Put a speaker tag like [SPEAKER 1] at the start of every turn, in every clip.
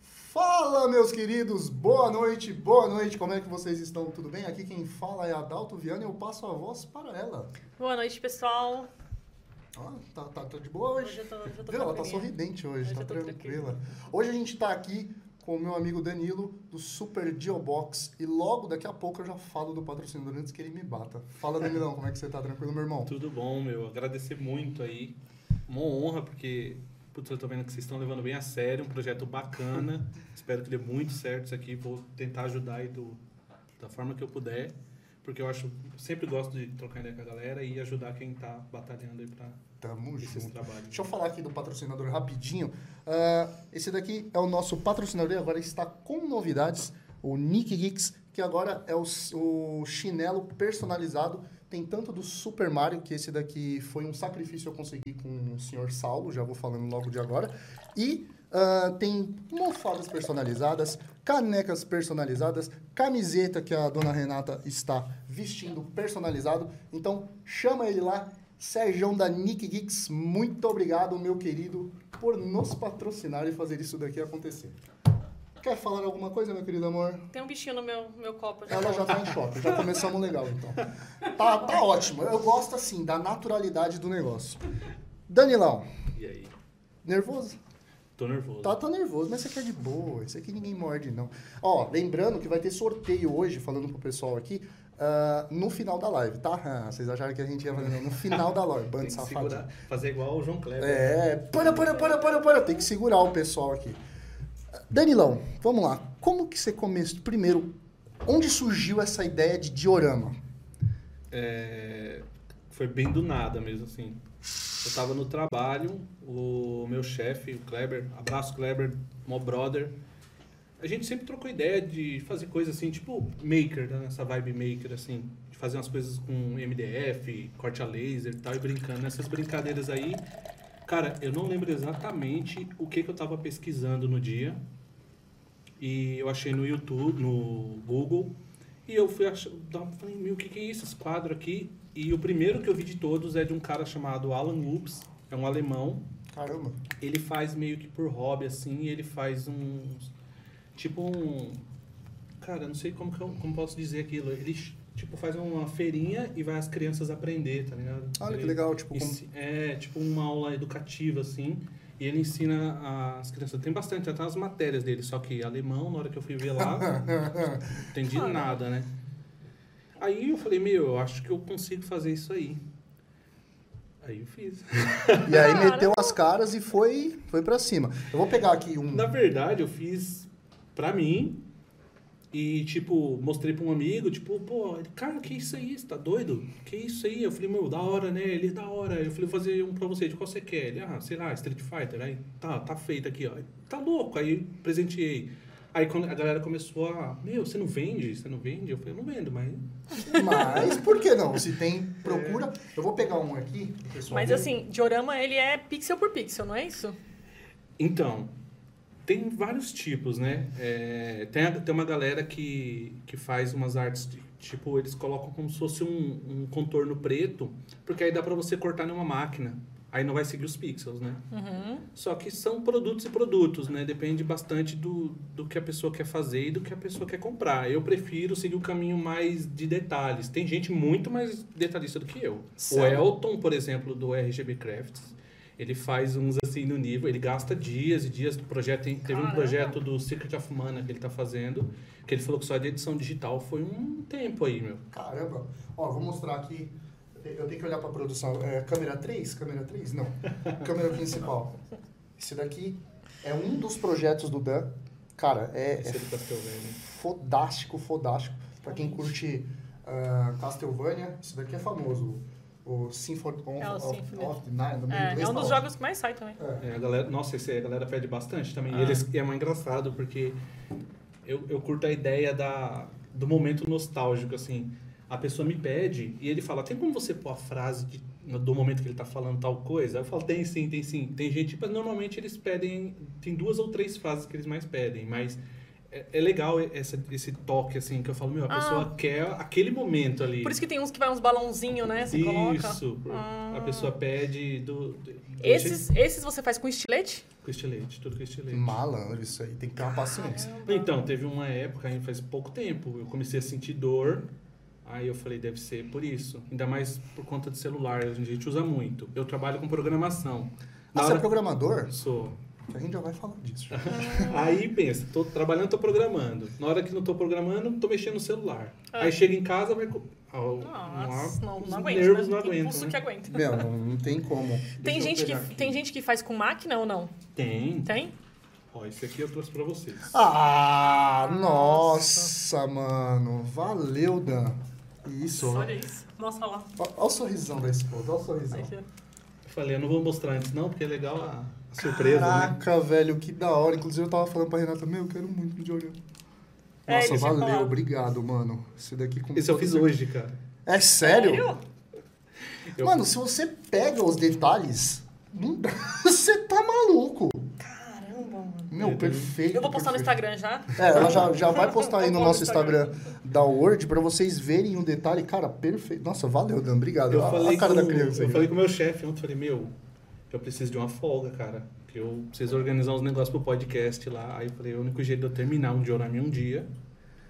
[SPEAKER 1] Fala, meus queridos, boa noite, boa noite, como é que vocês estão? Tudo bem? Aqui quem fala é Adalto Viana e eu passo a voz para ela.
[SPEAKER 2] Boa noite, pessoal.
[SPEAKER 1] Ó, tá, tá, tá de boa
[SPEAKER 2] Hoje
[SPEAKER 1] hoje.
[SPEAKER 2] eu tô, hoje eu tô
[SPEAKER 1] Viu? Ela tá
[SPEAKER 2] tranquilinha.
[SPEAKER 1] sorridente hoje,
[SPEAKER 2] Hoje
[SPEAKER 1] tá
[SPEAKER 2] eu tô tranquila.
[SPEAKER 1] tranquila. Hoje a gente tá aqui com o meu amigo Danilo, do Super Deal Box, e logo daqui a pouco eu já falo do patrocinador antes que ele me bata. Fala, Danilão, como é que você tá? Tranquilo, meu irmão?
[SPEAKER 3] Tudo bom, meu. Agradecer muito aí. Uma honra, porque, putz, eu tô vendo que vocês estão levando bem a sério, um projeto bacana. Espero que dê muito certo isso aqui. Vou tentar ajudar aí do, da forma que eu puder. Porque eu acho, sempre gosto de trocar ideia com a galera e ajudar quem tá batalhando aí pra
[SPEAKER 1] Tamo
[SPEAKER 3] esses
[SPEAKER 1] junto.
[SPEAKER 3] trabalhos.
[SPEAKER 1] Deixa eu falar aqui do patrocinador rapidinho. Ah, esse daqui é o nosso patrocinador e agora está com novidades, o Nick Geeks, que agora é o, s- o chinelo personalizado. Tem tanto do Super Mario, que esse daqui foi um sacrifício eu consegui com o senhor Saulo, já vou falando logo de agora. E ah, tem mofadas personalizadas, canecas personalizadas, camiseta que a dona Renata está vestindo personalizado. Então chama ele lá, Sérgio da Nick Geeks, muito obrigado, meu querido, por nos patrocinar e fazer isso daqui acontecer. Quer falar alguma coisa, meu querido amor?
[SPEAKER 2] Tem um bichinho no meu, meu copo.
[SPEAKER 1] Ela já tá em choque, já começamos legal, então. Tá, tá ótimo, eu gosto, assim, da naturalidade do negócio. Danilão,
[SPEAKER 3] E aí?
[SPEAKER 1] nervoso?
[SPEAKER 3] Tô nervoso.
[SPEAKER 1] Tá, tá nervoso, mas isso aqui é de boa, isso aqui ninguém morde, não. Ó, lembrando que vai ter sorteio hoje, falando pro pessoal aqui, ah, no final da live, tá? Ah, vocês acharam que a gente ia fazer não, no final da live,
[SPEAKER 3] Tem
[SPEAKER 1] bando
[SPEAKER 3] que
[SPEAKER 1] safadinho.
[SPEAKER 3] segurar, fazer igual o João Kleber.
[SPEAKER 1] É, para, para, para, para, para. Tem que segurar o pessoal aqui. Danilão, vamos lá. Como que você começou? Primeiro, onde surgiu essa ideia de diorama?
[SPEAKER 3] É, foi bem do nada mesmo, assim. Eu tava no trabalho, o meu chefe, o Kleber, abraço Kleber, mó brother. A gente sempre trocou ideia de fazer coisa assim, tipo maker, né? essa vibe maker, assim. De fazer umas coisas com MDF, corte a laser e tal, e brincando. Nessas brincadeiras aí, cara, eu não lembro exatamente o que, que eu tava pesquisando no dia. E eu achei no YouTube, no Google. E eu fui achar, falei, meu, o que, que é isso, esse quadro aqui? E o primeiro que eu vi de todos é de um cara chamado Alan Loops, é um alemão.
[SPEAKER 1] Caramba.
[SPEAKER 3] Ele faz meio que por hobby, assim, e ele faz uns. Tipo um. Cara, eu não sei como, que eu, como posso dizer aquilo. Ele, tipo, faz uma feirinha e vai as crianças aprender, tá ligado?
[SPEAKER 1] Olha que
[SPEAKER 3] Ele-
[SPEAKER 1] legal, tipo, como...
[SPEAKER 3] Ensi- É, tipo uma aula educativa, assim. E ele ensina as crianças. Tem bastante, até as matérias dele, só que alemão, na hora que eu fui ver lá, não entendi nada, né? Aí eu falei, meu, eu acho que eu consigo fazer isso aí. Aí eu fiz.
[SPEAKER 1] E aí meteu as caras e foi, foi para cima. Eu vou pegar aqui um.
[SPEAKER 3] Na verdade, eu fiz pra mim e, tipo, mostrei pra um amigo, tipo, pô, ele, cara, que isso aí? Você tá doido? Que isso aí? Eu falei, meu, da hora, né? Ele, da hora. Eu falei, vou fazer um pra você, de qual você quer? Ele, ah, sei lá, Street Fighter. Aí, tá, tá feito aqui, ó. Tá louco. Aí, presenteei. Aí quando a galera começou a, meu, você não vende? Você não vende? Eu falei, não vendo, mas...
[SPEAKER 1] Mas por que não? Se tem,
[SPEAKER 3] É.
[SPEAKER 1] procura. Eu vou pegar um aqui, pro pessoal.
[SPEAKER 2] Mas
[SPEAKER 1] ver.
[SPEAKER 2] assim, diorama ele é pixel por pixel, não é isso?
[SPEAKER 3] Então, tem vários tipos, né? É, tem, a- tem uma galera que, que faz umas artes, de- tipo, eles colocam como se fosse um, um contorno preto, porque aí dá pra você cortar numa máquina. Aí não vai seguir os pixels, né? Só que são produtos e produtos, né? Depende bastante do, do que a pessoa quer fazer e do que a pessoa quer comprar. Eu prefiro seguir o caminho mais de detalhes. Tem gente muito mais detalhista do que eu.
[SPEAKER 1] Sério?
[SPEAKER 3] O Elton, por exemplo, do RGB Crafts, ele faz uns assim no nível, ele gasta dias e dias do projeto. Tem- Teve um
[SPEAKER 2] Caramba.
[SPEAKER 3] projeto do Secret of Mana que ele tá fazendo, que ele falou que só de edição digital foi um tempo aí, meu.
[SPEAKER 1] Caramba. Ó, vou mostrar aqui. Eu te- Eu tenho que olhar pra produção. É, câmera 3? Câmera 3? Não. câmera principal. Esse daqui é um dos projetos do Dan. Cara, é,
[SPEAKER 3] Esse
[SPEAKER 1] é
[SPEAKER 3] é do Castlevania.
[SPEAKER 1] fodástico, fodástico. Pra quem curte ah, Castlevania, esse daqui é famoso. O Symphony of,
[SPEAKER 2] É o
[SPEAKER 1] of-
[SPEAKER 2] Symphony.
[SPEAKER 1] of the Night. no
[SPEAKER 2] É,
[SPEAKER 1] inglês
[SPEAKER 2] é
[SPEAKER 1] tá
[SPEAKER 2] um dos
[SPEAKER 1] ótimo.
[SPEAKER 2] jogos que mais sai também.
[SPEAKER 3] É, a galera, nossa, esse aí a galera pede bastante também. E eles, é mais engraçado, porque eu, eu curto a ideia da, do momento nostálgico, assim. A pessoa me pede e ele fala, tem como você pôr a frase de- do momento que ele tá falando tal coisa? Eu falo, tem sim, tem sim. Tem gente, mas normalmente eles pedem, tem duas ou três frases que eles mais pedem, mas é, é legal essa- esse toque, assim, que eu falo, meu, a pessoa quer aquele momento ali.
[SPEAKER 2] Ah. Por isso que tem uns que vai uns balãozinhos, né? Você coloca.
[SPEAKER 3] Isso,
[SPEAKER 2] Ah.
[SPEAKER 3] a pessoa pede do, do-
[SPEAKER 2] Esses, esses você faz com estilete?
[SPEAKER 3] com estilete, tudo é com estilete.
[SPEAKER 1] Malandro isso aí, tem que ter uma paciência.
[SPEAKER 3] Então, teve uma época, aí faz pouco tempo, eu comecei a sentir dor. Aí eu falei, deve ser por isso. Ainda mais por conta de celular, hoje em dia a gente usa muito. Eu trabalho com programação.
[SPEAKER 1] Ah,
[SPEAKER 3] Na
[SPEAKER 1] você é
[SPEAKER 3] hora-
[SPEAKER 1] programador?
[SPEAKER 3] Sou.
[SPEAKER 1] A gente já vai falar disso. já.
[SPEAKER 3] Aí pensa, tô trabalhando, tô programando. Na hora que não tô programando, tô mexendo no celular. Aí chega em casa, vai. co- Ah, o-
[SPEAKER 2] Ah. Nossa, não,
[SPEAKER 3] os
[SPEAKER 2] não aguenta.
[SPEAKER 3] nervos
[SPEAKER 2] né?
[SPEAKER 3] não
[SPEAKER 2] tem
[SPEAKER 3] aguentam.
[SPEAKER 2] pulso
[SPEAKER 3] né?
[SPEAKER 2] que aguenta.
[SPEAKER 1] Meu, não tem como.
[SPEAKER 2] Tem
[SPEAKER 3] eu
[SPEAKER 2] gente,
[SPEAKER 3] pegar
[SPEAKER 2] que,
[SPEAKER 3] aqui.
[SPEAKER 2] tem gente que faz com máquina ou não?
[SPEAKER 3] Tem.
[SPEAKER 2] Tem?
[SPEAKER 3] Ó, esse aqui eu trouxe pra vocês.
[SPEAKER 1] Ah, nossa, mano. Valeu, Dan. Isso.
[SPEAKER 2] Olha
[SPEAKER 1] Olha
[SPEAKER 2] isso. Nossa, olha lá.
[SPEAKER 1] o sorrisão da esposa, olha o sorrisão.
[SPEAKER 3] Eu falei, eu não vou mostrar antes, não, porque é legal a, a surpresa, né?
[SPEAKER 1] Caraca, velho, que da hora. Inclusive, eu tava falando pra Renata, meu, eu quero muito um de olho.
[SPEAKER 2] É,
[SPEAKER 1] Nossa,
[SPEAKER 2] ele tinha
[SPEAKER 1] valeu,
[SPEAKER 2] falado.
[SPEAKER 1] obrigado, mano. Esse daqui com.
[SPEAKER 3] Esse eu fiz hoje, cara.
[SPEAKER 1] É sério?
[SPEAKER 3] Eu-
[SPEAKER 1] Mano, se você pega os detalhes, não dá. você tá maluco.
[SPEAKER 2] Caramba, mano.
[SPEAKER 1] Meu,
[SPEAKER 3] Eu-
[SPEAKER 1] perfeito.
[SPEAKER 2] Eu vou postar no
[SPEAKER 1] perfeito.
[SPEAKER 2] Instagram já.
[SPEAKER 1] É, ela já, já vai postar aí no
[SPEAKER 2] Vou
[SPEAKER 1] nosso
[SPEAKER 2] postar no
[SPEAKER 1] Instagram da Word pra vocês verem um detalhe. Cara, perfeito. Nossa, valeu, Dan. Obrigado.
[SPEAKER 3] Eu
[SPEAKER 1] Olha
[SPEAKER 3] falei,
[SPEAKER 1] a cara
[SPEAKER 3] com,
[SPEAKER 1] da criança.
[SPEAKER 3] eu
[SPEAKER 1] aí. né?
[SPEAKER 3] falei com o meu chefe ontem, falei, meu, eu preciso de uma folga, cara. Que eu preciso organizar uns negócios pro podcast lá. Aí eu falei, o único jeito de eu terminar um Diorama em um dia,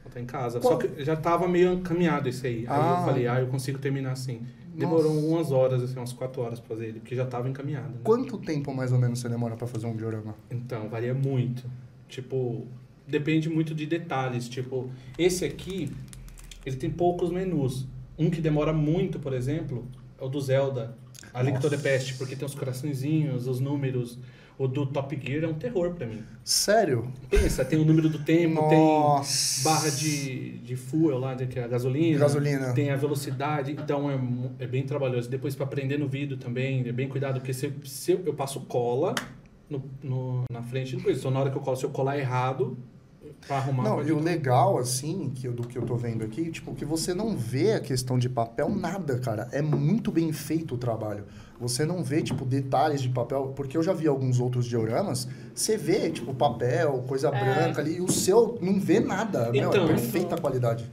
[SPEAKER 3] eu tô em casa.
[SPEAKER 1] Qual-
[SPEAKER 3] Só que já tava meio encaminhado esse aí. Aí
[SPEAKER 1] Ah.
[SPEAKER 3] eu falei, ah, eu consigo terminar assim. Demorou umas horas, assim, umas quatro horas pra fazer ele, porque já tava encaminhado. né?
[SPEAKER 1] Quanto tempo mais ou menos você demora pra fazer um diorama?
[SPEAKER 3] Então, varia muito. Tipo, depende muito de detalhes. Tipo, esse aqui, ele tem poucos menus. Um que demora muito, por exemplo, é o do Zelda, a Link to the Past, porque tem os coraçõezinhos, os números. O do Top Gear é um terror pra mim.
[SPEAKER 1] Sério?
[SPEAKER 3] Pensa, tem o número do tempo,
[SPEAKER 1] Nossa.
[SPEAKER 3] tem barra de, de fuel lá, de- que é a gasolina.
[SPEAKER 1] Gasolina.
[SPEAKER 3] Tem a velocidade, então é, mu- é bem trabalhoso. Depois pra prender no vidro também, é bem cuidado, porque se, se eu, eu passo cola no, no- na frente do coisa. Então na hora que eu colo, se eu colar errado, pra arrumar...
[SPEAKER 1] Não,
[SPEAKER 3] pode-
[SPEAKER 1] e o legal, assim, que eu- do que eu tô vendo aqui, tipo, que você não vê a questão de papel nada, cara. É muito bem feito o trabalho. Você não vê, tipo, detalhes de papel, porque eu já vi alguns outros dioramas, você vê, tipo, papel, coisa branca ali, e o seu não vê nada. Meu, é
[SPEAKER 3] Então.
[SPEAKER 1] perfeita a qualidade.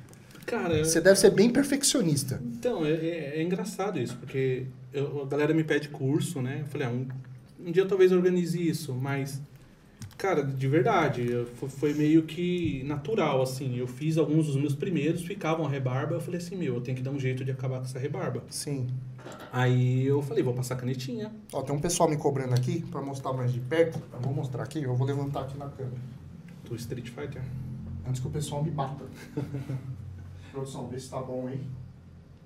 [SPEAKER 3] Cara, é
[SPEAKER 1] Você deve ser bem perfeccionista.
[SPEAKER 3] então, é, é- é engraçado isso, porque eu- a galera me pede curso, né? Eu falei, ah, um, um dia talvez eu organize isso, mas... Cara, de verdade, eu- fo- foi meio que natural, assim. Eu fiz alguns dos meus primeiros, ficavam a rebarba. Eu falei assim, meu, eu tenho que dar um jeito de acabar com essa rebarba.
[SPEAKER 1] Sim.
[SPEAKER 3] Aí eu falei, vou passar canetinha.
[SPEAKER 1] Ó, tem um pessoal me cobrando aqui pra mostrar mais de perto. Eu vou mostrar aqui, eu vou levantar aqui na câmera.
[SPEAKER 3] Do Street Fighter.
[SPEAKER 1] Antes que o pessoal me bata. Produção, vê se tá bom aí.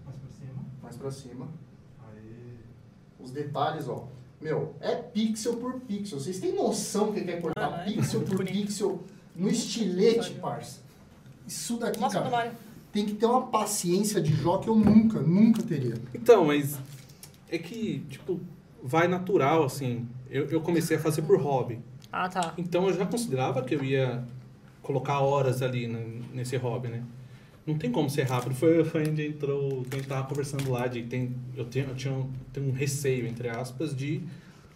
[SPEAKER 4] Mais pra cima.
[SPEAKER 1] Mais pra cima.
[SPEAKER 4] Aí.
[SPEAKER 1] Os detalhes, ó. Meu, é pixel por pixel. Vocês têm noção que quer cortar
[SPEAKER 2] Ah, é?
[SPEAKER 1] pixel por
[SPEAKER 2] Bonito.
[SPEAKER 1] pixel no estilete, parça? Isso daqui,
[SPEAKER 2] Mostra pro
[SPEAKER 1] cara,
[SPEAKER 2] Mário.
[SPEAKER 1] tem que ter uma paciência de Jó que eu nunca, nunca teria.
[SPEAKER 3] Então, mas é que, tipo, vai natural, assim. Eu, eu comecei a fazer por hobby.
[SPEAKER 2] Ah, tá.
[SPEAKER 3] Então eu já considerava que eu ia colocar horas ali n- nesse hobby, né? Não tem como ser rápido. Foi, foi onde entrou, quem tava conversando lá, de tem, eu, tenho, eu tinha um, tenho um receio, entre aspas, de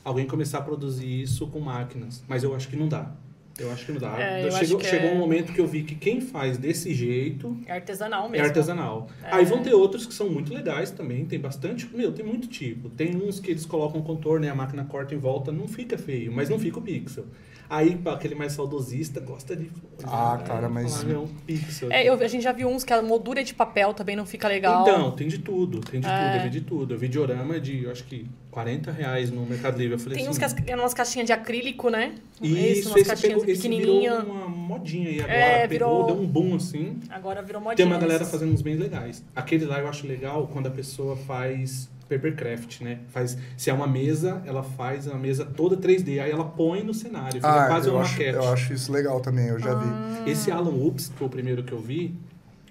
[SPEAKER 3] alguém começar a produzir isso com máquinas. Mas eu acho que não dá. Eu acho que não dá.
[SPEAKER 2] É, eu acho
[SPEAKER 3] chegou
[SPEAKER 2] que
[SPEAKER 3] chegou
[SPEAKER 2] é-
[SPEAKER 3] um momento que eu vi que quem faz desse jeito
[SPEAKER 2] É artesanal
[SPEAKER 3] É
[SPEAKER 2] mesmo.
[SPEAKER 3] artesanal.
[SPEAKER 2] É.
[SPEAKER 3] Aí vão ter outros que são muito legais também, tem bastante. Meu, tem muito tipo. Tem uns que eles colocam um contorno e a máquina corta em volta, não fica feio, mas não fica o pixel. Aí, pra aquele mais saudosista, gosta de.
[SPEAKER 1] Ah, cara, mas-
[SPEAKER 3] falar, "Ah, É um pixel.
[SPEAKER 2] É, eu, a gente já viu uns que a moldura é de papel também não fica legal.
[SPEAKER 3] Então, tem de tudo, tem de
[SPEAKER 2] É.
[SPEAKER 3] tudo, eu vi de tudo. Eu vi diorama de, eu acho que, 40 reais no Mercado Livre. Eu falei
[SPEAKER 2] Tem
[SPEAKER 3] assim.
[SPEAKER 2] uns que as- eram umas caixinhas de acrílico, né?
[SPEAKER 3] Isso,
[SPEAKER 2] umas
[SPEAKER 3] esse,
[SPEAKER 2] caixinhas
[SPEAKER 3] pegou, esse virou um
[SPEAKER 2] pequenininhas.
[SPEAKER 3] uma modinha aí agora.
[SPEAKER 2] É,
[SPEAKER 3] pegou,
[SPEAKER 2] virou-
[SPEAKER 3] deu um boom assim.
[SPEAKER 2] Agora virou modinha.
[SPEAKER 3] Tem uma galera
[SPEAKER 2] esses.
[SPEAKER 3] fazendo uns bens legais. Aquele lá eu acho legal quando a pessoa faz papercraft, né? Faz, se é uma mesa, ela faz a mesa toda 3D, aí ela põe no cenário, fica quase
[SPEAKER 1] Ah, eu
[SPEAKER 3] uma
[SPEAKER 1] acho,
[SPEAKER 3] maquete.
[SPEAKER 1] eu acho isso legal também, eu já vi.
[SPEAKER 3] Esse Alan Woods, que foi o primeiro que eu vi,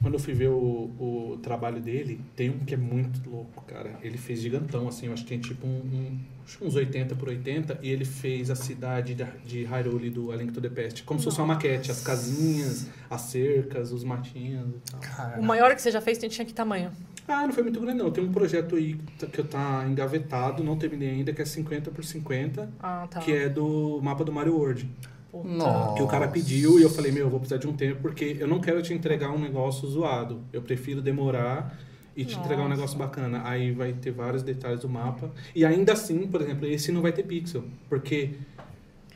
[SPEAKER 3] quando eu fui ver o, o trabalho dele, tem um que é muito louco, cara. Ele fez gigantão, assim, eu acho que tem tipo um, um- acho que uns 80 por 80, e ele fez a cidade da- de Hyrule do A Link to the Past, como se fosse uma maquete, as casinhas, as cercas, os matinhos e tal.
[SPEAKER 2] O maior que você já fez tinha que tamanho.
[SPEAKER 3] Ah, não foi muito grande não. Tem um projeto aí que eu tá engavetado, não terminei ainda, que é 50 por 50,
[SPEAKER 2] Ah, tá.
[SPEAKER 3] que é do mapa do Mario World.
[SPEAKER 2] Puta.
[SPEAKER 1] Nossa.
[SPEAKER 3] Que o cara pediu e eu falei, meu, eu vou precisar de um tempo porque eu não quero te entregar um negócio zoado. Eu prefiro demorar e te entregar um
[SPEAKER 2] Nossa.
[SPEAKER 3] negócio bacana. Aí vai ter vários detalhes do mapa. E ainda assim, por exemplo, esse não vai ter pixel. Porque,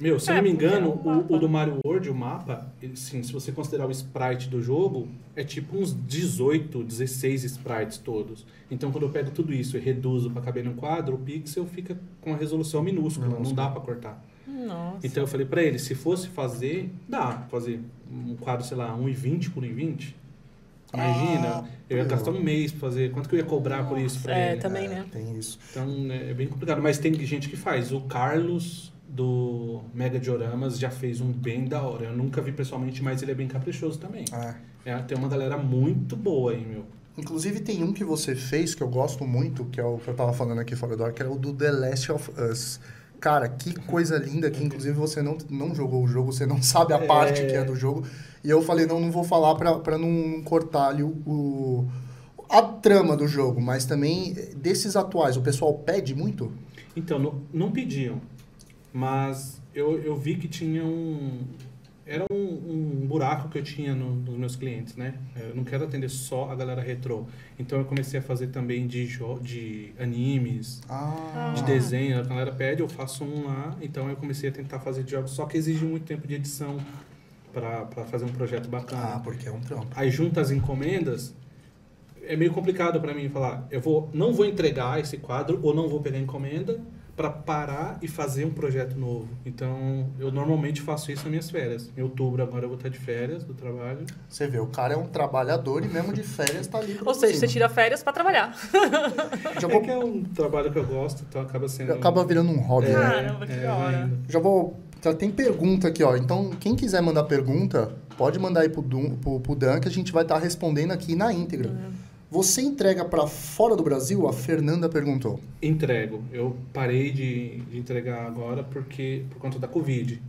[SPEAKER 3] meu, se eu
[SPEAKER 2] É,
[SPEAKER 3] não me
[SPEAKER 2] porque é um
[SPEAKER 3] engano, o- o,
[SPEAKER 2] mapa,
[SPEAKER 3] do
[SPEAKER 2] né?
[SPEAKER 3] Mario World, o mapa, ele- sim, se você considerar o sprite do jogo, é tipo uns 18, 16 sprites todos. Então quando eu pego tudo isso e reduzo pra caber num quadro, o pixel fica com a resolução minúscula, não dá pra cortar.
[SPEAKER 2] Nossa.
[SPEAKER 3] Então eu falei pra ele, se fosse fazer, dá, pra fazer um quadro, sei lá, 1,20 por 1,20. Imagina,
[SPEAKER 1] Ah,
[SPEAKER 3] eu ia
[SPEAKER 1] pô.
[SPEAKER 3] gastar um mês pra fazer, quanto que eu ia cobrar por isso pra
[SPEAKER 2] é,
[SPEAKER 3] ele?
[SPEAKER 2] também, né?
[SPEAKER 1] Tem isso.
[SPEAKER 3] Então é é bem complicado, mas tem gente que faz. O Carlos do Mega Dioramas já fez um bem da hora. Eu nunca vi pessoalmente, mas ele é bem caprichoso também.
[SPEAKER 1] É.
[SPEAKER 3] É, tem uma galera muito boa aí, meu.
[SPEAKER 1] Inclusive tem um que você fez que eu gosto muito, que é o que eu tava falando aqui fora do ar, que é o do The Last of Us. Cara, que coisa linda que inclusive você não, não jogou o jogo, você não sabe a
[SPEAKER 3] É.
[SPEAKER 1] parte que é do jogo. E eu falei, não, não vou falar pra, pra não cortar ali o, o- a trama do jogo, mas também desses atuais, o pessoal pede muito?
[SPEAKER 3] Então, não, não pediam, mas eu, eu vi que tinha um. Era um, um buraco que eu tinha no- nos meus clientes, né? Eu não quero atender só a galera retrô. Então eu comecei a fazer também de, jo- de animes,
[SPEAKER 1] Ah,
[SPEAKER 3] de desenho. A galera pede, eu faço um lá. Então eu comecei a tentar fazer de jogos, só que exige muito tempo de edição pra pra fazer um projeto bacana.
[SPEAKER 1] Ah, porque é um trampo.
[SPEAKER 3] Aí junta as encomendas. É meio complicado pra mim falar, eu vou, não vou entregar esse quadro ou não vou pegar encomenda pra parar e fazer um projeto novo. Então, eu normalmente faço isso nas minhas férias. Em outubro agora eu vou estar de férias do trabalho.
[SPEAKER 1] Você vê, o cara é um trabalhador e mesmo de férias tá ali.
[SPEAKER 2] Ou seja,
[SPEAKER 1] produzindo.
[SPEAKER 2] você tira férias pra trabalhar.
[SPEAKER 1] Já
[SPEAKER 3] É
[SPEAKER 1] vou-
[SPEAKER 3] que é um trabalho que eu gosto, então acaba sendo
[SPEAKER 1] acaba virando um hobby, né?
[SPEAKER 2] Caramba, que
[SPEAKER 3] é,
[SPEAKER 2] da hora.
[SPEAKER 3] ainda.
[SPEAKER 1] Já vou. Já tem pergunta aqui, ó. Então, quem quiser mandar pergunta, pode mandar aí pro, Dum, pro, pro Dan, que a gente vai estar respondendo aqui na íntegra.
[SPEAKER 2] É.
[SPEAKER 1] Você entrega pra fora do Brasil? A Fernanda perguntou.
[SPEAKER 3] Entrego. Eu parei de, de entregar agora porque por conta da Covid.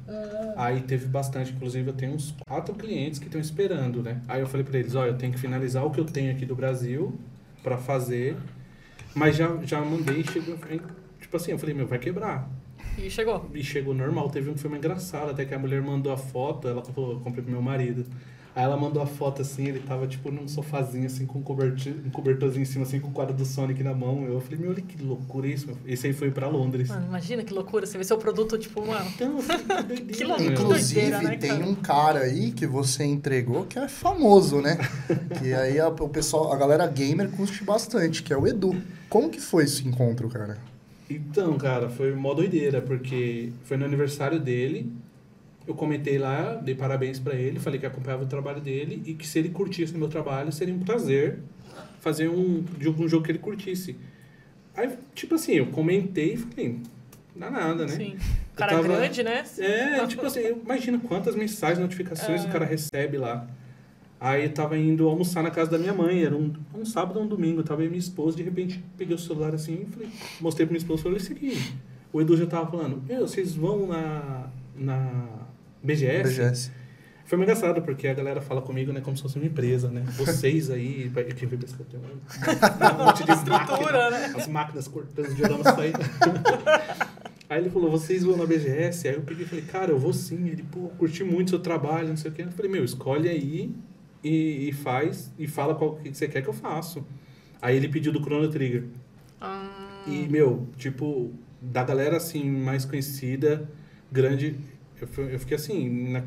[SPEAKER 3] Aí teve bastante. Inclusive, eu tenho uns quatro clientes que estão esperando, né? Aí eu falei pra eles, olha, eu tenho que finalizar o que eu tenho aqui do Brasil pra fazer. Mas já, já mandei, chegou... aí, Tipo assim, eu falei, meu, vai quebrar.
[SPEAKER 2] E chegou.
[SPEAKER 3] E chegou normal. Teve um que foi mais engraçado, até que a mulher mandou a foto. Ela falou, eu comprei pro meu marido. Aí ela mandou a foto assim, ele tava tipo num sofazinho assim, com um, coberti- um cobertorzinho em cima, assim, com o quadro do Sonic na mão. Eu falei, meu, olha que loucura isso, meu. Esse aí foi pra Londres.
[SPEAKER 2] Mano, imagina que loucura. Você vê seu produto, tipo, mano.
[SPEAKER 3] Então, eu falei, que doideira,
[SPEAKER 2] Que loucura.
[SPEAKER 3] meu.
[SPEAKER 1] Inclusive,
[SPEAKER 2] doideira, né,
[SPEAKER 1] tem
[SPEAKER 2] cara?
[SPEAKER 1] um cara aí que você entregou que é famoso, né? que aí a, o pessoal, a galera gamer curte bastante, que é o Edu. Como que foi esse encontro, cara?
[SPEAKER 3] Então, cara, foi mó doideira, porque foi no aniversário dele. Eu comentei lá, dei parabéns pra ele, falei que acompanhava o trabalho dele e que se ele curtisse o meu trabalho, seria um prazer fazer um, de algum jogo que ele curtisse. Aí, tipo assim, eu comentei e falei, "Hum, dá nada, né?
[SPEAKER 2] Sim. O assim, cara
[SPEAKER 3] Eu tava-
[SPEAKER 2] grande, né?
[SPEAKER 3] É, tipo assim, eu imagino quantas mensagens, notificações o cara recebe lá. Aí eu tava indo almoçar na casa da minha mãe, era um, um sábado ou um domingo, eu tava aí minha esposa, de repente peguei o celular assim e falei, mostrei pra minha esposa, falei, olha isso aqui. O Edu já tava falando, meu, vocês vão na, na BGS?
[SPEAKER 1] BGS.
[SPEAKER 3] Foi meio engraçado, porque a galera fala comigo, né, como se fosse uma empresa, né? Vocês aí, vai- quem vê pesca tem um um monte de
[SPEAKER 2] Estrutura,
[SPEAKER 3] máquina, As máquinas cortando de lama saindo. Aí ele falou, vocês vão na BGS? Aí eu peguei e falei, cara, eu vou sim. Ele, pô, curti muito seu trabalho, não sei o quê. Eu falei, meu, escolhe aí e, e faz, e fala qual que você quer que eu faço. Aí ele pediu do Chrono Trigger.
[SPEAKER 2] Ah,
[SPEAKER 3] E, meu, tipo, da galera assim, mais conhecida, grande, eu, fui- eu fiquei assim, na-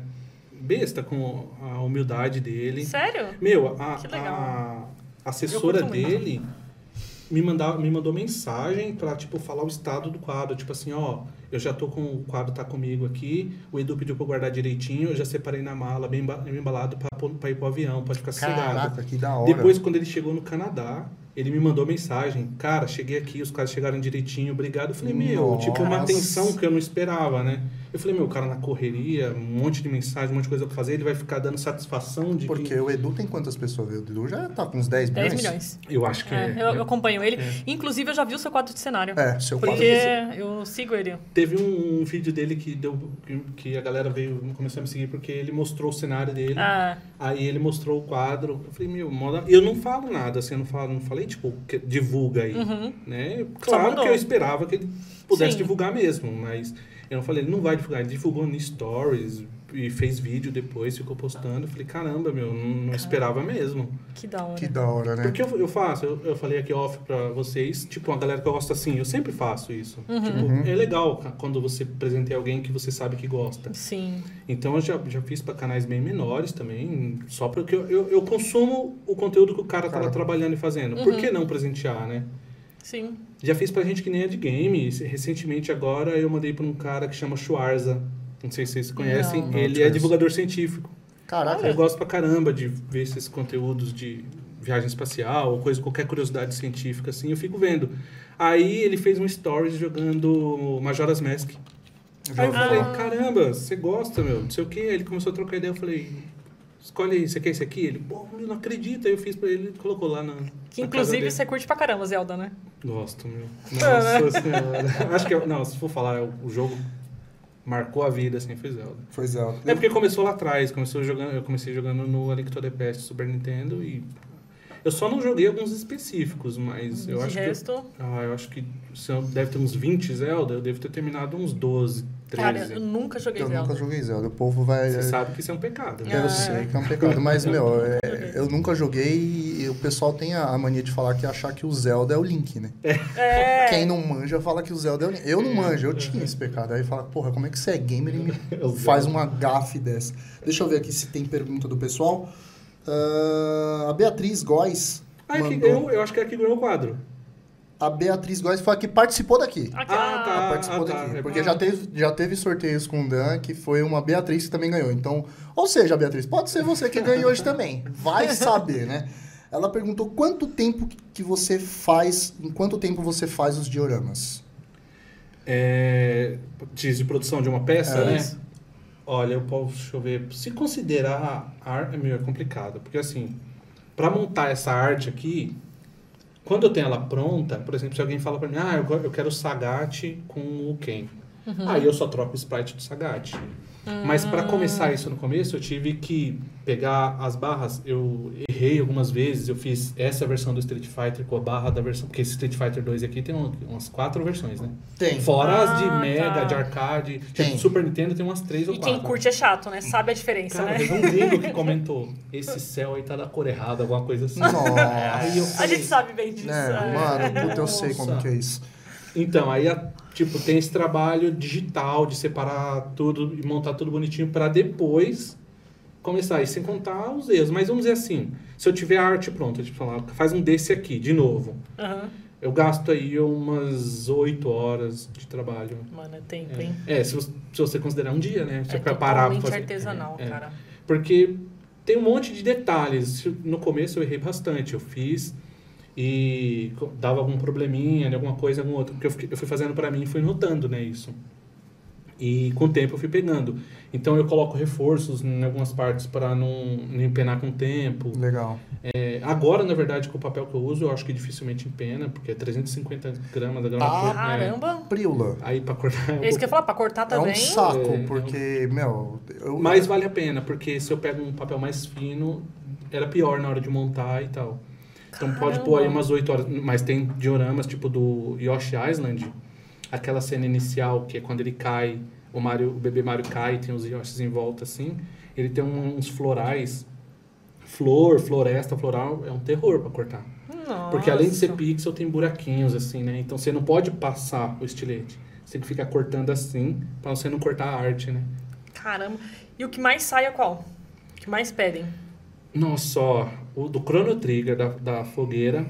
[SPEAKER 3] besta com a humildade dele.
[SPEAKER 2] sério?
[SPEAKER 3] Meu, a,
[SPEAKER 2] Que legal.
[SPEAKER 3] a assessora
[SPEAKER 2] Eu curto muito.
[SPEAKER 3] dele me, mandava, me mandou mensagem pra, tipo, falar o estado do quadro. Tipo assim, ó, eu já tô com... O quadro tá comigo aqui, o Edu pediu pra eu guardar direitinho, eu já separei na mala, bem emba- bem embalado, pra, pôr- pra ir pro avião, pode ficar sossegado.
[SPEAKER 1] Caraca, que da hora.
[SPEAKER 3] Depois, quando ele chegou no Canadá, ele me mandou mensagem. Cara, cheguei aqui, os caras chegaram direitinho, obrigado. Eu falei, meu,
[SPEAKER 1] Nossa.
[SPEAKER 3] tipo, uma atenção que eu não esperava, né? Eu falei, meu, o cara na correria, um monte de mensagem, um monte de coisa pra fazer, ele vai ficar dando satisfação de
[SPEAKER 1] Porque
[SPEAKER 3] que...
[SPEAKER 1] o Edu tem quantas pessoas? O Edu já tá com uns 10 milhões.
[SPEAKER 2] 10 milhões.
[SPEAKER 3] Eu acho que
[SPEAKER 2] É,
[SPEAKER 3] é.
[SPEAKER 2] eu, eu acompanho ele.
[SPEAKER 3] É.
[SPEAKER 2] Inclusive, eu já vi o seu quadro de cenário.
[SPEAKER 1] É, seu quadro
[SPEAKER 2] Porque eu sigo ele.
[SPEAKER 3] Teve um, um vídeo dele que deu que- que a galera veio começou a me seguir porque ele mostrou o cenário dele.
[SPEAKER 2] Ah,
[SPEAKER 3] Aí ele mostrou o quadro. Eu falei, meu, moda. Eu não falo nada, assim, eu não, falo, não falei tipo, que- divulga aí. Né? Claro
[SPEAKER 2] mandou.
[SPEAKER 3] que eu esperava que ele pudesse
[SPEAKER 2] Uhum. Sim.
[SPEAKER 3] divulgar mesmo, mas eu não falei, ele não vai divulgar. Ele divulgou no Stories e fez vídeo depois, ficou postando. Eu falei, caramba, meu, não, não esperava mesmo.
[SPEAKER 2] Que da hora.
[SPEAKER 1] Que da hora, né?
[SPEAKER 3] Porque eu, eu faço, eu, eu falei aqui off pra vocês, tipo, uma galera que eu gosto assim, eu sempre faço isso. Tipo,
[SPEAKER 1] Uhum.
[SPEAKER 3] é legal ca- quando você presenteia alguém que você sabe que gosta.
[SPEAKER 2] Sim.
[SPEAKER 3] Então eu já, já fiz pra canais bem menores também, só porque eu, eu, eu consumo o conteúdo que o cara tava
[SPEAKER 1] Cara.
[SPEAKER 3] trabalhando e fazendo. Por que não presentear, né?
[SPEAKER 2] Sim.
[SPEAKER 3] Já fiz pra gente que nem é de game. e se- Recentemente agora eu mandei pra um cara que chama Schwarza. Não sei se vocês conhecem.
[SPEAKER 2] Não.
[SPEAKER 1] Não
[SPEAKER 3] Ele é
[SPEAKER 1] conheço.
[SPEAKER 3] divulgador científico.
[SPEAKER 1] Caraca,
[SPEAKER 3] Eu gosto pra caramba de ver esses conteúdos de viagem espacial ou coisa, qualquer curiosidade científica, assim, eu fico vendo. Aí ele fez um stories jogando Majora's Mask. Aí eu
[SPEAKER 1] jogo
[SPEAKER 2] Ah.
[SPEAKER 3] falei,
[SPEAKER 1] bom.
[SPEAKER 3] caramba, você gosta, meu, não sei o quê. Aí ele começou a trocar ideia, eu falei, escolhe aí, você quer esse aqui? Ele, pô, meu, não acredita. Aí eu fiz pra ele, ele colocou lá na.
[SPEAKER 2] Que
[SPEAKER 3] na
[SPEAKER 2] inclusive
[SPEAKER 3] casa
[SPEAKER 2] você curte pra caramba, Zelda, né?
[SPEAKER 3] dele. Gosto, meu. Nossa senhora. Acho que, eu- não, se for falar, eu- o jogo marcou a vida, assim, foi Zelda.
[SPEAKER 1] Foi Zelda.
[SPEAKER 3] É porque começou lá atrás, começou jogando, eu comecei jogando no A Link to the Past Super Nintendo e eu só não joguei alguns específicos, mas eu
[SPEAKER 2] Uhum, De
[SPEAKER 3] acho que
[SPEAKER 2] resto.
[SPEAKER 3] ah, eu acho que são- deve ter uns 20 Zelda, eu devo ter terminado uns 12, 13.
[SPEAKER 2] Cara, eu nunca joguei
[SPEAKER 1] Eu
[SPEAKER 2] Zelda.
[SPEAKER 1] nunca joguei Zelda. O povo vai.
[SPEAKER 3] Você sabe que isso é um pecado. né?
[SPEAKER 1] Eu
[SPEAKER 2] Ah.
[SPEAKER 1] sei que é um pecado, mas, meu, é, eu nunca joguei e o pessoal tem a a mania de falar que achar que o Zelda é o Link, né?
[SPEAKER 2] É.
[SPEAKER 1] Quem não manja fala que o Zelda é o Link. Eu não manjo, eu tinha esse pecado. Aí fala, porra, como é que você é gamer e me faz uma gafe dessa? Deixa eu ver aqui se tem pergunta do pessoal. Ah, a Beatriz Góes
[SPEAKER 3] Ah, é que
[SPEAKER 1] mandou.
[SPEAKER 3] ganhou, eu acho que é a que ganhou o quadro.
[SPEAKER 1] A Beatriz Góes foi a que participou daqui.
[SPEAKER 2] Aqui,
[SPEAKER 3] Ah, tá.
[SPEAKER 1] Ela participou
[SPEAKER 3] tá.
[SPEAKER 1] daqui.
[SPEAKER 3] É
[SPEAKER 1] Porque já teve, já teve sorteios com o Dan, que foi uma Beatriz que também ganhou. Então, ou seja, Beatriz, pode ser você que ganhou hoje também. Vai saber, né? Ela perguntou quanto tempo que você faz, em quanto tempo você faz os dioramas?
[SPEAKER 3] É, diz de produção de uma peça,
[SPEAKER 2] É.
[SPEAKER 3] né?
[SPEAKER 2] Isso.
[SPEAKER 3] Olha, eu posso, deixa eu ver. Se considerar arte, é meio complicado, porque assim, para montar essa arte aqui, quando eu tenho ela pronta, por exemplo, se alguém fala para mim, ah, eu, go- eu quero Sagat com o Ken,
[SPEAKER 2] Uhum.
[SPEAKER 3] aí eu só troco o sprite do Sagat. Mas
[SPEAKER 2] Ah.
[SPEAKER 3] para começar isso no começo, eu tive que pegar as barras. Eu errei algumas vezes. Eu fiz essa versão do Street Fighter com a barra da versão. Porque esse Street Fighter 2 aqui tem um- umas quatro versões, né?
[SPEAKER 1] Tem.
[SPEAKER 3] Fora as de
[SPEAKER 2] Ah,
[SPEAKER 3] Mega,
[SPEAKER 2] tá.
[SPEAKER 3] de arcade.
[SPEAKER 1] Tem.
[SPEAKER 3] Tipo, Super Nintendo tem umas três ou
[SPEAKER 2] E
[SPEAKER 3] quatro.
[SPEAKER 2] quem curte é chato, né? Sabe a diferença,
[SPEAKER 3] Cara,
[SPEAKER 2] né?
[SPEAKER 3] teve um gringo que comentou: esse céu aí tá da cor errada, alguma coisa assim. Aí eu
[SPEAKER 1] Nossa.
[SPEAKER 2] A
[SPEAKER 3] falei,
[SPEAKER 2] gente sabe bem disso.
[SPEAKER 1] É,
[SPEAKER 2] é.
[SPEAKER 1] mano, puta, eu sei
[SPEAKER 3] Nossa.
[SPEAKER 1] como que é isso.
[SPEAKER 3] Então, aí a- tipo, tem esse trabalho digital de separar tudo e montar tudo bonitinho pra depois começar. E sem contar os erros. Mas vamos dizer assim: se eu tiver a arte pronta, tipo, falar, faz um desse aqui, de novo.
[SPEAKER 2] Aham.
[SPEAKER 3] Eu gasto aí umas oito horas de trabalho.
[SPEAKER 2] Mano, é tempo, hein?
[SPEAKER 3] É, se você, se você considerar um dia, né? Você
[SPEAKER 2] é
[SPEAKER 3] vai parar pra
[SPEAKER 2] totalmente
[SPEAKER 3] fazer.
[SPEAKER 2] artesanal,
[SPEAKER 3] É.
[SPEAKER 2] cara.
[SPEAKER 3] Porque tem um monte de detalhes. No começo eu errei bastante. Eu fiz e co- dava algum probleminha, né, alguma coisa, algum outro. Porque eu, fiquei- eu fui fazendo para mim e fui notando, né, isso. E com o tempo eu fui pegando. Então eu coloco reforços em algumas partes para não, não empenar com o tempo.
[SPEAKER 1] Legal.
[SPEAKER 3] É, agora, na verdade, com o papel que eu uso, eu acho que dificilmente empena, porque é 350 gramas da grama.
[SPEAKER 1] Ah,
[SPEAKER 3] cor- né?
[SPEAKER 2] Caramba!
[SPEAKER 1] Priula.
[SPEAKER 3] Aí para cortar. eu
[SPEAKER 2] É isso que eu ia falar, pra cortar
[SPEAKER 3] Tá
[SPEAKER 1] É
[SPEAKER 2] também.
[SPEAKER 1] um saco,
[SPEAKER 3] É,
[SPEAKER 1] porque, meu... Eu,
[SPEAKER 3] Mas vale a pena, porque se eu pego um papel mais fino, era pior na hora de montar e tal. Então pode
[SPEAKER 2] Caramba.
[SPEAKER 3] pôr aí umas 8 horas. Mas tem dioramas tipo do Yoshi Island, aquela cena inicial que é quando ele cai, o, Mario, o bebê Mario cai, tem os Yoshis em volta assim. Ele tem um- uns florais. Flor, floresta, floral, é um terror pra cortar.
[SPEAKER 2] Nossa.
[SPEAKER 3] Porque além de ser pixel, tem buraquinhos assim, né? Então você não pode passar o estilete. Você tem que ficar cortando assim, pra você não cortar a arte, né?
[SPEAKER 2] Caramba. E o que mais sai é qual? O que mais pedem?
[SPEAKER 3] Não só o do Chrono Trigger, da, da fogueira,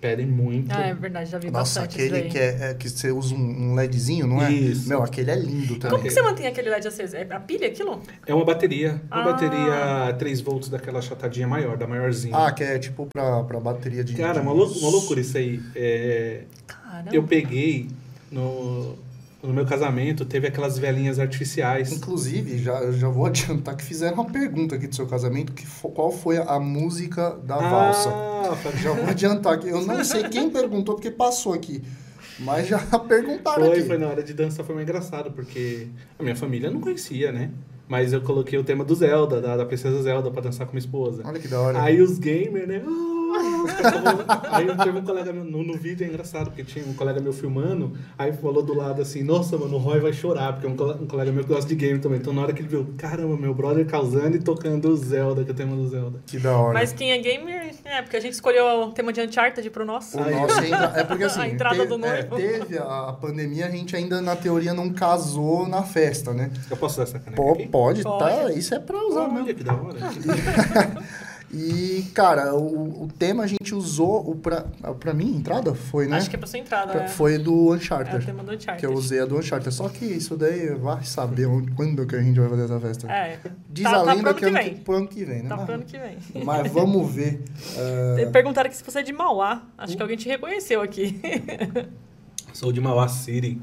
[SPEAKER 3] pedem muito.
[SPEAKER 2] Ah, é verdade, já vi
[SPEAKER 1] Nossa,
[SPEAKER 2] bastante
[SPEAKER 1] aquele
[SPEAKER 2] isso daí.
[SPEAKER 1] que, é, é que você usa um um LEDzinho, não é?
[SPEAKER 3] Isso.
[SPEAKER 1] Meu, aquele é lindo também.
[SPEAKER 2] Como que você mantém aquele LED aceso? É a pilha aquilo?
[SPEAKER 3] É uma bateria, uma
[SPEAKER 2] Ah.
[SPEAKER 3] bateria 3 volts daquela chatadinha maior, da maiorzinha.
[SPEAKER 1] Ah, que é tipo pra, pra bateria de...
[SPEAKER 3] Cara, é uma, lou- uma loucura isso aí. É,
[SPEAKER 2] Caramba.
[SPEAKER 3] eu peguei no, no meu casamento, teve aquelas velhinhas artificiais.
[SPEAKER 1] Inclusive, já, eu já vou adiantar que fizeram uma pergunta aqui do seu casamento, que fo- qual foi a, a música da valsa?
[SPEAKER 3] Ah, Fabinho,
[SPEAKER 1] Já vou adiantar que eu não sei quem perguntou, porque passou aqui. Mas já perguntaram
[SPEAKER 3] Foi,
[SPEAKER 1] aqui.
[SPEAKER 3] foi na hora de dança, foi meio engraçado, porque a minha família não conhecia, né? Mas eu coloquei o tema do Zelda, da, da Princesa Zelda, pra dançar com minha esposa.
[SPEAKER 1] Olha que da hora.
[SPEAKER 3] Aí os gamers, né? "Ah", aí teve um colega meu, no, no vídeo é engraçado, porque tinha um colega meu filmando, aí falou do lado assim, nossa, mano, o Roy vai chorar, porque é um, cole- um colega meu que gosta de game também. Então na hora que ele viu, caramba, meu brother causando e tocando Zelda, que é o tema do Zelda.
[SPEAKER 1] Que da hora.
[SPEAKER 2] Mas quem é gamer, é, porque a gente escolheu o tema de Uncharted pro nosso.
[SPEAKER 1] O nosso ainda. É porque assim.
[SPEAKER 2] A entrada
[SPEAKER 1] teve,
[SPEAKER 2] do noivo.
[SPEAKER 1] é, teve a, a pandemia, a gente ainda, na teoria, não casou na festa, né?
[SPEAKER 3] Eu posso usar essa caneca
[SPEAKER 1] Pô,
[SPEAKER 3] aqui?
[SPEAKER 1] pode,
[SPEAKER 2] Pode.
[SPEAKER 1] tá? Isso é pra usar mesmo.
[SPEAKER 3] Olha que da hora.
[SPEAKER 1] E, cara, o, o tema a gente usou. O pra, pra mim, entrada? Foi, né?
[SPEAKER 2] Acho que é pra sua entrada,
[SPEAKER 1] Pra-
[SPEAKER 2] né?
[SPEAKER 1] Foi do
[SPEAKER 2] É o
[SPEAKER 1] Uncharted.
[SPEAKER 2] tema do Uncharted.
[SPEAKER 1] que eu usei a do Uncharted. Só que isso daí vai saber onde- quando que a gente vai fazer essa festa.
[SPEAKER 2] É.
[SPEAKER 1] Diz
[SPEAKER 2] tá,
[SPEAKER 1] a
[SPEAKER 2] tá pro
[SPEAKER 1] lenda
[SPEAKER 2] ano
[SPEAKER 1] que, é
[SPEAKER 2] que
[SPEAKER 1] ano
[SPEAKER 2] vem.
[SPEAKER 1] que pro ano que vem, né?
[SPEAKER 2] Tá
[SPEAKER 1] mas,
[SPEAKER 2] pro ano que vem.
[SPEAKER 1] mas vamos ver. Ah,
[SPEAKER 2] Perguntaram aqui se você é de Mauá. Acho que
[SPEAKER 1] Hum.
[SPEAKER 2] alguém te reconheceu aqui.
[SPEAKER 3] Sou de Mauá City.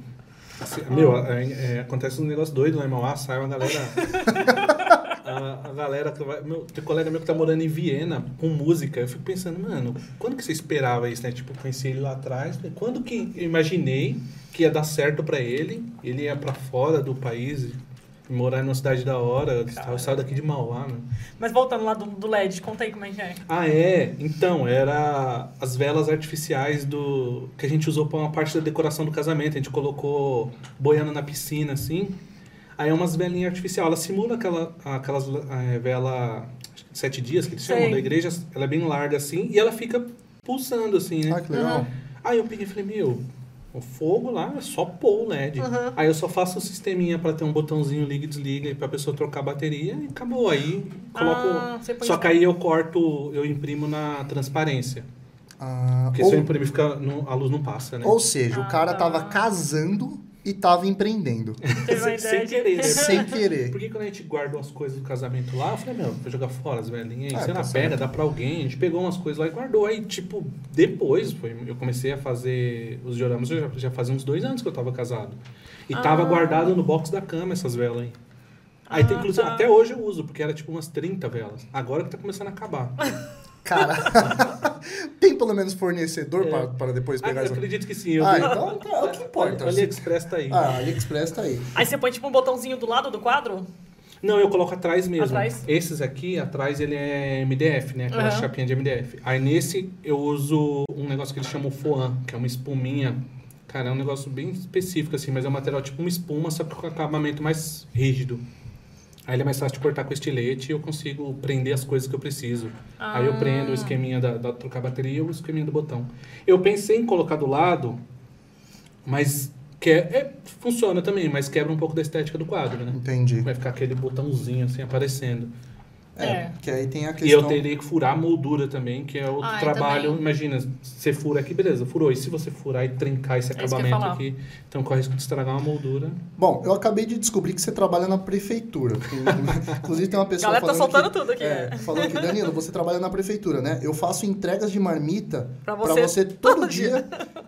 [SPEAKER 3] Assim, Meu, é- é, acontece um negócio doido lá em Mauá, sai uma galera. a, a galera que vai. Meu, tem colega meu que tá morando em Viena com música. Eu fico pensando, mano, quando que você esperava isso, né? Tipo, eu conheci ele lá atrás. né? Quando que eu imaginei que ia dar certo pra ele? Ele ia pra fora do país, e morar numa cidade da hora. Eu saio daqui de Mauá, mano.
[SPEAKER 2] Mas voltando lá do, do LED, conta aí como é que é.
[SPEAKER 3] Ah, é. Então, era as velas artificiais do que a gente usou para uma parte da decoração do casamento. A gente colocou boiando na piscina, assim. Aí é umas velinhas artificiais. Ela simula aquela, aquelas eh, vela acho que de sete dias que eles chamam
[SPEAKER 2] Sei.
[SPEAKER 3] da igreja. Ela é bem larga, assim. E ela fica pulsando, assim, né?
[SPEAKER 1] ah, que
[SPEAKER 2] Uhum.
[SPEAKER 1] legal.
[SPEAKER 3] Aí eu peguei e falei, meu, o fogo lá é só pôr o LED.
[SPEAKER 2] Uhum.
[SPEAKER 3] Aí eu só faço o sisteminha pra ter um botãozinho liga e desliga e pra pessoa trocar a bateria e acabou. Aí coloco.
[SPEAKER 2] Ah, você põe-
[SPEAKER 3] só que aí eu corto, eu imprimo na transparência.
[SPEAKER 1] Ah,
[SPEAKER 3] Porque se eu
[SPEAKER 1] ou,
[SPEAKER 3] imprimir, fica, não- a luz não passa, né?
[SPEAKER 1] ou seja, o
[SPEAKER 2] Ah,
[SPEAKER 1] cara
[SPEAKER 2] tá.
[SPEAKER 1] tava casando e tava empreendendo.
[SPEAKER 2] Teve uma
[SPEAKER 3] sem- sem
[SPEAKER 2] ideia de...
[SPEAKER 3] querer, né?
[SPEAKER 1] sem querer.
[SPEAKER 3] Porque quando a gente guardou as coisas do casamento lá, eu falei, meu, vou jogar fora as velhinhas aí,
[SPEAKER 1] Ah,
[SPEAKER 3] sei lá,
[SPEAKER 1] tá
[SPEAKER 3] pega, dá pra alguém. A gente pegou umas coisas lá e guardou. Aí, tipo, depois, foi, eu comecei a fazer os dioramas, eu já, já fazia uns dois anos que eu tava casado. E tava guardado no box da cama essas velas aí. Aí tem,
[SPEAKER 2] Ah,
[SPEAKER 3] inclusive,
[SPEAKER 2] tá.
[SPEAKER 3] até hoje eu uso, porque era tipo umas 30 velas. Agora que tá começando a acabar.
[SPEAKER 1] Cara, tem pelo menos
[SPEAKER 2] É.
[SPEAKER 1] fornecedor pra- para depois
[SPEAKER 3] Ah,
[SPEAKER 1] pegar
[SPEAKER 3] eu
[SPEAKER 1] essa.
[SPEAKER 3] acredito que sim. Eu
[SPEAKER 1] Ah,
[SPEAKER 3] tenho-
[SPEAKER 1] então tá, é o que importa.
[SPEAKER 3] O AliExpress tá aí.
[SPEAKER 1] Ah, AliExpress tá aí.
[SPEAKER 2] Aí você põe tipo um botãozinho do lado do quadro?
[SPEAKER 3] Não, eu coloco atrás mesmo.
[SPEAKER 2] Atrás?
[SPEAKER 3] Esses aqui, atrás ele é MDF, né? Aquela
[SPEAKER 2] Aham.
[SPEAKER 3] chapinha de MDF. Aí nesse eu uso um negócio que eles chamam foan, que é uma espuminha. Cara, é um negócio bem específico assim, mas é um material tipo uma espuma, só que com acabamento mais rígido. Aí ele é mais fácil de cortar com estilete e eu consigo prender as coisas que eu preciso. Aí eu
[SPEAKER 2] Ah.
[SPEAKER 3] prendo o esqueminha da, da trocar a bateria e o esqueminha do botão. Eu pensei em colocar do lado, mas que é, funciona também, mas quebra um pouco da estética do quadro, né?
[SPEAKER 1] Entendi.
[SPEAKER 3] Vai ficar aquele botãozinho assim aparecendo.
[SPEAKER 1] É, que aí tem a
[SPEAKER 3] E eu
[SPEAKER 1] questão.
[SPEAKER 3] teria que furar a moldura também, que é outro
[SPEAKER 2] Ah, eu
[SPEAKER 3] trabalho.
[SPEAKER 2] também.
[SPEAKER 3] Imagina, você fura aqui, beleza, furou. E se você furar e trincar esse
[SPEAKER 2] É isso que eu ia
[SPEAKER 3] acabamento
[SPEAKER 2] falar.
[SPEAKER 3] aqui, então corre o risco de estragar uma moldura.
[SPEAKER 1] Bom, eu acabei de descobrir que você trabalha na prefeitura. Inclusive tem uma pessoa
[SPEAKER 2] Galera tá
[SPEAKER 1] falando
[SPEAKER 2] soltando
[SPEAKER 1] que,
[SPEAKER 2] tudo aqui,
[SPEAKER 1] É,
[SPEAKER 2] né?
[SPEAKER 1] falando que Danilo, você trabalha na prefeitura, né? Eu faço entregas de marmita
[SPEAKER 2] Pra
[SPEAKER 1] pra
[SPEAKER 2] você
[SPEAKER 1] você, todo dia.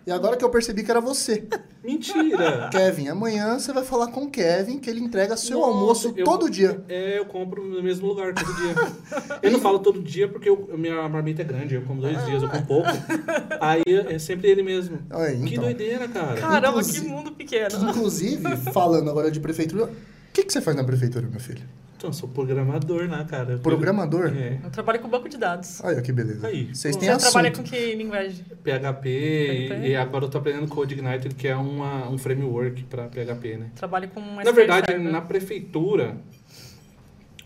[SPEAKER 1] E agora que eu percebi que era você,
[SPEAKER 3] Mentira!
[SPEAKER 1] Kevin. Amanhã você vai falar com o Kevin que ele entrega seu
[SPEAKER 3] Nossa,
[SPEAKER 1] almoço
[SPEAKER 3] eu-
[SPEAKER 1] todo dia.
[SPEAKER 3] É, eu compro no mesmo lugar todo dia. eu não falo todo dia porque eu- minha marmita é grande, eu como dois dias, eu como pouco. Aí é sempre ele mesmo.
[SPEAKER 1] Aí,
[SPEAKER 3] Que
[SPEAKER 1] então.
[SPEAKER 3] doideira, cara.
[SPEAKER 2] Caramba,
[SPEAKER 1] Inclusive-
[SPEAKER 2] que mundo pequeno.
[SPEAKER 1] Inclusive, falando agora de prefeitura, o que, que você faz na prefeitura, meu filho?
[SPEAKER 3] Então, eu sou programador, né, cara?
[SPEAKER 1] Programador?
[SPEAKER 3] É.
[SPEAKER 2] Eu trabalho com banco de dados.
[SPEAKER 1] Olha que beleza.
[SPEAKER 3] Aí.
[SPEAKER 1] Vocês
[SPEAKER 2] Você
[SPEAKER 1] têm assunto.
[SPEAKER 2] trabalha com que linguagem?
[SPEAKER 3] PHP
[SPEAKER 2] PHP.
[SPEAKER 3] e, e agora eu tô aprendendo Code Igniter, que é uma, um framework para PHP, né?
[SPEAKER 2] Trabalho com SQL
[SPEAKER 3] na verdade,
[SPEAKER 2] Server.
[SPEAKER 3] na prefeitura,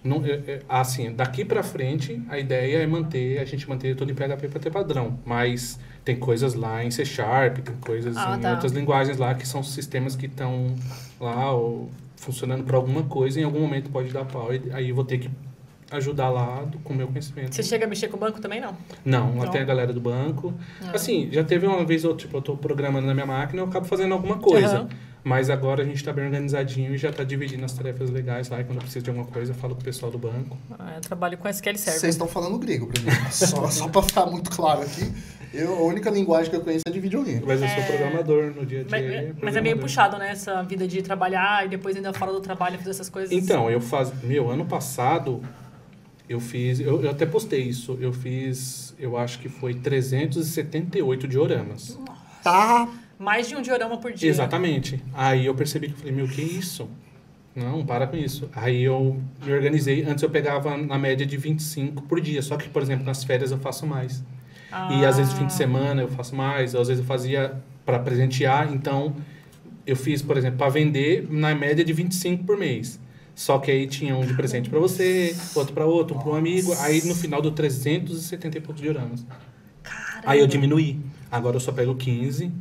[SPEAKER 3] não, é- é- assim, daqui para frente, a ideia é manter, a gente manter tudo em PHP para ter padrão, mas tem coisas lá em C Sharp, tem coisas
[SPEAKER 2] Ah,
[SPEAKER 3] em
[SPEAKER 2] tá.
[SPEAKER 3] outras linguagens lá que são sistemas que estão lá ou funcionando para alguma coisa, em algum momento pode dar pau, e aí eu vou ter que ajudar lá do- com o meu conhecimento.
[SPEAKER 2] Você chega a mexer com o banco também, não?
[SPEAKER 3] Não,
[SPEAKER 2] Não.
[SPEAKER 3] lá tem a galera do banco.
[SPEAKER 2] Então. Ah.
[SPEAKER 3] Assim, já teve uma vez ou outra, tipo, eu tô programando na minha máquina, eu acabo fazendo alguma coisa.
[SPEAKER 2] Aham.
[SPEAKER 3] Mas agora a gente tá bem organizadinho e já tá dividindo as tarefas legais lá. E quando eu preciso de alguma coisa, eu falo com o pessoal do banco.
[SPEAKER 2] Ah, eu trabalho com SQL Server.
[SPEAKER 1] Vocês estão falando grego pra mim. só, só pra ficar muito claro aqui, eu, a única linguagem que eu conheço é de videogame.
[SPEAKER 3] Mas eu sou programador no dia a dia.
[SPEAKER 2] Mas,
[SPEAKER 3] é
[SPEAKER 2] mas é meio
[SPEAKER 3] programador.
[SPEAKER 2] puxado, né? Essa vida de trabalhar e depois ainda fora do trabalho fazer essas coisas.
[SPEAKER 3] Então, eu faz... Meu, ano passado eu fiz... Eu, eu até postei isso. Eu fiz, eu acho que foi 378 dioramas.
[SPEAKER 1] Tá.
[SPEAKER 2] Mais de um diorama por dia.
[SPEAKER 3] Exatamente. Aí eu percebi que eu falei, meu, que isso? Não, para com isso. Aí eu me organizei. Antes eu pegava na média de 25 por dia. Só que, por exemplo, nas férias eu faço mais. E às vezes fim
[SPEAKER 2] Ah.
[SPEAKER 3] de semana eu faço mais, às vezes eu fazia para presentear, então eu fiz, por exemplo, para vender na média de 25 por mês. Só que aí tinha um de presente para você, outro para outro, um para um amigo, aí no final do 370 e poucos dioramas.
[SPEAKER 2] Caramba.
[SPEAKER 3] Aí eu diminuí. Agora eu só pego 15.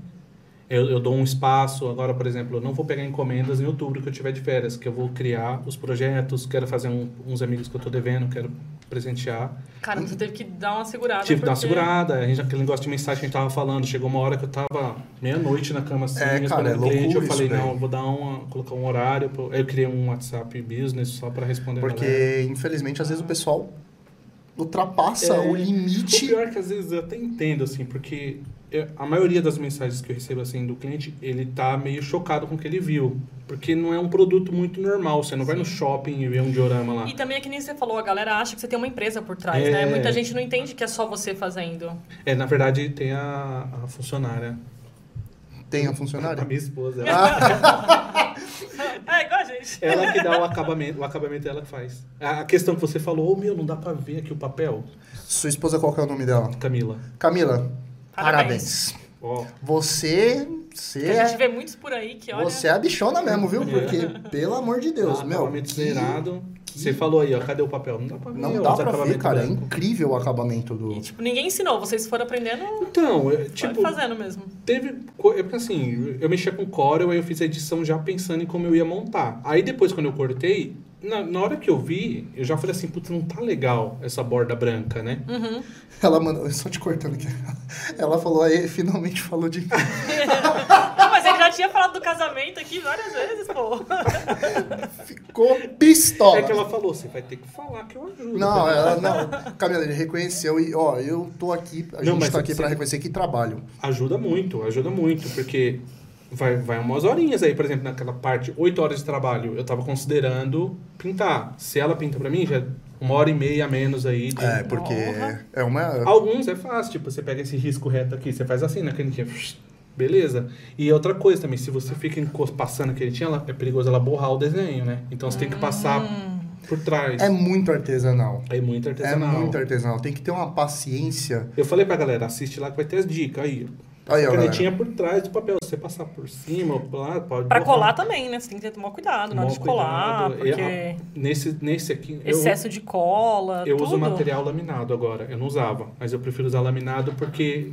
[SPEAKER 3] Eu, eu dou um espaço. Agora, por exemplo, eu não vou pegar encomendas em outubro que eu tiver de férias, que eu vou criar os projetos, quero fazer um- uns amigos que eu tô devendo, quero presentear.
[SPEAKER 2] Cara, você teve que dar uma segurada.
[SPEAKER 3] Tive que dar uma
[SPEAKER 2] porque-
[SPEAKER 3] segurada, a gente, aquele negócio de mensagem que a gente tava falando, chegou uma hora que eu tava meia-noite na cama assim,
[SPEAKER 1] É, cara,
[SPEAKER 3] respondendo
[SPEAKER 1] é
[SPEAKER 3] o
[SPEAKER 1] loucura
[SPEAKER 3] cliente, eu
[SPEAKER 1] isso,
[SPEAKER 3] falei,
[SPEAKER 1] velho.
[SPEAKER 3] não, eu vou dar uma, colocar um horário, pro- eu criei um WhatsApp business só pra responder a galera.
[SPEAKER 1] Porque, infelizmente, às vezes o pessoal ultrapassa
[SPEAKER 3] É.
[SPEAKER 1] o
[SPEAKER 3] O
[SPEAKER 1] limite.
[SPEAKER 3] pior é que às vezes eu até entendo, assim, porque eu- a maioria das mensagens que eu recebo, assim, do cliente, ele tá meio chocado com o que ele viu, porque não é um produto muito normal, você não vai no shopping e vê um diorama lá.
[SPEAKER 2] E também é que nem você falou, a galera acha que você tem uma empresa por trás,
[SPEAKER 3] É.
[SPEAKER 2] né? Muita gente não entende que é só você fazendo.
[SPEAKER 3] É, na verdade, tem a, a funcionária,
[SPEAKER 1] Tem um a
[SPEAKER 3] a
[SPEAKER 1] funcionária? Ah.
[SPEAKER 3] minha esposa, ela
[SPEAKER 2] É igual a gente.
[SPEAKER 3] Ela que dá o acabamento, o acabamento é ela que faz. A a questão que você falou, ô meu, não dá pra ver aqui o papel,
[SPEAKER 1] Sua esposa, qual que é o nome dela?
[SPEAKER 3] Camila.
[SPEAKER 1] Camila,
[SPEAKER 2] Parabéns.
[SPEAKER 1] parabéns.
[SPEAKER 3] Ó,
[SPEAKER 1] Você.
[SPEAKER 2] Que
[SPEAKER 1] Você
[SPEAKER 2] a gente
[SPEAKER 1] é,
[SPEAKER 2] vê muitos por aí que, olha...
[SPEAKER 1] você é a bichona mesmo, viu?
[SPEAKER 3] É.
[SPEAKER 1] Porque, pelo amor de Deus,
[SPEAKER 3] ah,
[SPEAKER 1] meu.
[SPEAKER 3] acabamento
[SPEAKER 1] que-
[SPEAKER 3] zerado. Você falou aí, ó, cadê o papel? Não dá pra ver.
[SPEAKER 1] Não
[SPEAKER 3] ó,
[SPEAKER 1] dá
[SPEAKER 3] os
[SPEAKER 1] pra ver,
[SPEAKER 3] acabamentos
[SPEAKER 1] cara. É
[SPEAKER 3] brancos.
[SPEAKER 1] incrível o acabamento do.
[SPEAKER 2] E, tipo, ninguém ensinou, vocês foram aprendendo,
[SPEAKER 3] Então, é,
[SPEAKER 2] tipo...
[SPEAKER 3] tipo,
[SPEAKER 2] foi fazendo mesmo.
[SPEAKER 3] teve. co- É porque assim, eu mexia com Corel, aí eu fiz a edição já pensando em como eu ia montar. Aí depois, quando eu cortei, na, na hora que eu vi, eu já falei assim, putz, não tá legal essa borda branca, né?
[SPEAKER 2] Uhum.
[SPEAKER 1] Ela mandou. Só te cortando aqui. Ela falou aí, finalmente falou de.
[SPEAKER 2] Não, mas ele já tinha falado do casamento aqui várias vezes, pô.
[SPEAKER 1] Ficou pistola.
[SPEAKER 3] É que ela falou, você vai ter que falar que eu ajudo.
[SPEAKER 1] Não, ela não. Camila, ele reconheceu e, ó, eu tô aqui, a
[SPEAKER 3] Não,
[SPEAKER 1] gente
[SPEAKER 3] mas
[SPEAKER 1] tá aqui
[SPEAKER 3] você-
[SPEAKER 1] pra reconhecer que trabalho.
[SPEAKER 3] Ajuda muito, ajuda muito, porque vai, vai umas horinhas aí, por exemplo, naquela parte, oito horas de trabalho, eu tava considerando pintar. Se ela pinta pra mim, já é uma hora e meia a menos aí. de-
[SPEAKER 1] É, porque
[SPEAKER 2] Porra.
[SPEAKER 1] é uma.
[SPEAKER 3] Alguns é fácil, tipo, você pega esse risco reto aqui, você faz assim na canetinha, beleza. E outra coisa também, se você fica encos- passando a canetinha, ela, é perigoso ela borrar o desenho, né? Então você tem que passar
[SPEAKER 2] Hum.
[SPEAKER 3] por trás.
[SPEAKER 1] É muito artesanal.
[SPEAKER 3] É muito
[SPEAKER 1] É
[SPEAKER 3] artesanal.
[SPEAKER 1] muito artesanal. Tem que ter uma paciência.
[SPEAKER 3] Eu falei pra galera, assiste lá que vai ter as dicas aí.
[SPEAKER 1] Aí, ó,
[SPEAKER 3] canetinha por trás do papel, se você passar por cima, ou pro lado, pode
[SPEAKER 2] Pra
[SPEAKER 3] borrar.
[SPEAKER 2] colar também, né? Você tem que ter tomar cuidado na hora de
[SPEAKER 3] Mó
[SPEAKER 2] colar,
[SPEAKER 3] cuidado. É,
[SPEAKER 2] porque é
[SPEAKER 3] Nesse, nesse aqui, eu,
[SPEAKER 2] excesso de cola,
[SPEAKER 3] eu
[SPEAKER 2] Tá tudo.
[SPEAKER 3] uso material laminado agora. Eu não usava, mas eu prefiro usar laminado porque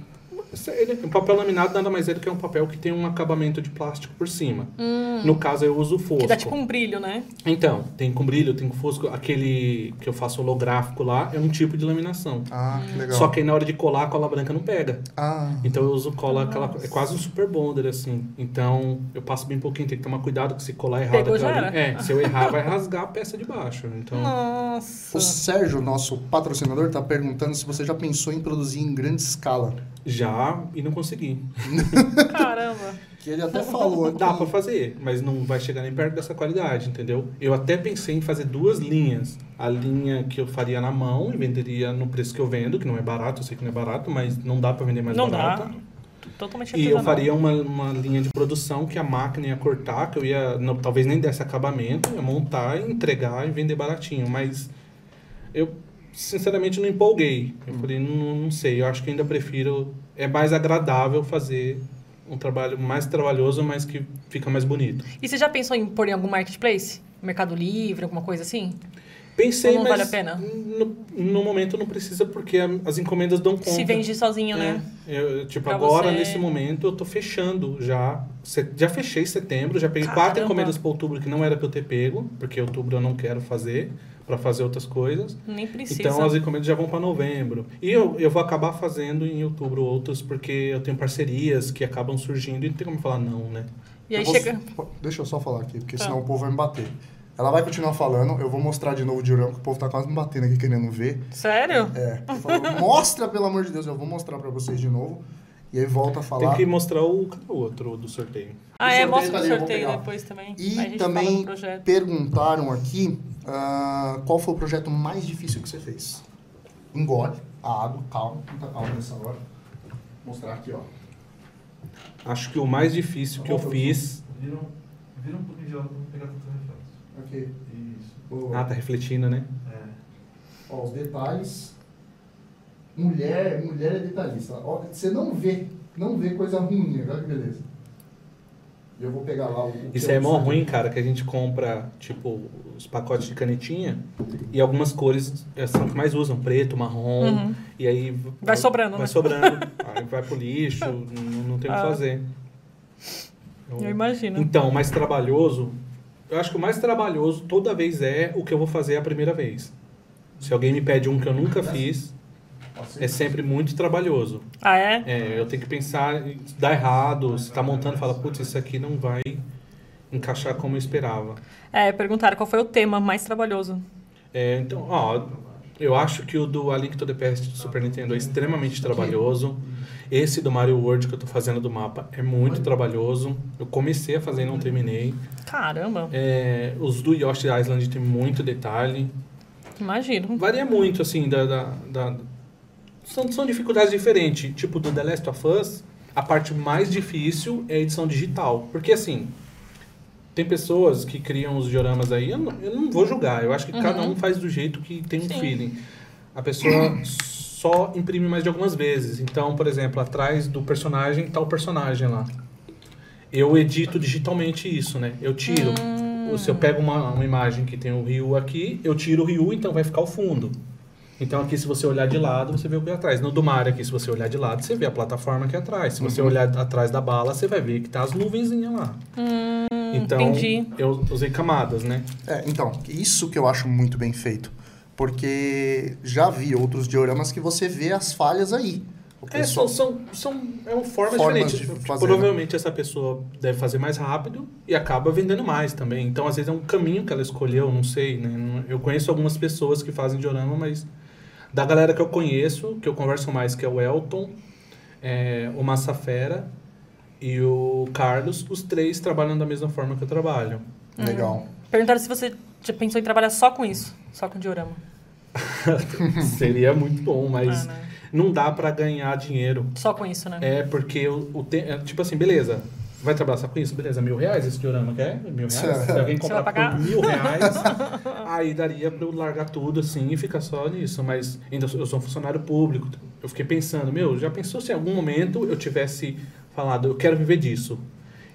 [SPEAKER 3] é, ele, o papel laminado nada mais é do que um papel que tem um acabamento de plástico por cima. No caso, eu uso fosco.
[SPEAKER 2] Hum. Que dá tipo um brilho, né?
[SPEAKER 3] Então, tem com brilho, tem com fosco. Aquele que eu faço holográfico lá é um tipo de laminação.
[SPEAKER 1] Ah, que legal.
[SPEAKER 3] Só que aí na hora de colar, a cola branca não pega.
[SPEAKER 1] Ah,
[SPEAKER 3] Então eu uso cola, aquela, é quase um super bonder, assim. Então eu passo bem pouquinho, tem que tomar cuidado que se colar errado
[SPEAKER 2] Pegou,
[SPEAKER 3] aquela
[SPEAKER 2] já
[SPEAKER 3] ali- É, se eu errar, vai rasgar a peça de baixo. Então.
[SPEAKER 2] Nossa.
[SPEAKER 1] o Sérgio, nosso patrocinador, tá perguntando se você já pensou em produzir em grande escala.
[SPEAKER 3] Já e não consegui.
[SPEAKER 2] Caramba.
[SPEAKER 1] Que ele até falou. aqui.
[SPEAKER 3] Dá pra fazer, mas não vai chegar nem perto dessa qualidade, entendeu? Eu até pensei em fazer duas linhas. A linha que eu faria na mão e venderia no preço que eu vendo, que não é barato, eu sei que não é barato, mas não dá pra vender mais
[SPEAKER 2] Não
[SPEAKER 3] barata.
[SPEAKER 2] dá. Totalmente
[SPEAKER 3] E eu
[SPEAKER 2] artesanal.
[SPEAKER 3] faria uma, uma linha de produção que a máquina ia cortar, que eu ia, não, talvez nem desse acabamento, ia montar, entregar e vender baratinho. Mas eu, sinceramente, não empolguei.
[SPEAKER 2] Hum.
[SPEAKER 3] Eu falei, não, não sei, eu acho que ainda prefiro. É mais agradável fazer um trabalho mais trabalhoso, mas que fica mais bonito.
[SPEAKER 2] E você já pensou em pôr em algum marketplace? Mercado Livre, alguma coisa assim?
[SPEAKER 3] Pensei,
[SPEAKER 2] Ou não
[SPEAKER 3] mas
[SPEAKER 2] vale a pena?
[SPEAKER 3] No, no momento não precisa, porque a- as encomendas dão conta.
[SPEAKER 2] Se vende sozinho,
[SPEAKER 3] É.
[SPEAKER 2] né?
[SPEAKER 3] Eu, tipo,
[SPEAKER 2] Pra
[SPEAKER 3] agora,
[SPEAKER 2] você.
[SPEAKER 3] nesse momento, eu tô fechando já. Se- Já fechei setembro, já peguei quatro
[SPEAKER 2] Caramba.
[SPEAKER 3] encomendas pra outubro que não era pra eu ter pego, porque outubro eu não quero fazer, pra fazer outras coisas.
[SPEAKER 2] Nem precisa.
[SPEAKER 3] Então as encomendas já vão pra novembro. E eu, eu vou acabar fazendo em outubro outras, porque eu tenho parcerias que acabam surgindo e não tem como falar não, né?
[SPEAKER 2] E aí
[SPEAKER 1] Eu vou-
[SPEAKER 2] chega.
[SPEAKER 1] Deixa eu só falar aqui, porque
[SPEAKER 2] Tá.
[SPEAKER 1] senão o povo vai me bater. Ela vai continuar falando, eu vou mostrar de novo o diorama, que o povo tá quase me batendo aqui querendo ver.
[SPEAKER 2] Sério?
[SPEAKER 1] É, ele falou, mostra, pelo amor de Deus, eu vou mostrar pra vocês de novo. E aí volta a falar.
[SPEAKER 3] Tem que mostrar o, cadê o outro do sorteio.
[SPEAKER 2] Ah, é,
[SPEAKER 1] sorteio
[SPEAKER 2] mostra
[SPEAKER 1] tá
[SPEAKER 2] o
[SPEAKER 1] ali, eu vou
[SPEAKER 2] sorteio
[SPEAKER 1] pegar.
[SPEAKER 2] depois também. Aí a
[SPEAKER 1] E
[SPEAKER 2] gente fala do
[SPEAKER 1] também
[SPEAKER 2] projeto.
[SPEAKER 1] perguntaram aqui ah, qual foi o projeto mais difícil que você fez. Engole a água, calma, muita calma nessa hora. Vou mostrar aqui, ó.
[SPEAKER 3] Acho que o mais difícil que eu fiz.
[SPEAKER 4] Viram, viram um pouquinho de água pra não pegar tanto reflexo. É,
[SPEAKER 1] Aqui.
[SPEAKER 4] Isso.
[SPEAKER 1] o-
[SPEAKER 3] tá. Ah, tá refletindo, né?
[SPEAKER 4] É.
[SPEAKER 1] ó, os detalhes. Mulher, mulher é detalhista. Ó, Você não vê, não vê coisa ruim, olha que beleza. E eu vou pegar lá o. o que
[SPEAKER 3] Isso
[SPEAKER 1] eu
[SPEAKER 3] é mó
[SPEAKER 1] preciso.
[SPEAKER 3] ruim, cara, que a gente compra, tipo, os pacotes de canetinha e algumas cores é, são que mais usam, preto, marrom,
[SPEAKER 2] Uhum.
[SPEAKER 3] e aí...
[SPEAKER 2] Vai sobrando,
[SPEAKER 3] Vai
[SPEAKER 2] né?
[SPEAKER 3] sobrando, aí vai pro lixo, não, não tem o que
[SPEAKER 2] Ah.
[SPEAKER 3] fazer.
[SPEAKER 2] Eu imagino.
[SPEAKER 3] Então, mais trabalhoso. Eu acho que o mais trabalhoso toda vez é o que eu vou fazer a primeira vez. Se alguém me pede um que eu nunca fiz,
[SPEAKER 1] Nossa,
[SPEAKER 3] é sempre muito trabalhoso.
[SPEAKER 2] Ah, é?
[SPEAKER 3] É, eu tenho que pensar, em- dá errado, se tá montando, fala, putz, isso aqui não vai encaixar como eu esperava.
[SPEAKER 2] É, perguntaram qual foi o tema mais trabalhoso.
[SPEAKER 3] É, então, ó, eu acho que o do A Link to the Past do Super Nintendo é extremamente trabalhoso. Esse do Mario World que eu tô fazendo do mapa é muito trabalhoso. Eu comecei a fazer e não terminei.
[SPEAKER 2] Caramba,
[SPEAKER 3] É, os do Yoshi Island tem muito detalhe.
[SPEAKER 2] imagino.
[SPEAKER 3] Varia muito, assim, da. da- da- são, são dificuldades diferentes. Tipo, do The Last of Us, a parte mais difícil é a edição digital. Porque, assim, tem pessoas que criam os dioramas aí, eu não, eu não vou julgar. Eu acho que cada um faz do jeito que tem um
[SPEAKER 2] Uhum. Sim.
[SPEAKER 3] feeling. A pessoa só imprime mais de algumas vezes. Então, por exemplo, atrás do personagem tá o personagem lá. Eu edito digitalmente isso, né? Eu tiro.
[SPEAKER 2] Hum.
[SPEAKER 3] Ou Se eu pego uma, uma imagem que tem o rio aqui, eu tiro o rio, então vai ficar o fundo. Então aqui, se você olhar de lado, você vê o que é atrás. No do mar aqui, se você olhar de lado, você vê a plataforma aqui atrás. Se você olhar atrás da bala, você vai ver que tá as nuvenzinhas lá. então,
[SPEAKER 2] Hum, entendi.
[SPEAKER 3] eu usei camadas, né?
[SPEAKER 1] É, então, isso que eu acho muito bem feito. Porque já vi outros dioramas que você vê as falhas aí. O
[SPEAKER 3] É,
[SPEAKER 1] pessoal
[SPEAKER 3] são, são, são é uma forma
[SPEAKER 1] Formas
[SPEAKER 3] diferente.
[SPEAKER 1] de fazer, né?
[SPEAKER 3] Provavelmente essa pessoa deve fazer mais rápido e acaba vendendo mais também. Então, às vezes, é um caminho que ela escolheu, não sei, né? Não- Eu conheço algumas pessoas que fazem diorama, mas da galera que eu conheço, que eu converso mais, que é o Elton, é, o Massafera e o Carlos, os três trabalham da mesma forma que eu trabalho.
[SPEAKER 1] legal.
[SPEAKER 3] é.
[SPEAKER 2] Perguntaram se você já pensou em trabalhar só com isso, só com diorama.
[SPEAKER 3] Seria muito bom, mas
[SPEAKER 2] Ah, né?
[SPEAKER 3] não dá pra ganhar dinheiro
[SPEAKER 2] Só com isso, né?
[SPEAKER 3] É, porque o, o te- é, tipo assim, beleza. Vai trabalhar só com isso? Beleza, mil reais esse diorama, quer? Mil reais? Se alguém
[SPEAKER 2] Você vai
[SPEAKER 3] comprar
[SPEAKER 2] pagar?
[SPEAKER 3] por mil reais, aí daria pra eu largar tudo assim e ficar só nisso. Mas ainda sou- eu sou um funcionário público. Eu fiquei pensando, meu, já pensou se em algum momento eu tivesse falado, eu quero viver disso?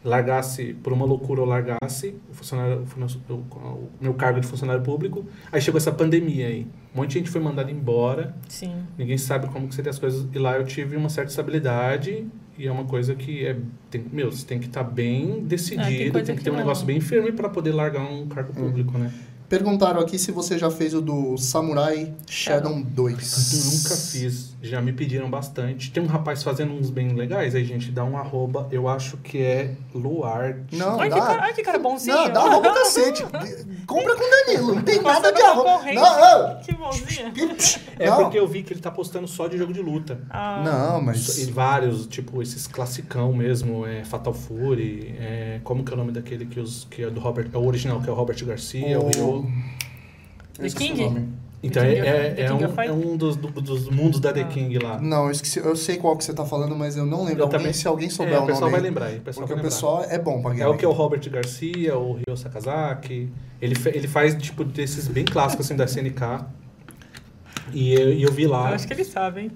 [SPEAKER 3] Largasse, por uma loucura eu largasse o, funcionário, o funcio- o- o meu cargo de funcionário público. Aí chegou essa pandemia aí. Um monte de gente foi mandada embora.
[SPEAKER 2] Sim.
[SPEAKER 3] Ninguém sabe como que seria as coisas. E lá eu tive uma certa estabilidade e é uma coisa que é. Tem, meu, você tem que estar bem decidido, tem,
[SPEAKER 2] coisa
[SPEAKER 3] que
[SPEAKER 2] que
[SPEAKER 3] ter um
[SPEAKER 2] não.
[SPEAKER 3] negócio bem firme para poder largar um cargo
[SPEAKER 1] Hum.
[SPEAKER 3] público, né?
[SPEAKER 1] Perguntaram aqui se você já fez o do Samurai Shadow 2.
[SPEAKER 3] Nunca fiz, já me pediram bastante. Tem um rapaz fazendo uns bem legais, aí, gente, dá um arroba, eu acho que é Luarte.
[SPEAKER 1] Não,
[SPEAKER 2] Ai, que
[SPEAKER 1] dá.
[SPEAKER 2] cara- ai, que cara bonzinho.
[SPEAKER 1] Não, dá arroba cacete. Compra com Danilo, não tem nada
[SPEAKER 2] Passando
[SPEAKER 1] de
[SPEAKER 3] tá
[SPEAKER 2] na
[SPEAKER 1] arroba.
[SPEAKER 2] concorrente.
[SPEAKER 1] Não,
[SPEAKER 2] Que bonzinha.
[SPEAKER 1] não.
[SPEAKER 3] É
[SPEAKER 1] não.
[SPEAKER 3] porque eu vi que ele tá postando só de jogo de luta.
[SPEAKER 2] Ah,
[SPEAKER 1] Não,
[SPEAKER 3] E
[SPEAKER 1] mas.
[SPEAKER 3] vários, tipo, esses classicão mesmo, é Fatal Fury, é, como que é o nome daquele que, os, que é do Robert, é o original, que é o Robert Garcia, o
[SPEAKER 1] O-
[SPEAKER 3] Ryo.
[SPEAKER 1] eu esqueci o
[SPEAKER 2] King?
[SPEAKER 1] nome.
[SPEAKER 3] Então
[SPEAKER 2] The
[SPEAKER 3] é,
[SPEAKER 2] King of-
[SPEAKER 3] é,
[SPEAKER 2] The
[SPEAKER 3] é
[SPEAKER 2] King of Ah.
[SPEAKER 3] um,
[SPEAKER 2] Fight?
[SPEAKER 3] é um dos, do- dos mundos da The King lá.
[SPEAKER 1] Não, eu, esqueci, eu sei qual que você tá falando, mas eu não lembro.
[SPEAKER 3] Eu
[SPEAKER 1] alguém,
[SPEAKER 3] também-
[SPEAKER 1] se alguém souber
[SPEAKER 3] É,
[SPEAKER 1] o
[SPEAKER 3] o pessoal
[SPEAKER 1] nome.
[SPEAKER 3] vai
[SPEAKER 1] aí.
[SPEAKER 3] lembrar aí. O pessoal
[SPEAKER 1] porque o
[SPEAKER 3] vai lembrar.
[SPEAKER 1] pessoal é bom pra game.
[SPEAKER 3] É o que é o Robert Garcia, o Ryo Sakazaki. Ele, fe- ele faz, tipo, desses bem clássicos, assim, da SNK. E eu, e eu vi
[SPEAKER 2] eu
[SPEAKER 3] lá...
[SPEAKER 2] acho que eles sabem.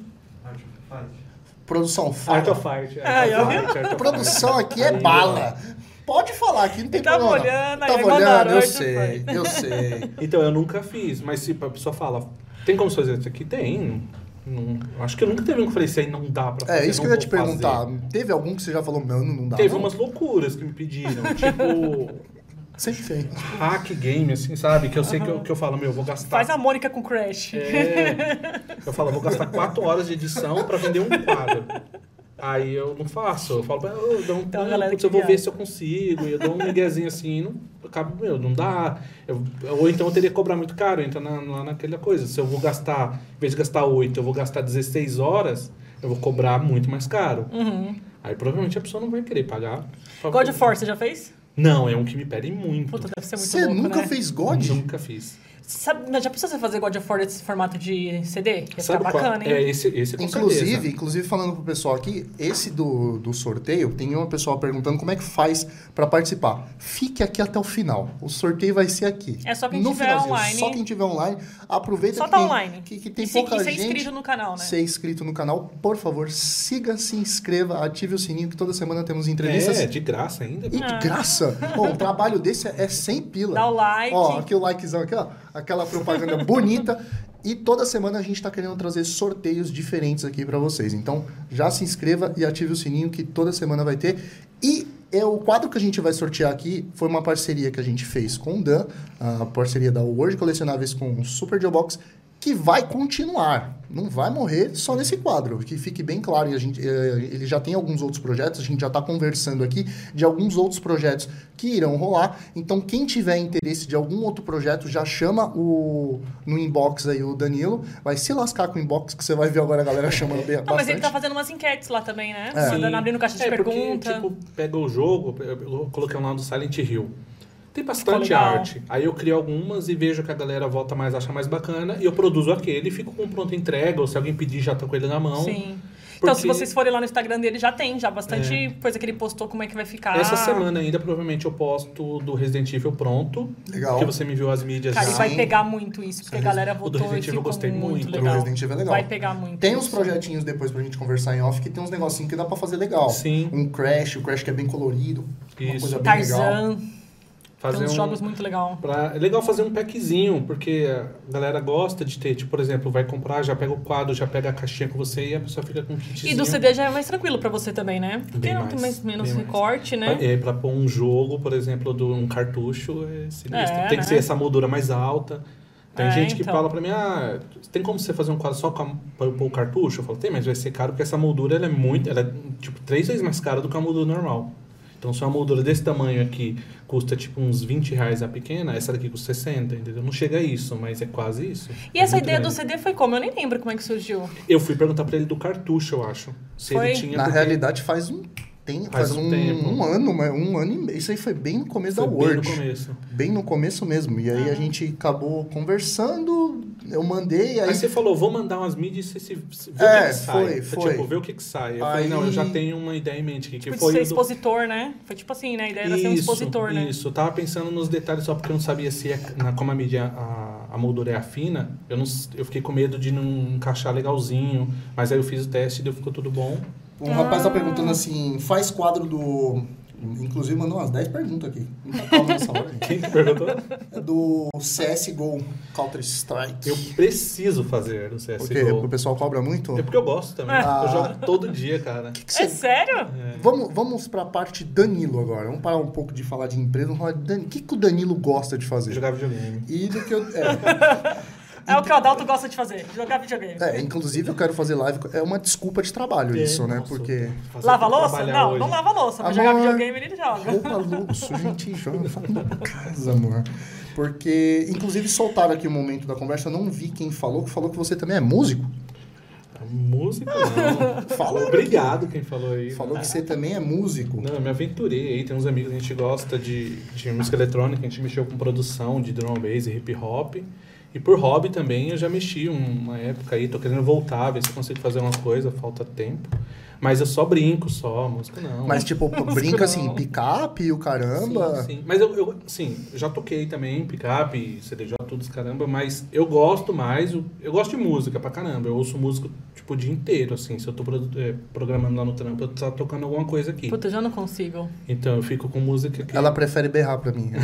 [SPEAKER 4] Art of Fight.
[SPEAKER 1] Produção Fire.
[SPEAKER 3] Art of Fight. Art
[SPEAKER 2] Ah, eu
[SPEAKER 3] of
[SPEAKER 2] vi.
[SPEAKER 3] Fight, Art
[SPEAKER 1] A
[SPEAKER 3] of
[SPEAKER 1] produção
[SPEAKER 3] Fight.
[SPEAKER 1] aqui é
[SPEAKER 3] Aí,
[SPEAKER 1] bala. Pode falar aqui, não tem
[SPEAKER 2] Tava
[SPEAKER 1] problema.
[SPEAKER 2] olhando,
[SPEAKER 1] não.
[SPEAKER 2] aí
[SPEAKER 1] Tava olhando,
[SPEAKER 2] mandaram,
[SPEAKER 1] eu
[SPEAKER 2] aí já
[SPEAKER 1] sei, eu sei.
[SPEAKER 3] ó. Então, eu nunca fiz. Mas se a pessoa fala, tem como fazer isso aqui? Tem. Não, acho que eu nunca teve um que eu falei, isso aí não dá pra fazer,
[SPEAKER 1] É isso que
[SPEAKER 3] não
[SPEAKER 1] eu ia te
[SPEAKER 3] vou fazer."
[SPEAKER 1] perguntar. Teve algum que você já falou, mano, não dá?
[SPEAKER 3] Teve
[SPEAKER 1] não?
[SPEAKER 3] umas loucuras que me pediram, tipo...
[SPEAKER 1] Sempre tem.
[SPEAKER 2] é
[SPEAKER 3] hack game, assim, sabe? Que eu sei que, eu, que eu falo, meu, eu vou gastar.
[SPEAKER 2] Faz
[SPEAKER 1] Tá.
[SPEAKER 2] a Mônica com Crash.
[SPEAKER 3] É. Eu falo, eu vou gastar quatro horas de edição pra vender um quadro. Aí eu não faço. Eu falo, eu, dou um,
[SPEAKER 2] Então,
[SPEAKER 3] não,
[SPEAKER 2] galera,
[SPEAKER 3] putz,
[SPEAKER 2] que
[SPEAKER 3] eu vou ver
[SPEAKER 2] viagem.
[SPEAKER 3] se eu consigo. E eu dou um miguezinho assim, e não, acaba, meu, não dá. Eu- ou então eu teria que cobrar muito caro, então na, lá naquela coisa. Se eu vou gastar, em vez de gastar oito, eu vou gastar 16 horas, eu vou cobrar muito mais caro.
[SPEAKER 2] Uhum.
[SPEAKER 3] Aí provavelmente a pessoa não vai querer pagar.
[SPEAKER 2] God of War, você já fez?
[SPEAKER 3] Não, é um que me pedem muito.
[SPEAKER 2] Puta, deve ser muito
[SPEAKER 1] Você
[SPEAKER 2] louco,
[SPEAKER 1] nunca
[SPEAKER 2] né?
[SPEAKER 1] fez God?
[SPEAKER 3] Nunca fiz.
[SPEAKER 2] Sabe, mas já pensou você fazer God of War nesse formato de CD? Ia ficar
[SPEAKER 3] Sabe qual?
[SPEAKER 2] bacana,
[SPEAKER 3] É,
[SPEAKER 2] hein?
[SPEAKER 3] esse, esse com
[SPEAKER 1] Inclusive,
[SPEAKER 3] certeza.
[SPEAKER 1] inclusive, falando pro pessoal aqui, esse do, do sorteio, tem uma pessoa perguntando como é que faz pra participar. Fique aqui até o final. O sorteio vai ser aqui.
[SPEAKER 2] É só quem
[SPEAKER 1] no
[SPEAKER 2] tiver
[SPEAKER 1] finalzinho.
[SPEAKER 2] online.
[SPEAKER 1] Só quem tiver online. Aproveita
[SPEAKER 2] Só
[SPEAKER 1] que
[SPEAKER 2] tá
[SPEAKER 1] tem,
[SPEAKER 2] online.
[SPEAKER 1] Que, que tem
[SPEAKER 2] e se-
[SPEAKER 1] pouca
[SPEAKER 2] e ser
[SPEAKER 1] gente.
[SPEAKER 2] inscrito no canal, né?
[SPEAKER 1] Ser inscrito no canal, por favor, siga, se inscreva, ative o sininho que toda semana temos entrevistas.
[SPEAKER 3] É, de graça ainda.
[SPEAKER 1] E de graça! Pô, o trabalho desse é sem pila.
[SPEAKER 2] Ah. Dá o like.
[SPEAKER 1] Ó, aqui o likezão aqui, ó. Aquela propaganda bonita. E toda semana a gente tá querendo trazer sorteios diferentes aqui pra vocês. Então, já se inscreva e ative o sininho que toda semana vai ter. E é o quadro que a gente vai sortear aqui foi uma parceria que a gente fez com o Dan, a parceria da World Colecionáveis com o Super Geobox, que vai continuar. Não vai morrer só nesse quadro, que fique bem claro. E a gente, eh, ele já tem alguns outros projetos, a gente já está conversando aqui de alguns outros projetos que irão rolar. Então, quem tiver interesse de algum outro projeto, já chama o no inbox aí o Danilo. Vai se lascar com o inbox, que você vai ver agora a galera chamando bem
[SPEAKER 2] Não, mas
[SPEAKER 1] bastante.
[SPEAKER 2] ele tá fazendo umas enquetes lá também, né?
[SPEAKER 1] É.
[SPEAKER 2] Mandando abrindo caixa de
[SPEAKER 3] é,
[SPEAKER 2] pergunta.
[SPEAKER 3] Porque, tipo, pega o jogo, eu coloquei um lá do Silent Hill. Tem bastante
[SPEAKER 2] Ficou legal.
[SPEAKER 3] arte. Aí eu crio algumas e vejo que a galera volta mais, acha mais bacana. E eu produzo aquele e fico com pronta entrega. Ou se alguém pedir, já tô com ele na mão.
[SPEAKER 2] Sim. Então,
[SPEAKER 3] Porque-
[SPEAKER 2] se vocês forem lá no Instagram dele, já tem, já bastante coisa que ele postou, como é que vai ficar.
[SPEAKER 3] Essa semana ainda, provavelmente, eu posto do Resident Evil pronto.
[SPEAKER 1] Legal.
[SPEAKER 3] Porque você me viu as mídias.
[SPEAKER 2] Cara,
[SPEAKER 3] já.
[SPEAKER 2] e vai
[SPEAKER 1] Sim.
[SPEAKER 2] pegar muito isso, porque a galera votou
[SPEAKER 3] Resident
[SPEAKER 2] e
[SPEAKER 3] Evil eu
[SPEAKER 2] ficou
[SPEAKER 3] gostei muito.
[SPEAKER 1] O
[SPEAKER 2] legal.
[SPEAKER 1] Resident Evil é legal.
[SPEAKER 2] Vai um pegar muito.
[SPEAKER 1] Tem uns
[SPEAKER 2] isso.
[SPEAKER 1] projetinhos depois pra gente conversar em off que tem uns negocinhos que dá pra fazer legal.
[SPEAKER 3] Sim.
[SPEAKER 1] Um Crash, o Crash que é bem colorido. Uma
[SPEAKER 3] Isso.
[SPEAKER 1] coisa bem legal.
[SPEAKER 2] Tarzan,
[SPEAKER 3] Fazer
[SPEAKER 2] tem uns
[SPEAKER 3] um-
[SPEAKER 2] jogos muito legal.
[SPEAKER 3] Pra- É legal fazer um packzinho, porque a galera gosta de ter, tipo, por exemplo, vai comprar, já pega o quadro, já pega a caixinha com você e a pessoa fica com o kitzinho.
[SPEAKER 2] E do CD já é mais tranquilo pra você também, né? Tem
[SPEAKER 3] mais,
[SPEAKER 2] mais, menos
[SPEAKER 3] bem mais.
[SPEAKER 2] recorte, né?
[SPEAKER 3] É, pra pôr um jogo, por exemplo, de um cartucho, é sinistro.
[SPEAKER 2] É, né?
[SPEAKER 3] tem que ser essa moldura mais alta. Tem
[SPEAKER 2] É,
[SPEAKER 3] gente que
[SPEAKER 2] então.
[SPEAKER 3] fala pra mim, ah, tem como você fazer um quadro só com a- pra eu pôr o cartucho? Eu falo, tem, mas vai ser caro porque essa moldura ela é muito, ela é tipo três vezes mais cara do que a moldura normal. Então se uma moldura desse tamanho aqui custa tipo uns 20 reais a pequena, essa daqui custa 60, entendeu? Não chega a isso, mas é quase isso.
[SPEAKER 2] E
[SPEAKER 3] É
[SPEAKER 2] essa
[SPEAKER 3] muito
[SPEAKER 2] ideia do
[SPEAKER 3] grande.
[SPEAKER 2] CD foi como? Eu nem lembro como é que surgiu.
[SPEAKER 3] Eu fui perguntar pra ele do cartucho, eu acho. Se
[SPEAKER 2] Foi?
[SPEAKER 3] ele tinha.
[SPEAKER 1] Na
[SPEAKER 3] porque
[SPEAKER 1] realidade, faz um tempo. Faz,
[SPEAKER 3] Faz um
[SPEAKER 1] um,
[SPEAKER 3] tempo.
[SPEAKER 1] um ano, mas um ano e meio. Isso aí foi bem no começo
[SPEAKER 3] foi
[SPEAKER 1] da
[SPEAKER 3] bem
[SPEAKER 1] é Word.
[SPEAKER 3] no começo.
[SPEAKER 1] Bem no começo mesmo. E aí a gente acabou conversando, eu mandei, aí.
[SPEAKER 3] Aí você falou, vou mandar umas mídias e você se, se- vê
[SPEAKER 1] É,
[SPEAKER 3] o que, que sai.
[SPEAKER 1] foi,
[SPEAKER 3] Você,
[SPEAKER 1] foi.
[SPEAKER 3] Tipo, vê o que, que sai. Eu
[SPEAKER 1] Aí-
[SPEAKER 3] falei, não, eu já tenho uma ideia em mente. Que, que
[SPEAKER 2] Tipo, de
[SPEAKER 3] foi
[SPEAKER 2] ser
[SPEAKER 3] o do...
[SPEAKER 2] expositor, né? Foi tipo assim, né? A ideia era ser um expositor, né?
[SPEAKER 3] Isso, eu tava pensando nos detalhes só porque eu não sabia se é, na, como a mídia, a, a moldura é fina, eu, não, s- eu fiquei com medo de não encaixar legalzinho, mas aí eu fiz o teste e deu, ficou tudo bom.
[SPEAKER 1] Um rapaz tá perguntando assim: faz quadro do. Inclusive, mandou umas 10 perguntas aqui. Não tá calma nessa hora, gente.
[SPEAKER 3] Quem que perguntou?
[SPEAKER 1] É do CSGO Counter Strike.
[SPEAKER 3] eu preciso fazer no CSGO.
[SPEAKER 1] é Porque o pessoal cobra muito.
[SPEAKER 3] É porque eu gosto também.
[SPEAKER 1] Ah.
[SPEAKER 3] Eu jogo todo dia, cara.
[SPEAKER 1] Que que você-
[SPEAKER 2] É sério?
[SPEAKER 1] Vamos, vamos para a parte Danilo agora. Vamos parar um pouco de falar de empresa. Vamos falar de Danilo. O que, que o Danilo gosta de fazer?
[SPEAKER 3] Jogar videogame.
[SPEAKER 1] E do que eu. É,
[SPEAKER 2] É o que o Adalto gosta de fazer, jogar videogame.
[SPEAKER 1] É, inclusive eu quero fazer live. É uma desculpa de trabalho isso, né?
[SPEAKER 3] É. Nossa,
[SPEAKER 1] Porque.
[SPEAKER 3] fazer
[SPEAKER 2] Lava a
[SPEAKER 3] eu ter que
[SPEAKER 2] louça?
[SPEAKER 3] trabalhar
[SPEAKER 2] Não,
[SPEAKER 3] hoje.
[SPEAKER 2] não lava a louça. Mas jogar
[SPEAKER 1] Amor.
[SPEAKER 2] videogame ele joga.
[SPEAKER 1] Roupa luxo, gente, joga fala pra casa, amor. Porque, inclusive, soltaram aqui o momento da conversa, eu não vi quem falou, que falou que você também é músico.
[SPEAKER 3] A Música não.
[SPEAKER 1] Falaram
[SPEAKER 3] Obrigado quem falou aí. né?
[SPEAKER 1] Falou que você também é músico.
[SPEAKER 3] Não, eu me aventurei aí. Tem uns amigos que a gente gosta de, de música eletrônica, a gente mexeu com produção de drum and bass e hip hop. E por hobby também eu já mexi uma época aí, tô querendo voltar, ver se eu consigo fazer uma coisa, falta tempo. Mas eu só brinco, só, música não.
[SPEAKER 1] Mas, tipo, brinca assim, picape, o caramba.
[SPEAKER 3] Sim, sim. Mas eu, eu, sim, já toquei também, picape, CDJ, tudo os caramba, mas eu gosto mais, eu, eu gosto de música pra caramba, eu ouço música, tipo, o dia inteiro, assim, se eu tô produ- eh, programando lá no trampo, eu tô tocando alguma coisa aqui.
[SPEAKER 2] Puta, eu já não consigo.
[SPEAKER 3] Então eu fico com música que...
[SPEAKER 1] Ela prefere berrar pra mim.
[SPEAKER 2] Eu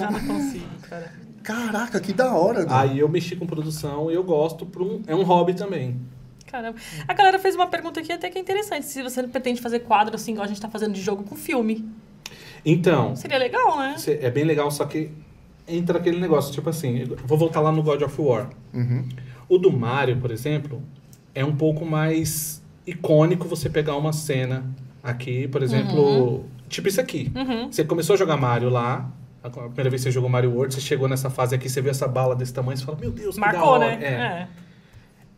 [SPEAKER 2] já não consigo, cara.
[SPEAKER 1] Caraca, que da hora, né?
[SPEAKER 3] Aí eu mexi com produção e eu gosto, por um, é um hobby também.
[SPEAKER 2] Caramba. A galera fez uma pergunta aqui até que é interessante. Se você pretende fazer quadro assim, igual a gente tá fazendo de jogo com filme.
[SPEAKER 3] Então,
[SPEAKER 2] Seria legal, né?
[SPEAKER 3] cê- é bem legal, só que entra aquele negócio, tipo assim, eu vou voltar lá no God of War.
[SPEAKER 1] Uhum.
[SPEAKER 3] O do Mario, por exemplo, é um pouco mais icônico você pegar uma cena aqui, por exemplo, tipo isso aqui.
[SPEAKER 2] Uhum.
[SPEAKER 3] Você começou a jogar Mario lá, a a primeira vez que você jogou Mario World, você chegou nessa fase aqui, você viu essa bala desse tamanho, você fala, meu Deus, que da
[SPEAKER 2] Marcou,
[SPEAKER 3] hora.
[SPEAKER 2] né?
[SPEAKER 3] É.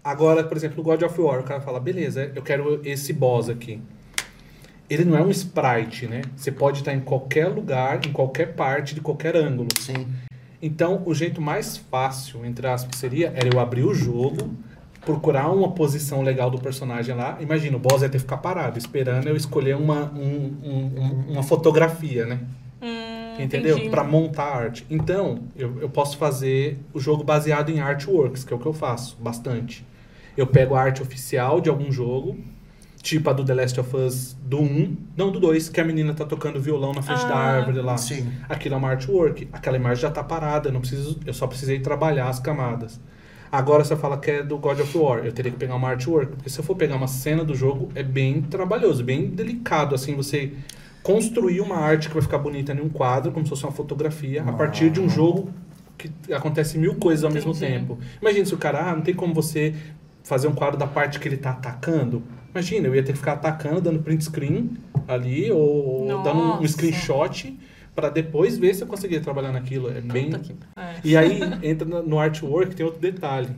[SPEAKER 3] Agora, por exemplo, no God of War, o cara fala, beleza, eu quero esse boss aqui. Ele não é um sprite, né? Você pode estar em qualquer lugar, em qualquer parte, de qualquer ângulo.
[SPEAKER 1] Sim.
[SPEAKER 3] Então, o jeito mais fácil, entre aspas, seria era eu abrir o jogo, procurar uma posição legal do personagem lá. Imagina, o boss ia ter que ficar parado, esperando eu escolher uma, um- um- um- uma fotografia, né?
[SPEAKER 2] Hum,
[SPEAKER 3] entendeu?
[SPEAKER 2] Ah, entendi.
[SPEAKER 3] Pra montar a arte. Então, eu, eu posso fazer o jogo baseado em artworks, que é o que eu faço bastante. Eu pego a arte oficial de algum jogo, tipo a do The Last of Us do 1, não do 2, que a menina tá tocando violão na frente da
[SPEAKER 2] Ah,
[SPEAKER 3] árvore lá.
[SPEAKER 1] Sim.
[SPEAKER 3] Aquilo é uma artwork, aquela imagem já tá parada, eu não preciso, eu só precisei trabalhar as camadas. Agora você fala que é do God of War, eu teria que pegar uma artwork, porque se eu for pegar uma cena do jogo, é bem trabalhoso, bem delicado, assim, você construir uma arte que vai ficar bonita em um quadro, como se fosse uma fotografia, a partir de um jogo que acontece mil coisas ao mesmo
[SPEAKER 2] Entendi.
[SPEAKER 3] tempo. Imagina se o cara, ah, não tem como você fazer um quadro da parte que ele tá atacando. Imagina, eu ia ter que ficar atacando, dando print screen ali, ou dando um- um
[SPEAKER 2] Nossa.
[SPEAKER 3] screenshot, pra depois ver se eu conseguia trabalhar naquilo. É bem...
[SPEAKER 2] Puta que- é.
[SPEAKER 3] E aí, entra no- no artwork, tem outro detalhe.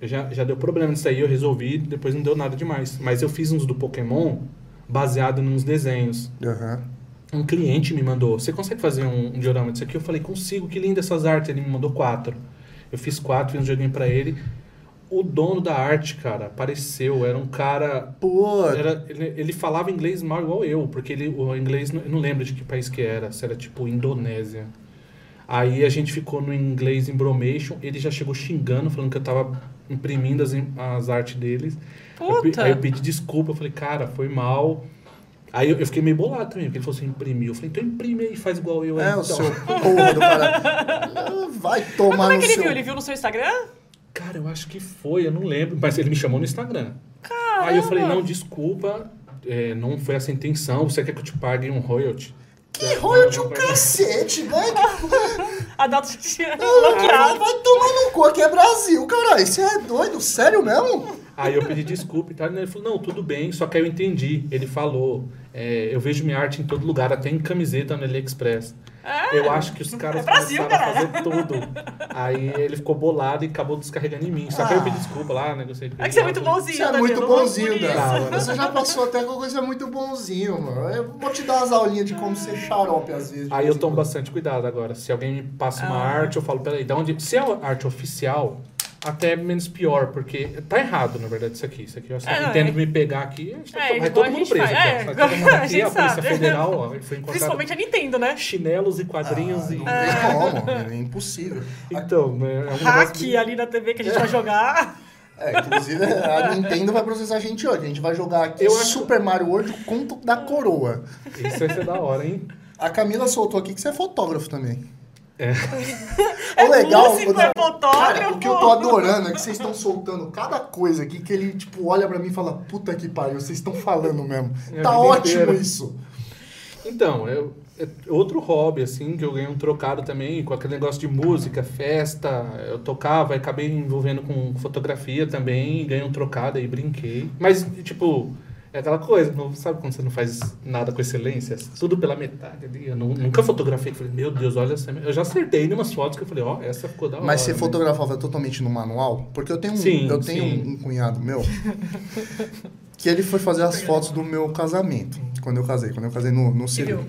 [SPEAKER 3] Eu já, já deu problema nisso aí, eu resolvi, depois não deu nada demais. Mas eu fiz uns do Pokémon baseado nos desenhos.
[SPEAKER 1] Aham.
[SPEAKER 3] Um cliente me mandou, você consegue fazer um, um diorama disso aqui? Eu falei, consigo, que linda essas artes. Ele me mandou quatro. Eu fiz quatro, fiz um joguinho pra ele. O dono da arte, cara, apareceu, era um cara
[SPEAKER 1] Pô,
[SPEAKER 3] era- ele, ele falava inglês mal igual eu, porque ele, o inglês, não- eu não lembro de que país que era, se era tipo Indonésia. Aí a gente ficou no inglês em bromation, ele já chegou xingando, falando que eu tava imprimindo as, im- as artes deles. Eu pe-
[SPEAKER 2] Puta.
[SPEAKER 3] aí eu pedi desculpa, eu falei, cara, foi mal. Aí eu, eu fiquei meio bolado também, porque ele falou assim, imprimir. Eu falei, então imprime aí, faz igual eu. aí,
[SPEAKER 1] é o
[SPEAKER 3] então.
[SPEAKER 1] seu porra do cara. Vai
[SPEAKER 2] Mas
[SPEAKER 1] tomar
[SPEAKER 2] como é
[SPEAKER 1] no
[SPEAKER 2] que ele
[SPEAKER 1] seu...
[SPEAKER 2] viu? Ele viu no seu Instagram?
[SPEAKER 3] Cara, eu acho que foi, eu não lembro. Mas ele me chamou no Instagram. Aí eu falei, não, desculpa, é, não foi essa a intenção. Você quer que eu te pague um royalty?
[SPEAKER 1] Que royalty o cacete, né? vai,
[SPEAKER 2] A data de
[SPEAKER 3] Ah,
[SPEAKER 1] vai,
[SPEAKER 2] bloqueado.
[SPEAKER 1] vai tomar no cu, aqui é Brasil, caralho. Você é doido? Sério mesmo?
[SPEAKER 3] Aí eu pedi desculpa e tal. Ele falou, não, tudo bem, só que aí eu entendi. Ele falou, é, eu vejo minha arte em todo lugar, até em camiseta no AliExpress. Eu acho que os caras
[SPEAKER 2] É Brasil,
[SPEAKER 3] começaram a fazer tudo. Aí ele ficou bolado e acabou descarregando em mim. Só que aí eu pedi desculpa lá, negociei com
[SPEAKER 2] É que
[SPEAKER 3] ele
[SPEAKER 2] você é muito
[SPEAKER 3] lá, falei,
[SPEAKER 2] bonzinho,
[SPEAKER 1] Você é muito
[SPEAKER 2] Danilo,
[SPEAKER 1] bonzinho,
[SPEAKER 2] por isso.
[SPEAKER 1] Débora. Você já passou até com coisa muito bonzinho, mano. Eu vou te dar umas aulinhas de como ser xarope às vezes. de
[SPEAKER 3] Aí
[SPEAKER 1] vez
[SPEAKER 3] eu
[SPEAKER 1] em
[SPEAKER 3] tomo
[SPEAKER 1] quando.
[SPEAKER 3] bastante cuidado agora. Se alguém me passa uma
[SPEAKER 2] Ah.
[SPEAKER 3] arte, eu falo, peraí, da onde. Se é uma arte oficial, até é menos pior, porque tá errado, na verdade, isso aqui. Isso aqui, eu só
[SPEAKER 2] É, não,
[SPEAKER 3] entendo
[SPEAKER 2] é.
[SPEAKER 3] me pegar aqui, a gente tá-
[SPEAKER 2] É,
[SPEAKER 3] vai
[SPEAKER 2] igual
[SPEAKER 3] todo
[SPEAKER 2] a
[SPEAKER 3] mundo
[SPEAKER 2] gente
[SPEAKER 3] preso.
[SPEAKER 2] faz.
[SPEAKER 3] aqui, ó.
[SPEAKER 2] É,
[SPEAKER 3] Vai todo mundo
[SPEAKER 2] a
[SPEAKER 3] aqui,
[SPEAKER 2] gente
[SPEAKER 3] a Polícia
[SPEAKER 2] sabe.
[SPEAKER 3] Federal, ó, ele foi encontrado
[SPEAKER 2] Principalmente Ah. a Nintendo, né?
[SPEAKER 3] chinelos e quadrinhos e.
[SPEAKER 1] Não tem como, é impossível.
[SPEAKER 3] Então, né, é um negócio
[SPEAKER 2] Hack
[SPEAKER 3] meio-
[SPEAKER 2] ali na TV que a gente vai jogar.
[SPEAKER 1] É, inclusive a Nintendo vai processar a gente hoje. A gente vai jogar aqui
[SPEAKER 3] Eu acho-
[SPEAKER 1] Super Mario World, o conto da coroa.
[SPEAKER 3] Isso vai ser da hora, hein?
[SPEAKER 1] A Camila soltou aqui que você é fotógrafo também.
[SPEAKER 3] É.
[SPEAKER 1] O legal.
[SPEAKER 2] músico,
[SPEAKER 1] o da-
[SPEAKER 2] é fotógrafo.
[SPEAKER 1] Cara, o que eu tô adorando é que vocês estão soltando cada coisa aqui que ele, tipo, olha pra mim e fala: puta que pariu, vocês estão falando mesmo.
[SPEAKER 3] É a
[SPEAKER 1] tá
[SPEAKER 3] vida
[SPEAKER 1] ótimo
[SPEAKER 3] inteira.
[SPEAKER 1] isso.
[SPEAKER 3] Então, eu, é outro hobby, assim, que eu ganhei um trocado também, com aquele negócio de música, festa, eu tocava e acabei envolvendo com fotografia também, e ganhei um trocado aí, brinquei. Mas, tipo, é aquela coisa, não, sabe quando você não faz nada com excelência? Tudo pela metade ali. Eu nu- nunca fotografei, falei, meu Deus, olha essa. Eu já acertei em umas fotos que eu falei, ó, essa ficou da hora.
[SPEAKER 1] Mas você
[SPEAKER 3] né?
[SPEAKER 1] fotografava totalmente no manual? Porque eu tenho um,
[SPEAKER 3] Sim,
[SPEAKER 1] eu tenho
[SPEAKER 3] sim.
[SPEAKER 1] um- um cunhado meu que ele foi fazer as fotos do meu casamento. Quando eu casei, quando eu casei no, no civil.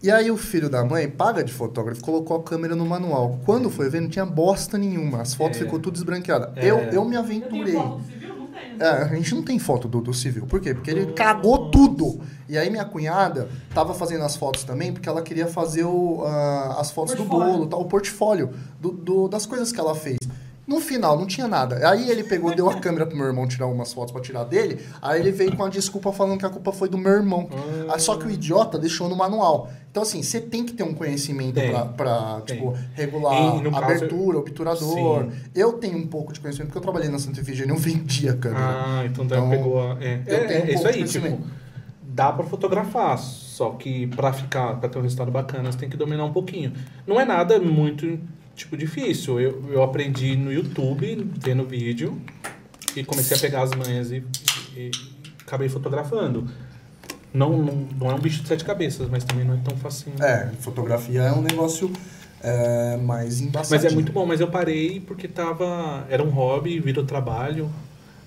[SPEAKER 1] E aí o filho da mãe paga de fotógrafo, colocou a câmera no manual. Quando foi ver, não tinha bosta nenhuma. As fotos
[SPEAKER 3] É.
[SPEAKER 1] ficou tudo desbranqueada.
[SPEAKER 3] É.
[SPEAKER 1] Eu, eu me aventurei. É, a gente não tem foto do, do civil. Por quê? Porque ele cagou tudo. E aí minha cunhada tava fazendo as fotos também, porque ela queria fazer o, ah, as fotos do
[SPEAKER 4] Portfólio.
[SPEAKER 1] bolo, tal, o portfólio do- do- das coisas que ela fez. No final, não tinha nada. Aí ele pegou, deu a câmera pro meu irmão tirar umas fotos pra tirar dele. Aí ele veio com a desculpa falando que a culpa foi do meu irmão. Ah, Só que o idiota deixou no manual. Então, assim, você tem que ter um conhecimento
[SPEAKER 3] Tem.
[SPEAKER 1] pra, pra,
[SPEAKER 3] Tem.
[SPEAKER 1] tipo, regular
[SPEAKER 3] E, no caso,
[SPEAKER 1] abertura, obturador.
[SPEAKER 3] Sim.
[SPEAKER 1] Eu tenho um pouco de conhecimento, porque eu trabalhei na Santa Efigênia, eu vendia câmera.
[SPEAKER 3] Ah, então daí
[SPEAKER 1] Então,
[SPEAKER 3] pegou a. É,
[SPEAKER 1] eu
[SPEAKER 3] é,
[SPEAKER 1] tenho um
[SPEAKER 3] é isso
[SPEAKER 1] pouco de
[SPEAKER 3] aí, tipo,
[SPEAKER 1] conhecimento.
[SPEAKER 3] dá pra fotografar, só que pra ficar, pra ter um resultado bacana, você tem que dominar um pouquinho. Não é nada muito, tipo, difícil. Eu, eu aprendi no YouTube, vendo vídeo, e comecei a pegar as manhas e, e acabei fotografando. Não, não, não é um bicho de sete cabeças, mas também não é tão facinho.
[SPEAKER 1] É, fotografia é um negócio é, mais embaçado.
[SPEAKER 3] Mas é muito bom, mas eu parei porque tava. Era um hobby, virou trabalho.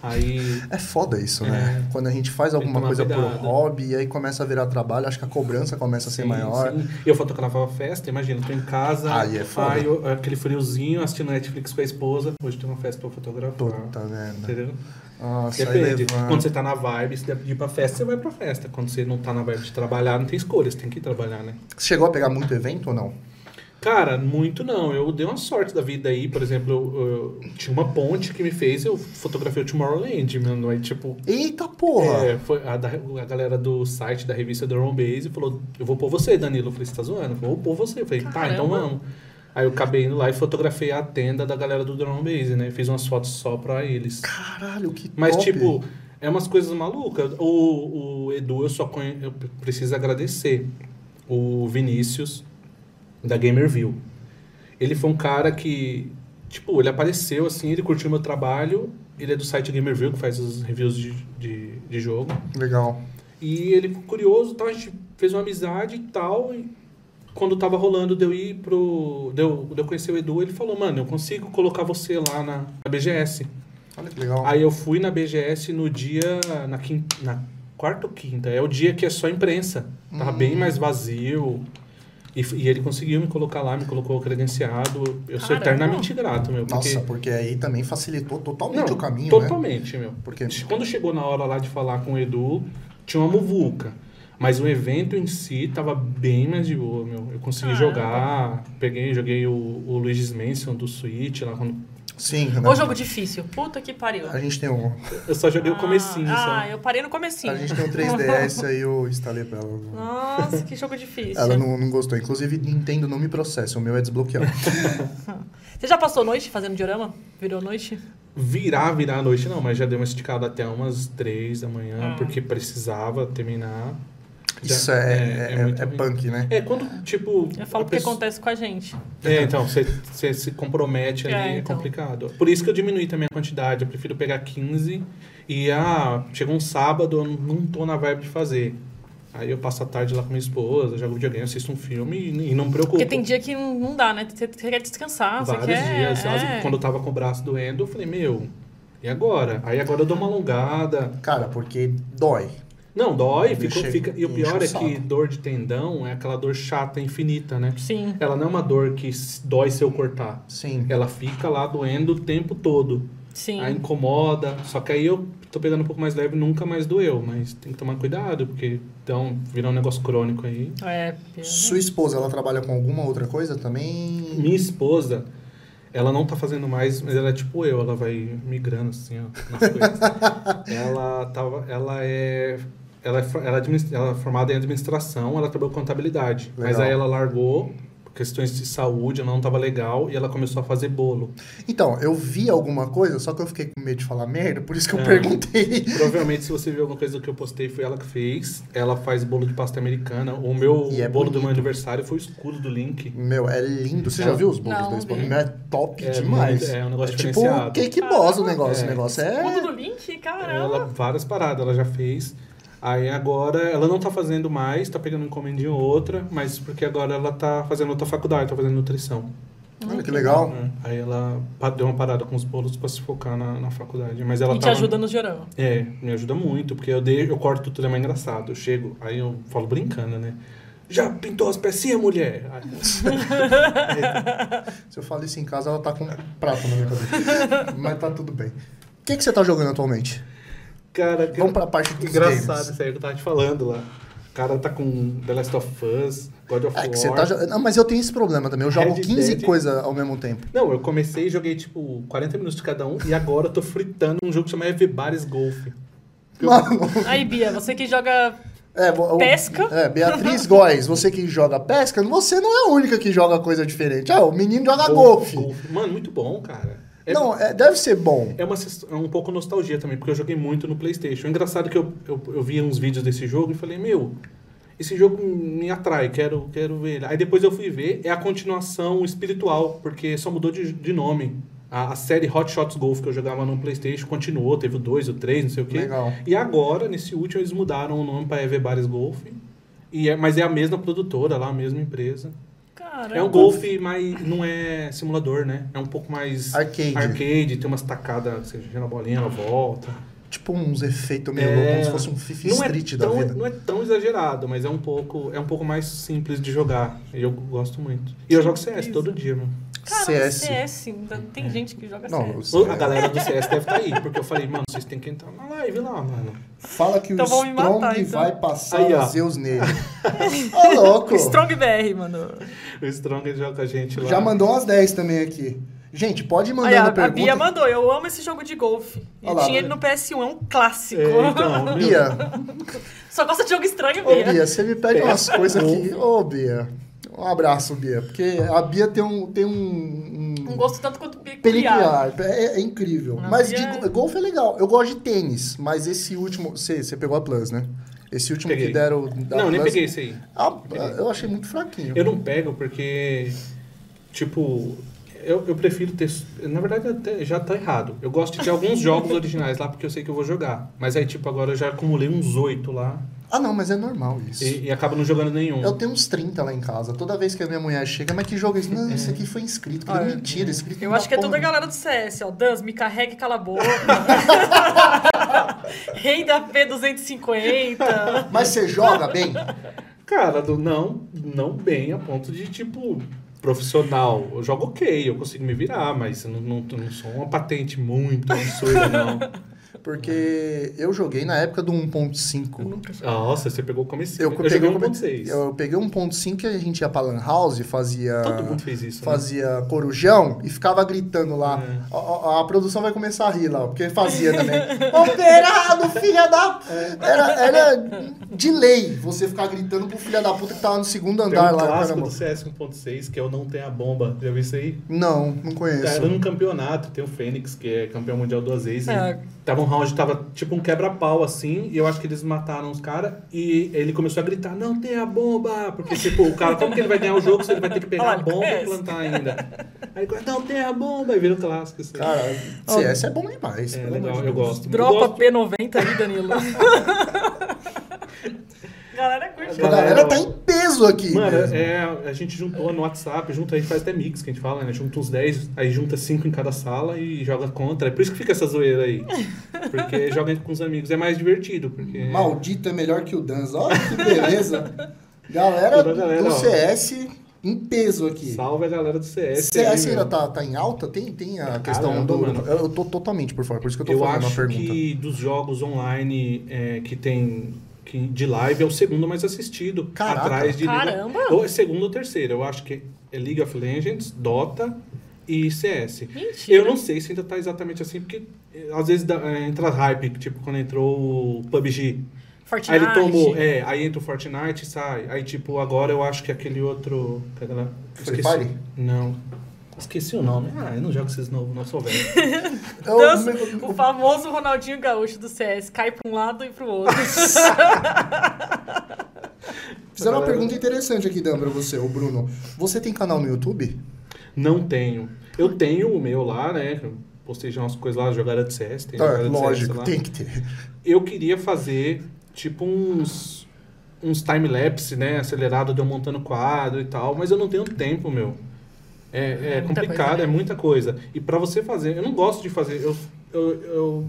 [SPEAKER 3] Aí.
[SPEAKER 1] É foda isso, né? Quando a gente faz
[SPEAKER 3] É. Tem que
[SPEAKER 1] alguma
[SPEAKER 3] tomar
[SPEAKER 1] coisa
[SPEAKER 3] cuidado.
[SPEAKER 1] por hobby e aí começa a virar trabalho, acho que a cobrança começa a ser
[SPEAKER 3] sim,
[SPEAKER 1] maior.
[SPEAKER 3] sim. E eu fotografava festa, imagina, tô em casa,
[SPEAKER 1] Aí é foda.
[SPEAKER 3] aí eu- aquele friozinho, assistindo Netflix com a esposa. Hoje tem uma festa pra eu fotografar.
[SPEAKER 1] Puta merda.
[SPEAKER 3] Entendeu?
[SPEAKER 1] Nossa, aí
[SPEAKER 3] Depende. Ah. Quando
[SPEAKER 1] levanta.
[SPEAKER 3] você tá na vibe, se der pra ir pra festa, você vai pra festa. Quando você não tá na vibe de trabalhar, não tem escolha, você tem que ir trabalhar, né?
[SPEAKER 1] Você chegou a pegar muito evento ou não?
[SPEAKER 3] Cara, muito não. Eu dei uma sorte da vida aí, por exemplo, eu, eu- tinha uma ponte que me fez, eu fotografei o Tomorrowland, mano. Aí, tipo,
[SPEAKER 1] Eita porra!
[SPEAKER 3] é, foi a, da- a galera do site da revista The Wrong Base falou: Eu vou pôr você, Danilo. Eu falei: Você tá zoando? Eu vou pôr você. Eu falei: Tá, então
[SPEAKER 2] Caramba.
[SPEAKER 3] vamos. Aí eu acabei indo lá e fotografei a tenda da galera do The Wrong Base, né? Fiz umas fotos só pra eles.
[SPEAKER 1] Caralho, que
[SPEAKER 3] Mas,
[SPEAKER 1] top.
[SPEAKER 3] tipo, é umas coisas malucas. O, o Edu, eu só conhe... eu preciso agradecer. O Vinícius, da Gamerview. Ele foi um cara que, tipo, ele apareceu assim, ele curtiu meu trabalho. Ele é do site Gamerview, que faz os reviews de, de, de jogo.
[SPEAKER 1] Legal.
[SPEAKER 3] E ele ficou curioso, tal, a gente fez uma amizade e tal. E quando tava rolando, deu ir pro. Deu, deu conhecer o Edu, ele falou, mano, eu consigo colocar você lá na, na BGS.
[SPEAKER 1] Olha que legal.
[SPEAKER 3] Aí eu fui na BGS no dia. Na, quin- na quarta ou quinta. É o dia que é só imprensa. Tava bem mais vazio. E, f- e ele conseguiu me colocar lá, me colocou credenciado. Eu sou
[SPEAKER 2] Caramba.
[SPEAKER 3] eternamente grato, meu. Porque,
[SPEAKER 1] Nossa, porque aí também facilitou totalmente
[SPEAKER 3] não,
[SPEAKER 1] o caminho, né?
[SPEAKER 3] totalmente, meu.
[SPEAKER 1] Porque
[SPEAKER 3] Quando chegou na hora lá de falar com o Edu, tinha uma muvuca. Mas o evento em si tava bem mais de boa, meu. Eu consegui
[SPEAKER 2] Caramba.
[SPEAKER 3] jogar, peguei, joguei o, o Luigi's Mansion do Switch lá quando.
[SPEAKER 1] sim,
[SPEAKER 2] Ô,
[SPEAKER 1] Renato,
[SPEAKER 2] jogo difícil. Puta que pariu.
[SPEAKER 1] É. a gente tem um,
[SPEAKER 3] Eu só joguei o comecinho
[SPEAKER 2] ah,
[SPEAKER 3] só.
[SPEAKER 2] Ah, eu parei no comecinho.
[SPEAKER 1] a gente tem um 3DS aí eu instalei pra ela.
[SPEAKER 2] Nossa, que jogo difícil.
[SPEAKER 1] Ela não, não gostou. Inclusive, Nintendo não me processa, o meu é desbloqueado.
[SPEAKER 2] Você já passou noite fazendo diorama? Virou noite?
[SPEAKER 3] virar, virar a noite, não, mas já deu uma esticada até umas três da
[SPEAKER 2] Ah.
[SPEAKER 3] manhã, porque precisava terminar. Já-
[SPEAKER 1] Isso é, é, é,
[SPEAKER 3] muito
[SPEAKER 1] é
[SPEAKER 3] ruim.
[SPEAKER 1] punk, né?
[SPEAKER 3] É, quando, tipo.
[SPEAKER 2] Eu falo
[SPEAKER 3] a
[SPEAKER 2] porque
[SPEAKER 3] pessoa-
[SPEAKER 2] acontece com a gente.
[SPEAKER 3] É, então, você você se compromete ali,
[SPEAKER 2] Né? É,
[SPEAKER 3] é,
[SPEAKER 2] então.
[SPEAKER 3] complicado. Por isso que eu diminuí também a quantidade, eu prefiro pegar 15 e, ah, chegou um sábado, eu não tô na vibe de fazer. Aí eu passo a tarde lá com minha esposa, jogo videogame, assisto um filme e, e não me preocupo.
[SPEAKER 2] Porque tem dia que não não dá, né? Você você quer descansar,
[SPEAKER 3] Vários
[SPEAKER 2] você quer...
[SPEAKER 3] dias. às vezes,
[SPEAKER 2] é.
[SPEAKER 3] Quando eu tava com o braço doendo, eu falei, meu, e agora? Aí agora eu dou uma alongada.
[SPEAKER 1] Cara, porque dói.
[SPEAKER 3] Não, dói, fica,
[SPEAKER 1] Enche-
[SPEAKER 3] fica- e o
[SPEAKER 1] enche
[SPEAKER 3] pior
[SPEAKER 1] o
[SPEAKER 3] é
[SPEAKER 1] saco.
[SPEAKER 3] que dor de tendão é aquela dor chata infinita, né?
[SPEAKER 2] Sim.
[SPEAKER 3] Ela não é uma dor que s- dói se eu cortar.
[SPEAKER 1] Sim.
[SPEAKER 3] Ela fica lá doendo o tempo todo.
[SPEAKER 2] Sim.
[SPEAKER 3] Aí incomoda. Só que aí eu tô pegando um pouco mais leve, nunca mais doeu. Mas tem que tomar cuidado, porque então virar um negócio crônico aí.
[SPEAKER 2] É,
[SPEAKER 1] Sua esposa, ela trabalha com alguma outra coisa também?
[SPEAKER 3] Minha esposa, ela não tá fazendo mais, mas ela é tipo eu, ela vai migrando assim, ó, nas coisas. ela tava, ela é ela é, fo- ela, é adminis- ela é formada em administração, ela trabalhou com contabilidade, mas
[SPEAKER 1] Legal.
[SPEAKER 3] aí ela largou por questões de saúde, ela não tava legal e ela começou a fazer bolo.
[SPEAKER 1] Então, eu vi alguma coisa, só que eu fiquei com medo de falar merda, por isso que eu
[SPEAKER 3] É.
[SPEAKER 1] perguntei.
[SPEAKER 3] Provavelmente se você viu alguma coisa que eu postei foi ela que fez. Ela faz bolo de pasta americana. O meu
[SPEAKER 1] E é
[SPEAKER 3] bolo do
[SPEAKER 1] bonito.
[SPEAKER 3] meu aniversário foi o escudo do Link.
[SPEAKER 1] Meu, é lindo. Você
[SPEAKER 3] É.
[SPEAKER 1] já viu os bolos
[SPEAKER 2] Não,
[SPEAKER 1] da esposa?
[SPEAKER 2] vi.
[SPEAKER 1] Meu, é top
[SPEAKER 3] É
[SPEAKER 1] demais.
[SPEAKER 3] muito- é um negócio
[SPEAKER 1] tipo
[SPEAKER 3] diferenciado.
[SPEAKER 1] cake boss o
[SPEAKER 2] Caramba.
[SPEAKER 1] negócio.
[SPEAKER 3] É.
[SPEAKER 1] O negócio
[SPEAKER 2] Mundo
[SPEAKER 1] é...
[SPEAKER 2] do Link, caramba.
[SPEAKER 3] Ela, várias paradas ela já fez. Aí agora ela não tá fazendo mais, tá pegando um encomendinho ou outra, mas porque agora ela tá fazendo outra faculdade, tá fazendo nutrição.
[SPEAKER 1] Olha que legal.
[SPEAKER 3] né? Aí ela pa- deu uma parada com os bolos pra se focar na, na faculdade. Mas ela
[SPEAKER 2] e te
[SPEAKER 3] tava-
[SPEAKER 2] ajuda nos diorama.
[SPEAKER 3] É, me ajuda muito, porque eu, dei, eu corto tudo, é mais engraçado. Eu chego, aí eu falo brincando, né? Já pintou as pecinhas, mulher? Aí-
[SPEAKER 1] Se eu falo isso em casa, ela tá com um prato na minha cabeça. Mas tá tudo bem. O que, que você tá jogando atualmente?
[SPEAKER 3] Cara, que-
[SPEAKER 1] Vamos pra parte dos
[SPEAKER 3] engraçado
[SPEAKER 1] games.
[SPEAKER 3] isso aí que eu tava te falando lá. O cara tá com The Last of Us, God of
[SPEAKER 1] É
[SPEAKER 3] War.
[SPEAKER 1] que você tá jo- Não, mas eu tenho esse problema também. Eu jogo
[SPEAKER 3] Red
[SPEAKER 1] 15
[SPEAKER 3] Dead.
[SPEAKER 1] coisas ao mesmo tempo.
[SPEAKER 3] Não, eu comecei e joguei tipo 40 minutos de cada um e agora eu tô fritando um jogo que chama Everybody's Golf.
[SPEAKER 1] Mano,
[SPEAKER 2] Aí, Bia, você que joga
[SPEAKER 1] é, vo- o-
[SPEAKER 2] Pesca.
[SPEAKER 1] É, Beatriz Góes, você que joga pesca, você não é a única que joga coisa diferente. Ah, o menino joga golfe.
[SPEAKER 3] golfe. Mano, muito bom, cara. Oh, É,
[SPEAKER 1] Não, é, deve ser bom.
[SPEAKER 3] é, uma, sens- é um pouco nostalgia também, porque eu joguei muito no PlayStation. O Engraçado é que eu, eu, eu vi uns vídeos desse jogo e falei, meu, esse jogo me atrai, quero, quero ver ele. Aí depois eu fui ver, é a continuação espiritual, porque só mudou de, de nome. A, a série Hot Shots Golf que eu jogava no PlayStation continuou, teve o 2, o 3, não sei o quê.
[SPEAKER 1] Legal.
[SPEAKER 3] E agora, nesse último, eles mudaram o nome para Everybody's Golf. E é, mas é a mesma produtora lá, a mesma empresa.
[SPEAKER 2] Caramba.
[SPEAKER 3] É um golfe, mas não é simulador, né? É um pouco mais
[SPEAKER 1] Arcade.
[SPEAKER 3] arcade, tem umas tacadas, você gira na bolinha, ela volta.
[SPEAKER 1] Tipo uns efeitos meio
[SPEAKER 3] É.
[SPEAKER 1] loucos, como se fosse um Fifi
[SPEAKER 3] Não é,
[SPEAKER 1] Street
[SPEAKER 3] tão,
[SPEAKER 1] da vida.
[SPEAKER 3] não é tão exagerado, mas é um pouco, é um pouco mais simples de jogar. E eu gosto muito. E eu jogo CS todo dia, meu.
[SPEAKER 2] Cara,
[SPEAKER 1] CS.
[SPEAKER 2] CS. ainda tem
[SPEAKER 3] É.
[SPEAKER 2] gente que joga
[SPEAKER 1] Não,
[SPEAKER 2] CS.
[SPEAKER 1] os-
[SPEAKER 3] A galera do CS deve estar aí, porque eu falei, mano, vocês têm que entrar na live lá, mano.
[SPEAKER 1] Fala que
[SPEAKER 2] Então
[SPEAKER 1] o
[SPEAKER 2] vão
[SPEAKER 1] Strong
[SPEAKER 2] me matar, então.
[SPEAKER 1] vai passar
[SPEAKER 3] Aí, ó.
[SPEAKER 1] Zeus nele. Ô, louco!
[SPEAKER 2] Strong BR, mano.
[SPEAKER 3] O Strong joga a gente lá.
[SPEAKER 1] Já mandou umas 10 também aqui. Gente, pode ir
[SPEAKER 2] Aí, a,
[SPEAKER 1] mandando
[SPEAKER 2] a
[SPEAKER 1] pergunta.
[SPEAKER 2] Bia mandou, eu amo esse jogo de golfe.
[SPEAKER 1] Olha
[SPEAKER 2] Eu
[SPEAKER 1] lá,
[SPEAKER 2] tinha ele
[SPEAKER 1] olha.
[SPEAKER 2] no PS1, é um clássico.
[SPEAKER 3] né? É, então, meu,
[SPEAKER 1] Bia,
[SPEAKER 2] Só gosta de jogo estranho,
[SPEAKER 1] Ô,
[SPEAKER 2] Bia.
[SPEAKER 1] Bia, você me pede umas coisas aqui. Ô, Bia. Um abraço, Bia. Porque a Bia tem um. Tem um,
[SPEAKER 2] Não gosto tanto quanto peculiar.
[SPEAKER 1] Peculiar, é, é incrível.
[SPEAKER 2] A
[SPEAKER 1] mas
[SPEAKER 2] Bia-
[SPEAKER 1] de go- golfe é legal. Eu gosto de tênis, mas esse último. Você você pegou a Plus, né? Esse último
[SPEAKER 3] Peguei.
[SPEAKER 1] que deram. Da
[SPEAKER 3] Não,
[SPEAKER 1] Plus,
[SPEAKER 3] nem peguei esse aí.
[SPEAKER 1] Ah, eu achei muito fraquinho.
[SPEAKER 3] Eu não pego porque, tipo, eu, eu prefiro ter. Na verdade, até já tá errado. Eu gosto de alguns jogos originais lá porque eu sei que eu vou jogar. Mas aí, tipo, agora eu já acumulei uns oito lá
[SPEAKER 1] Ah, não, mas é normal isso.
[SPEAKER 3] e, e acabo não jogando nenhum.
[SPEAKER 1] Eu tenho uns 30 lá em casa. Toda vez que a minha mulher chega, mas que jogo é esse? Não, isso aqui foi inscrito. Que
[SPEAKER 2] Ah, é.
[SPEAKER 1] mentira, inscrito.
[SPEAKER 2] Eu
[SPEAKER 1] não
[SPEAKER 2] acho
[SPEAKER 1] dá
[SPEAKER 2] que é
[SPEAKER 1] porra
[SPEAKER 2] toda a galera do CS, ó. Dans, me carrega e cala a boca. Rei da P250.
[SPEAKER 1] nenhuma. Mas você joga bem?
[SPEAKER 3] Cara, do- não, não bem a ponto de, tipo, profissional. Eu jogo ok, eu consigo me virar, mas eu não, não, não sou uma patente muito absurda, não.
[SPEAKER 1] Porque eu joguei na época do 1.5.
[SPEAKER 3] Nossa, você pegou o comecinho.
[SPEAKER 1] Eu,
[SPEAKER 3] Eu,
[SPEAKER 1] peguei
[SPEAKER 3] joguei
[SPEAKER 1] um ponto-
[SPEAKER 3] 1.6.
[SPEAKER 1] Eu, eu peguei um ponto 5 que a gente ia pra Lan House, fazia.
[SPEAKER 3] Todo mundo fez isso, né?
[SPEAKER 1] Fazia corujão e ficava gritando lá.
[SPEAKER 3] É.
[SPEAKER 1] Ó, ó, A, produção vai começar a rir lá, porque fazia também. Operado, filha da.
[SPEAKER 3] É.
[SPEAKER 1] Era, era de lei você ficar gritando pro filha da puta que tava no segundo
[SPEAKER 3] Tem
[SPEAKER 1] andar
[SPEAKER 3] um
[SPEAKER 1] lá,
[SPEAKER 3] clássico
[SPEAKER 1] caramba.
[SPEAKER 3] do CS 1.6 que é o Não Tem a Bomba. Já viu isso aí?
[SPEAKER 1] Não, não conheço.
[SPEAKER 3] Tá, Era num campeonato, tem o Fênix, que é campeão mundial duas vezes.
[SPEAKER 2] É.
[SPEAKER 3] e Tava um round, tava tipo um quebra-pau assim, e eu acho que eles mataram os caras, e ele começou a gritar, não tem a bomba! Porque, tipo, o cara, como que ele vai ganhar o jogo se ele vai ter que pegar a
[SPEAKER 2] Olha,
[SPEAKER 3] bomba e
[SPEAKER 2] conhece.
[SPEAKER 3] plantar ainda? Aí ele fala, não tem a bomba! E vira um clássico. Assim.
[SPEAKER 1] Cara, CS é bom demais.
[SPEAKER 3] é
[SPEAKER 1] pelo amor
[SPEAKER 3] legal,
[SPEAKER 1] de
[SPEAKER 3] eu
[SPEAKER 1] Deus.
[SPEAKER 3] gosto. eu
[SPEAKER 2] Dropa
[SPEAKER 3] gosto.
[SPEAKER 2] P90 aí, Danilo. galera curte.
[SPEAKER 1] A galera tá em peso aqui.
[SPEAKER 3] Mano,
[SPEAKER 1] mesmo.
[SPEAKER 3] é, a gente juntou no WhatsApp, junta aí, faz até mix que a gente fala, né? Junta uns 10, aí junta 5 em cada sala e joga contra. É por isso que fica essa zoeira aí. Porque joga com os amigos. É mais divertido, porque.
[SPEAKER 1] Maldito é melhor que o Danza. Olha que beleza. Galera
[SPEAKER 3] Toda a galera,
[SPEAKER 1] do
[SPEAKER 3] ó.
[SPEAKER 1] CS em peso aqui.
[SPEAKER 3] Salve a galera do CS.
[SPEAKER 1] CS
[SPEAKER 3] aí,
[SPEAKER 1] ainda
[SPEAKER 3] meu.
[SPEAKER 1] tá, tá em alta? Tem, tem a questão
[SPEAKER 3] Caramba,
[SPEAKER 1] do.
[SPEAKER 3] mano.
[SPEAKER 1] Eu eu tô totalmente por fora, por isso que eu tô
[SPEAKER 3] Eu
[SPEAKER 1] fazendo a
[SPEAKER 3] acho
[SPEAKER 1] pergunta.
[SPEAKER 3] que dos jogos online é, que tem. que de live é o segundo mais assistido.
[SPEAKER 1] Caraca.
[SPEAKER 3] Atrás de.
[SPEAKER 2] Caramba!
[SPEAKER 3] Ou é segundo ou terceiro. Eu acho que é League of Legends, Dota e CS.
[SPEAKER 2] Mentira.
[SPEAKER 3] Eu não sei se ainda tá exatamente assim, porque eh, às vezes dá- eh, entra hype, tipo quando entrou o PUBG.
[SPEAKER 2] Fortnite.
[SPEAKER 3] Aí ele tomou, é, aí entra o Fortnite e sai. Aí tipo, agora eu acho que aquele outro. Cadê lá?
[SPEAKER 1] Free
[SPEAKER 3] Esqueci.
[SPEAKER 1] Fire?
[SPEAKER 3] Não. Esqueci o nome. Ah, eu não jogo esses novos, não sou velho.
[SPEAKER 1] Eu-
[SPEAKER 2] Dança-
[SPEAKER 1] É meu-
[SPEAKER 2] o famoso Ronaldinho Gaúcho do CS cai pra um lado e pro outro.
[SPEAKER 1] Fizeram uma
[SPEAKER 3] Galera.
[SPEAKER 1] pergunta interessante aqui, Dan, pra você, o Bruno. Você tem canal no YouTube?
[SPEAKER 3] Não tenho. Eu tenho o meu lá, né? que eu Postei já umas coisas lá, jogada de CS. Tem
[SPEAKER 1] Tá,
[SPEAKER 3] jogada de CS
[SPEAKER 1] lógico,
[SPEAKER 3] lá.
[SPEAKER 1] tem que ter.
[SPEAKER 3] Eu queria fazer, tipo, uns, uns time-lapse, né? Acelerado, de eu montando quadro e tal. Mas eu não tenho tempo, meu. É, é
[SPEAKER 2] É muita
[SPEAKER 3] complicado,
[SPEAKER 2] coisa, né?
[SPEAKER 3] é muita coisa. E pra você fazer... Eu não gosto de fazer... Eu, eu, eu,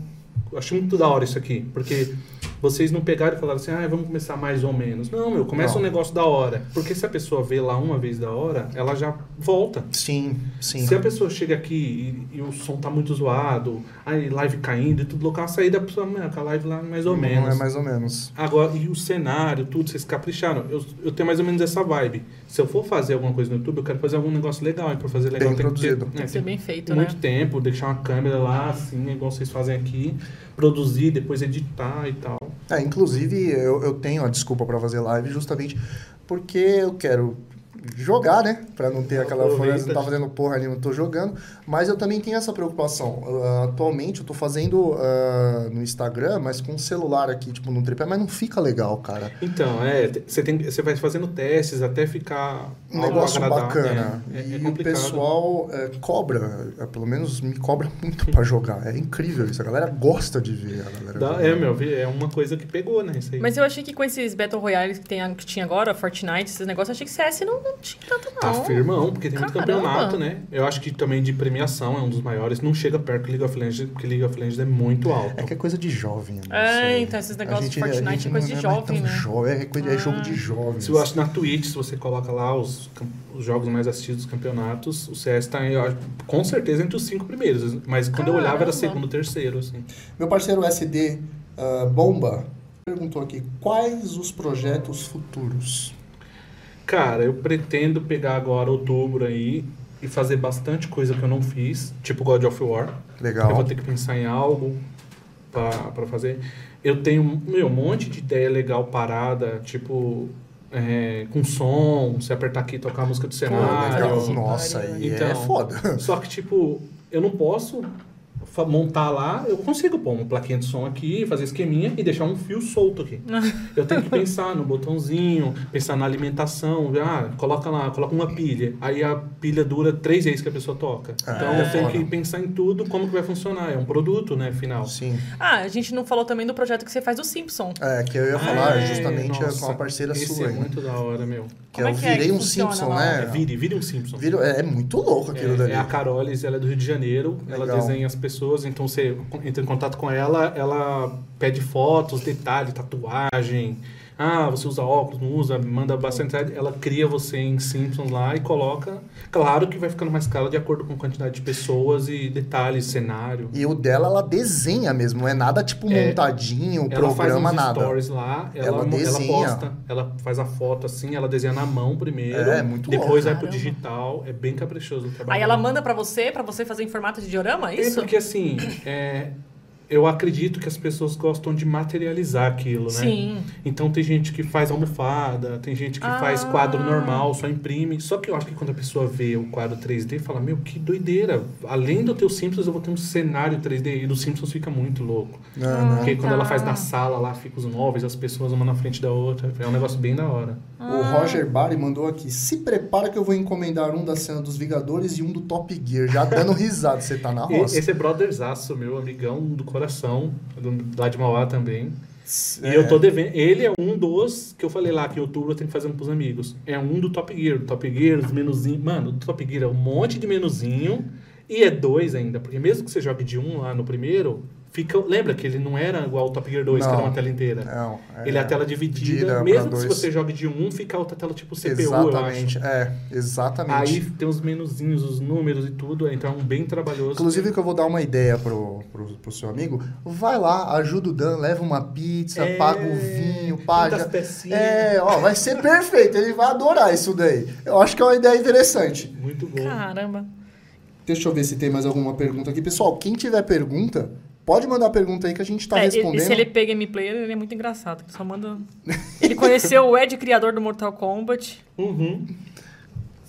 [SPEAKER 3] acho muito da hora isso aqui. Porque vocês não pegaram e falaram assim... Ah, vamos começar mais ou menos. Não, meu. Começa
[SPEAKER 1] Não.
[SPEAKER 3] um negócio da hora. Porque se a pessoa vê lá uma vez da hora, ela já volta.
[SPEAKER 1] Sim, sim.
[SPEAKER 3] Se a pessoa chega aqui e, e o som tá muito zoado, aí live caindo e tudo local, a saída da pessoa, mano, com a live lá mais ou menos.
[SPEAKER 1] Não é mais ou menos.
[SPEAKER 3] Agora, e o cenário, tudo, vocês capricharam. Eu, eu tenho mais ou menos essa vibe. Se eu for fazer alguma coisa no YouTube, eu quero fazer algum negócio legal. E pra fazer legal
[SPEAKER 1] Bem
[SPEAKER 3] tem que ter,
[SPEAKER 1] produzido.
[SPEAKER 3] né,
[SPEAKER 2] Tem que ser
[SPEAKER 3] tem
[SPEAKER 2] bem feito, né?
[SPEAKER 3] muito tempo, deixar uma câmera lá, assim, igual vocês fazem aqui, produzir, depois editar e tal.
[SPEAKER 1] É, inclusive, eu, eu tenho a desculpa pra fazer live justamente porque eu quero jogar, né? Pra não ter aquela
[SPEAKER 3] Aproveita.
[SPEAKER 1] coisa, não tá fazendo porra nenhuma, eu tô jogando. Mas eu também tenho essa preocupação. Ah, atualmente eu tô fazendo ah, no Instagram, mas com o celular aqui, tipo, no tripé, mas não fica legal, cara.
[SPEAKER 3] Então, é, te- você tem, você vai fazendo testes até ficar
[SPEAKER 1] Um
[SPEAKER 3] algo
[SPEAKER 1] negócio
[SPEAKER 3] agradável.
[SPEAKER 1] bacana.
[SPEAKER 3] É, é- é
[SPEAKER 1] e o
[SPEAKER 3] complicado.
[SPEAKER 1] pessoal é, cobra, é, pelo menos me cobra muito pra jogar. É incrível isso. A galera gosta de ver a galera.
[SPEAKER 3] Dá-
[SPEAKER 1] jogando.
[SPEAKER 3] é, meu, é uma coisa que pegou, né? Isso aí.
[SPEAKER 2] Mas eu achei que com esses Battle Royales que, tem, que tinha agora, Fortnite, esses negócios, eu achei que CS não, não tinha tanto, não.
[SPEAKER 3] Tá firmão, porque tem muito
[SPEAKER 2] Caramba.
[SPEAKER 3] campeonato, né? Eu acho que também de premiação é um dos maiores. Não chega perto do League of Legends, porque League of Legends é muito alto.
[SPEAKER 1] É que é coisa de jovem. né?
[SPEAKER 2] É,
[SPEAKER 1] Isso aí.
[SPEAKER 2] então, esses
[SPEAKER 1] A
[SPEAKER 2] negócios de
[SPEAKER 1] gente- a
[SPEAKER 2] Fortnite
[SPEAKER 1] gente
[SPEAKER 2] é coisa
[SPEAKER 1] não
[SPEAKER 2] de
[SPEAKER 1] mais
[SPEAKER 2] jovem,
[SPEAKER 1] tão
[SPEAKER 2] né? Ah.
[SPEAKER 1] jovem, é, coisa, é jogo de jovem.
[SPEAKER 3] Se eu acho na Twitch, se você coloca lá os, cam- os jogos mais assistidos dos campeonatos, o CS tá eu acho, com certeza entre os cinco primeiros. Mas quando eu olhava era
[SPEAKER 2] Caramba.
[SPEAKER 3] segundo, terceiro, assim.
[SPEAKER 1] Meu parceiro SD ah, Bomba perguntou aqui, quais os projetos futuros?
[SPEAKER 3] Cara, eu pretendo pegar agora outubro aí e fazer bastante coisa que eu não fiz, tipo God of War. Eu vou
[SPEAKER 1] Legal.
[SPEAKER 3] ter que pensar em algo pra pra fazer. Eu tenho meu, um monte de ideia legal parada, tipo, é, com som, se apertar aqui e tocar a música do cenário.
[SPEAKER 1] legal. Nossa, aí é
[SPEAKER 3] né? Então.
[SPEAKER 1] foda.
[SPEAKER 3] Só que, tipo, eu não posso fa- montar lá, eu consigo pôr uma plaquinha de som aqui, fazer esqueminha e deixar um fio solto aqui. eu tenho que pensar no botãozinho, pensar na alimentação, ah, coloca lá, coloca uma pilha. Aí a pilha dura três vezes que a pessoa toca.
[SPEAKER 1] Ah,
[SPEAKER 3] então
[SPEAKER 1] é
[SPEAKER 3] eu tenho
[SPEAKER 1] foda.
[SPEAKER 3] que pensar em tudo, como que vai funcionar. É um produto, né, final.
[SPEAKER 1] Sim.
[SPEAKER 2] Ah, a gente não falou também do projeto que você faz do Simpson.
[SPEAKER 1] É, que eu ia falar
[SPEAKER 3] É,
[SPEAKER 1] justamente com
[SPEAKER 3] nossa,
[SPEAKER 1] a parceira
[SPEAKER 3] esse
[SPEAKER 1] sua.
[SPEAKER 3] é
[SPEAKER 1] aí, né?
[SPEAKER 3] muito da hora, meu.
[SPEAKER 1] Que
[SPEAKER 2] Como
[SPEAKER 1] eu
[SPEAKER 2] é que é
[SPEAKER 1] virei
[SPEAKER 2] que
[SPEAKER 1] um
[SPEAKER 2] funciona
[SPEAKER 1] Simpson,
[SPEAKER 2] lá?
[SPEAKER 1] né?
[SPEAKER 3] É, vire, vire um Simpson.
[SPEAKER 1] Virou- é, é muito louco aquilo
[SPEAKER 3] É,
[SPEAKER 1] dali.
[SPEAKER 3] é a Carolis, ela é do Rio de Janeiro, ela
[SPEAKER 1] Legal.
[SPEAKER 3] desenha as pessoas, então você entra em contato com ela, ela pede fotos, detalhes, tatuagem. Ah, você usa óculos, não usa, manda bastante. Ela cria você em Simpsons lá e coloca. Claro que vai ficando mais caro de acordo com a quantidade de pessoas e detalhes, cenário.
[SPEAKER 1] E o dela, ela desenha mesmo, não é nada tipo
[SPEAKER 3] É.
[SPEAKER 1] montadinho,
[SPEAKER 3] Ela faz
[SPEAKER 1] programa,
[SPEAKER 3] uns
[SPEAKER 1] nada.
[SPEAKER 3] stories lá, ela,
[SPEAKER 1] Ela
[SPEAKER 3] ela,
[SPEAKER 1] desenha.
[SPEAKER 3] posta, ela faz a foto assim, ela desenha na mão primeiro,
[SPEAKER 1] É, muito louco.
[SPEAKER 3] depois vai pro
[SPEAKER 2] Caramba.
[SPEAKER 3] digital, é bem caprichoso o trabalho.
[SPEAKER 2] Aí ela manda pra você, pra você fazer em formato de diorama, é
[SPEAKER 3] É
[SPEAKER 2] isso?
[SPEAKER 3] porque assim, é, eu acredito que as pessoas gostam de materializar aquilo, né?
[SPEAKER 2] Sim.
[SPEAKER 3] Então tem gente que faz almofada, tem gente que
[SPEAKER 2] Ah.
[SPEAKER 3] faz quadro normal, só imprime. Só que eu acho que quando a pessoa vê o quadro 3D, fala, meu, que doideira. Além do teu Simpsons, eu vou ter um cenário 3D. E do Simpsons fica muito louco.
[SPEAKER 1] Não, não.
[SPEAKER 3] Porque quando
[SPEAKER 2] tá.
[SPEAKER 3] ela faz na sala, lá fica os móveis, as pessoas uma na frente da outra. É um negócio bem da hora.
[SPEAKER 1] O
[SPEAKER 3] Ah.
[SPEAKER 1] Roger Bari mandou aqui: se prepara que eu vou encomendar um da cena dos Vingadores e um do Top Gear, já dando risada, você tá na
[SPEAKER 3] E
[SPEAKER 1] roça.
[SPEAKER 3] esse é brotherzaço, meu amigão do coração, do- lá de Mauá também.
[SPEAKER 1] É,
[SPEAKER 3] E eu tô devendo. Ele é um dos que eu falei lá que em outubro eu tenho que fazer um pros amigos. É um do Top Gear. Do Top Gear, os menuzinhos. Mano, do Top Gear é um monte de menuzinho. E é dois ainda. Porque mesmo que você jogue de um lá no primeiro, fica. Lembra que ele não era igual ao Top Gear 2, que
[SPEAKER 1] Não.
[SPEAKER 3] era uma tela inteira.
[SPEAKER 1] Não,
[SPEAKER 3] Ele é a tela dividida.
[SPEAKER 1] dividida pra
[SPEAKER 3] mesmo que se
[SPEAKER 1] dois.
[SPEAKER 3] você jogue de um, fica a outra tela tipo CPU,
[SPEAKER 1] Exatamente,
[SPEAKER 3] eu acho.
[SPEAKER 1] é, exatamente.
[SPEAKER 3] Aí tem os menuzinhos, os números e tudo. Então é um bem trabalhoso.
[SPEAKER 1] Inclusive que eu vou dar uma ideia pro, pro, pro seu amigo. Vai lá, ajuda o Dan, leva uma pizza,
[SPEAKER 3] É,
[SPEAKER 1] paga o vinho, paga.
[SPEAKER 3] muitas pecinhas.
[SPEAKER 1] É, ó, vai ser perfeito, ele vai adorar isso daí. Eu acho que é uma ideia interessante.
[SPEAKER 3] Muito bom.
[SPEAKER 2] Caramba.
[SPEAKER 1] Deixa eu ver se tem mais alguma pergunta aqui. Pessoal, quem tiver pergunta, pode mandar pergunta aí que a gente tá
[SPEAKER 2] É, e-
[SPEAKER 1] respondendo.
[SPEAKER 2] E se ele pega gameplay, ele é muito engraçado. Ele só manda. Ele conheceu o Ed, criador do Mortal Kombat.
[SPEAKER 3] Uhum.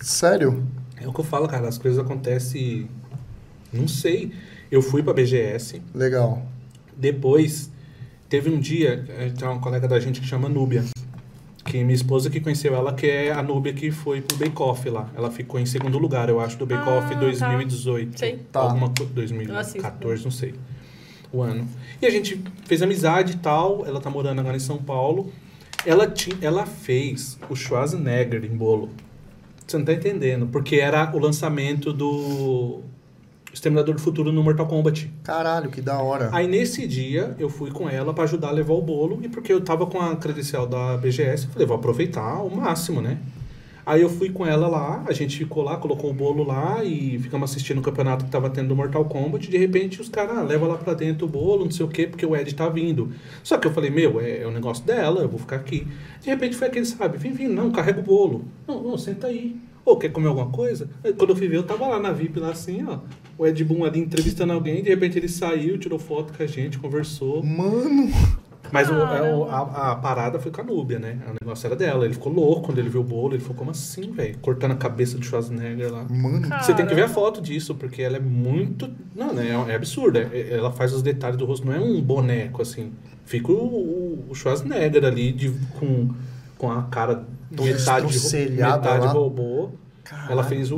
[SPEAKER 1] Sério?
[SPEAKER 3] É o que eu falo, cara. As coisas acontecem. Não sei. Eu fui pra BGS.
[SPEAKER 1] Legal.
[SPEAKER 3] Depois, teve um dia. eh, Tem uma colega da gente que chama Núbia. Que minha esposa que conheceu ela, que é a Núbia que foi pro Bake Off lá. Ela ficou em segundo lugar, eu acho, do Bake
[SPEAKER 2] Ah,
[SPEAKER 3] Off
[SPEAKER 2] tá.
[SPEAKER 3] 2018.
[SPEAKER 2] Sei.
[SPEAKER 1] Tá.
[SPEAKER 3] Alguma co-
[SPEAKER 2] Eu assisto.
[SPEAKER 3] 2014, não sei. O ano. E a gente fez amizade e tal. Ela tá morando agora em São Paulo. Ela, ti- ela fez o Schwarzenegger em bolo. Você não tá entendendo. Porque era o lançamento do Exterminador do Futuro no Mortal Kombat.
[SPEAKER 1] Caralho, que da hora.
[SPEAKER 3] Aí nesse dia eu fui com ela pra ajudar a levar o bolo e porque eu tava com a credencial da BGS, eu falei, vou aproveitar o máximo, né? Aí eu fui com ela lá, a gente ficou lá, colocou o bolo lá e ficamos assistindo o campeonato que tava tendo do Mortal Kombat. De repente os caras, ah, leva lá pra dentro o bolo, não sei o quê, porque o Ed tá vindo. Só que eu falei, meu, é, é o negócio dela, eu vou ficar aqui. De repente foi aquele, sabe, vem, vem, não, carrega o bolo. Não, não, senta aí. Ou quer comer alguma coisa? Aí, Quando eu fui ver, eu tava lá na VIP, lá assim, ó. O Ed Boon ali entrevistando alguém, de repente ele saiu, tirou foto com a gente, conversou.
[SPEAKER 1] Mano,
[SPEAKER 3] Mas o- é o- a, a parada foi com a Núbia, né? O negócio era dela. Ele ficou louco quando ele viu o bolo. Ele falou, como assim, velho? Cortando a cabeça do Schwarzenegger lá.
[SPEAKER 1] mano.
[SPEAKER 3] Você tem que ver a foto disso, porque ela é muito. Não, né? É absurda. É- Ela faz os detalhes do rosto, não é um boneco assim. Fica o, o- o Schwarzenegger ali de- com, com a cara
[SPEAKER 1] Todo
[SPEAKER 3] metade, de ro-
[SPEAKER 1] estrocelhado
[SPEAKER 3] metade
[SPEAKER 1] lá.
[SPEAKER 3] robô. Ela fez o,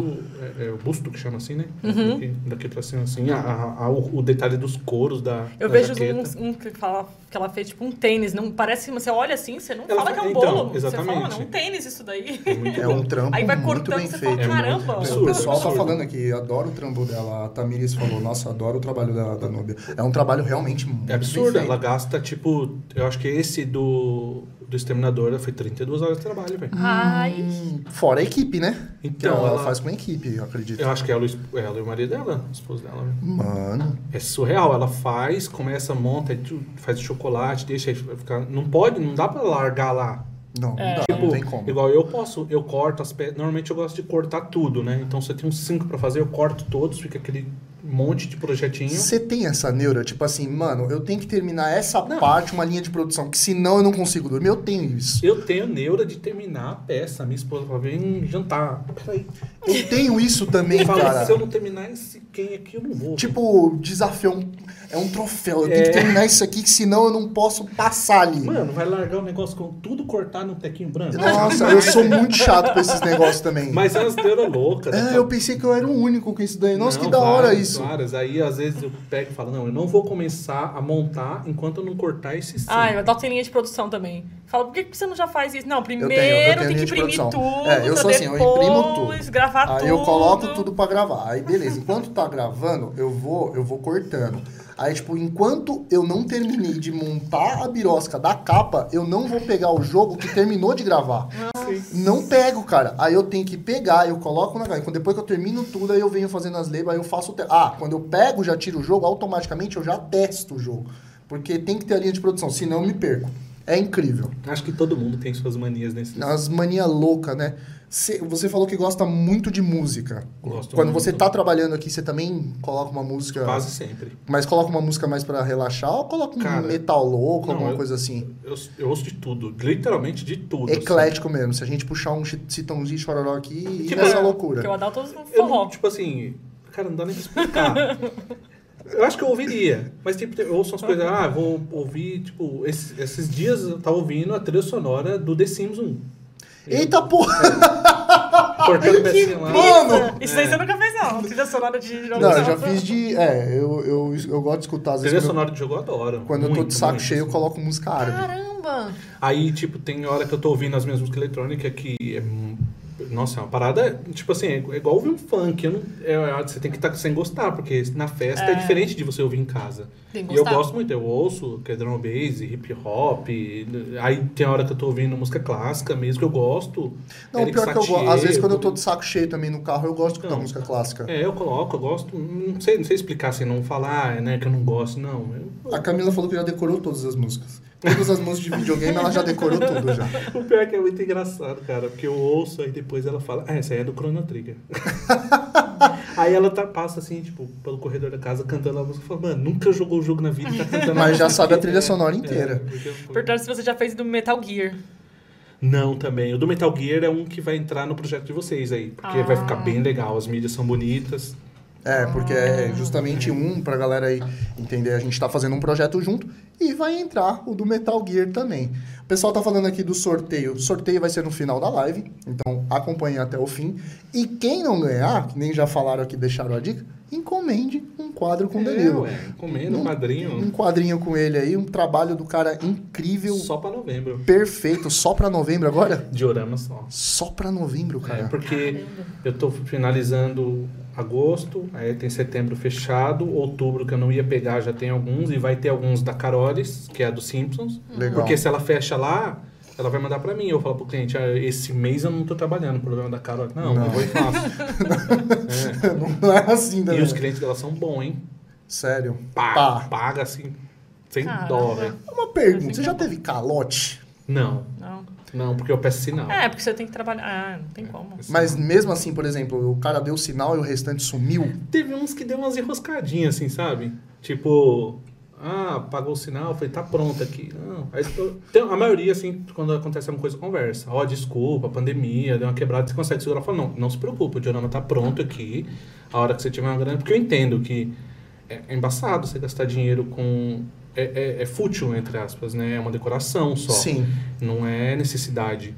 [SPEAKER 3] é, é, o busto, que chama assim, né?
[SPEAKER 2] Uhum.
[SPEAKER 3] Daqui, daqui pra cima, assim, a, a- a- o, o detalhe dos coros da
[SPEAKER 2] Eu
[SPEAKER 3] da
[SPEAKER 2] vejo
[SPEAKER 3] jaqueta.
[SPEAKER 2] um, um que, fala, que ela fez tipo um tênis. Não parece, você olha assim, você não
[SPEAKER 3] Ela
[SPEAKER 2] fala que é um
[SPEAKER 3] fa- então,
[SPEAKER 2] bolo. Você fala,
[SPEAKER 3] exatamente.
[SPEAKER 2] mano, é um tênis isso daí.
[SPEAKER 3] É muito
[SPEAKER 1] É
[SPEAKER 3] bom.
[SPEAKER 1] um trampo
[SPEAKER 2] Aí vai
[SPEAKER 1] muito
[SPEAKER 2] cortando
[SPEAKER 1] bem
[SPEAKER 2] e você
[SPEAKER 1] feito.
[SPEAKER 2] fala, caramba.
[SPEAKER 3] muito
[SPEAKER 1] O
[SPEAKER 3] absurdo,
[SPEAKER 1] pessoal tá
[SPEAKER 3] absurdo.
[SPEAKER 1] falando aqui, adoro o trampo dela. A Tamiris falou, nossa, adoro o trabalho da, da Núbia. É um trabalho realmente muito
[SPEAKER 3] É absurdo,
[SPEAKER 1] bem
[SPEAKER 3] ela
[SPEAKER 1] feito.
[SPEAKER 3] gasta, tipo, eu acho que esse do, do Exterminador ela foi 32 horas de trabalho, velho.
[SPEAKER 2] Ai.
[SPEAKER 1] Hum, Fora a equipe, né? Que
[SPEAKER 3] Então,
[SPEAKER 1] ela,
[SPEAKER 3] ela-
[SPEAKER 1] faz com a equipe, eu acredito.
[SPEAKER 3] Eu acho que ela, e o esp- ela e o marido dela, o esposo dela. né?
[SPEAKER 1] Mano,
[SPEAKER 3] É surreal, ela faz, começa, monta, aí tu faz chocolate, deixa aí ficar. Não pode, não dá pra largar lá.
[SPEAKER 1] não, não dá, não
[SPEAKER 3] Tipo,
[SPEAKER 1] tem como.
[SPEAKER 3] igual eu posso, eu corto as peças. Normalmente eu gosto de cortar tudo, né? Então você tem uns cinco pra fazer, eu corto todos, fica aquele monte de projetinho.
[SPEAKER 1] Você tem essa neura, tipo assim, mano, eu tenho que terminar essa parte, uma linha de produção, que senão eu não consigo dormir. Eu tenho isso.
[SPEAKER 3] Eu tenho neura de terminar a peça. Minha esposa fala, vem jantar. Peraí.
[SPEAKER 1] Eu tenho isso também,
[SPEAKER 3] Fala,
[SPEAKER 1] cara.
[SPEAKER 3] se eu não terminar esse quem aqui, eu não vou.
[SPEAKER 1] Tipo, desafio é um- é um troféu. Eu tenho que
[SPEAKER 3] É.
[SPEAKER 1] terminar isso aqui, que senão eu não posso passar ali.
[SPEAKER 3] Mano, vai largar o negócio com tudo cortado num tequinho branco?
[SPEAKER 1] Nossa, eu sou muito chato pra esses negócios também.
[SPEAKER 3] Mas é umas neura louca. né?
[SPEAKER 1] É, eu pensei que eu era o único com isso daí. Nossa,
[SPEAKER 3] Não,
[SPEAKER 1] que da hora
[SPEAKER 3] várias,
[SPEAKER 1] isso.
[SPEAKER 3] várias. Aí, às vezes, eu pego e falo, não, eu não vou começar a montar enquanto eu não cortar esse sim.
[SPEAKER 2] Ai, eu adoro ter linha de produção também. Fala, por que que você não já faz isso? Não, primeiro
[SPEAKER 1] tenho linha
[SPEAKER 2] tem que
[SPEAKER 1] de
[SPEAKER 2] imprimir
[SPEAKER 1] produção.
[SPEAKER 2] tudo.
[SPEAKER 1] É, eu sou assim, eu imprimo tudo.
[SPEAKER 2] depois gravar tudo.
[SPEAKER 1] Aí eu coloco tudo pra gravar. Aí beleza, enquanto tá gravando, eu vou, eu vou cortando. Aí tipo, enquanto eu não terminei de montar a birosca da capa, eu não vou pegar o jogo que terminou de gravar. Não pego, cara. Aí eu tenho que pegar, eu coloco na gaveta. Depois que eu termino tudo, aí eu venho fazendo as labels, aí eu faço o te... Ah, quando eu pego, já tiro o jogo, automaticamente eu já testo o jogo. Porque tem que ter a linha de produção, senão eu me perco. É incrível.
[SPEAKER 3] Acho que todo mundo tem suas manias nesse...
[SPEAKER 1] As mania louca, né? Cê- você falou que gosta muito de música.
[SPEAKER 3] Gosto
[SPEAKER 1] Quando
[SPEAKER 3] muito.
[SPEAKER 1] você tá trabalhando aqui, você também coloca uma música.
[SPEAKER 3] Quase sempre.
[SPEAKER 1] Mas coloca uma música mais pra relaxar ou coloca um
[SPEAKER 3] Cara,
[SPEAKER 1] metal louco,
[SPEAKER 3] não,
[SPEAKER 1] alguma
[SPEAKER 3] eu-
[SPEAKER 1] coisa assim?
[SPEAKER 3] Eu, eu ouço de tudo. Literalmente de tudo.
[SPEAKER 1] É
[SPEAKER 3] assim.
[SPEAKER 1] Eclético mesmo. Se a gente puxar um chi- citãozinho chororó aqui e
[SPEAKER 3] Tipo,
[SPEAKER 1] nessa
[SPEAKER 2] é,
[SPEAKER 1] loucura.
[SPEAKER 2] Que eu adoro todos no
[SPEAKER 3] Eu não,
[SPEAKER 2] forró.
[SPEAKER 3] tipo assim... Cara, não dá nem pra explicar. eu acho que eu ouviria. Mas, tipo, eu ouço umas coisas... Ah, vou ouvir, tipo... Esses, esses dias eu tava ouvindo a trilha sonora do The Sims 1.
[SPEAKER 1] Eita porra!
[SPEAKER 3] Cortando pecinha lá.
[SPEAKER 1] Mano!
[SPEAKER 2] É, Isso daí você nunca fez, não. Trilha sonora de jogo
[SPEAKER 1] Não, eu
[SPEAKER 2] de
[SPEAKER 1] já
[SPEAKER 2] dança.
[SPEAKER 1] fiz de. É, eu, eu, eu gosto de escutar às vezes.
[SPEAKER 3] Trilha
[SPEAKER 1] Quando, eu-
[SPEAKER 3] sonora de jogo eu adoro.
[SPEAKER 1] quando eu tô
[SPEAKER 3] Muito,
[SPEAKER 1] de saco
[SPEAKER 3] muito,
[SPEAKER 1] cheio, eu
[SPEAKER 3] assim.
[SPEAKER 1] coloco música árabe.
[SPEAKER 2] Caramba!
[SPEAKER 3] Aí, tipo, tem hora que eu tô ouvindo as minhas músicas eletrônicas que é. hum, Nossa, é uma parada. Tipo assim, é é igual ouvir um funk. eu não- é- é- você tem que estar sem gostar, porque na festa é. diferente de você ouvir em casa.
[SPEAKER 2] Tem que
[SPEAKER 3] E eu
[SPEAKER 2] gostar.
[SPEAKER 3] gosto muito, eu ouço que é drum and bass, hip hop. e- Aí tem hora que eu tô ouvindo música clássica mesmo, que eu gosto.
[SPEAKER 1] Não, o
[SPEAKER 3] Eric
[SPEAKER 1] pior é que eu gosto.
[SPEAKER 3] Satie,
[SPEAKER 1] Às vezes quando eu tô de saco cheio também no carro, eu gosto de escutar
[SPEAKER 3] Não.
[SPEAKER 1] música clássica.
[SPEAKER 3] É, eu coloco, eu gosto. Não sei, não sei explicar assim, não falar, né, que eu não gosto, não. Eu-
[SPEAKER 1] A Camila falou que já decorou todas as músicas. Todas as músicas de videogame ela já decorou tudo já.
[SPEAKER 3] O pior é que é muito engraçado, cara, porque eu ouço e depois ela fala, ah, essa aí é do Chrono Trigger. aí ela tá, passa assim, tipo, pelo corredor da casa cantando a música e fala, mano, nunca jogou o jogo na vida, tá cantando
[SPEAKER 1] Mas já
[SPEAKER 3] música
[SPEAKER 1] sabe a
[SPEAKER 3] aqui."
[SPEAKER 1] trilha
[SPEAKER 3] É,
[SPEAKER 1] sonora
[SPEAKER 3] é,
[SPEAKER 1] inteira.
[SPEAKER 3] porque eu fui-
[SPEAKER 2] Perguntaram se você já fez do Metal Gear.
[SPEAKER 3] Não, também. O do Metal Gear é um que vai entrar no projeto de vocês aí, porque
[SPEAKER 2] Ah.
[SPEAKER 3] vai ficar bem legal, as mídias são bonitas.
[SPEAKER 1] É, porque é justamente um pra galera aí entender. A gente tá fazendo um projeto junto e vai entrar o do Metal Gear também. O pessoal tá falando aqui do sorteio. O sorteio vai ser no final da live, então acompanhe até o fim. E quem não ganhar, que nem já falaram aqui, deixaram a dica, encomende um quadro com o
[SPEAKER 3] é,
[SPEAKER 1] Danilo.
[SPEAKER 3] ué, comendo, um
[SPEAKER 1] Um
[SPEAKER 3] padrinho,
[SPEAKER 1] quadrinho com ele aí, um trabalho do cara incrível,
[SPEAKER 3] só pra novembro.
[SPEAKER 1] perfeito, só pra novembro agora?
[SPEAKER 3] Diorama só.
[SPEAKER 1] Só pra novembro, cara.
[SPEAKER 3] É, porque eu tô finalizando agosto, aí tem setembro fechado, outubro que eu não ia pegar já tem alguns, e vai ter alguns da Carolis, que é a dos Simpsons.
[SPEAKER 1] Legal.
[SPEAKER 3] Porque se ela fecha lá, ela vai mandar pra mim. Eu falo pro cliente, ah, esse mês eu não tô trabalhando, o problema é da Carolis. Não,
[SPEAKER 1] Não.
[SPEAKER 3] eu vou e faço.
[SPEAKER 1] Não é assim, né?
[SPEAKER 3] e os clientes dela são bons, hein?
[SPEAKER 1] Sério.
[SPEAKER 3] Pá,
[SPEAKER 1] Pá.
[SPEAKER 3] Paga assim, sem
[SPEAKER 2] Caramba.
[SPEAKER 3] dó, velho.
[SPEAKER 1] Uma pergunta, você já teve calote?
[SPEAKER 3] Não,
[SPEAKER 2] Não.
[SPEAKER 3] não, porque eu peço sinal.
[SPEAKER 2] É, porque você tem que trabalhar. Ah, não tem como.
[SPEAKER 1] Mas mesmo assim, por exemplo, o cara deu sinal e o restante sumiu.
[SPEAKER 3] Teve uns que deu umas enroscadinhas, assim, sabe? Tipo, ah, apagou o sinal, eu falei, tá pronto aqui. Não. Aí, eu- tem- a maioria, assim, quando acontece alguma coisa, conversa. Ó, desculpa, pandemia, deu uma quebrada, você consegue segurar. Fala, não, não se preocupa, o diorama tá pronto aqui. A hora que você tiver uma grana. Porque eu entendo que é, é embaçado você gastar dinheiro com. É, é- é fútil, entre aspas, né? É uma decoração só.
[SPEAKER 1] Sim.
[SPEAKER 3] Não é necessidade.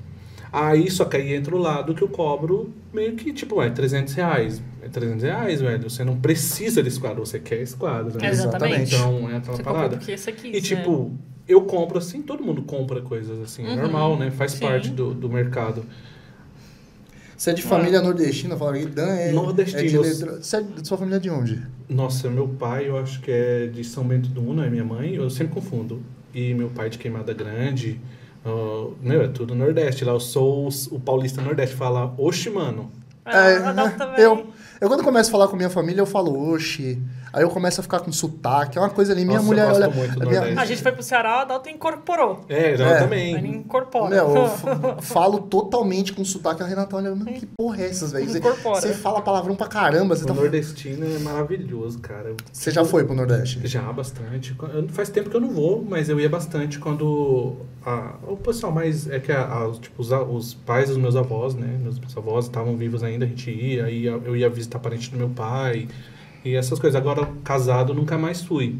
[SPEAKER 3] Aí, só que aí entra o lado que eu cobro meio que, tipo, é 300 reais. É 300 reais, velho. Você não precisa desse quadro, você quer esse quadro, né?
[SPEAKER 2] Exatamente.
[SPEAKER 3] Então, é aquela
[SPEAKER 2] Você comprou
[SPEAKER 3] parada.
[SPEAKER 2] porque esse aqui.
[SPEAKER 3] E, tipo, eu compro assim, todo mundo compra coisas assim, é
[SPEAKER 2] Uhum.
[SPEAKER 3] normal, né? Faz
[SPEAKER 2] Sim.
[SPEAKER 3] parte do, do mercado.
[SPEAKER 1] Você é de família nordestina? Fala, aí, Dan é, é de
[SPEAKER 3] Nordestinos.
[SPEAKER 1] letra... Você é de sua família é de onde?
[SPEAKER 3] Nossa, meu pai, eu acho que é de São Bento do Una, é minha mãe, eu sempre confundo. E meu pai é de Queimada Grande, ó, meu, é tudo Nordeste. Lá eu sou os- o paulista Nordeste, fala, oxe, mano.
[SPEAKER 1] É,
[SPEAKER 2] Ah, também.
[SPEAKER 1] eu, eu quando começo a falar com minha família, eu falo, oxi. Aí eu começo a ficar com sotaque, é uma coisa ali. Minha
[SPEAKER 3] Nossa,
[SPEAKER 1] mulher
[SPEAKER 3] eu gosto
[SPEAKER 1] olha.
[SPEAKER 3] muito do
[SPEAKER 1] minha-
[SPEAKER 3] Nordeste.
[SPEAKER 2] A gente foi pro Ceará, o Adalto incorporou.
[SPEAKER 3] É, eu também.
[SPEAKER 2] Ele incorpora.
[SPEAKER 1] Meu, eu f- falo totalmente com sotaque. A Renata olha, mano, que porra é essas, velho? Você,
[SPEAKER 2] Incorpora.
[SPEAKER 1] você fala palavrão pra caramba. Você,
[SPEAKER 3] O
[SPEAKER 1] tá...
[SPEAKER 3] nordestino é maravilhoso, cara. Eu-
[SPEAKER 1] você já foi pro Nordeste?
[SPEAKER 3] Já, bastante. Eu- Faz tempo que eu não vou, mas eu ia bastante quando a- o pessoal mais... É que a- a- tipo, os, a- os pais dos meus avós, né? Meus avós estavam vivos ainda, a gente ia, ia. Eu ia visitar parente do meu pai e essas coisas. Agora, casado, nunca mais fui.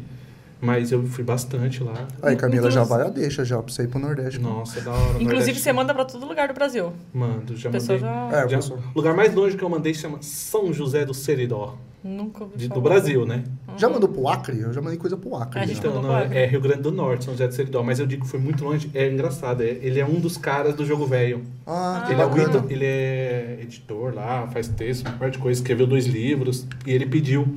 [SPEAKER 3] Mas eu fui bastante lá.
[SPEAKER 1] Aí, Camila, já
[SPEAKER 2] Inclusive-
[SPEAKER 1] vai, ah, deixa já pra você ir pro Nordeste.
[SPEAKER 3] Nossa, da hora.
[SPEAKER 2] Inclusive,
[SPEAKER 3] Nordeste.
[SPEAKER 2] você manda pra todo lugar do Brasil.
[SPEAKER 3] Mando, já
[SPEAKER 2] A pessoa
[SPEAKER 3] mandei.
[SPEAKER 2] já
[SPEAKER 1] É,
[SPEAKER 3] já-
[SPEAKER 1] professor.
[SPEAKER 3] o lugar mais longe que eu mandei chama São José do Seridó,
[SPEAKER 2] nunca ouviu
[SPEAKER 3] de-
[SPEAKER 2] falar.
[SPEAKER 3] do Brasil, né?
[SPEAKER 1] Já mandou pro Acre? Eu já mandei coisa pro Acre.
[SPEAKER 2] A
[SPEAKER 1] já.
[SPEAKER 2] gente
[SPEAKER 3] Então,
[SPEAKER 2] Pernambuco,
[SPEAKER 3] não,
[SPEAKER 2] é.
[SPEAKER 3] é Rio Grande do Norte, São José do Seridó. Mas eu digo que foi muito longe. É engraçado. é- ele é um dos caras do jogo velho.
[SPEAKER 1] Ah, que
[SPEAKER 3] ele, é o
[SPEAKER 1] bacana.
[SPEAKER 3] edi- ele é editor lá, faz texto, um par de coisa, escreveu dois livros. E ele pediu.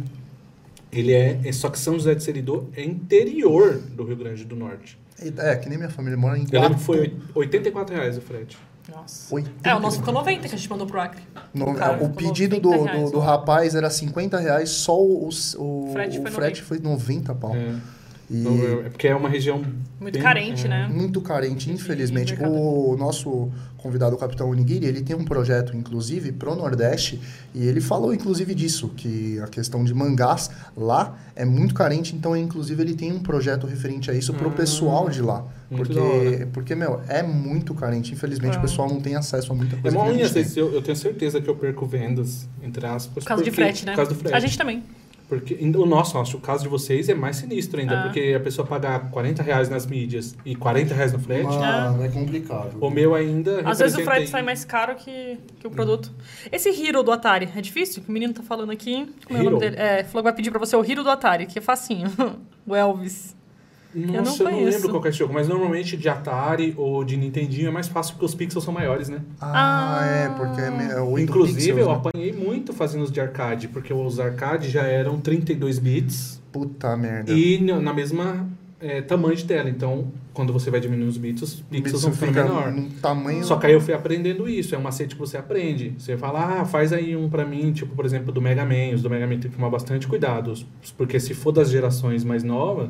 [SPEAKER 3] Ele é, é- Só que São José do Seridó é interior do Rio Grande do Norte.
[SPEAKER 1] É, que nem minha família mora em
[SPEAKER 3] Eu lembro
[SPEAKER 1] Guapo.
[SPEAKER 3] que foi R$ 84 reais o frete.
[SPEAKER 2] Nossa.
[SPEAKER 1] Oi.
[SPEAKER 2] É, o nosso ficou 90 que a gente mandou pro Acre.
[SPEAKER 1] No-
[SPEAKER 2] Cara,
[SPEAKER 1] o
[SPEAKER 2] ficou
[SPEAKER 1] pedido
[SPEAKER 2] 90
[SPEAKER 1] do, do,
[SPEAKER 2] reais.
[SPEAKER 1] do rapaz era 50 reais, só o, o, o
[SPEAKER 2] Frete
[SPEAKER 1] frete,
[SPEAKER 2] foi
[SPEAKER 1] foi 90 pau.
[SPEAKER 3] É.
[SPEAKER 1] E
[SPEAKER 3] Então, é- é porque é uma região.
[SPEAKER 2] Muito
[SPEAKER 3] bem-
[SPEAKER 2] carente,
[SPEAKER 3] é.
[SPEAKER 2] né?
[SPEAKER 1] muito carente, infelizmente.
[SPEAKER 2] mercado.
[SPEAKER 1] O nosso convidado, o Capitão Onigiri, ele tem um projeto, inclusive, pro Nordeste, e ele falou, inclusive, disso, que a questão de mangás lá é muito carente, então, inclusive, ele tem um projeto referente a isso pro
[SPEAKER 3] Ah,
[SPEAKER 1] pessoal de lá.
[SPEAKER 3] muito
[SPEAKER 1] Porque,
[SPEAKER 3] da hora.
[SPEAKER 1] porque, meu, é muito carente. Infelizmente,
[SPEAKER 2] Ah.
[SPEAKER 1] o pessoal não tem acesso a muita
[SPEAKER 3] É
[SPEAKER 1] coisa. né?
[SPEAKER 3] uma
[SPEAKER 1] que a
[SPEAKER 3] unha,
[SPEAKER 1] gente tem.
[SPEAKER 3] assim, eu, eu tenho certeza que eu perco vendas, entre aspas.
[SPEAKER 2] Por causa de
[SPEAKER 3] porque-
[SPEAKER 2] frete, né?
[SPEAKER 3] Por causa do frete.
[SPEAKER 2] A gente também.
[SPEAKER 3] Porque o nosso, acho que o caso de vocês é mais sinistro ainda,
[SPEAKER 2] Ah.
[SPEAKER 3] porque a pessoa pagar 40 reais nas mídias e 40 reais no frete,
[SPEAKER 1] Mano, é complicado.
[SPEAKER 3] Ah. o meu ainda.
[SPEAKER 2] Às vezes o
[SPEAKER 3] representa
[SPEAKER 2] frete
[SPEAKER 3] em-
[SPEAKER 2] sai mais caro que, que o produto. Esse Hero do Atari, é difícil? Que o menino tá falando aqui. Como é o
[SPEAKER 3] Hero?
[SPEAKER 2] nome dele? É, falou que vai pedir pra você o Hero do Atari, que é facinho. o Elvis. não
[SPEAKER 3] Nossa, eu não,
[SPEAKER 2] conheço.
[SPEAKER 3] lembro qual que é esse jogo, mas normalmente de Atari ou de Nintendinho é mais fácil porque os pixels são maiores, né?
[SPEAKER 1] Ah,
[SPEAKER 2] Ah.
[SPEAKER 1] é, porque é me- é 8
[SPEAKER 3] Inclusive,
[SPEAKER 1] pixels,
[SPEAKER 3] eu
[SPEAKER 1] né?
[SPEAKER 3] apanhei muito fazendo os de arcade, porque os arcade já eram 32 bits
[SPEAKER 1] Puta merda.
[SPEAKER 3] E no- na mesma eh, tamanho de tela. Então, quando você vai diminuindo os bits, os
[SPEAKER 1] O
[SPEAKER 3] pixels
[SPEAKER 1] Mitsu
[SPEAKER 3] vão ficando
[SPEAKER 1] fica
[SPEAKER 3] menor.
[SPEAKER 1] num tamanho...
[SPEAKER 3] Só que aí eu fui aprendendo isso, é um macete que você aprende. Você fala, ah, faz aí um pra mim, tipo, por exemplo, do Mega Man. Os do Mega Man tem que tomar bastante cuidado, os- porque se for das gerações mais novas,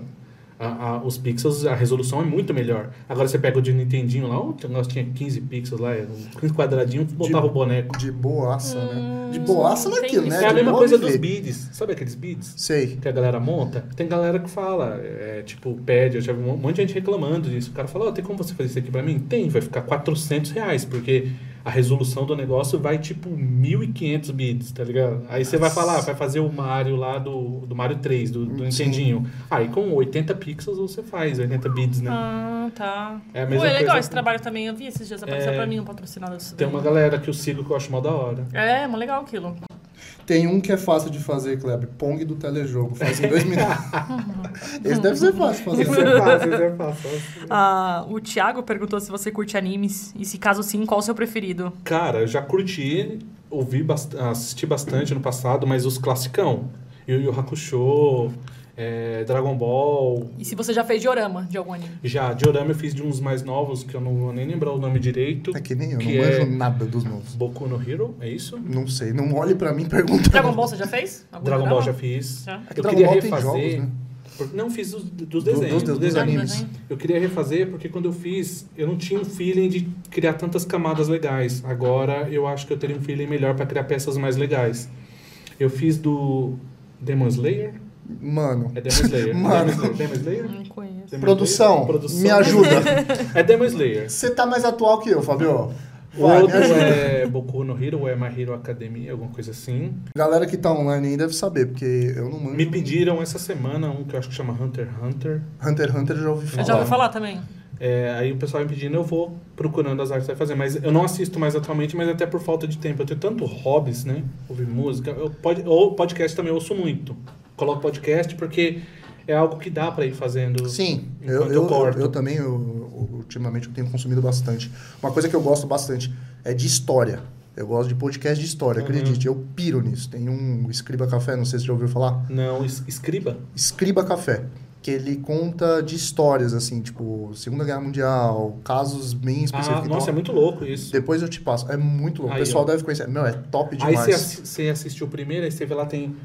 [SPEAKER 3] a- a- os pixels, a resolução é muito melhor. Agora você pega o de Nintendinho lá, o negócio tinha 15 pixels lá, era um 15 quadradinho, botava o boneco.
[SPEAKER 1] De boaça, né? De boaça naquilo,
[SPEAKER 2] entendi.
[SPEAKER 1] né?
[SPEAKER 3] É, a
[SPEAKER 1] De
[SPEAKER 3] mesma
[SPEAKER 1] boa
[SPEAKER 3] coisa
[SPEAKER 1] viver.
[SPEAKER 3] dos beads, sabe aqueles beads?
[SPEAKER 1] Sei.
[SPEAKER 3] que a galera monta, tem galera que fala, é, tipo, pede, eu já vi um monte de gente reclamando disso. O cara fala, ó, tem como você fazer isso aqui pra mim? Tem, vai ficar 400 reais, porque a resolução do negócio vai, tipo, 1.500 bits, tá ligado? Aí você vai falar, vai fazer o Mario lá do, do Mario 3, do, do
[SPEAKER 1] Sim.
[SPEAKER 3] Nintendinho. Aí com 80 pixels você faz 80 bits, né?
[SPEAKER 2] Ah, tá.
[SPEAKER 3] É a
[SPEAKER 2] Pô,
[SPEAKER 3] mesma
[SPEAKER 2] é legal
[SPEAKER 3] coisa.
[SPEAKER 2] esse trabalho também. Eu vi esses dias, apareceu
[SPEAKER 3] É.
[SPEAKER 2] pra mim um patrocinado disso
[SPEAKER 3] Tem
[SPEAKER 2] daí.
[SPEAKER 3] uma galera que eu sigo que eu acho mó da hora.
[SPEAKER 2] É, mas legal aquilo.
[SPEAKER 1] Tem um que é fácil de fazer, Kleber. Pong do telejogo. Faz em dois minutos. Esse deve ser fácil fazer.
[SPEAKER 3] Isso é fácil, isso é fácil.
[SPEAKER 2] Ah, o Thiago perguntou se você curte animes e se caso sim, qual o seu preferido?
[SPEAKER 3] Cara, eu já curti, ouvi bast- assisti bastante no passado, mas os classicão. Yu Yu Hakusho, é, Dragon Ball.
[SPEAKER 2] E se você já fez diorama de algum anime?
[SPEAKER 3] Já, Diorama eu fiz de uns mais novos, que eu não vou nem lembrar o nome direito.
[SPEAKER 1] É que nem eu,
[SPEAKER 3] Que
[SPEAKER 1] não manjo
[SPEAKER 3] é-
[SPEAKER 1] nada dos novos.
[SPEAKER 3] Boku no Hero, é isso?
[SPEAKER 1] Não sei, não olhe pra mim perguntando.
[SPEAKER 2] Dragon Ball você já fez? Algum
[SPEAKER 3] Dragon Ball já
[SPEAKER 2] drama?
[SPEAKER 3] fiz.
[SPEAKER 2] Já.
[SPEAKER 1] É que
[SPEAKER 3] Eu
[SPEAKER 1] Dragon
[SPEAKER 3] queria
[SPEAKER 1] Ball tem
[SPEAKER 3] refazer.
[SPEAKER 1] jogos, né?
[SPEAKER 3] por- Não, fiz dos, dos
[SPEAKER 1] Do- dos-
[SPEAKER 3] desenhos.
[SPEAKER 1] dos
[SPEAKER 3] desenhos.
[SPEAKER 1] animes.
[SPEAKER 2] desenho.
[SPEAKER 3] Eu queria refazer porque quando eu fiz, eu não tinha um feeling de criar tantas camadas legais. Agora eu acho que eu teria um feeling melhor pra criar peças mais legais. Eu fiz do Demon Slayer.
[SPEAKER 1] Mano,
[SPEAKER 3] É Demon Slayer.
[SPEAKER 1] Mano.
[SPEAKER 3] Demon Slayer. Demon Slayer?
[SPEAKER 2] Não conheço.
[SPEAKER 3] Demon
[SPEAKER 1] produção,
[SPEAKER 3] Slayer? É Produção.
[SPEAKER 1] me ajuda.
[SPEAKER 3] É Demon Slayer.
[SPEAKER 1] Você tá mais atual que eu, Fabio.
[SPEAKER 3] O
[SPEAKER 1] Vai, me
[SPEAKER 3] outro
[SPEAKER 1] ajuda.
[SPEAKER 3] é Boku no Hero, ou é My Hero Academia, alguma coisa assim.
[SPEAKER 1] Galera que tá online aí deve saber, porque eu não manjo.
[SPEAKER 3] Me pediram essa semana um que eu acho que chama Hunter x Hunter.
[SPEAKER 1] Hunter x Hunter eu já ouvi
[SPEAKER 2] Eu
[SPEAKER 1] falar.
[SPEAKER 2] já ouvi falar também.
[SPEAKER 3] É, aí o pessoal me pedindo, eu vou procurando as artes pra fazer. Mas eu não assisto mais atualmente, mas até por falta de tempo. Eu tenho tanto hobbies, né? Ouvir música. Eu pod, ou podcast também eu ouço muito. Coloco podcast porque é algo que dá pra ir fazendo.
[SPEAKER 1] Sim, eu,
[SPEAKER 3] enquanto
[SPEAKER 1] eu, eu,
[SPEAKER 3] corto.
[SPEAKER 1] eu também, eu- eu- ultimamente, eu tenho consumido bastante. Uma coisa que eu gosto bastante é de história. Eu gosto de podcast de
[SPEAKER 3] Uhum.
[SPEAKER 1] história, acredite, eu piro nisso. Tem um Escriba Café, não sei se você já ouviu falar.
[SPEAKER 3] Não, es- escriba.
[SPEAKER 1] Escriba Café, que ele conta de histórias, assim, tipo, Segunda Guerra Mundial, casos bem específicos.
[SPEAKER 3] Ah, nossa, é
[SPEAKER 1] Então,
[SPEAKER 3] muito louco isso.
[SPEAKER 1] Depois eu te passo. É muito louco.
[SPEAKER 3] Aí,
[SPEAKER 1] o pessoal
[SPEAKER 3] ó.
[SPEAKER 1] deve conhecer. Meu, é top
[SPEAKER 3] Aí
[SPEAKER 1] demais.
[SPEAKER 3] você assi- você assistiu o primeiro, aí você vê lá tem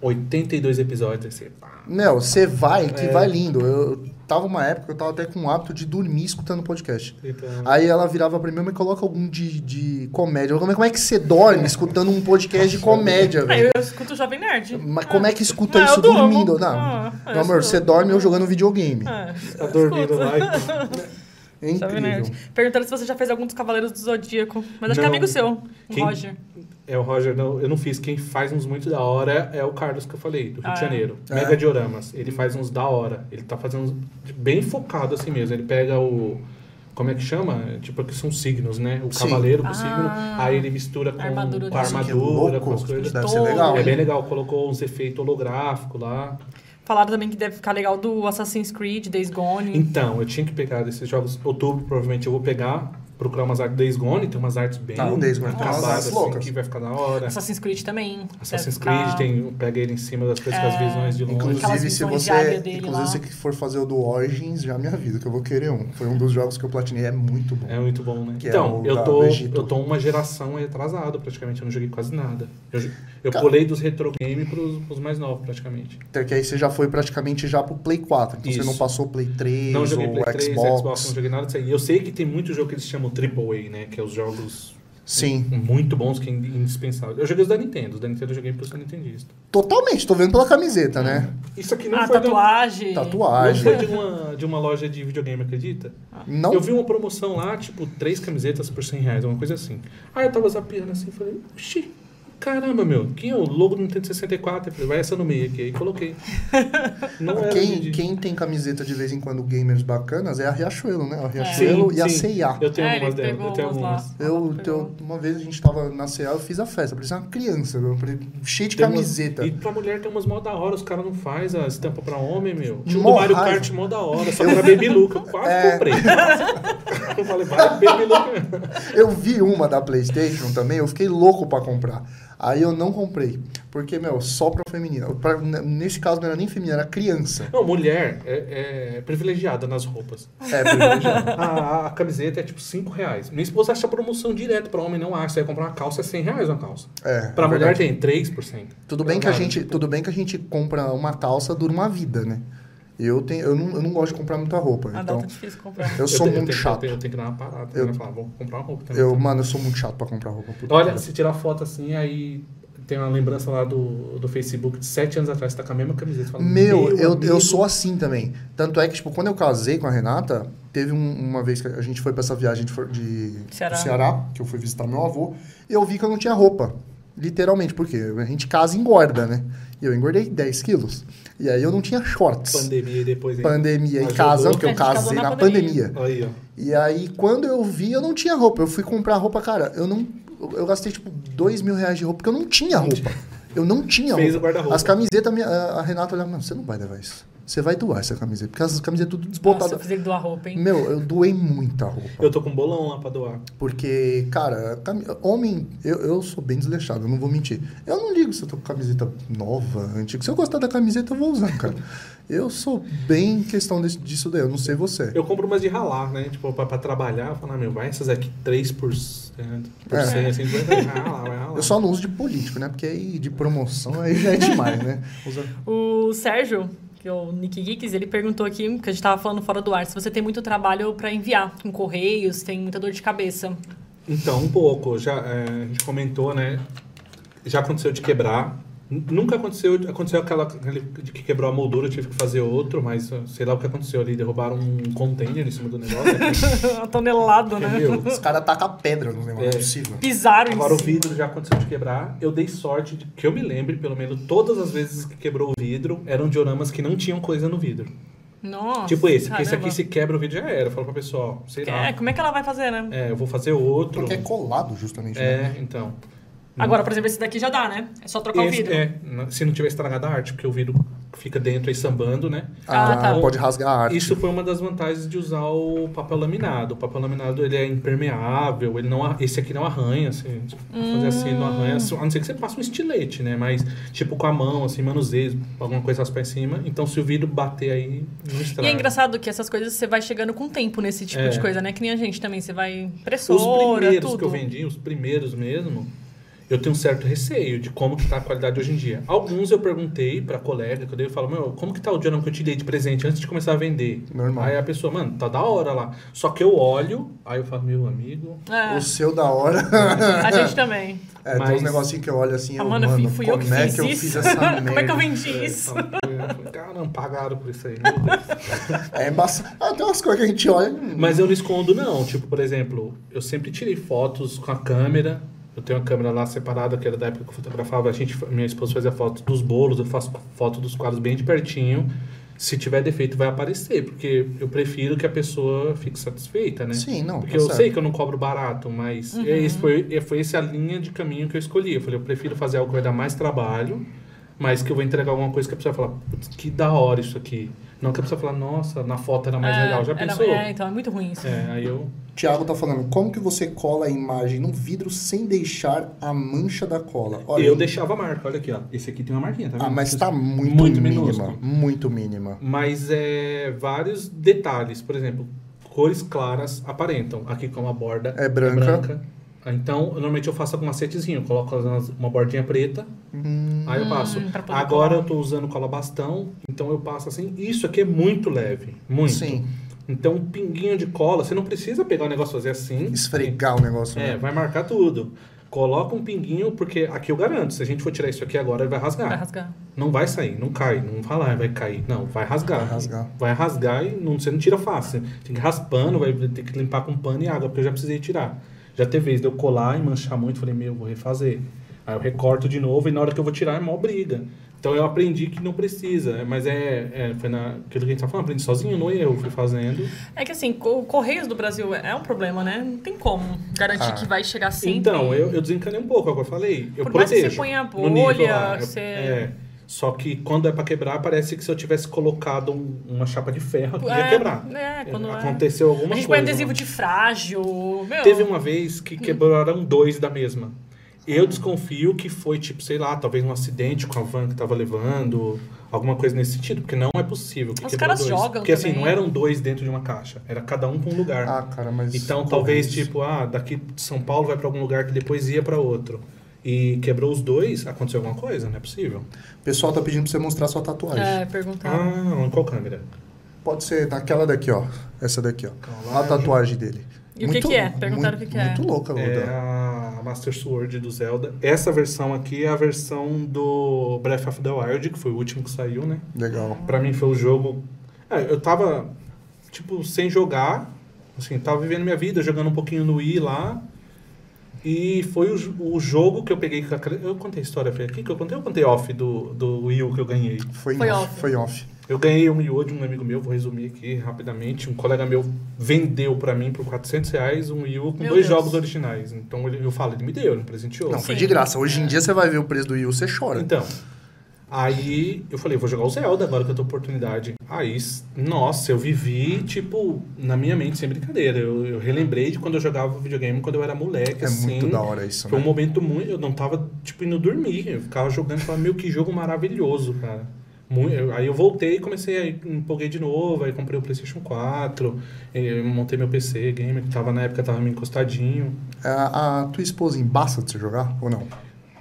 [SPEAKER 3] 82 episódios. Aí você, pá,
[SPEAKER 1] Não, você vai, que
[SPEAKER 3] É.
[SPEAKER 1] vai lindo. Eu, eu tava uma época, que eu tava até com o hábito de dormir escutando podcast.
[SPEAKER 3] então,
[SPEAKER 1] Aí ela virava pra mim, mas coloca algum de, de comédia. Eu, Como é, como é que você dorme escutando um podcast de comédia,
[SPEAKER 2] Ah, eu
[SPEAKER 1] velho?
[SPEAKER 2] eu escuto o Jovem Nerd.
[SPEAKER 1] Mas como é que escuta
[SPEAKER 2] Ah, eu
[SPEAKER 1] isso
[SPEAKER 2] durmo.
[SPEAKER 1] dormindo? Não,
[SPEAKER 2] Ah,
[SPEAKER 1] meu
[SPEAKER 2] eu
[SPEAKER 1] amor,
[SPEAKER 2] escuto.
[SPEAKER 1] você dorme eu jogando videogame.
[SPEAKER 2] Ah,
[SPEAKER 3] tá dormindo
[SPEAKER 2] escuto.
[SPEAKER 3] lá. e-
[SPEAKER 1] É
[SPEAKER 2] Jovem
[SPEAKER 1] incrível.
[SPEAKER 2] Nerd. Perguntaram se você já fez algum dos Cavaleiros do Zodíaco. Mas acho que é
[SPEAKER 3] Não.
[SPEAKER 2] amigo seu, o
[SPEAKER 3] Quem?
[SPEAKER 2] Roger.
[SPEAKER 3] É, o Roger, não, eu não fiz. Quem faz uns muito da hora é o Carlos que eu falei, do Rio
[SPEAKER 2] Ah,
[SPEAKER 3] de
[SPEAKER 2] é?
[SPEAKER 3] Janeiro.
[SPEAKER 1] É.
[SPEAKER 3] Mega Dioramas. Ele faz uns da hora. Ele tá fazendo uns de- bem focado assim mesmo. Ele pega o. Como é que chama? É, Tipo, que são signos, né? O
[SPEAKER 1] Sim.
[SPEAKER 3] cavaleiro com o
[SPEAKER 2] Ah.
[SPEAKER 3] signo. Aí ele mistura com com a armadura,
[SPEAKER 2] Armadura dele.
[SPEAKER 3] com,
[SPEAKER 1] Nossa, que
[SPEAKER 3] as
[SPEAKER 1] louco.
[SPEAKER 3] coisas.
[SPEAKER 1] Isso deve ser
[SPEAKER 2] Todo.
[SPEAKER 1] legal.
[SPEAKER 3] É bem
[SPEAKER 1] hein?
[SPEAKER 3] legal. Colocou uns efeitos holográficos lá.
[SPEAKER 2] Falaram também que deve ficar legal do Assassin's Creed, Days Gone.
[SPEAKER 3] Então, eu tinha que pegar desses jogos. Outubro, provavelmente, eu vou pegar. Procurar umas artes Days Gone. Tem umas artes bem
[SPEAKER 1] Ah, o Days Gone tem umas artes
[SPEAKER 3] acabadas, assim,
[SPEAKER 1] loucas.
[SPEAKER 3] que vai ficar da hora.
[SPEAKER 2] Assassin's Creed também.
[SPEAKER 3] Assassin's
[SPEAKER 2] Deve
[SPEAKER 3] Creed
[SPEAKER 2] ficar-
[SPEAKER 3] tem, pega ele em cima das coisas com as
[SPEAKER 2] tá. É.
[SPEAKER 3] visões de longe.
[SPEAKER 2] Aquelas
[SPEAKER 1] Inclusive, se
[SPEAKER 2] visões
[SPEAKER 1] você,
[SPEAKER 2] de área dele
[SPEAKER 1] inclusive
[SPEAKER 2] lá.
[SPEAKER 1] se for fazer o do Origins, já me avisa que eu vou querer um. Foi um dos jogos que eu platinei, é muito bom.
[SPEAKER 3] É muito bom, né?
[SPEAKER 1] Que é
[SPEAKER 3] então,
[SPEAKER 1] o da-
[SPEAKER 3] eu, tô,
[SPEAKER 1] do Egito.
[SPEAKER 3] eu tô uma geração aí atrasado, praticamente. Eu não joguei quase nada. Eu, eu
[SPEAKER 1] Cara.
[SPEAKER 3] pulei dos retro game pros, pros mais novos, praticamente.
[SPEAKER 1] Até que aí você já foi praticamente já pro Play 4. Então
[SPEAKER 3] Isso.
[SPEAKER 1] você não passou Play 3
[SPEAKER 3] não joguei
[SPEAKER 1] ou
[SPEAKER 3] Play 3,
[SPEAKER 1] Xbox.
[SPEAKER 3] Xbox. não joguei nada disso aí. Eu sei que tem muito jogo que eles chamam AAA, né? Que é os jogos
[SPEAKER 1] Sim,
[SPEAKER 3] muito bons que é ind- indispensável. Eu joguei os da Nintendo. Os da Nintendo eu joguei porque eu sou nintendista.
[SPEAKER 1] totalmente. Tô vendo pela camiseta, né?
[SPEAKER 3] Isso aqui não
[SPEAKER 2] Ah,
[SPEAKER 3] foi, de, uma-
[SPEAKER 2] tatuagem.
[SPEAKER 3] não foi
[SPEAKER 1] Tatuagem.
[SPEAKER 3] de uma, de uma loja de videogame, acredita?
[SPEAKER 1] Não,
[SPEAKER 3] Eu vi uma promoção lá, tipo, três camisetas por 100 reais, uma coisa assim. Aí eu tava zapeando assim, falei, oxi, caramba, meu, que é o logo do Nintendo 64? Eu falei, vai essa no meio aqui, aí coloquei. Não era de-
[SPEAKER 1] quem, quem tem camiseta de vez em quando gamers bacanas é a Riachuelo, né? A
[SPEAKER 3] Sim,
[SPEAKER 1] Riachuelo e a
[SPEAKER 3] sim.
[SPEAKER 1] C&A.
[SPEAKER 3] Eu tenho
[SPEAKER 2] É,
[SPEAKER 3] algumas
[SPEAKER 2] ele
[SPEAKER 3] delas,
[SPEAKER 2] pegou
[SPEAKER 3] eu tenho
[SPEAKER 2] umas lá.
[SPEAKER 3] algumas.
[SPEAKER 1] Eu,
[SPEAKER 2] Pegou.
[SPEAKER 1] eu- uma vez a gente tava na CA, eu fiz a festa, parecia uma criança, meu, pare- cheio de
[SPEAKER 3] Tem umas-
[SPEAKER 1] camiseta.
[SPEAKER 3] E pra mulher tem umas mó da hora, os caras não faz a estampa pra homem, meu. Tinha um
[SPEAKER 1] Mó
[SPEAKER 3] do Mario
[SPEAKER 1] raiva.
[SPEAKER 3] Kart mó da hora, só que era Baby Luca, eu quase
[SPEAKER 1] É.
[SPEAKER 3] comprei. eu falei, vai, Baby Luca mesmo.
[SPEAKER 1] Eu vi uma da PlayStation também, eu fiquei louco pra comprar. Aí eu não comprei, porque, meu, só pra feminina. Pra- n- nesse caso não era nem feminina, era criança.
[SPEAKER 3] Não, mulher é- é privilegiada nas roupas.
[SPEAKER 1] É, privilegiado.
[SPEAKER 3] A, a camiseta é tipo 5 reais. Minha esposa acha promoção direto pra homem, não acha. Você vai comprar uma calça é 100 reais uma calça.
[SPEAKER 1] É,
[SPEAKER 3] Pra
[SPEAKER 1] é
[SPEAKER 3] mulher
[SPEAKER 1] verdade.
[SPEAKER 3] tem 3%.
[SPEAKER 1] Tudo bem, que a gente, tudo bem que a gente compra uma calça, dura uma vida, né? Eu, tenho, eu, não, eu não gosto de comprar muita roupa,
[SPEAKER 2] A
[SPEAKER 1] então...
[SPEAKER 2] data é difícil comprar.
[SPEAKER 1] Eu sou
[SPEAKER 3] tenho-
[SPEAKER 1] muito
[SPEAKER 3] tenho- Eu
[SPEAKER 1] chato.
[SPEAKER 3] tenho, eu tenho que dar uma parada. Eu,
[SPEAKER 1] Eu-
[SPEAKER 3] falar, vou comprar uma roupa também.
[SPEAKER 1] Eu, mano, eu sou muito chato pra comprar roupa. puta
[SPEAKER 3] Olha,
[SPEAKER 1] que
[SPEAKER 3] se tirar foto assim, aí tem uma lembrança lá do, do Facebook de 7 anos atrás. Você tá com a mesma camiseta. Você fala,
[SPEAKER 1] Meu, eu,
[SPEAKER 3] amigo,
[SPEAKER 1] eu sou assim também. Tanto é que, tipo, quando eu casei com a Renata, teve um- uma vez que a gente foi pra essa viagem de, for- de
[SPEAKER 2] Ceará.
[SPEAKER 1] do Ceará, que eu fui visitar meu avô, e eu vi que eu não tinha roupa. Literalmente, porque a gente casa e engorda, né? E eu engordei 10 quilos. E aí eu não tinha shorts.
[SPEAKER 3] Pandemia e depois... hein?
[SPEAKER 1] Pandemia e
[SPEAKER 3] Ajudou.
[SPEAKER 1] casa, porque
[SPEAKER 2] A
[SPEAKER 1] eu
[SPEAKER 2] gente casou
[SPEAKER 1] casei
[SPEAKER 2] na
[SPEAKER 1] na pandemia.
[SPEAKER 2] pandemia.
[SPEAKER 3] Aí, ó.
[SPEAKER 1] E aí, quando eu vi, eu não tinha roupa. Eu fui comprar roupa, cara, eu não. eu- Eu gastei tipo dois mil reais de roupa, porque eu não tinha roupa. Eu não tinha
[SPEAKER 3] Fez o
[SPEAKER 1] roupa.
[SPEAKER 3] guarda-roupa.
[SPEAKER 1] As camisetas, minha- a a Renata olhava, mano, você não vai levar isso. Você vai doar essa camiseta, porque as camisetas tudo
[SPEAKER 2] Nossa, eu
[SPEAKER 1] desbotadas.
[SPEAKER 2] fiz ele doar roupa, hein?
[SPEAKER 1] Meu, eu doei muita roupa.
[SPEAKER 3] Eu tô com um bolão lá pra doar.
[SPEAKER 1] Porque, cara, cami- homem, eu, eu sou bem desleixado, eu não vou mentir. Eu não ligo se eu tô com camiseta nova, antiga. Se eu gostar da camiseta, eu vou usar, cara. Eu sou bem questão desse- disso daí, eu não sei você.
[SPEAKER 3] Eu compro umas de ralar, né? Tipo, pra, pra trabalhar, falar, meu, vai essas aqui 3%, por
[SPEAKER 1] É.
[SPEAKER 3] 100, assim, vai ralar, vai ralar.
[SPEAKER 1] Eu só não uso de político, né? Porque aí de promoção aí já é demais, né? Usa...
[SPEAKER 2] O Sérgio, que é o Nick Geeks, ele perguntou aqui, porque a gente tava falando fora do ar, se você tem muito trabalho pra enviar com correios, tem muita dor de cabeça.
[SPEAKER 3] Então, um pouco. Já, é, a gente comentou, né? Já aconteceu de quebrar. N- Nunca aconteceu, aconteceu aquela aquele de que quebrou a moldura, eu tive que fazer outro, mas uh, sei lá o que aconteceu ali, derrubaram um container em cima do negócio. né,
[SPEAKER 2] Tonelado, né?
[SPEAKER 3] entendeu?
[SPEAKER 1] Os caras tacam pedra no negócio,
[SPEAKER 3] É.
[SPEAKER 1] é possível.
[SPEAKER 2] Pisaram
[SPEAKER 3] Agora o
[SPEAKER 2] em cima.
[SPEAKER 3] vidro já aconteceu de quebrar. Eu dei sorte de que eu me lembre, pelo menos todas as vezes que quebrou o vidro, eram dioramas que não tinham coisa no vidro.
[SPEAKER 2] Nossa.
[SPEAKER 3] tipo esse. porque Esse
[SPEAKER 2] caramba.
[SPEAKER 3] aqui se quebra o vídeo já era. Eu falo pra pessoal, sei lá.
[SPEAKER 2] É, como é que ela vai fazer, né?
[SPEAKER 3] É, eu vou fazer outro.
[SPEAKER 1] Porque é colado, justamente. né?
[SPEAKER 3] É, então.
[SPEAKER 2] Agora, por exemplo, esse daqui já dá, né? É só trocar
[SPEAKER 3] Esse-
[SPEAKER 2] o vidro.
[SPEAKER 3] é, n- se não tiver estragado a arte, porque o vidro fica dentro aí sambando, né?
[SPEAKER 2] Ah, tá.
[SPEAKER 1] Pode rasgar a arte.
[SPEAKER 3] Isso foi uma das vantagens de usar o papel laminado. O papel laminado ele é impermeável, ele não, ar- esse aqui não arranha, assim, se fazer assim,
[SPEAKER 2] Hum.
[SPEAKER 3] ele não arranha, a não ser que você passe um estilete, né? Mas tipo com a mão, assim, manuseio, alguma coisa raspar em cima. Então se o vidro bater aí, não
[SPEAKER 2] E
[SPEAKER 3] estraga.
[SPEAKER 2] é engraçado que essas coisas você vai chegando com o tempo nesse tipo
[SPEAKER 3] É.
[SPEAKER 2] de coisa, né? Que nem a gente também, você vai
[SPEAKER 3] Os
[SPEAKER 2] impressora,
[SPEAKER 3] primeiros
[SPEAKER 2] tudo.
[SPEAKER 3] que eu vendi, os primeiros mesmo, eu tenho um certo receio de como que tá a qualidade hoje em dia. Alguns eu perguntei pra colega, que eu dei, eu falo, meu, como que tá o dinheiro que eu te dei de presente antes de começar a vender?
[SPEAKER 1] Normal.
[SPEAKER 3] Aí a pessoa, mano, tá da hora lá. Só que eu olho, aí eu falo, meu amigo...
[SPEAKER 2] É,
[SPEAKER 1] O seu da hora.
[SPEAKER 2] a gente também.
[SPEAKER 1] É, tem
[SPEAKER 3] Mas-
[SPEAKER 1] uns negocinhos que eu olho assim,
[SPEAKER 2] Ah,
[SPEAKER 1] eu,
[SPEAKER 2] mano,
[SPEAKER 1] mano,
[SPEAKER 2] fui- fui eu
[SPEAKER 1] como
[SPEAKER 2] que
[SPEAKER 1] é
[SPEAKER 2] fiz
[SPEAKER 1] que eu
[SPEAKER 2] isso?
[SPEAKER 1] fiz essa merda?
[SPEAKER 2] Como é que eu vendi
[SPEAKER 3] é,
[SPEAKER 2] isso?
[SPEAKER 3] fala, eu falei, Cara, não pagaram por isso aí. né?" meu Deus."
[SPEAKER 1] É embaçado. Ah, tem umas coisas que a gente olha. hum,
[SPEAKER 3] Mas eu não escondo não. Tipo, por exemplo, eu sempre tirei fotos com a câmera. Eu tenho uma câmera lá separada, que era da época que eu fotografava. A gente, minha esposa fazia foto dos bolos, eu faço foto dos quadros bem de pertinho. Se tiver defeito, vai aparecer, porque eu prefiro que a pessoa fique satisfeita, né?
[SPEAKER 1] Sim, não, tá
[SPEAKER 3] Porque eu
[SPEAKER 1] certo.
[SPEAKER 3] sei que eu não cobro barato, mas esse foi, é- foi essa a linha de caminho que eu escolhi. Eu falei, eu prefiro fazer algo que vai dar mais trabalho, mas que eu vou entregar alguma coisa que a pessoa vai falar, "Putz, que da hora isso aqui. Não que a pessoa fala, nossa, na foto era mais
[SPEAKER 2] É,
[SPEAKER 3] legal. Já
[SPEAKER 2] era-
[SPEAKER 3] pensou?
[SPEAKER 2] é, então é muito ruim isso.
[SPEAKER 3] É, aí eu.
[SPEAKER 1] Tiago tá falando, como que você cola a imagem num vidro sem deixar a mancha da cola? Olha,
[SPEAKER 3] eu deixava a marca, olha aqui, ó. Esse aqui tem uma marquinha, tá vendo?
[SPEAKER 1] Ah, mas tá muito,
[SPEAKER 3] Muito
[SPEAKER 1] mínima.
[SPEAKER 3] minúsculo.
[SPEAKER 1] Muito mínima.
[SPEAKER 3] Mas é. Vários detalhes, por exemplo, cores claras aparentam. Aqui com uma borda
[SPEAKER 1] É branca.
[SPEAKER 3] Então, normalmente eu faço com macetezinho, eu coloco umas- uma bordinha preta,
[SPEAKER 1] Hum.
[SPEAKER 3] aí eu passo.
[SPEAKER 2] Hum, pra poder
[SPEAKER 3] Agora eu tô usando cola bastão, então eu passo assim. Isso aqui é muito leve, muito.
[SPEAKER 1] Sim.
[SPEAKER 3] Então, um pinguinho de cola, você não precisa pegar o negócio e fazer assim.
[SPEAKER 1] Esfregar o negócio.
[SPEAKER 3] É,
[SPEAKER 1] né?
[SPEAKER 3] vai marcar tudo. Coloca um pinguinho, porque aqui eu garanto, se a gente for tirar isso aqui agora, vai rasgar.
[SPEAKER 1] Ah.
[SPEAKER 2] Vai rasgar.
[SPEAKER 3] Não vai sair, não cai, não vai lá, vai cair. Não, vai rasgar.
[SPEAKER 1] Vai rasgar.
[SPEAKER 3] Vai rasgar e não, você não tira fácil. Tem que ir raspando, vai ter que limpar com pano e água, porque eu já precisei tirar. Já teve vez de eu colar e manchar muito, falei, meu, vou refazer. Aí eu recorto de novo e na hora que eu vou tirar é mó briga. Então eu aprendi que não precisa, mas é, é foi na, aquilo que a gente tá falando, aprendi sozinho, não eu, fui fazendo.
[SPEAKER 2] É que assim, co- o Correios do Brasil é um problema, né? Não tem como garantir
[SPEAKER 1] Ah.
[SPEAKER 2] que vai chegar sempre.
[SPEAKER 3] Então, eu, eu desencanei um pouco, é o que eu falei. Eu
[SPEAKER 2] Por mais que
[SPEAKER 3] protejo.
[SPEAKER 2] você ponha a
[SPEAKER 3] no nível
[SPEAKER 2] bolha,
[SPEAKER 3] lá. Eu-
[SPEAKER 2] você-
[SPEAKER 3] É. Só que quando é pra quebrar, parece que se eu tivesse colocado um- uma chapa de ferro, aqui, ia
[SPEAKER 2] É,
[SPEAKER 3] quebrar.
[SPEAKER 2] é, quando é.
[SPEAKER 3] Aconteceu alguma
[SPEAKER 2] a gente põe
[SPEAKER 3] coisa.
[SPEAKER 2] adesivo
[SPEAKER 3] mano.
[SPEAKER 2] de Hum. frágil. Meu,
[SPEAKER 3] Teve uma vez que quebraram dois da mesma.
[SPEAKER 2] Ah.
[SPEAKER 3] Eu desconfio que foi, tipo, sei lá, talvez um acidente com a van que tava levando, alguma coisa nesse sentido, porque não é possível que
[SPEAKER 2] Os
[SPEAKER 3] quebrou
[SPEAKER 2] caras
[SPEAKER 3] dois.
[SPEAKER 2] jogam
[SPEAKER 3] Porque assim,
[SPEAKER 2] também.
[SPEAKER 3] não eram dois dentro de uma caixa, era cada um pra um lugar.
[SPEAKER 1] Ah, cara, mas.
[SPEAKER 3] Então,
[SPEAKER 1] como
[SPEAKER 3] talvez,
[SPEAKER 1] isso?
[SPEAKER 3] tipo, ah, daqui de São Paulo vai pra algum lugar que depois ia pra outro. E quebrou os dois, aconteceu alguma coisa? Não é possível.
[SPEAKER 1] O pessoal tá pedindo pra você mostrar sua tatuagem.
[SPEAKER 2] É, perguntar.
[SPEAKER 3] Ah, em qual câmera?
[SPEAKER 1] Pode ser naquela daqui, ó. Essa daqui, ó.
[SPEAKER 3] Caralho.
[SPEAKER 1] A tatuagem dele.
[SPEAKER 2] E o que que é? Perguntaram
[SPEAKER 1] muito-
[SPEAKER 2] o que que é.
[SPEAKER 1] Muito louca,
[SPEAKER 3] É
[SPEAKER 1] Luda.
[SPEAKER 3] a Master Sword do Zelda. Essa versão aqui é a versão do Breath of the Wild, que foi o último que saiu, né?
[SPEAKER 1] Legal.
[SPEAKER 3] Pra mim foi o jogo. É, eu tava, tipo, sem jogar. Assim, tava vivendo minha vida, jogando um pouquinho no Wii lá. E foi o, jo- o jogo que eu peguei. com aquela- Eu contei a história, foi aqui que eu contei ou contei off do, do Wii U que eu ganhei?
[SPEAKER 1] Foi,
[SPEAKER 2] Foi
[SPEAKER 1] off.
[SPEAKER 2] off.
[SPEAKER 1] Foi off.
[SPEAKER 3] Eu ganhei um Wii U de um amigo meu, vou resumir aqui rapidamente. Um colega meu vendeu pra mim por 400 reais um Wii U com
[SPEAKER 2] Meu Deus.
[SPEAKER 3] dois jogos originais. Então ele- eu falo, ele me deu, ele me presenteou.
[SPEAKER 1] Não, foi
[SPEAKER 2] Sim. É.
[SPEAKER 1] de graça. Hoje em dia você vai ver o preço do Will, você chora.
[SPEAKER 3] Então, aí eu falei, vou jogar o Zelda agora que eu tenho oportunidade. Aí, s- nossa, eu vivi, tipo, na minha mente, sem brincadeira. Eu, eu relembrei de quando eu jogava videogame, quando eu era moleque,
[SPEAKER 1] é
[SPEAKER 3] assim.
[SPEAKER 1] muito da hora isso,
[SPEAKER 3] Foi um
[SPEAKER 1] né?
[SPEAKER 3] momento muito... Eu não tava, tipo, indo dormir. Eu ficava jogando e falava, meu, que jogo maravilhoso, cara. Mu- eu- Aí eu voltei e comecei, aí empolguei de novo, aí comprei o Playstation 4, eh, montei meu PC gamer, que tava na época, tava meio encostadinho.
[SPEAKER 1] É, A, a tua esposa embaça de você jogar ou não?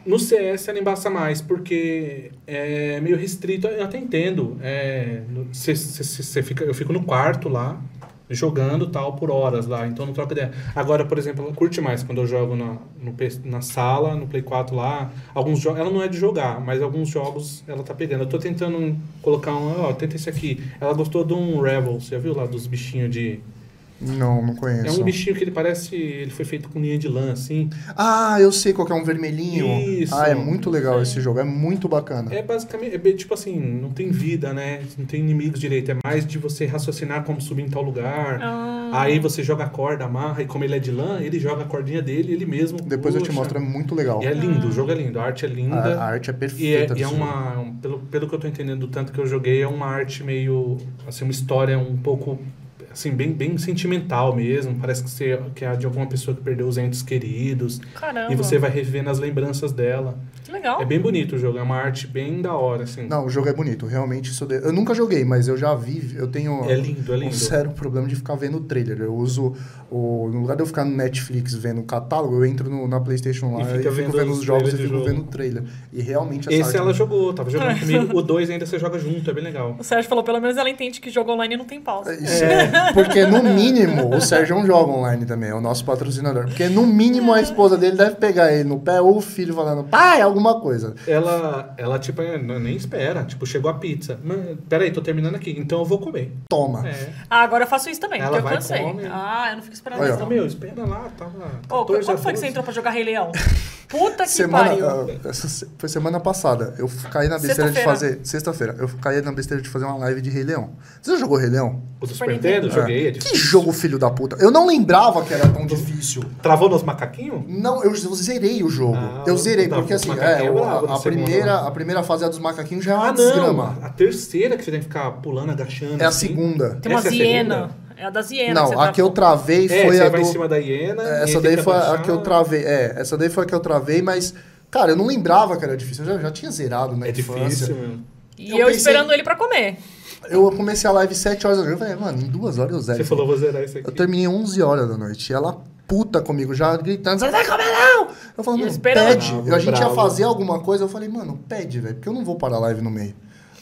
[SPEAKER 3] No CS ela embaça mais, porque é meio restrito, eu até entendo. É, no- cê- cê- cê- cê fica, eu fico no quarto lá, jogando tal, por horas lá, então não troca ideia. Agora, por exemplo, ela curte mais quando eu jogo na, no P- na sala, no Play 4 lá. Alguns jogos, ela não é de jogar, mas alguns jogos ela tá pegando. Eu tô tentando colocar um, ó, tenta esse aqui. Ela gostou de um Revel, você já viu lá dos bichinhos de.
[SPEAKER 1] Não, não
[SPEAKER 3] É
[SPEAKER 1] conheço.
[SPEAKER 3] um bichinho que ele parece. Ele foi feito com linha de lã, assim.
[SPEAKER 1] Ah, eu sei qual que é um vermelhinho.
[SPEAKER 3] Isso.
[SPEAKER 1] Ah, é muito legal esse jogo, é muito bacana.
[SPEAKER 3] É basicamente. É bem, tipo assim, não tem vida, né? Não tem inimigos direito. É mais de você raciocinar como subir em tal lugar.
[SPEAKER 2] Ah.
[SPEAKER 3] Ah. Aí você joga a corda, amarra, e como ele é de lã, ele joga a cordinha dele, ele mesmo.
[SPEAKER 1] Depois eu te
[SPEAKER 3] puxa.
[SPEAKER 1] mostro, é muito legal.
[SPEAKER 3] E é lindo, o jogo é lindo, a arte é
[SPEAKER 1] A,
[SPEAKER 3] linda.
[SPEAKER 1] a arte é
[SPEAKER 3] E é,
[SPEAKER 1] perfeita.
[SPEAKER 3] e é
[SPEAKER 1] desse jogo.
[SPEAKER 3] uma. um- Pelo, pelo que eu tô entendendo do tanto que eu joguei, é uma arte meio. Assim, uma história um pouco. Assim, bem, bem sentimental mesmo. Parece que, você, que é de alguma pessoa que perdeu os entes queridos.
[SPEAKER 2] Caramba.
[SPEAKER 3] E você vai revendo as lembranças dela.
[SPEAKER 2] Que legal.
[SPEAKER 3] É bem bonito o jogo, é uma arte bem da hora, assim.
[SPEAKER 1] Não, o jogo é bonito, realmente isso. de- Eu nunca joguei, mas eu já vi. Eu tenho
[SPEAKER 3] É lindo, é
[SPEAKER 1] um
[SPEAKER 3] lindo.
[SPEAKER 1] sério problema de ficar vendo o trailer. Eu uso. O... No lugar de eu ficar no Netflix vendo o catálogo, eu entro no- na PlayStation lá
[SPEAKER 3] E
[SPEAKER 1] e,
[SPEAKER 3] fica
[SPEAKER 1] fico
[SPEAKER 3] vendo
[SPEAKER 1] vendo
[SPEAKER 3] os
[SPEAKER 1] os jogos e
[SPEAKER 3] trailers do
[SPEAKER 1] fico
[SPEAKER 3] jogo.
[SPEAKER 1] vendo o trailer. E realmente essa
[SPEAKER 3] Esse
[SPEAKER 1] arte- é
[SPEAKER 3] ela jogou, é tava jogando comigo. O 2 ainda você joga junto, é bem legal.
[SPEAKER 2] O Sérgio falou, pelo menos ela entende que jogo online não tem pausa.
[SPEAKER 3] É.
[SPEAKER 1] Isso. É, Porque no mínimo o Sérgio é um jogo online também, é o nosso patrocinador. Porque no mínimo a esposa dele deve pegar ele no pé ou o filho falando, pai, alguma coisa.
[SPEAKER 3] Ela, ela tipo, é, não- nem espera. Tipo, chegou a pizza. Mas, peraí, tô terminando aqui, então eu vou comer.
[SPEAKER 1] Toma.
[SPEAKER 3] É.
[SPEAKER 2] Ah, agora eu faço isso também,
[SPEAKER 3] Ela
[SPEAKER 2] porque eu
[SPEAKER 3] vai,
[SPEAKER 2] cansei.
[SPEAKER 3] come.
[SPEAKER 2] Ah, eu não fico esperando
[SPEAKER 1] Olha,
[SPEAKER 2] isso.
[SPEAKER 1] ó.
[SPEAKER 2] não.
[SPEAKER 3] tá, Meu, espera lá, tava.
[SPEAKER 2] Ô,
[SPEAKER 3] 14 a
[SPEAKER 2] quando foi que você
[SPEAKER 3] 12.
[SPEAKER 2] entrou pra jogar Rei Leão? Puta que
[SPEAKER 1] Semana,
[SPEAKER 2] pariu.
[SPEAKER 1] ah, essa se- foi semana passada. Eu f- caí na besteira de
[SPEAKER 2] Sexta-feira.
[SPEAKER 1] fazer. Sexta-feira. Eu f- caí na besteira de fazer uma live de Rei Leão. Você já jogou Rei Leão?
[SPEAKER 3] O do Super Nintendo, joguei. é
[SPEAKER 1] Que
[SPEAKER 3] difícil.
[SPEAKER 1] jogo, filho da puta. Eu não lembrava que era tão difícil.
[SPEAKER 3] Travou nos macaquinhos?
[SPEAKER 1] Não, eu, eu zerei o jogo.
[SPEAKER 3] Ah,
[SPEAKER 1] eu zerei,
[SPEAKER 3] tá,
[SPEAKER 1] porque
[SPEAKER 3] os
[SPEAKER 1] assim,
[SPEAKER 3] macaquinhos
[SPEAKER 1] é,
[SPEAKER 3] é
[SPEAKER 1] o-
[SPEAKER 3] brabo
[SPEAKER 1] a,
[SPEAKER 3] na
[SPEAKER 1] a
[SPEAKER 3] segunda,
[SPEAKER 1] primeira, a primeira fase dos macaquinhos
[SPEAKER 3] Ah,
[SPEAKER 1] já é uma desgrama.
[SPEAKER 3] A terceira que você tem que ficar pulando, agachando.
[SPEAKER 1] É a
[SPEAKER 3] assim.
[SPEAKER 1] segunda.
[SPEAKER 2] Tem uma
[SPEAKER 3] Essa é a
[SPEAKER 2] hiena. É a das hienas. que
[SPEAKER 1] Não,
[SPEAKER 2] você
[SPEAKER 1] a que eu
[SPEAKER 2] travou.
[SPEAKER 1] travei
[SPEAKER 3] É,
[SPEAKER 1] foi
[SPEAKER 3] você
[SPEAKER 1] a
[SPEAKER 3] vai
[SPEAKER 1] do. é,
[SPEAKER 3] em cima da hiena. e aí
[SPEAKER 1] Essa
[SPEAKER 3] tem
[SPEAKER 1] daí
[SPEAKER 3] que
[SPEAKER 1] foi a
[SPEAKER 3] abaixar.
[SPEAKER 1] que eu travei. É, essa daí foi a que eu travei, mas. Cara, eu não lembrava que era difícil. Eu já, já tinha zerado na
[SPEAKER 3] É
[SPEAKER 1] infância.
[SPEAKER 3] difícil, mesmo.
[SPEAKER 2] E
[SPEAKER 1] eu
[SPEAKER 2] eu,
[SPEAKER 1] pensei-
[SPEAKER 2] esperando ele pra comer.
[SPEAKER 1] Eu comecei a live 7 horas da noite. Eu falei, mano, em duas horas eu zero.
[SPEAKER 3] Você falou, vou zerar isso aqui.
[SPEAKER 1] Eu terminei 11 horas da noite. E ela puta comigo, já gritando, você não vai comer não! Eu falei,
[SPEAKER 2] E
[SPEAKER 1] mano,
[SPEAKER 2] esperando.
[SPEAKER 1] pede.
[SPEAKER 3] Bravo,
[SPEAKER 1] Eu- a gente ia
[SPEAKER 3] Ah, bravo.
[SPEAKER 1] fazer alguma coisa, eu falei, mano, pede, velho, porque eu não vou parar a live no meio.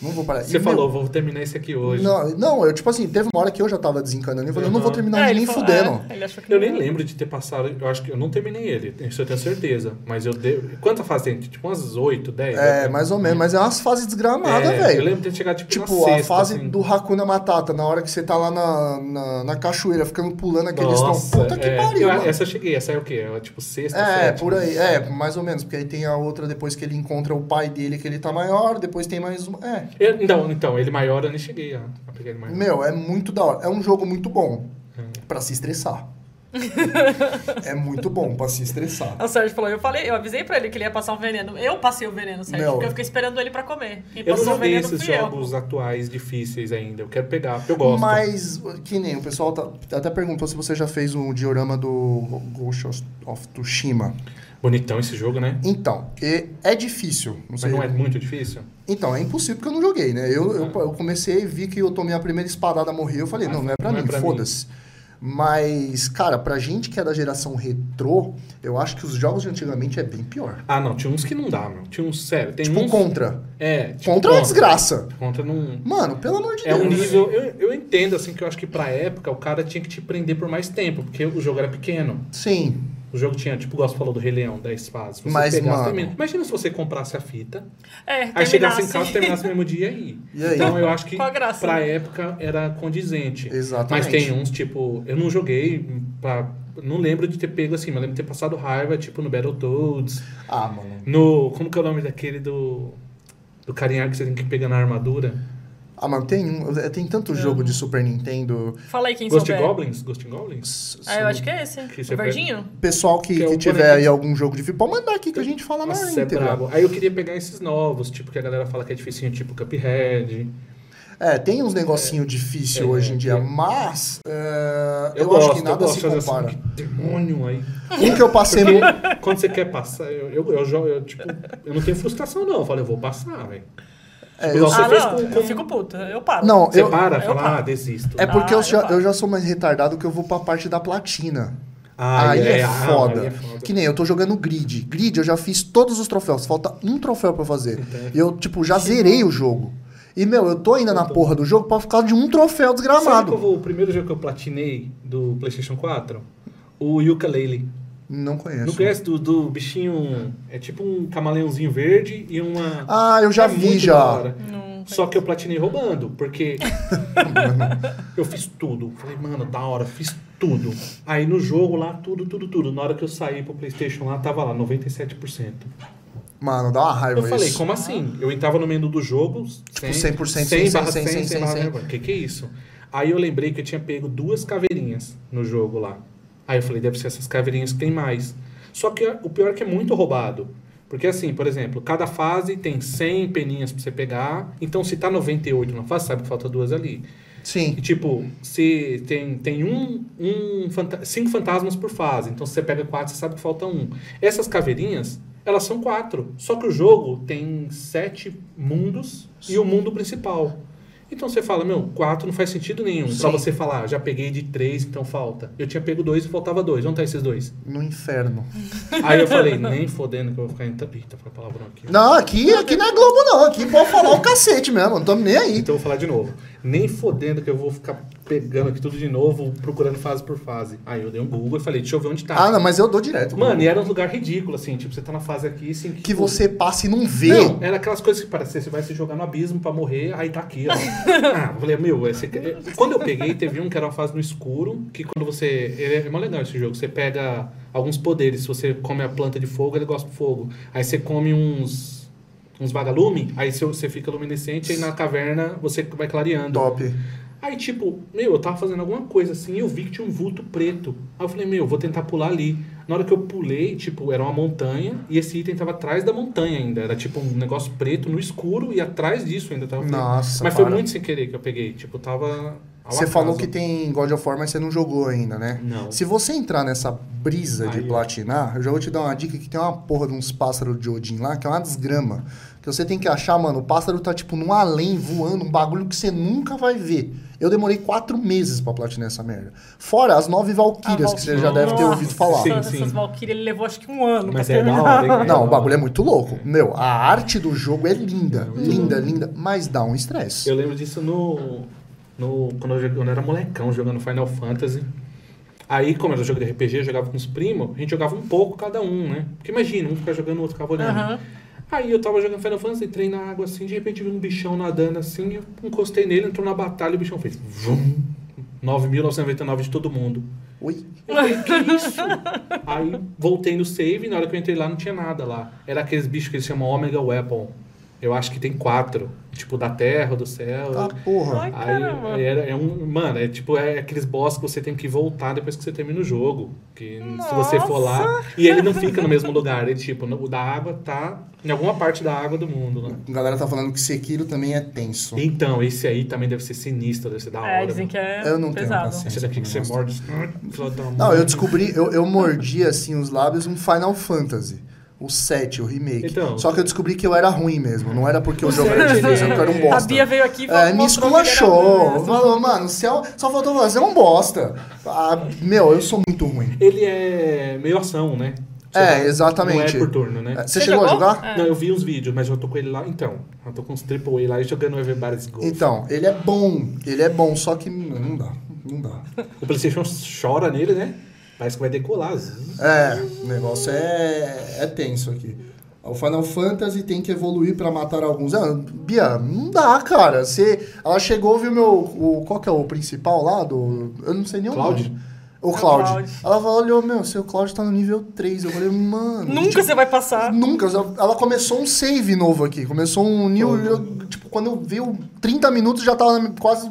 [SPEAKER 1] Não vou parar. E,
[SPEAKER 3] Você
[SPEAKER 1] meu,
[SPEAKER 3] falou, vou terminar esse aqui hoje.
[SPEAKER 1] Não, não, eu, tipo assim, teve uma hora que eu já tava desencanando. Eu falei, eu não vou
[SPEAKER 3] Aham.
[SPEAKER 1] terminar
[SPEAKER 2] É,
[SPEAKER 1] nem
[SPEAKER 2] falou-
[SPEAKER 1] fudendo.
[SPEAKER 2] é, ele achou que
[SPEAKER 3] Eu
[SPEAKER 2] não
[SPEAKER 3] nem
[SPEAKER 2] ia.
[SPEAKER 3] lembro de ter passado. Eu acho que eu não terminei ele, isso eu tenho certeza. Mas eu dei. Quanta fase tem? Tipo umas 8, 10?
[SPEAKER 1] É, mais ou menos, mas é umas fases desgramadas,
[SPEAKER 3] É,
[SPEAKER 1] velho.
[SPEAKER 3] Eu lembro de ter chegado tipo,
[SPEAKER 1] Tipo,
[SPEAKER 3] na sexta,
[SPEAKER 1] a fase
[SPEAKER 3] assim.
[SPEAKER 1] do Hakuna Matata, na hora que você tá lá na, na, na cachoeira, ficando pulando aqueles tão.
[SPEAKER 3] Nossa,
[SPEAKER 1] Puta que
[SPEAKER 3] é.
[SPEAKER 1] pariu,
[SPEAKER 3] Eu-
[SPEAKER 1] mano.
[SPEAKER 3] Essa eu cheguei, essa é o quê? Ela, tipo sexta,
[SPEAKER 1] É,
[SPEAKER 3] sétima.
[SPEAKER 1] por aí. É, mais ou menos. Porque aí tem a outra depois que ele encontra o pai dele, que ele tá maior. Depois tem mais uma. É.
[SPEAKER 3] Eu- então, então, ele maior eu nem cheguei a, a pegar ele maior.
[SPEAKER 1] Meu, é muito da hora. É um jogo muito bom
[SPEAKER 3] Uhum.
[SPEAKER 1] pra se estressar. é muito bom pra se estressar.
[SPEAKER 3] É
[SPEAKER 2] O Sérgio falou, eu falei, eu avisei pra ele que ele ia passar um veneno. Eu passei o veneno, Sérgio,
[SPEAKER 1] Não.
[SPEAKER 2] porque eu fiquei esperando ele pra comer. Quem
[SPEAKER 3] Eu não
[SPEAKER 2] passou o
[SPEAKER 3] joguei
[SPEAKER 2] veneno
[SPEAKER 3] esses
[SPEAKER 1] é um
[SPEAKER 2] fui eu.
[SPEAKER 3] jogos atuais difíceis ainda. Eu quero pegar, porque eu gosto.
[SPEAKER 1] Mas, que nem, o pessoal tá- até perguntou se você já fez um diorama do Ghost of Tsushima.
[SPEAKER 3] Bonitão esse jogo, né?
[SPEAKER 1] Então, e- é difícil. Não
[SPEAKER 3] Mas
[SPEAKER 1] sei.
[SPEAKER 3] não é muito difícil?
[SPEAKER 1] Então, é impossível porque eu não joguei, né? Eu, eu,
[SPEAKER 3] É.
[SPEAKER 1] eu comecei, vi que eu tomei a primeira espadada, morri. Eu falei, não, não é pra
[SPEAKER 3] Não é
[SPEAKER 1] mim,
[SPEAKER 3] pra mim.
[SPEAKER 1] foda-se. Mas, cara, pra gente que é da geração retrô, eu acho que os jogos de antigamente é bem pior.
[SPEAKER 3] Ah, não. Tinha uns que não dá, meu. Tinha uns, sério. Tem
[SPEAKER 1] tipo,
[SPEAKER 3] uns...
[SPEAKER 1] contra.
[SPEAKER 3] É, tipo,
[SPEAKER 1] contra é uma desgraça.
[SPEAKER 3] Contra não...
[SPEAKER 1] Mano, pelo amor de
[SPEAKER 3] É
[SPEAKER 1] Deus.
[SPEAKER 3] um nível... Eu, eu entendo, assim, que eu acho que pra época o cara tinha que te prender por mais tempo, porque o jogo era pequeno.
[SPEAKER 1] Sim.
[SPEAKER 3] O jogo tinha, tipo, o Gosto falou do Rei Leão, 10 fases. Você
[SPEAKER 1] Mas,
[SPEAKER 3] pegasse
[SPEAKER 1] mano-
[SPEAKER 3] também. Imagina se você comprasse a fita,
[SPEAKER 2] É,
[SPEAKER 3] aí
[SPEAKER 1] assim,
[SPEAKER 3] chegasse em
[SPEAKER 2] terminasse.
[SPEAKER 3] casa, terminasse no mesmo dia e aí.
[SPEAKER 1] E aí?
[SPEAKER 3] Então eu acho que
[SPEAKER 2] Qual a graça?
[SPEAKER 3] pra época era condizente.
[SPEAKER 1] Exatamente.
[SPEAKER 3] Mas tem uns, tipo, eu não joguei pra. Não lembro de ter pego assim, mas lembro de ter passado raiva, tipo, no Battletoads.
[SPEAKER 1] Ah, mano.
[SPEAKER 3] No. Como que é o nome daquele do. Do carinha que você tem que pegar na armadura?
[SPEAKER 1] Ah, mano, tem, um, tem tanto jogo de Super Nintendo.
[SPEAKER 2] Fala aí quem
[SPEAKER 3] Ghost
[SPEAKER 2] souber.
[SPEAKER 3] Goblins? Ghost
[SPEAKER 1] s-
[SPEAKER 3] Goblins?
[SPEAKER 2] Ah, eu acho que é esse.
[SPEAKER 3] Que
[SPEAKER 2] o
[SPEAKER 3] você
[SPEAKER 2] verdinho?
[SPEAKER 1] Pessoal que,
[SPEAKER 3] Que é
[SPEAKER 1] que
[SPEAKER 3] o
[SPEAKER 1] tiver
[SPEAKER 3] bonequinho.
[SPEAKER 1] aí algum jogo de pode mandar aqui que a gente fala
[SPEAKER 3] Nossa,
[SPEAKER 1] Tá na
[SPEAKER 3] é
[SPEAKER 1] íntegra.
[SPEAKER 3] brabo. Aí eu queria pegar esses novos, tipo, que a galera fala que é dificinho, tipo Cuphead.
[SPEAKER 1] É, tem uns negocinhos difíceis
[SPEAKER 3] É,
[SPEAKER 1] hoje em dia,
[SPEAKER 3] é.
[SPEAKER 1] mas é, eu,
[SPEAKER 3] gosto,
[SPEAKER 1] acho que nada
[SPEAKER 3] eu gosto
[SPEAKER 1] se
[SPEAKER 3] de fazer assim,
[SPEAKER 1] compara.
[SPEAKER 3] que demônio aí.
[SPEAKER 1] Um que eu passei muito.
[SPEAKER 3] Porque quando você quer passar, eu, eu, eu, jogo- eu, tipo, eu não tenho frustração, não. Eu falo, eu vou passar, velho.
[SPEAKER 1] É,
[SPEAKER 3] eu
[SPEAKER 1] eu-
[SPEAKER 3] Você
[SPEAKER 2] ah,
[SPEAKER 3] fez
[SPEAKER 2] não,
[SPEAKER 3] com-
[SPEAKER 2] eu fico puta, eu paro.
[SPEAKER 1] Não,
[SPEAKER 3] Você
[SPEAKER 1] eu,
[SPEAKER 3] para,
[SPEAKER 2] eu
[SPEAKER 3] fala,
[SPEAKER 2] paro.
[SPEAKER 3] ah, desisto.
[SPEAKER 1] é porque
[SPEAKER 2] Ah,
[SPEAKER 1] eu, já,
[SPEAKER 2] eu paro.
[SPEAKER 1] eu já sou mais retardado que eu vou pra parte da platina.
[SPEAKER 3] Ah,
[SPEAKER 1] aí é,
[SPEAKER 3] ah,
[SPEAKER 1] foda.
[SPEAKER 3] aí é foda.
[SPEAKER 1] Que nem eu tô jogando grid. Grid eu já fiz todos os troféus. Falta um troféu pra fazer. E eu, tipo, já zerei o jogo. E, meu, eu tô ainda na porra do jogo pra ficar de um troféu
[SPEAKER 3] Sabe qual
[SPEAKER 1] desgramado.
[SPEAKER 3] foi o primeiro jogo que eu platinei do PlayStation 4? O Yooka-Laylee.
[SPEAKER 1] Não conheço.
[SPEAKER 3] Não conhece do, do bichinho... É tipo um camaleãozinho verde e uma...
[SPEAKER 1] Ah, eu já
[SPEAKER 3] É
[SPEAKER 1] vi,
[SPEAKER 3] muito da
[SPEAKER 1] já.
[SPEAKER 3] hora. Só que eu platinei roubando, porque eu fiz tudo. Falei, mano, da hora, fiz tudo. Aí no jogo lá, tudo, tudo, tudo. Na hora que eu saí pro PlayStation lá, tava lá 97%.
[SPEAKER 1] Mano, dá uma raiva
[SPEAKER 3] Eu falei,
[SPEAKER 1] isso.
[SPEAKER 3] como assim? Eu entrava no menu do jogo,
[SPEAKER 1] Tipo,
[SPEAKER 3] 100%,
[SPEAKER 1] 100%,
[SPEAKER 3] 100, barra
[SPEAKER 1] 100,
[SPEAKER 3] 100, 100,
[SPEAKER 1] 100,
[SPEAKER 3] barra
[SPEAKER 1] 100.
[SPEAKER 3] 100. Que que é isso? Aí eu lembrei que eu tinha pego duas caveirinhas no jogo lá. Aí eu falei, deve ser essas caveirinhas que tem mais. Só que o pior é que é muito roubado. Porque assim, por exemplo, cada fase tem 100 peninhas pra você pegar. Então se tá 98 na fase, sabe que falta duas ali.
[SPEAKER 1] Sim.
[SPEAKER 3] E, tipo, se tem, tem um, um fanta- cinco fantasmas por fase, então se você pega quatro, você sabe que falta um. Essas caveirinhas, elas são quatro. Só que o jogo tem sete mundos e o mundo principal. Então você fala, meu, quatro não faz sentido nenhum. Pra
[SPEAKER 1] Sim.
[SPEAKER 3] você falar, "Ah, já peguei de três, então falta. Eu tinha pego dois e faltava dois. Onde tá esses dois?
[SPEAKER 1] No inferno.
[SPEAKER 3] Aí eu falei, nem fodendo que eu vou ficar em. Eita, falei palavrão aqui.
[SPEAKER 1] Não, aqui, aqui não é Globo, não. Aqui pode falar o cacete mesmo. Não tamo nem aí.
[SPEAKER 3] Então eu vou falar de novo. Nem fodendo que eu vou ficar pegando aqui tudo de novo, procurando fase por fase. Aí eu dei um Google e falei, deixa eu ver onde
[SPEAKER 1] Ah,
[SPEAKER 3] tá.
[SPEAKER 1] não, mas eu dou direto.
[SPEAKER 3] Mano, e era um lugar ridículo, assim, tipo, você tá na fase aqui, assim...
[SPEAKER 1] Que você passa e não vê.
[SPEAKER 3] Não, era aquelas coisas que parece que você vai se jogar no abismo pra morrer, aí tá aqui, ó. ah, eu falei, meu, esse... quando eu peguei, teve um que era uma fase no escuro, que quando você... ele É mó legal esse jogo, você pega alguns poderes, se você come a planta de fogo, ele gosta do fogo. Aí você come uns... Uns vagalume, aí você- você fica luminescente e na caverna você vai clareando.
[SPEAKER 1] Top.
[SPEAKER 3] Aí, tipo, meu, eu tava fazendo alguma coisa assim, eu vi que tinha um vulto preto. Aí eu falei, meu, vou tentar pular ali. Na hora que eu pulei, tipo, era uma montanha e esse item tava atrás da montanha ainda. Era tipo um negócio preto no escuro e atrás disso ainda tava.
[SPEAKER 1] Nossa,
[SPEAKER 3] Mas foi
[SPEAKER 1] para.
[SPEAKER 3] muito sem querer que eu peguei. Tipo, tava. ao
[SPEAKER 1] Você falou
[SPEAKER 3] acaso.
[SPEAKER 1] que tem God of War, mas você não jogou ainda, né?
[SPEAKER 3] Não.
[SPEAKER 1] Se você entrar nessa brisa de
[SPEAKER 3] Aí, ó.
[SPEAKER 1] platinar, eu já vou te dar uma dica que tem uma porra de uns pássaros de Odin lá, que é uma desgrama. Que você tem que achar, mano, o pássaro tá tipo num além voando, um bagulho que você nunca vai ver. Eu demorei quatro meses pra platinar essa merda. Fora as nove valquírias que você já deve ter
[SPEAKER 2] Ah, Nossa,
[SPEAKER 1] ouvido falar.
[SPEAKER 3] Sim,
[SPEAKER 2] Essas
[SPEAKER 3] sim.
[SPEAKER 2] Valkyrie, ele levou acho que um ano
[SPEAKER 3] Mas
[SPEAKER 2] pra
[SPEAKER 3] é da
[SPEAKER 2] terminar.
[SPEAKER 3] hora, hein, cara?
[SPEAKER 1] Não, o bagulho é muito louco. Meu, a arte do jogo é linda, linda, linda, mas dá um estresse.
[SPEAKER 3] Eu lembro disso no. no quando, eu, joguei- quando eu era molecão, jogando Final Fantasy. Aí, como era um jogo de RPG, eu jogava com os primos, a gente jogava um pouco cada um, né? Porque imagina, um ficar jogando, o outro
[SPEAKER 1] né?
[SPEAKER 3] ficava olhando.
[SPEAKER 2] Aham.
[SPEAKER 3] Aí eu tava jogando Final Fantasy, entrei na água assim, de repente vi um bichão nadando assim, eu encostei nele, entrou na batalha e o bichão fez. Vum, 9.999 de todo mundo.
[SPEAKER 1] Oi.
[SPEAKER 3] Eu falei, que isso? Aí voltei no save e na hora que eu entrei lá não tinha nada lá. Era aqueles bichos que eles chamam Omega Weapon. Eu acho que tem quatro. Tipo, da terra, do céu.
[SPEAKER 1] Tá, porra.
[SPEAKER 2] Ai,
[SPEAKER 3] Aí,
[SPEAKER 2] caramba.
[SPEAKER 3] aí era, é um, mano, é tipo é aqueles boss que você tem que voltar depois que você termina o jogo. Que se você for lá. E ele não fica no mesmo lugar. Ele, tipo, no- o da água tá em alguma parte da água do mundo, né?
[SPEAKER 1] A galera tá falando que Sekiro também é tenso.
[SPEAKER 3] Então, esse aí também deve ser sinistro, deve ser da hora.
[SPEAKER 2] É, dizem que é
[SPEAKER 1] Eu não tenho
[SPEAKER 2] pesado.
[SPEAKER 1] paciência.
[SPEAKER 3] Esse daqui que você "Tá, morde. flota uma-
[SPEAKER 1] Não, eu descobri, eu, eu mordi assim os lábios um Final Fantasy. O 7, o remake.
[SPEAKER 3] Então.
[SPEAKER 1] Só que eu descobri que eu era ruim mesmo. Não era porque eu jogava
[SPEAKER 2] Sério?
[SPEAKER 1] direito, era porque eu era um bosta.
[SPEAKER 2] A Bia veio aqui e falou.
[SPEAKER 1] É, me
[SPEAKER 2] mostrou que ele era ruim
[SPEAKER 1] esculachou.
[SPEAKER 2] mesmo.
[SPEAKER 1] Falou, mano, o céu só faltou falar, você é um bosta. Ah, meu, eu sou muito ruim.
[SPEAKER 3] Ele é meio ação, né?
[SPEAKER 1] É,
[SPEAKER 3] Você-
[SPEAKER 1] exatamente.
[SPEAKER 3] Não é por turno, né?
[SPEAKER 1] É, Você
[SPEAKER 2] Você
[SPEAKER 1] chegou a
[SPEAKER 2] jogou?
[SPEAKER 1] jogar?
[SPEAKER 2] É.
[SPEAKER 3] Não, eu vi uns vídeos, mas eu tô com ele lá. Então, eu tô com uns AAA lá e jogando Everybody's Go.
[SPEAKER 1] Então, ele é bom. Ele é bom, só que hum, não dá. Não dá.
[SPEAKER 3] O PlayStation chora nele, né? Parece que vai decolar. zzz.
[SPEAKER 1] É, o negócio é, é tenso aqui. O Final Fantasy tem que evoluir pra matar alguns. Ah, Bia, não dá, cara. Você, ela chegou, viu meu. O, qual que é o principal lá? Do, eu não sei nem o
[SPEAKER 3] Cloud?
[SPEAKER 1] nome. O
[SPEAKER 2] É o
[SPEAKER 1] Cloud.
[SPEAKER 2] Cloud.
[SPEAKER 1] Ela falou, olhou, meu, seu Cloud tá no nível 3. Eu falei, mano.
[SPEAKER 2] Nunca você vai passar.
[SPEAKER 1] Nunca. Ela começou um save novo aqui. Começou um new. eu- tipo, quando eu vi o 30 minutos já tava quase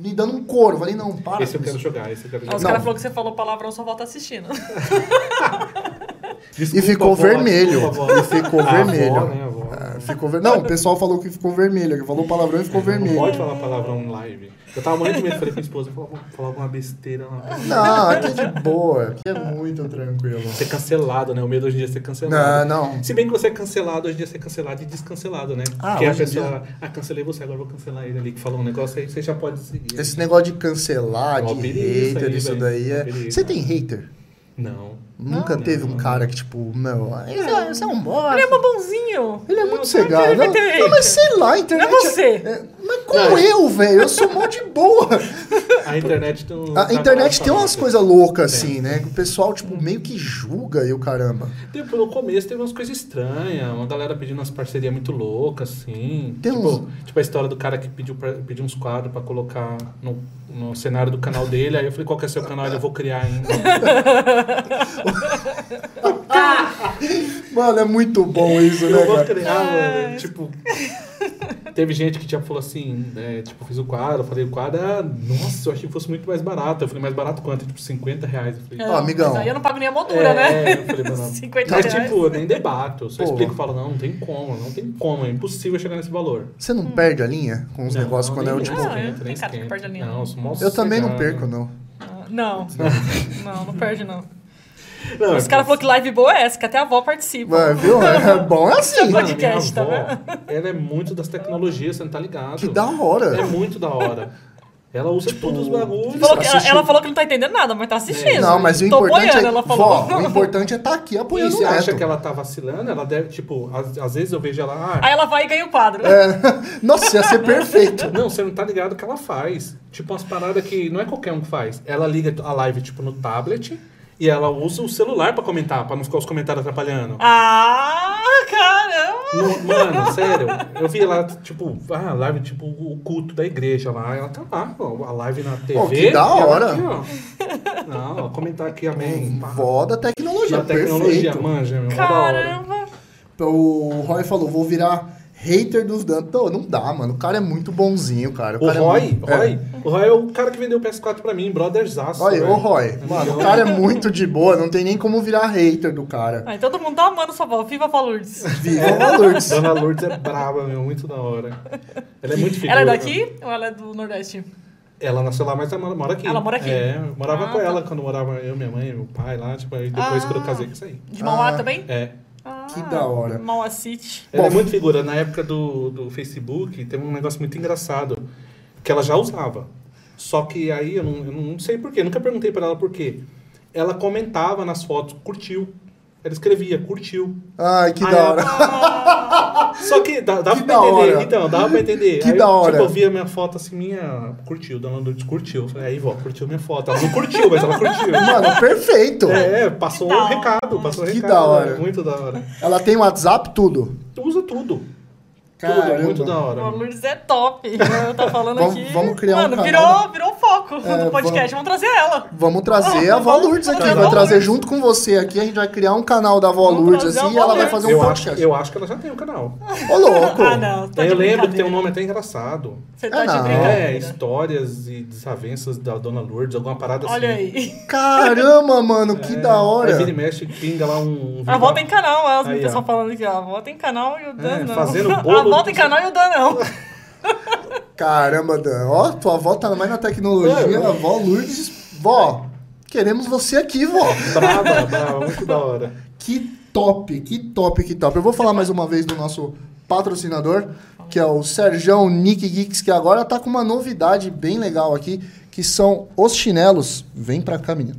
[SPEAKER 1] me dando um couro. Eu falei, não, para.
[SPEAKER 3] Esse eu
[SPEAKER 1] com
[SPEAKER 3] quero
[SPEAKER 1] isso.
[SPEAKER 3] jogar, esse eu quero
[SPEAKER 2] Aí
[SPEAKER 3] jogar.
[SPEAKER 2] Os caras falaram que você falou palavrão, só volta assistindo.
[SPEAKER 1] E ficou
[SPEAKER 3] vó,
[SPEAKER 1] vermelho.
[SPEAKER 3] desculpa, vó.
[SPEAKER 1] E ficou
[SPEAKER 3] A avó,
[SPEAKER 1] vermelho.
[SPEAKER 3] né, a avó.
[SPEAKER 1] É, Ficou ver... Não, o pessoal falou que ficou vermelho, que falou palavrão e ficou
[SPEAKER 3] Não pode
[SPEAKER 1] vermelho.
[SPEAKER 3] falar palavrão em live. Eu tava morrendo de medo, falei pra minha esposa, vou falar alguma besteira lá.
[SPEAKER 1] Não, aqui é de boa, aqui é muito tranquilo.
[SPEAKER 3] Ser cancelado, né? O medo hoje em dia é ser
[SPEAKER 1] Não,
[SPEAKER 3] cancelado.
[SPEAKER 1] não.
[SPEAKER 3] Se bem que você é cancelado, hoje em dia você é cancelado e descancelado, né?
[SPEAKER 1] Ah,
[SPEAKER 3] Porque a
[SPEAKER 1] hoje em
[SPEAKER 3] pessoa, ah, cancelei você, agora eu vou cancelar ele ali que falou um negócio aí, você já pode seguir.
[SPEAKER 1] Esse negócio de cancelar,
[SPEAKER 3] Mó
[SPEAKER 1] de
[SPEAKER 3] É perigo isso
[SPEAKER 1] hater,
[SPEAKER 3] aí,
[SPEAKER 1] isso
[SPEAKER 3] velho.
[SPEAKER 1] daí
[SPEAKER 3] Mó
[SPEAKER 1] é.
[SPEAKER 3] perigo.
[SPEAKER 1] Você tem hater?
[SPEAKER 3] Não.
[SPEAKER 1] Nunca
[SPEAKER 3] Não.
[SPEAKER 1] teve um cara que, tipo, não, você é um bosta.
[SPEAKER 2] Ele é mó bonzinho.
[SPEAKER 1] Ele é muito
[SPEAKER 3] Não,
[SPEAKER 1] cegado.
[SPEAKER 2] ele vai
[SPEAKER 1] Não,
[SPEAKER 2] ter
[SPEAKER 1] não, mas
[SPEAKER 3] é
[SPEAKER 2] hater.
[SPEAKER 1] sei lá, a internet.
[SPEAKER 2] Não é você.
[SPEAKER 1] é- mas como eu, velho? Eu sou mó de boa.
[SPEAKER 3] A internet tem um-
[SPEAKER 1] A internet tem umas coisas loucas,
[SPEAKER 3] Tem.
[SPEAKER 1] assim, né? Que O pessoal, tipo, meio que julga e o caramba.
[SPEAKER 3] Tipo, no começo teve umas coisas estranhas, uma galera pedindo umas parcerias muito loucas, assim.
[SPEAKER 1] Tem
[SPEAKER 3] tipo,
[SPEAKER 1] uns-
[SPEAKER 3] tipo a história do cara que pediu, pra- pediu uns quadros pra colocar no, no cenário do canal dele. Aí eu falei, qual que é o seu canal? Ele, eu vou criar ainda.
[SPEAKER 1] Mano, é muito bom isso, né,
[SPEAKER 3] eu vou
[SPEAKER 1] cara?
[SPEAKER 3] criar,
[SPEAKER 2] É.
[SPEAKER 3] mano. Tipo. Teve gente que tipo, falou assim, é, tipo, fiz o quadro, eu falei o quadro, ah, nossa, eu achei que fosse muito mais barato. Eu falei, mais barato quanto? Tipo, 50 reais. Eu falei,
[SPEAKER 2] É.
[SPEAKER 1] Ó, amigão.
[SPEAKER 2] Mas aí eu não pago nem a moldura, né?
[SPEAKER 3] É, eu falei, mano,
[SPEAKER 2] 50
[SPEAKER 3] mas
[SPEAKER 2] reais.
[SPEAKER 3] tipo, eu nem debato. Eu só
[SPEAKER 1] Pô.
[SPEAKER 3] explico e falo, não, não tem como, não tem como, é impossível chegar nesse valor.
[SPEAKER 1] Você não perde a linha com os
[SPEAKER 3] Não,
[SPEAKER 1] negócios
[SPEAKER 3] não,
[SPEAKER 1] quando é
[SPEAKER 3] nem
[SPEAKER 1] o tipo.
[SPEAKER 2] Ah,
[SPEAKER 3] esquenta,
[SPEAKER 2] eu
[SPEAKER 3] nem
[SPEAKER 2] tenho cara que
[SPEAKER 3] esquenta.
[SPEAKER 2] perde a linha.
[SPEAKER 3] Não, eu sou mó
[SPEAKER 1] Eu também não
[SPEAKER 3] sossegado.
[SPEAKER 1] perco, não.
[SPEAKER 2] Ah, Não. Não, não perde, não.
[SPEAKER 3] Não,
[SPEAKER 2] Os caras falaram que live boa é essa, que até a avó participa.
[SPEAKER 1] Vai, viu? É bom assim.
[SPEAKER 2] Pode- podcast, tá
[SPEAKER 3] tá Ela é muito das tecnologias, você não tá ligado.
[SPEAKER 1] Que da
[SPEAKER 3] É
[SPEAKER 1] hora. Tipo,
[SPEAKER 3] muito da hora. Ela usa todos os bagulhos.
[SPEAKER 2] Falou que- ela,
[SPEAKER 1] Assistindo.
[SPEAKER 2] ela falou que não tá entendendo nada, mas tá assistindo.
[SPEAKER 1] Não, mas o
[SPEAKER 2] Tô
[SPEAKER 1] importante
[SPEAKER 2] apoiando,
[SPEAKER 1] é.
[SPEAKER 2] ela falou.
[SPEAKER 1] Vó, o importante é estar aqui
[SPEAKER 3] E
[SPEAKER 1] apoiando o
[SPEAKER 3] você
[SPEAKER 1] neto.
[SPEAKER 3] acha que ela tá vacilando? Ela deve, tipo, às, às vezes eu vejo ela, ah,
[SPEAKER 2] Aí ela vai e ganha o quadro.
[SPEAKER 1] É. Nossa, ia ser perfeito.
[SPEAKER 3] Não, você não tá ligado o que ela faz. Tipo, umas paradas que não é qualquer um que faz. Ela liga a live, tipo, no tablet e ela usa o celular pra comentar, pra não ficar os comentários atrapalhando.
[SPEAKER 2] Ah, caramba!
[SPEAKER 3] Não, mano, sério. Eu vi ela, tipo, ah, live, tipo, o culto da igreja lá. Ela tá lá, ó, a live na TV.
[SPEAKER 1] Pô, que da
[SPEAKER 3] e ela tá
[SPEAKER 1] hora.
[SPEAKER 3] aqui, ó. Não, ó, comentar aqui, amém. Pá.
[SPEAKER 1] Vó da tecnologia,
[SPEAKER 3] Na tecnologia,
[SPEAKER 1] perfeito.
[SPEAKER 3] manja, meu. mó É da hora.
[SPEAKER 2] Caramba!
[SPEAKER 1] O Roy falou, vou virar hater dos danos. Pô, não dá, mano. O cara é muito bonzinho, cara.
[SPEAKER 3] O
[SPEAKER 1] cara é
[SPEAKER 3] Roy,
[SPEAKER 1] muito-
[SPEAKER 3] Roy, o Roy é o cara que vendeu o PS4 pra mim, brotherzaço.
[SPEAKER 1] Olha,
[SPEAKER 3] velho.
[SPEAKER 1] ô Roy, mano, o cara é muito de boa, não tem nem como virar hater do cara.
[SPEAKER 2] Aí todo mundo tá amando sua avó. Viva a avó Lourdes.
[SPEAKER 1] Viva É o Lourdes.
[SPEAKER 3] Dona Lourdes é braba, meu, muito da hora. Ela é muito figura.
[SPEAKER 2] Ela é daqui ou ela é do Nordeste?
[SPEAKER 3] Ela nasceu lá, mas ela mora- mora aqui.
[SPEAKER 2] Ela mora aqui?
[SPEAKER 3] É, eu morava
[SPEAKER 2] Ah,
[SPEAKER 3] com
[SPEAKER 2] tá.
[SPEAKER 3] ela quando morava eu, minha mãe, meu pai lá, tipo, aí depois
[SPEAKER 2] Ah.
[SPEAKER 3] que eu casei com isso aí.
[SPEAKER 2] De Mauá
[SPEAKER 1] Ah.
[SPEAKER 2] também?
[SPEAKER 3] É.
[SPEAKER 2] Ah,
[SPEAKER 1] Que da hora.
[SPEAKER 2] Mauá City.
[SPEAKER 3] Ela é
[SPEAKER 1] Bom.
[SPEAKER 3] muito figura. Na época do, do Facebook, teve um negócio muito engraçado que ela já usava. Só que aí eu não, eu não sei porquê, nunca perguntei pra ela por quê. Ela comentava nas fotos, curtiu. Ela escrevia, curtiu.
[SPEAKER 1] Ai, que
[SPEAKER 2] Ah,
[SPEAKER 3] Aí
[SPEAKER 1] da
[SPEAKER 3] ela-
[SPEAKER 1] hora.
[SPEAKER 3] Só que dá- dava
[SPEAKER 1] Que
[SPEAKER 3] pra
[SPEAKER 1] da
[SPEAKER 3] entender.
[SPEAKER 1] hora.
[SPEAKER 3] Então, dava pra entender.
[SPEAKER 1] Que
[SPEAKER 3] Aí,
[SPEAKER 1] da hora.
[SPEAKER 3] Tipo, eu via minha foto assim, minha. Curtiu, Dona Lourdes curtiu. Eu Falei, aí, vó, curtiu minha foto. Ela não curtiu, mas ela curtiu.
[SPEAKER 1] Mano, perfeito.
[SPEAKER 3] É, passou
[SPEAKER 2] Que
[SPEAKER 3] o
[SPEAKER 2] da
[SPEAKER 3] recado, passou o
[SPEAKER 1] Que
[SPEAKER 3] recado.
[SPEAKER 1] da hora.
[SPEAKER 3] Muito da hora.
[SPEAKER 1] Ela tem WhatsApp, tudo.
[SPEAKER 3] Tu Usa tudo. Tudo, é
[SPEAKER 1] Caramba.
[SPEAKER 3] muito da
[SPEAKER 2] Vó
[SPEAKER 3] hora.
[SPEAKER 2] Lourdes é top. Eu tô falando
[SPEAKER 1] Vamos-
[SPEAKER 2] aqui.
[SPEAKER 1] vamos criar um
[SPEAKER 2] Mano,
[SPEAKER 1] canal.
[SPEAKER 2] virou, virou o foco
[SPEAKER 1] É,
[SPEAKER 2] do podcast. Vamos trazer ela.
[SPEAKER 1] Vamos trazer a Vó Lourdes aqui.
[SPEAKER 2] Ah, Vamos trazer a
[SPEAKER 1] Vai
[SPEAKER 2] Vó
[SPEAKER 1] trazer
[SPEAKER 2] Lourdes.
[SPEAKER 1] junto com você aqui. A gente vai criar um canal da Vó
[SPEAKER 2] Vamos
[SPEAKER 1] Lourdes
[SPEAKER 2] trazer a
[SPEAKER 1] assim e
[SPEAKER 2] Vó
[SPEAKER 1] ela vai
[SPEAKER 2] Lourdes.
[SPEAKER 1] fazer um
[SPEAKER 3] Eu acho,
[SPEAKER 1] podcast.
[SPEAKER 3] eu acho que ela já tem um canal.
[SPEAKER 1] Ô, louco.
[SPEAKER 2] Ah, não. Tá de
[SPEAKER 3] eu lembro que tem
[SPEAKER 2] brincadeira.
[SPEAKER 3] um nome até engraçado.
[SPEAKER 2] Você tá
[SPEAKER 1] É, não.
[SPEAKER 2] de brincadeira.
[SPEAKER 3] É, histórias e desavenças da Dona Lourdes, alguma parada
[SPEAKER 2] Olha
[SPEAKER 3] assim.
[SPEAKER 2] aí.
[SPEAKER 1] Caramba, mano, que
[SPEAKER 3] É,
[SPEAKER 1] da hora.
[SPEAKER 3] Aí vira e mexe, pinga lá um.
[SPEAKER 2] A avó tem canal, ó,
[SPEAKER 3] Aí,
[SPEAKER 2] o pessoal
[SPEAKER 3] ó.
[SPEAKER 2] falando aqui, ó. A avó tem canal e o Dan
[SPEAKER 3] É,
[SPEAKER 2] não.
[SPEAKER 3] fazendo
[SPEAKER 2] a
[SPEAKER 3] bolo-
[SPEAKER 2] avó tem canal e o Dan não.
[SPEAKER 1] Caramba, Dan. Ó, tua avó tá mais na
[SPEAKER 3] É,
[SPEAKER 1] tecnologia.
[SPEAKER 3] eu-
[SPEAKER 1] A Vó Lourdes. Vó, queremos você aqui, vó.
[SPEAKER 3] Brava, brava, muito da hora.
[SPEAKER 1] Que top, que top, que top. Eu vou falar mais uma vez do nosso patrocinador, que é o Serjão Nick Geeks, que agora tá com uma novidade bem legal aqui, que são os chinelos. Vem pra cá, menino.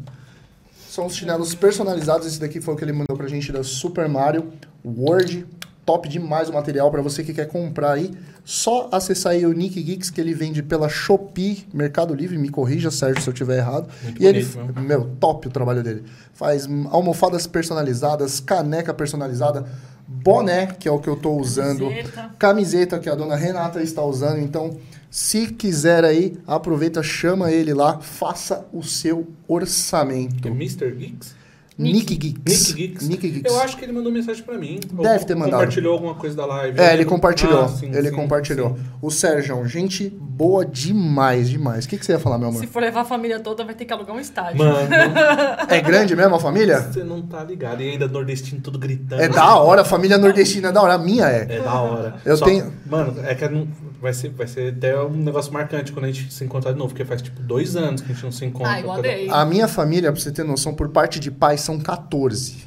[SPEAKER 1] São os chinelos personalizados. Esse daqui foi o que ele mandou pra gente da Super Mario World. Top demais o material pra você que quer comprar aí. Só acessar aí o Nick Geeks, que ele vende pela Shopee, Mercado Livre. Me corrija, Sérgio, se eu estiver errado.
[SPEAKER 3] Muito
[SPEAKER 1] e ele,
[SPEAKER 3] bonito, né?
[SPEAKER 1] meu, top o trabalho dele. Faz hum, almofadas personalizadas, caneca personalizada, boné, que é o que eu tô usando,
[SPEAKER 2] Camiseta.
[SPEAKER 1] camiseta que a dona Renata está usando. Então, se quiser aí, aproveita, chama ele lá, faça o seu
[SPEAKER 3] É
[SPEAKER 1] orçamento.
[SPEAKER 3] Mr. Geeks?
[SPEAKER 1] Nick,
[SPEAKER 3] Nick
[SPEAKER 1] Geeks.
[SPEAKER 3] Geeks?
[SPEAKER 1] Nick Geeks.
[SPEAKER 3] Eu acho que ele mandou mensagem pra mim. Ou
[SPEAKER 1] Deve ter mandado.
[SPEAKER 3] Compartilhou alguma coisa da live.
[SPEAKER 1] É, ele compartilhou.
[SPEAKER 3] Ah, sim,
[SPEAKER 1] ele
[SPEAKER 3] sim,
[SPEAKER 1] compartilhou.
[SPEAKER 3] sim.
[SPEAKER 1] O Sérgio, gente boa demais, demais. O que, que você ia falar, meu amor?
[SPEAKER 2] Se for levar a família toda, vai ter que alugar um estádio.
[SPEAKER 3] Mano,
[SPEAKER 1] É grande mesmo a família?
[SPEAKER 3] você não tá ligado. E ainda nordestino tudo gritando.
[SPEAKER 1] É da hora, a família nordestina é da hora. A minha é.
[SPEAKER 3] É da hora.
[SPEAKER 1] Eu
[SPEAKER 3] Só-
[SPEAKER 1] tenho-
[SPEAKER 3] Mano, é que não- vai ser, vai ser até um negócio marcante quando a gente se encontrar de novo, porque faz tipo dois anos que a gente não se encontra.
[SPEAKER 2] Ah, eu odeio.
[SPEAKER 1] A minha família, pra você ter noção, por parte de pai são 14.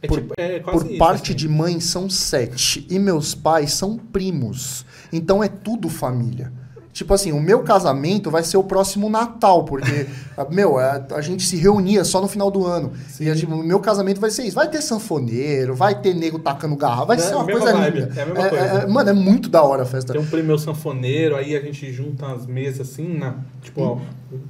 [SPEAKER 3] É,
[SPEAKER 1] Por-
[SPEAKER 3] tipo, é quase
[SPEAKER 1] Por
[SPEAKER 3] isso,
[SPEAKER 1] parte
[SPEAKER 3] assim.
[SPEAKER 1] de mãe são 7. E meus pais são primos. Então é tudo família. Tipo assim, o meu casamento vai ser o próximo Natal, porque, a- meu, a, a gente se reunia só no final do ano. E a gente- o meu casamento vai ser isso. Vai ter sanfoneiro, vai ter nego tacando garrafa, vai
[SPEAKER 3] É
[SPEAKER 1] ser
[SPEAKER 3] a
[SPEAKER 1] uma
[SPEAKER 3] mesma
[SPEAKER 1] coisa
[SPEAKER 3] vibe,
[SPEAKER 1] linda.
[SPEAKER 3] é a mesma coisa.
[SPEAKER 1] mano, é muito da hora a festa.
[SPEAKER 3] Tem um primo meu sanfoneiro, aí a gente junta as mesas assim, na, tipo, ó,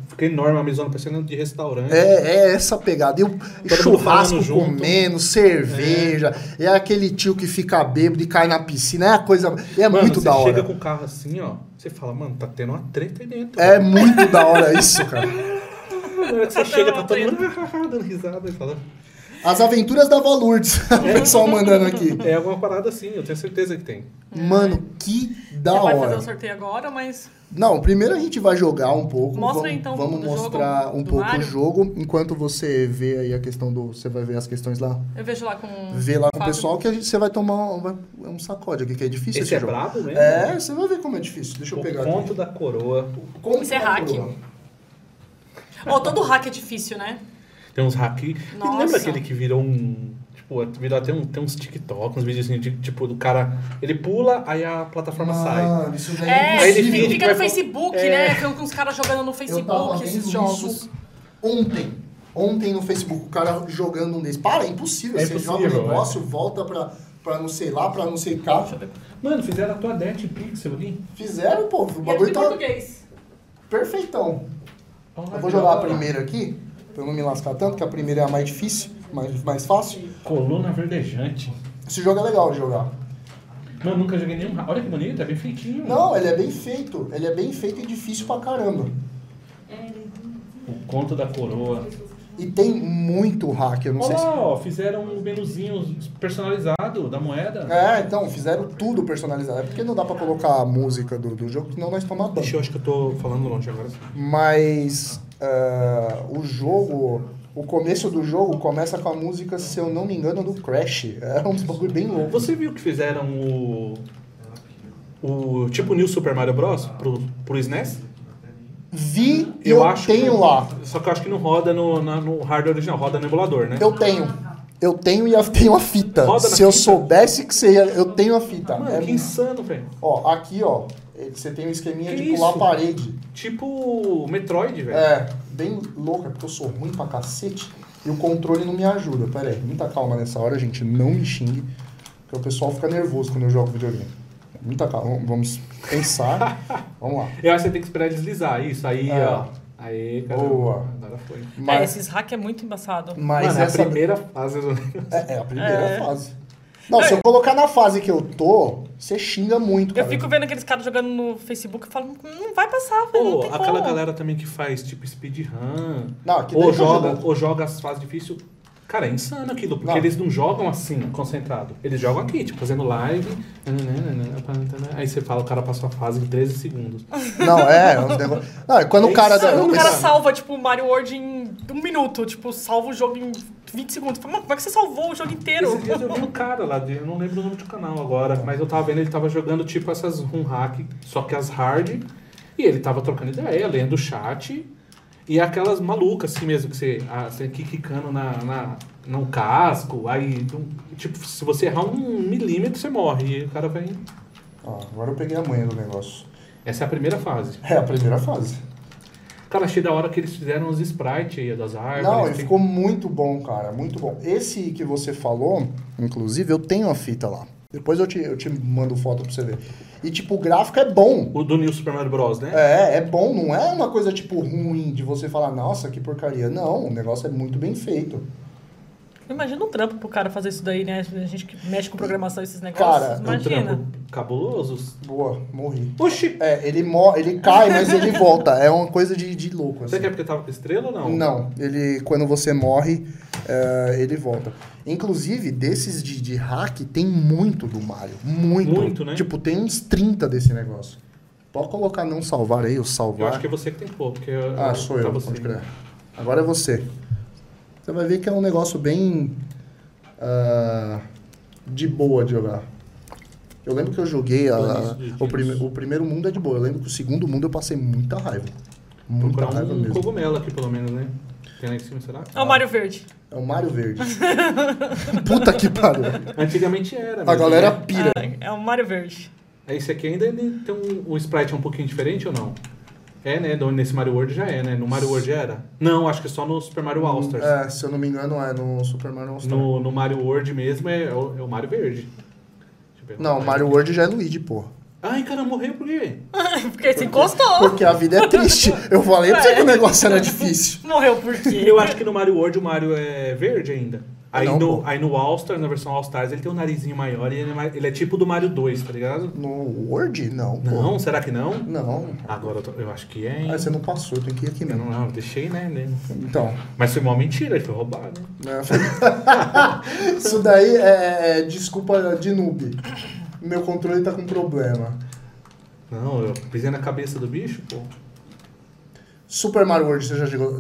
[SPEAKER 3] fica enorme a mesona, parecendo de restaurante.
[SPEAKER 1] É, é essa pegada. E o e
[SPEAKER 3] um Todo mundo
[SPEAKER 1] churrasco
[SPEAKER 3] falando junto.
[SPEAKER 1] comendo, cerveja. É. aquele tio que fica bêbado e cai na piscina. É a coisa. É
[SPEAKER 3] Mano,
[SPEAKER 1] muito
[SPEAKER 3] você
[SPEAKER 1] da hora.
[SPEAKER 3] chega com o carro assim, ó, você fala, mano, tá tendo uma treta aí dentro.
[SPEAKER 1] É muito da hora isso, cara.
[SPEAKER 3] Na hora que você
[SPEAKER 2] Tá
[SPEAKER 3] chega, tá
[SPEAKER 2] dando
[SPEAKER 3] todo
[SPEAKER 2] uma
[SPEAKER 3] mundo dando risada e fala.
[SPEAKER 1] As aventuras da Valurdes. O pessoal mandando aqui.
[SPEAKER 3] É alguma parada assim, eu tenho certeza que tem.
[SPEAKER 1] Mano, que da
[SPEAKER 2] É. Você pode fazer
[SPEAKER 1] hora.
[SPEAKER 2] o sorteio agora, mas
[SPEAKER 1] Não, primeiro a gente vai jogar um pouco.
[SPEAKER 2] Mostra
[SPEAKER 1] vamos,
[SPEAKER 2] então um
[SPEAKER 1] Vamos
[SPEAKER 2] pouco do
[SPEAKER 1] mostrar
[SPEAKER 2] jogo,
[SPEAKER 1] um
[SPEAKER 2] do
[SPEAKER 1] pouco
[SPEAKER 2] Mario.
[SPEAKER 1] o jogo. Enquanto você vê aí a questão do. Você vai ver as questões lá.
[SPEAKER 2] eu vejo lá com. um-
[SPEAKER 1] Vê lá com o
[SPEAKER 2] Fábio.
[SPEAKER 1] pessoal que a gente, você vai tomar um, vai- um sacode aqui, que é difícil esse,
[SPEAKER 3] Esse é
[SPEAKER 1] jogo.
[SPEAKER 3] brabo mesmo?
[SPEAKER 1] É, você vai ver como é difícil. Deixa eu
[SPEAKER 3] O
[SPEAKER 1] pegar
[SPEAKER 3] ponto
[SPEAKER 1] aqui.
[SPEAKER 3] da coroa.
[SPEAKER 1] Como
[SPEAKER 2] Isso é hack. Oh, todo hack é difícil, né?
[SPEAKER 3] Tem uns hack. E
[SPEAKER 2] Nossa.
[SPEAKER 3] lembra aquele que virou um. Tipo, virou até um, tem uns TikTok, uns vídeos assim, de, tipo, do cara. Ele pula, aí a plataforma sai.
[SPEAKER 1] isso daí
[SPEAKER 2] É,
[SPEAKER 3] Aí ele
[SPEAKER 2] fica,
[SPEAKER 3] finge que
[SPEAKER 2] no
[SPEAKER 3] vai- É.
[SPEAKER 2] Facebook, né? Tem uns caras jogando
[SPEAKER 1] Eu
[SPEAKER 2] no
[SPEAKER 1] tava
[SPEAKER 2] Facebook
[SPEAKER 1] vendo
[SPEAKER 2] esses
[SPEAKER 1] isso
[SPEAKER 2] jogos.
[SPEAKER 1] ontem. Ontem no Facebook, o cara jogando um desses. Para, é impossível.
[SPEAKER 3] É
[SPEAKER 1] você
[SPEAKER 3] impossível,
[SPEAKER 1] joga um negócio, volta pra, pra não sei lá, pra não sei cá.
[SPEAKER 3] Mano, fizeram a tua Death Pixel ali.
[SPEAKER 1] Fizeram, pô. O
[SPEAKER 2] E é tudo
[SPEAKER 1] bagulho
[SPEAKER 2] em
[SPEAKER 1] tá
[SPEAKER 2] português.
[SPEAKER 1] perfeitão.
[SPEAKER 3] Olha
[SPEAKER 1] Eu vou jogar a
[SPEAKER 3] agora.
[SPEAKER 1] primeira aqui, pra eu não me lascar tanto, que a primeira é a mais difícil, mais, mais fácil.
[SPEAKER 3] Coluna verdejante.
[SPEAKER 1] Esse jogo é legal de jogar.
[SPEAKER 3] Mano, nunca joguei nenhum. Olha que bonito, é bem feitinho.
[SPEAKER 1] Não, ele é bem feito. Ele é bem feito e difícil pra caramba.
[SPEAKER 3] O conto da coroa.
[SPEAKER 1] E tem muito hack, eu não
[SPEAKER 3] Olha
[SPEAKER 1] sei se...
[SPEAKER 3] lá, ó, fizeram um menuzinho personalizado da moeda.
[SPEAKER 1] É, então, fizeram tudo personalizado. É porque não dá pra colocar a música do, do jogo, senão nós tomamos ban.
[SPEAKER 3] Ixi, eu acho que eu tô falando longe agora.
[SPEAKER 1] Mas é, o jogo, o começo do jogo começa com a música, se eu não me engano, do Crash. É um bagulho bem louco.
[SPEAKER 3] Você viu que fizeram o. O tipo New Super Mario Bros. pro, pro SNES?
[SPEAKER 1] Vi e eu,
[SPEAKER 3] acho
[SPEAKER 1] tenho
[SPEAKER 3] que-
[SPEAKER 1] lá.
[SPEAKER 3] Só que eu acho que não roda no, na- no hardware original, roda no emulador, né?
[SPEAKER 1] Eu tenho. Eu tenho e eu tenho a fita.
[SPEAKER 3] Roda na
[SPEAKER 1] se eu
[SPEAKER 3] fita?
[SPEAKER 1] soubesse que você ia, eu tenho a fita.
[SPEAKER 3] Mano,
[SPEAKER 1] É-
[SPEAKER 3] que insano, velho.
[SPEAKER 1] ó, aqui, ó, é que você tem um esqueminha
[SPEAKER 3] Que
[SPEAKER 1] de pular
[SPEAKER 3] isso?
[SPEAKER 1] a parede.
[SPEAKER 3] Tipo Metroid, velho.
[SPEAKER 1] É, bem louca, porque eu sou ruim pra cacete e o controle não me ajuda. Pera aí, muita calma nessa hora, gente. Não me xingue, porque o pessoal fica nervoso quando eu jogo videogame. Muita calma, vamos pensar. vamos lá.
[SPEAKER 3] Eu acho que você tem que esperar deslizar. Isso, aí,
[SPEAKER 1] É.
[SPEAKER 3] ó. Aí, cara.
[SPEAKER 1] Boa.
[SPEAKER 3] Agora foi.
[SPEAKER 2] É,
[SPEAKER 1] Mas, Hum.
[SPEAKER 2] esses hack é muito embaçado.
[SPEAKER 1] mas
[SPEAKER 3] Mano,
[SPEAKER 1] essa
[SPEAKER 3] é a primeira fase do
[SPEAKER 1] é, é a primeira
[SPEAKER 2] É.
[SPEAKER 1] fase. Não, se eu colocar na fase que eu tô, você xinga muito,
[SPEAKER 2] Eu
[SPEAKER 1] cara.
[SPEAKER 2] fico vendo aqueles caras jogando no Facebook e falo, não vai passar, velho. não
[SPEAKER 3] Pô,
[SPEAKER 2] tem
[SPEAKER 3] aquela
[SPEAKER 2] como.
[SPEAKER 3] galera também que faz tipo speedrun.
[SPEAKER 1] Não, aqui
[SPEAKER 3] Ou
[SPEAKER 1] daí tá
[SPEAKER 3] joga,
[SPEAKER 1] jogando.
[SPEAKER 3] ou joga as fases difíceis. Cara, é insano aquilo, porque
[SPEAKER 1] Não.
[SPEAKER 3] eles não jogam assim, concentrado. Eles jogam aqui, tipo, fazendo live. Aí você fala, o cara passou a fase em 13 segundos.
[SPEAKER 1] Não, é, é uns negócio... Não, é quando o cara...
[SPEAKER 2] Sabe,
[SPEAKER 1] da-
[SPEAKER 2] o cara
[SPEAKER 1] esse-
[SPEAKER 2] salva, tipo, Mario World em um minuto. Tipo, salva o jogo em 20 segundos. Fala, "Mano, como é que você salvou o jogo inteiro?
[SPEAKER 3] Esses dias eu vi um cara lá, de- eu não lembro o nome do canal agora, mas eu tava vendo, ele tava jogando tipo essas run hack, só que as hard, e ele tava trocando ideia, lendo o chat, e aquelas malucas assim mesmo, que você, ah, você aqui quicando na, na, no casco, aí, um- tipo, se você errar um milímetro, você morre, e o cara vai...
[SPEAKER 1] Ó, agora eu peguei a manha do negócio.
[SPEAKER 3] Essa é a primeira fase.
[SPEAKER 1] É a primeira fase.
[SPEAKER 3] Cara, achei da hora que eles fizeram os sprites aí das árvores.
[SPEAKER 1] Não, ele
[SPEAKER 3] tem-
[SPEAKER 1] ficou muito bom, cara, muito bom. Esse que você falou, inclusive, eu tenho a fita lá. Depois eu te, eu te mando foto pra você ver. E, tipo, o gráfico é bom.
[SPEAKER 3] O do New Super Mario Bros, né?
[SPEAKER 1] É, é bom, não é uma coisa, tipo, ruim de você falar, nossa, que porcaria. Não, o negócio é muito bem feito.
[SPEAKER 2] Imagina um trampo pro cara fazer isso daí, né? A gente que mexe com programação, esses negócios.
[SPEAKER 1] Cara, é
[SPEAKER 3] Um
[SPEAKER 2] Imagina.
[SPEAKER 3] trampo cabuloso.
[SPEAKER 1] Boa, morri.
[SPEAKER 3] Oxi!
[SPEAKER 1] É, ele, mo ele cai, mas ele volta. É uma coisa de, de louco, assim.
[SPEAKER 3] Você quer porque tava com estrela ou não?
[SPEAKER 1] Não, ele quando você morre, é, ele volta. Inclusive, desses de, de hack, tem muito do Mario. Muito.
[SPEAKER 3] Muito, né?
[SPEAKER 1] Tipo, tem uns 30 desse negócio. Pode colocar não salvar aí, ou
[SPEAKER 3] Eu
[SPEAKER 1] salvar.
[SPEAKER 3] acho que é você que tem que pôr, porque eu-
[SPEAKER 1] Ah, sou
[SPEAKER 3] tá
[SPEAKER 1] eu,
[SPEAKER 3] você.
[SPEAKER 1] pode crer. Agora é você. Você vai ver que é um negócio bem ah, de boa de jogar. Eu lembro que eu joguei a-
[SPEAKER 3] Planos de
[SPEAKER 1] o,
[SPEAKER 3] tiros.
[SPEAKER 1] prime- o primeiro mundo é de boa. Eu lembro que o segundo mundo eu passei muita raiva. Muita
[SPEAKER 3] Procurar
[SPEAKER 1] raiva
[SPEAKER 3] um
[SPEAKER 1] mesmo.
[SPEAKER 3] cogumelo aqui, pelo menos, né? Tem lá em cima, será?
[SPEAKER 2] É o Mario Verde.
[SPEAKER 1] É o Mário Verde. Puta que pariu.
[SPEAKER 3] Antigamente era.
[SPEAKER 1] A
[SPEAKER 3] mesmo,
[SPEAKER 1] galera
[SPEAKER 3] né?
[SPEAKER 1] pira.
[SPEAKER 2] Ah, É o Mario Verde.
[SPEAKER 3] Esse aqui ainda ele tem um, o sprite é um pouquinho diferente ou não? É, né? No- Nesse Mario World já é, né? No Mario World já era? Não, acho que só no Super Mario All Stars.
[SPEAKER 1] É, se eu não me engano, é no Super Mario All Star.
[SPEAKER 3] No, no Mario World mesmo é, é o, é o Mario Verde. Deixa eu ver.
[SPEAKER 1] Não, Mario World já é Luigi, porra.
[SPEAKER 3] Ai, cara, morreu por quê?
[SPEAKER 2] Porque se encostou.
[SPEAKER 1] Porque a vida é triste. Eu falei pra você que o negócio era difícil.
[SPEAKER 2] Morreu por quê?
[SPEAKER 3] Eu acho que no Mario World o Mario é verde ainda. Aí,
[SPEAKER 1] É Não,
[SPEAKER 3] no,
[SPEAKER 1] pô.
[SPEAKER 3] aí no All Stars, na versão All Stars, ele tem um narizinho maior e ele é, mais- ele é tipo do Mario 2, tá ligado?
[SPEAKER 1] No World? Não, pô.
[SPEAKER 3] Não, será que não?
[SPEAKER 1] Não.
[SPEAKER 3] Agora eu, tô- eu acho que é, hein?
[SPEAKER 1] Ah, você não passou, tem que ir aqui
[SPEAKER 3] Eu
[SPEAKER 1] mesmo.
[SPEAKER 3] não, eu deixei, né? né?
[SPEAKER 1] Então.
[SPEAKER 3] Mas foi uma mentira, ele foi roubado.
[SPEAKER 1] né? Isso daí é, é desculpa de noob. Meu controle tá com problema.
[SPEAKER 3] Não, eu pisei na cabeça do bicho, pô.
[SPEAKER 1] Super Mario World, você já chegou.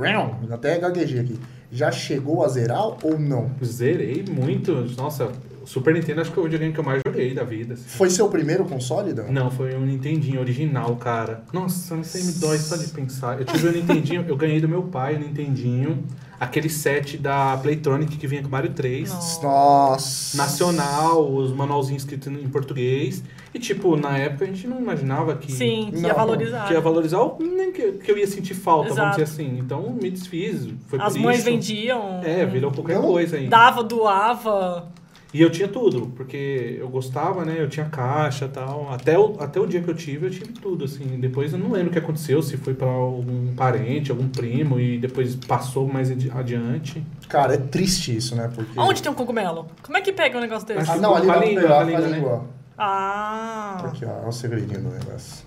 [SPEAKER 1] Realm? Até gaguejei aqui. Já chegou a zerar ou não?
[SPEAKER 3] Zerei muito. Nossa, o Super Nintendo acho que é o videogame que eu mais joguei da vida. assim.
[SPEAKER 1] Foi seu primeiro console, Dan?
[SPEAKER 3] Não, foi um Nintendinho original, cara. Nossa, isso aí me dói só de pensar. Eu tive um Nintendinho, eu ganhei do meu pai o Nintendinho. Aquele set da Playtronic que vinha com Mario 3.
[SPEAKER 1] Nossa.
[SPEAKER 3] Nacional, os manualzinhos escritos em português. E, tipo, na época a gente não imaginava que...
[SPEAKER 2] Sim, que
[SPEAKER 1] Não,
[SPEAKER 2] ia valorizar. né?
[SPEAKER 3] Que ia valorizar o nem que, que eu ia sentir falta, vamos
[SPEAKER 2] Exato.
[SPEAKER 3] dizer assim. Então me desfiz. Foi
[SPEAKER 2] As
[SPEAKER 3] por
[SPEAKER 2] mães
[SPEAKER 3] isso.
[SPEAKER 2] vendiam.
[SPEAKER 3] É, virou qualquer
[SPEAKER 1] Não.
[SPEAKER 3] coisa aí.
[SPEAKER 2] Dava, doava.
[SPEAKER 3] E eu tinha tudo, porque eu gostava, né? Eu tinha caixa e tal. Até o, até o dia que eu tive, eu tive tudo, assim. Depois eu não lembro o que aconteceu, se foi pra algum parente, algum primo, e depois passou mais adi- adiante.
[SPEAKER 1] Cara, é triste isso, né? Porque.
[SPEAKER 2] Onde tem um cogumelo? Como é que pega um negócio desse?
[SPEAKER 1] Ah, não, ali
[SPEAKER 3] Com a
[SPEAKER 1] dá pra
[SPEAKER 3] língua,
[SPEAKER 1] pegar
[SPEAKER 3] com
[SPEAKER 1] com
[SPEAKER 3] a
[SPEAKER 1] a língua.
[SPEAKER 3] língua, né?
[SPEAKER 2] Ah.
[SPEAKER 1] Aqui, ó, é o segredinho do negócio.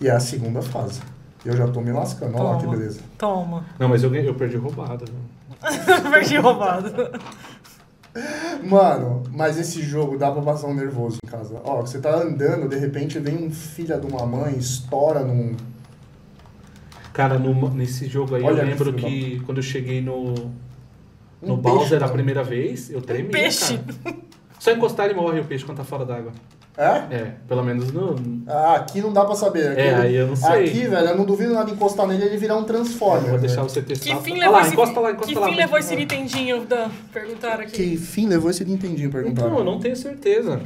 [SPEAKER 1] E é a segunda fase. Eu já tô me lascando. Olha lá que
[SPEAKER 2] Toma.
[SPEAKER 1] beleza.
[SPEAKER 2] Toma.
[SPEAKER 3] Não, mas eu, ganhei- eu perdi roubada. né?
[SPEAKER 2] Perdi roubado.
[SPEAKER 1] Mano, mas esse jogo dá pra passar um nervoso em casa. Ó, você tá andando, de repente vem um filho de uma mãe, estoura num.
[SPEAKER 3] Cara, no- nesse jogo aí,
[SPEAKER 1] Olha
[SPEAKER 3] eu
[SPEAKER 1] que
[SPEAKER 3] lembro
[SPEAKER 1] filho da
[SPEAKER 3] que quando eu cheguei no,
[SPEAKER 1] Um
[SPEAKER 3] no
[SPEAKER 1] peixe,
[SPEAKER 3] Bowser a
[SPEAKER 1] cara.
[SPEAKER 3] primeira vez, eu tremi,
[SPEAKER 2] Um peixe.
[SPEAKER 3] cara. Só encostar ele morre o peixe quando tá fora d'água.
[SPEAKER 1] É?
[SPEAKER 3] É, pelo menos no,
[SPEAKER 1] Ah, aqui não dá pra saber. Aqui,
[SPEAKER 3] É, aí eu não sei.
[SPEAKER 1] Aqui, velho, eu não duvido nada de encostar nele ele virar um Transformer.
[SPEAKER 3] Eu vou deixar
[SPEAKER 1] velho.
[SPEAKER 3] você testar.
[SPEAKER 2] Que fim
[SPEAKER 3] Ah
[SPEAKER 2] levou
[SPEAKER 3] lá,
[SPEAKER 2] esse.
[SPEAKER 3] encosta lá, encosta
[SPEAKER 2] que
[SPEAKER 3] lá.
[SPEAKER 2] fim levou esse Nintendinho da. Perguntaram aqui.
[SPEAKER 1] Que fim levou esse Nintendinho, perguntaram.
[SPEAKER 3] Então, eu não tenho certeza.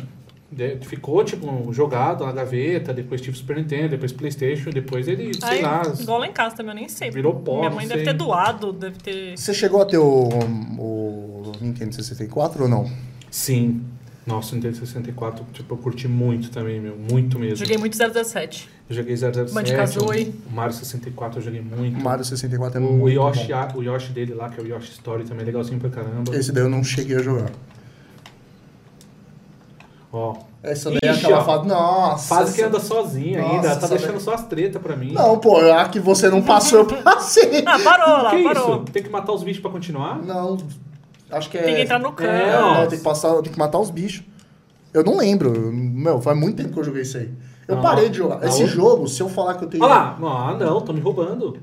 [SPEAKER 3] De- Ficou, tipo, jogado na gaveta, depois tive Super Nintendo, depois Playstation, depois ele, sei
[SPEAKER 2] Ai,
[SPEAKER 3] lá,
[SPEAKER 2] igual lá em casa também, eu nem sei.
[SPEAKER 3] Virou pó,
[SPEAKER 2] Minha
[SPEAKER 3] não
[SPEAKER 2] mãe
[SPEAKER 3] sei.
[SPEAKER 2] deve ter doado, deve ter.
[SPEAKER 1] Você chegou a ter o, o Nintendo 64 ou não?
[SPEAKER 3] Sim. Nossa, o Nintendo 64, tipo, eu curti muito também, meu. Muito mesmo.
[SPEAKER 2] Joguei muito 017.
[SPEAKER 3] Eu joguei 007,
[SPEAKER 2] Bandicoot.
[SPEAKER 3] o Mario 64 eu joguei muito.
[SPEAKER 1] O Mario 64 é muito
[SPEAKER 3] O Yoshi,
[SPEAKER 1] bom.
[SPEAKER 3] a- o Yoshi dele lá, que é o Yoshi Story, também é legalzinho pra caramba.
[SPEAKER 1] Esse daí eu não cheguei a jogar.
[SPEAKER 3] Ó,
[SPEAKER 1] Essa daí é
[SPEAKER 3] Ixi,
[SPEAKER 1] aquela
[SPEAKER 3] ó.
[SPEAKER 1] fase. Nossa.
[SPEAKER 3] fase que
[SPEAKER 1] essa-
[SPEAKER 3] anda sozinha
[SPEAKER 1] Nossa,
[SPEAKER 3] ainda, tá
[SPEAKER 1] sabe-
[SPEAKER 3] deixando só as tretas pra mim.
[SPEAKER 1] Não, pô, a que você não passou, eu passei.
[SPEAKER 2] Ah, parou lá,
[SPEAKER 3] que é
[SPEAKER 2] parou.
[SPEAKER 3] isso? Tem que matar os bichos pra continuar?
[SPEAKER 1] Não, acho que é.
[SPEAKER 2] Tem que entrar no
[SPEAKER 1] É,
[SPEAKER 2] canto.
[SPEAKER 3] Não.
[SPEAKER 1] é, tem que passar, tem que matar os bichos. Eu não lembro. eu- Meu, faz muito tempo que eu joguei isso aí. Eu
[SPEAKER 3] Não,
[SPEAKER 1] parei de jogar.
[SPEAKER 3] não.
[SPEAKER 1] Esse jogo, se eu falar que eu tenho.
[SPEAKER 3] Ah. Tá Olha lá, ah, não, tô me roubando.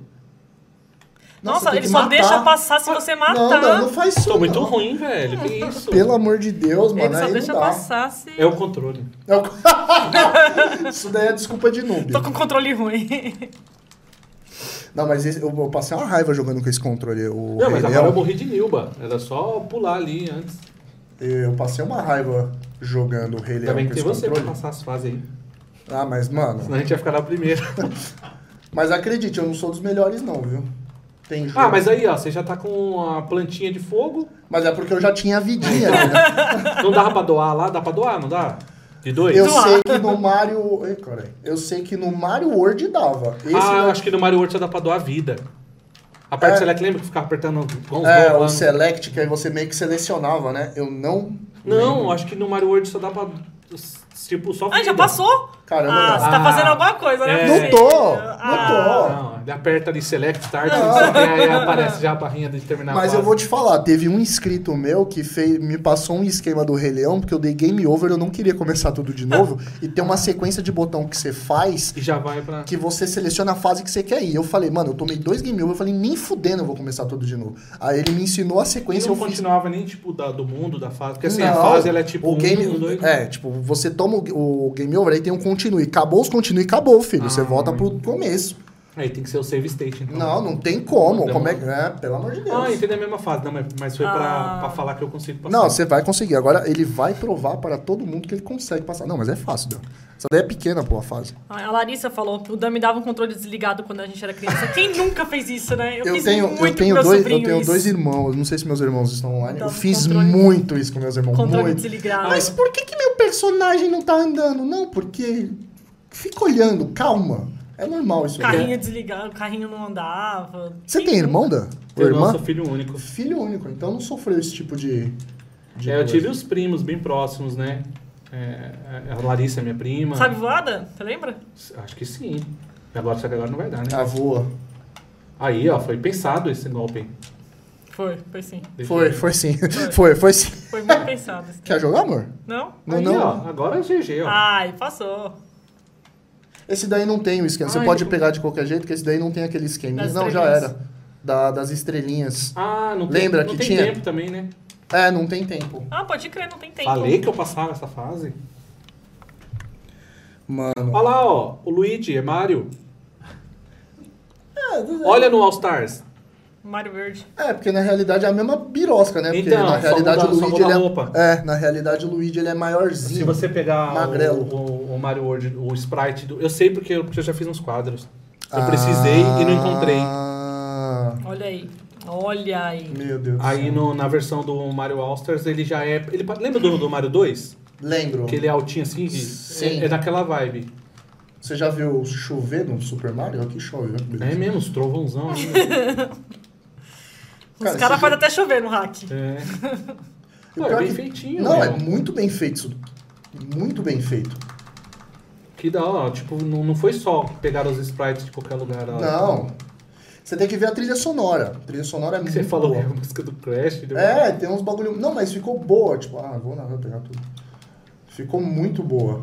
[SPEAKER 1] Nossa,
[SPEAKER 2] Nossa,
[SPEAKER 1] tem
[SPEAKER 2] ele
[SPEAKER 1] que
[SPEAKER 2] só
[SPEAKER 1] matar. Ah,
[SPEAKER 2] deixa passar se você matar.
[SPEAKER 1] Não, não, não faz isso.
[SPEAKER 3] Tô muito
[SPEAKER 1] não.
[SPEAKER 3] ruim, velho. Que isso?
[SPEAKER 1] Pelo amor de Deus, mano.
[SPEAKER 2] Ele só
[SPEAKER 1] aí
[SPEAKER 2] deixa
[SPEAKER 1] não dá.
[SPEAKER 2] passar se.
[SPEAKER 3] É o controle.
[SPEAKER 1] É o- isso daí é desculpa de noob.
[SPEAKER 2] Tô com controle ruim.
[SPEAKER 1] Não, mas esse- eu, eu passei uma raiva jogando com esse controle. é O
[SPEAKER 3] Não, mas
[SPEAKER 1] Rei
[SPEAKER 3] agora eu
[SPEAKER 1] Leão.
[SPEAKER 3] morri de Nilba. Era só pular ali antes.
[SPEAKER 1] eu... passei uma raiva jogando o Rei
[SPEAKER 3] Ainda
[SPEAKER 1] Leão
[SPEAKER 3] bem
[SPEAKER 1] com
[SPEAKER 3] que tem
[SPEAKER 1] esse
[SPEAKER 3] você pra
[SPEAKER 1] é controle.
[SPEAKER 3] passar as fases aí.
[SPEAKER 1] Ah, mas, mano.
[SPEAKER 3] Senão a gente ia ficar na primeira.
[SPEAKER 1] Mas acredite, eu não sou dos melhores, não, viu? Tem jogo.
[SPEAKER 3] ah, mas aí, ó, você já tá com a plantinha de fogo.
[SPEAKER 1] Mas é porque eu já tinha a vidinha, né?
[SPEAKER 3] Não dava pra doar lá? Dá pra doar, não dá? De dois? Ah,
[SPEAKER 1] Eu
[SPEAKER 2] Zoar.
[SPEAKER 1] sei que no Mario. Ei, caralho. Eu sei que no Mario World dava. Esse
[SPEAKER 3] ah, eu
[SPEAKER 1] da-
[SPEAKER 3] acho que no Mario World só dá pra doar vida. A parte
[SPEAKER 1] É.
[SPEAKER 3] do Select lembra que ficava apertando os bons
[SPEAKER 1] é,
[SPEAKER 3] bons
[SPEAKER 1] o
[SPEAKER 3] lá? né?
[SPEAKER 1] Select, que aí você meio que selecionava, né? Eu não.
[SPEAKER 3] Não,
[SPEAKER 1] lembro.
[SPEAKER 3] acho que no Mario World só dá pra. Tipo, só.
[SPEAKER 2] Ah, já
[SPEAKER 3] vida.
[SPEAKER 2] passou?
[SPEAKER 1] Caramba,
[SPEAKER 2] ah,
[SPEAKER 1] não.
[SPEAKER 2] você tá
[SPEAKER 3] Ah,
[SPEAKER 2] fazendo alguma coisa, né?
[SPEAKER 3] é.
[SPEAKER 2] Felipe?
[SPEAKER 1] Não tô, não
[SPEAKER 2] Ah,
[SPEAKER 1] tô.
[SPEAKER 3] Não, ele aperta ali Select, Start, e aí aparece já a barrinha de terminar a
[SPEAKER 1] Mas
[SPEAKER 3] fase.
[SPEAKER 1] eu vou te falar, teve um inscrito meu que fez, me passou um esquema do Rei Leão, porque eu dei game over, eu não queria começar tudo de novo. e tem uma sequência de botão que você faz
[SPEAKER 3] E já vai pra.
[SPEAKER 1] que você seleciona a fase que você quer ir. Eu falei, mano, eu tomei dois game over, eu falei, nem fudendo eu vou começar tudo de novo. Aí ele me ensinou a
[SPEAKER 3] E
[SPEAKER 1] sequência,
[SPEAKER 3] não
[SPEAKER 1] eu fiz
[SPEAKER 3] continuava nem, tipo, da- do mundo, da fase. Porque assim, a
[SPEAKER 1] Não,
[SPEAKER 3] fase ela é tipo.
[SPEAKER 1] o game,
[SPEAKER 3] um, dois.
[SPEAKER 1] É, tipo,
[SPEAKER 3] Ah,
[SPEAKER 1] você toma o, o game over aí tem um continue. Acabou os continue, acabou, filho. você volta pro começo.
[SPEAKER 3] Aí tem que ser o save state, então.
[SPEAKER 1] Não, não tem como.
[SPEAKER 3] Não.
[SPEAKER 1] Como é que. É, pelo amor de Deus.
[SPEAKER 3] Ah, entrei na mesma fase. Não, mas, mas foi pra,
[SPEAKER 2] Ah.
[SPEAKER 3] pra falar que eu consigo passar.
[SPEAKER 1] Não, você vai conseguir. Agora ele vai provar para todo mundo que ele consegue passar. Não, mas é fácil, Dan. Essa daí é pequena, pô, a fase.
[SPEAKER 2] A Larissa falou que o Dan me dava um controle desligado quando a gente era criança. Quem nunca fez isso, né?
[SPEAKER 1] Eu
[SPEAKER 2] fiz
[SPEAKER 1] tenho,
[SPEAKER 2] muito
[SPEAKER 1] eu
[SPEAKER 2] com
[SPEAKER 1] tenho,
[SPEAKER 2] meu
[SPEAKER 1] dois, eu
[SPEAKER 2] sobrinho
[SPEAKER 1] tenho
[SPEAKER 2] isso.
[SPEAKER 1] dois irmãos. Não sei se meus irmãos estão online.
[SPEAKER 2] Então,
[SPEAKER 1] eu fiz
[SPEAKER 2] controle-
[SPEAKER 1] muito isso com meus irmãos.
[SPEAKER 2] Controle
[SPEAKER 1] muito.
[SPEAKER 2] desligado.
[SPEAKER 1] Mas por que, que meu personagem não tá andando? Não, porque. Fica olhando, calma. É normal isso. aí.
[SPEAKER 2] Carrinho desligado, carrinho não andava.
[SPEAKER 1] Você
[SPEAKER 2] Quem
[SPEAKER 1] tem
[SPEAKER 2] nunca?
[SPEAKER 1] irmão, Dan? Ou
[SPEAKER 3] Eu não
[SPEAKER 1] é irmã?
[SPEAKER 3] sou filho único.
[SPEAKER 1] Filho único, então não sofreu esse tipo de. de
[SPEAKER 3] É, eu
[SPEAKER 1] coisa.
[SPEAKER 3] tive os primos bem próximos, né? É, a Larissa é minha prima.
[SPEAKER 2] Sabe voada? Você lembra?
[SPEAKER 3] Acho que sim. Agora, só que agora não vai dar, né?
[SPEAKER 1] A Ah, voa.
[SPEAKER 3] Aí, ó, foi pensado esse golpe.
[SPEAKER 2] Foi, foi sim.
[SPEAKER 1] Foi, foi sim. Foi, foi sim.
[SPEAKER 2] Foi muito pensado. esse
[SPEAKER 1] Quer jogar, amor?
[SPEAKER 2] tempo. Não?
[SPEAKER 1] Não,
[SPEAKER 3] Aí,
[SPEAKER 1] não.
[SPEAKER 3] ó, agora é GG, ó.
[SPEAKER 2] Ai, passou.
[SPEAKER 1] Esse daí não tem o esquema. Você
[SPEAKER 3] Ai,
[SPEAKER 1] pode
[SPEAKER 3] eu-
[SPEAKER 1] pegar de qualquer jeito, porque esse daí não tem aquele esquema.
[SPEAKER 2] Das
[SPEAKER 1] não, já
[SPEAKER 2] estrelinhas.
[SPEAKER 1] era. Da- das estrelinhas.
[SPEAKER 3] Ah, não
[SPEAKER 1] Lembra
[SPEAKER 3] tem,
[SPEAKER 1] que
[SPEAKER 3] não tem
[SPEAKER 1] tinha?
[SPEAKER 3] tempo também, né?
[SPEAKER 1] É, não tem tempo.
[SPEAKER 2] Ah, pode crer, não tem tempo.
[SPEAKER 3] Falei que eu passava essa fase.
[SPEAKER 1] Mano.
[SPEAKER 3] Olha lá, ó. O Luigi é Mario. Olha no All Stars.
[SPEAKER 2] Mário Verde.
[SPEAKER 1] É, porque na realidade é a mesma birosca, né? Porque
[SPEAKER 3] Então,
[SPEAKER 1] na
[SPEAKER 3] só
[SPEAKER 1] realidade
[SPEAKER 3] muda-
[SPEAKER 1] o
[SPEAKER 3] só
[SPEAKER 1] Luigi
[SPEAKER 3] muda a
[SPEAKER 1] ele é.
[SPEAKER 3] roupa.
[SPEAKER 1] É, na realidade o Luigi ele é
[SPEAKER 3] Se
[SPEAKER 1] maiorzinho.
[SPEAKER 3] você pegar
[SPEAKER 1] Magrelo.
[SPEAKER 3] o, o- o Mario World, o sprite do. Eu sei porque eu, porque eu já fiz uns quadros. Eu precisei e não encontrei.
[SPEAKER 1] Ah,
[SPEAKER 2] Olha aí. Olha aí.
[SPEAKER 1] meu Deus. do
[SPEAKER 3] Aí
[SPEAKER 1] céu.
[SPEAKER 3] no- na versão do Mario All-Stars ele já é. Ele, pa- lembra do, do Mario 2?
[SPEAKER 1] Lembro.
[SPEAKER 3] Que ele é altinho assim? que-
[SPEAKER 1] Sim.
[SPEAKER 3] É, é daquela vibe.
[SPEAKER 1] Você já viu chover no Super Mario? Aqui chove. né? olha que beleza.
[SPEAKER 3] É mesmo, os trovãozão ainda.
[SPEAKER 1] Cara,
[SPEAKER 2] Os caras
[SPEAKER 1] esse
[SPEAKER 2] fazem até chover no hack.
[SPEAKER 3] é.
[SPEAKER 1] E
[SPEAKER 3] Pô, é
[SPEAKER 1] pior
[SPEAKER 3] bem
[SPEAKER 1] que-
[SPEAKER 3] feitinho,
[SPEAKER 1] Não, é
[SPEAKER 3] meu.
[SPEAKER 1] muito bem feito isso. Muito bem feito.
[SPEAKER 3] Que da hora, tipo, não, não foi só pegar os sprites de qualquer lugar. ó.
[SPEAKER 1] Não. Você tem que ver a trilha sonora. A trilha sonora é
[SPEAKER 3] Que
[SPEAKER 1] muito
[SPEAKER 3] Você falou que é
[SPEAKER 1] boa.
[SPEAKER 3] a música do Crash. deu-
[SPEAKER 1] É, tem uns bagulho. Não, mas ficou boa. Tipo, ah, vou na vou pegar tudo. Ficou muito boa.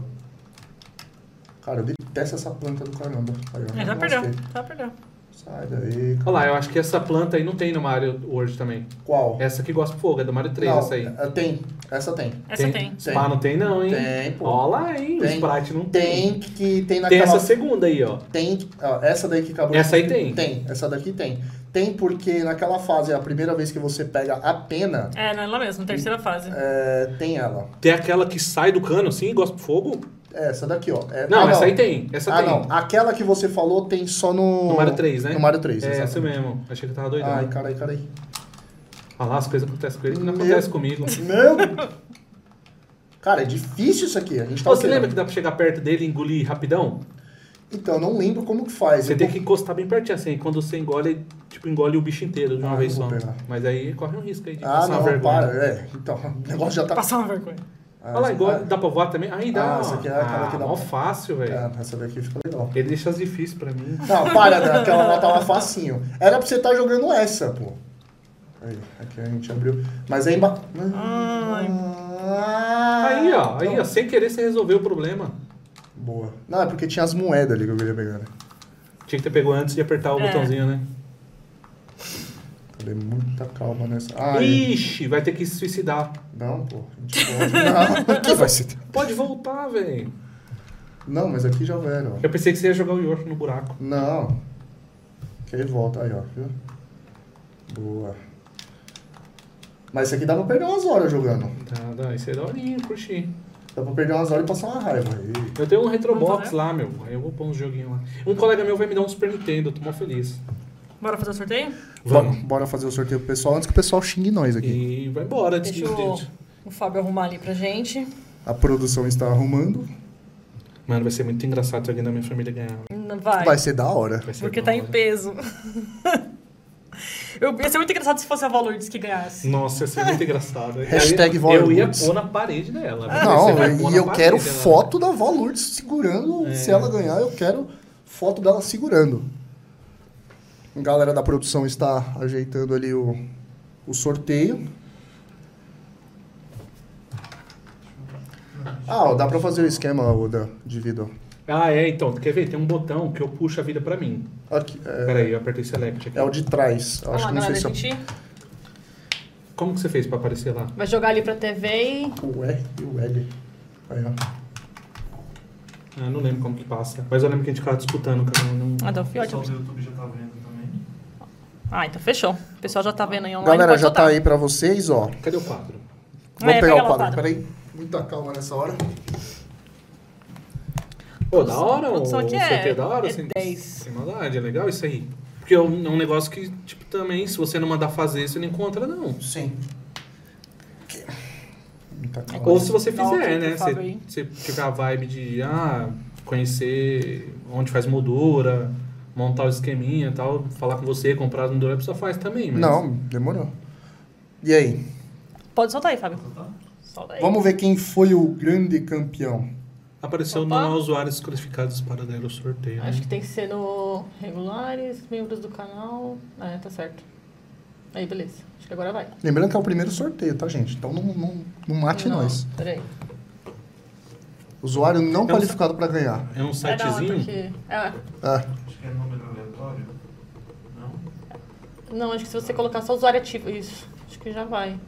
[SPEAKER 1] Cara, eu detesto essa planta do caramba. Aí, ó,
[SPEAKER 2] É, já
[SPEAKER 1] não
[SPEAKER 2] perdeu.
[SPEAKER 1] gostei.
[SPEAKER 2] Já perdeu.
[SPEAKER 1] Sai daí.
[SPEAKER 3] Olha lá, eu acho que essa planta aí não tem no Mario World também.
[SPEAKER 1] Qual?
[SPEAKER 3] Essa que gosta de fogo, é do Mario 3,
[SPEAKER 1] não,
[SPEAKER 3] essa aí.
[SPEAKER 1] é, Tem. Essa tem.
[SPEAKER 2] Essa tem.
[SPEAKER 1] Tem.
[SPEAKER 3] Ah, não tem não, hein?
[SPEAKER 1] Tem, pô.
[SPEAKER 3] Olha lá, hein? O
[SPEAKER 1] Tem.
[SPEAKER 3] Sprite não tem.
[SPEAKER 1] Tem que tem
[SPEAKER 3] Tem
[SPEAKER 1] naquela.
[SPEAKER 3] essa segunda aí, ó.
[SPEAKER 1] Tem. ó, essa daí que acabou.
[SPEAKER 3] Essa aí tem.
[SPEAKER 1] Tem. Essa daqui tem. Tem porque naquela fase é a primeira vez que você pega a pena.
[SPEAKER 2] É, não é lá mesmo, terceira fase.
[SPEAKER 1] É, tem ela.
[SPEAKER 3] Tem aquela que sai do cano assim e gosta de fogo?
[SPEAKER 1] É Essa daqui, ó. É-
[SPEAKER 3] Não,
[SPEAKER 1] ah,
[SPEAKER 3] essa aí tem. Essa
[SPEAKER 1] ah,
[SPEAKER 3] tem.
[SPEAKER 1] não. Aquela que você falou tem só no.
[SPEAKER 3] No Mario 3, né?
[SPEAKER 1] No Mario 3,
[SPEAKER 3] É,
[SPEAKER 1] exatamente.
[SPEAKER 3] essa mesmo. Achei que eu tava doidão.
[SPEAKER 1] Ai, carai, carai.
[SPEAKER 3] Olha lá, as coisas acontecem com ele que não
[SPEAKER 1] Meu-
[SPEAKER 3] acontece comigo.
[SPEAKER 1] Meu! Cara, é difícil isso aqui. A gente tá
[SPEAKER 3] Ô, você
[SPEAKER 1] querendo.
[SPEAKER 3] lembra que dá pra chegar perto dele e engolir rapidão?
[SPEAKER 1] Então, eu não lembro como que faz.
[SPEAKER 3] Você
[SPEAKER 1] Eu
[SPEAKER 3] tem
[SPEAKER 1] vou-
[SPEAKER 3] que encostar bem pertinho assim. Quando você engole, tipo, engole o bicho inteiro de uma
[SPEAKER 1] Ah,
[SPEAKER 3] vez
[SPEAKER 1] eu
[SPEAKER 3] só.
[SPEAKER 1] vou pegar.
[SPEAKER 3] Mas aí corre um risco aí de
[SPEAKER 1] Ah,
[SPEAKER 3] passar uma
[SPEAKER 1] não,
[SPEAKER 3] vergonha.
[SPEAKER 1] para. É, então, o negócio já tá.
[SPEAKER 2] Passar uma vergonha.
[SPEAKER 1] Ah,
[SPEAKER 3] Olha lá,
[SPEAKER 1] essa-
[SPEAKER 3] igual, dá pra voar também? Aí dá.
[SPEAKER 1] Ah, essa aqui é aquela que dá
[SPEAKER 3] mó
[SPEAKER 1] pra-
[SPEAKER 3] fácil, velho.
[SPEAKER 1] Ah, essa daqui ficou legal.
[SPEAKER 3] Ele deixa as difíceis pra mim.
[SPEAKER 1] Não, para, né? aquela lá tava facinho. Era pra você estar jogando essa, pô. Aí, aqui a gente abriu. Mas aí. emba-
[SPEAKER 2] Ai.
[SPEAKER 1] Ah,
[SPEAKER 3] Aí, ó, aí, ó,
[SPEAKER 1] então-
[SPEAKER 3] sem querer você resolveu o problema.
[SPEAKER 1] Boa. Não, é porque tinha as moedas ali que eu queria pegar, né?
[SPEAKER 3] Tinha que ter pegou antes de apertar o
[SPEAKER 2] É.
[SPEAKER 3] botãozinho, né?
[SPEAKER 1] Dei muita calma nessa. Ai,
[SPEAKER 3] Ixi, vai ter que se suicidar.
[SPEAKER 1] não, pô. A gente pode. Não, aqui vai ser.
[SPEAKER 3] Pode voltar, velho.
[SPEAKER 1] Não, mas aqui já era, ó.
[SPEAKER 3] Eu pensei que você ia jogar o York no buraco.
[SPEAKER 1] Não. Que aí volta aí, ó. Viu? Boa. Mas isso aqui dá pra perder umas horas jogando.
[SPEAKER 3] Tá, dá, isso é daorinha, curti.
[SPEAKER 1] Dá pra perder umas horas e passar uma raiva. E...
[SPEAKER 3] Eu tenho um Retrobox
[SPEAKER 2] Vamos né?
[SPEAKER 3] lá, meu. Aí eu vou pôr uns joguinhos lá. Um colega meu vai me dar um Super Nintendo, eu tô mó feliz.
[SPEAKER 2] Bora fazer o sorteio?
[SPEAKER 3] Vamos.
[SPEAKER 1] Bora, bora fazer o sorteio pro pessoal antes que o pessoal xingue nós aqui.
[SPEAKER 3] E vai embora,
[SPEAKER 2] Deixa o, o Fábio arrumar ali pra gente.
[SPEAKER 1] A produção está arrumando.
[SPEAKER 3] Mano, vai ser muito engraçado se alguém da minha família ganhar. velho.
[SPEAKER 2] Não, Vai.
[SPEAKER 1] Vai ser né? da hora.
[SPEAKER 3] Vai ser
[SPEAKER 2] porque
[SPEAKER 3] da
[SPEAKER 2] tá em
[SPEAKER 3] hora.
[SPEAKER 2] peso. Eu, ia ser muito engraçado se fosse a Valordes que
[SPEAKER 1] Hum,
[SPEAKER 2] ganhasse.
[SPEAKER 3] Nossa, ia ser muito engraçado.
[SPEAKER 1] Hashtag
[SPEAKER 3] eu, eu ia
[SPEAKER 1] Voyages.
[SPEAKER 3] pôr na parede dela.
[SPEAKER 2] Ah,
[SPEAKER 3] velho. Ah, Você vai pôr
[SPEAKER 1] Não,
[SPEAKER 3] na né?
[SPEAKER 1] e eu
[SPEAKER 3] parede
[SPEAKER 1] quero
[SPEAKER 3] dela.
[SPEAKER 1] foto da Val Lourdes segurando.
[SPEAKER 3] É.
[SPEAKER 1] Se ela ganhar, eu quero foto dela segurando. A galera da produção está ajeitando ali o, o sorteio. Ah, ó, dá pra fazer o esquema, Oda, de vida.
[SPEAKER 3] Ah, é, então. Quer ver? Tem um botão que eu puxo a vida pra mim.
[SPEAKER 1] Aqui, é,
[SPEAKER 3] Peraí, eu apertei select aqui.
[SPEAKER 1] é o de trás. Eu
[SPEAKER 2] Olha
[SPEAKER 1] acho
[SPEAKER 2] lá,
[SPEAKER 1] que não sei
[SPEAKER 2] galera,
[SPEAKER 1] se
[SPEAKER 2] a
[SPEAKER 1] é
[SPEAKER 2] gente
[SPEAKER 3] Como que você fez pra aparecer lá?
[SPEAKER 2] vai jogar ali pra TV e...
[SPEAKER 1] o R e o L. Aí, ó.
[SPEAKER 3] Ah, não lembro como que passa. Mas eu lembro que a gente ficava disputando cada um.
[SPEAKER 2] Ah, então foi
[SPEAKER 4] O pessoal
[SPEAKER 2] ótimo.
[SPEAKER 4] do YouTube já tá vendo também.
[SPEAKER 2] Ah, então fechou. O pessoal já tá vendo aí online.
[SPEAKER 1] Galera,
[SPEAKER 2] pode
[SPEAKER 1] já
[SPEAKER 2] soltar.
[SPEAKER 1] tá aí pra vocês, ó.
[SPEAKER 3] Cadê o quadro?
[SPEAKER 1] Vamos
[SPEAKER 2] É, pega
[SPEAKER 1] pegar
[SPEAKER 2] lá
[SPEAKER 1] o
[SPEAKER 2] o
[SPEAKER 1] quadro.
[SPEAKER 2] quadro.
[SPEAKER 1] Peraí. Muita calma nessa hora.
[SPEAKER 3] Pô, da hora o
[SPEAKER 2] produção aqui
[SPEAKER 3] CT
[SPEAKER 2] é-
[SPEAKER 3] da hora,
[SPEAKER 2] é
[SPEAKER 3] sem,
[SPEAKER 2] 10.
[SPEAKER 3] sem maldade, é legal isso aí. Porque é um é um negócio que, tipo, também, se você não mandar fazer, você não encontra, não.
[SPEAKER 1] Sim. Aqui. Muita
[SPEAKER 2] É
[SPEAKER 1] calma.
[SPEAKER 3] Ou se você
[SPEAKER 2] Dá uma
[SPEAKER 3] fizer,
[SPEAKER 2] dica,
[SPEAKER 3] né?
[SPEAKER 2] Fábio,
[SPEAKER 3] Se
[SPEAKER 2] aí.
[SPEAKER 3] se tiver a vibe de ah, conhecer onde faz moldura, montar o esqueminha e tal, falar com você, comprar as molduras, a pessoa faz também. Mas
[SPEAKER 1] Não, demorou. E aí?
[SPEAKER 2] Pode soltar aí, Fábio.
[SPEAKER 4] Tá?
[SPEAKER 2] Solta aí.
[SPEAKER 1] Vamos ver quem foi o grande campeão.
[SPEAKER 3] Apareceu
[SPEAKER 2] Opa.
[SPEAKER 3] não usuários classificados para dar o sorteio. né?
[SPEAKER 2] Acho que tem que ser no regulares, membros do canal. É, tá certo. Aí, beleza. Acho que agora vai.
[SPEAKER 1] Lembrando que é o primeiro sorteio, tá, gente? Então não, não, não mate
[SPEAKER 2] Não,
[SPEAKER 1] nós.
[SPEAKER 2] Peraí.
[SPEAKER 1] Usuário não
[SPEAKER 3] Eu
[SPEAKER 1] qualificado pra ganhar.
[SPEAKER 3] É um
[SPEAKER 2] É da hora,
[SPEAKER 3] sitezinho.
[SPEAKER 2] porque- é.
[SPEAKER 1] É.
[SPEAKER 4] Acho que é número aleatório. Não?
[SPEAKER 2] Não, acho que se você colocar só usuário ativo. Isso. Acho que já vai.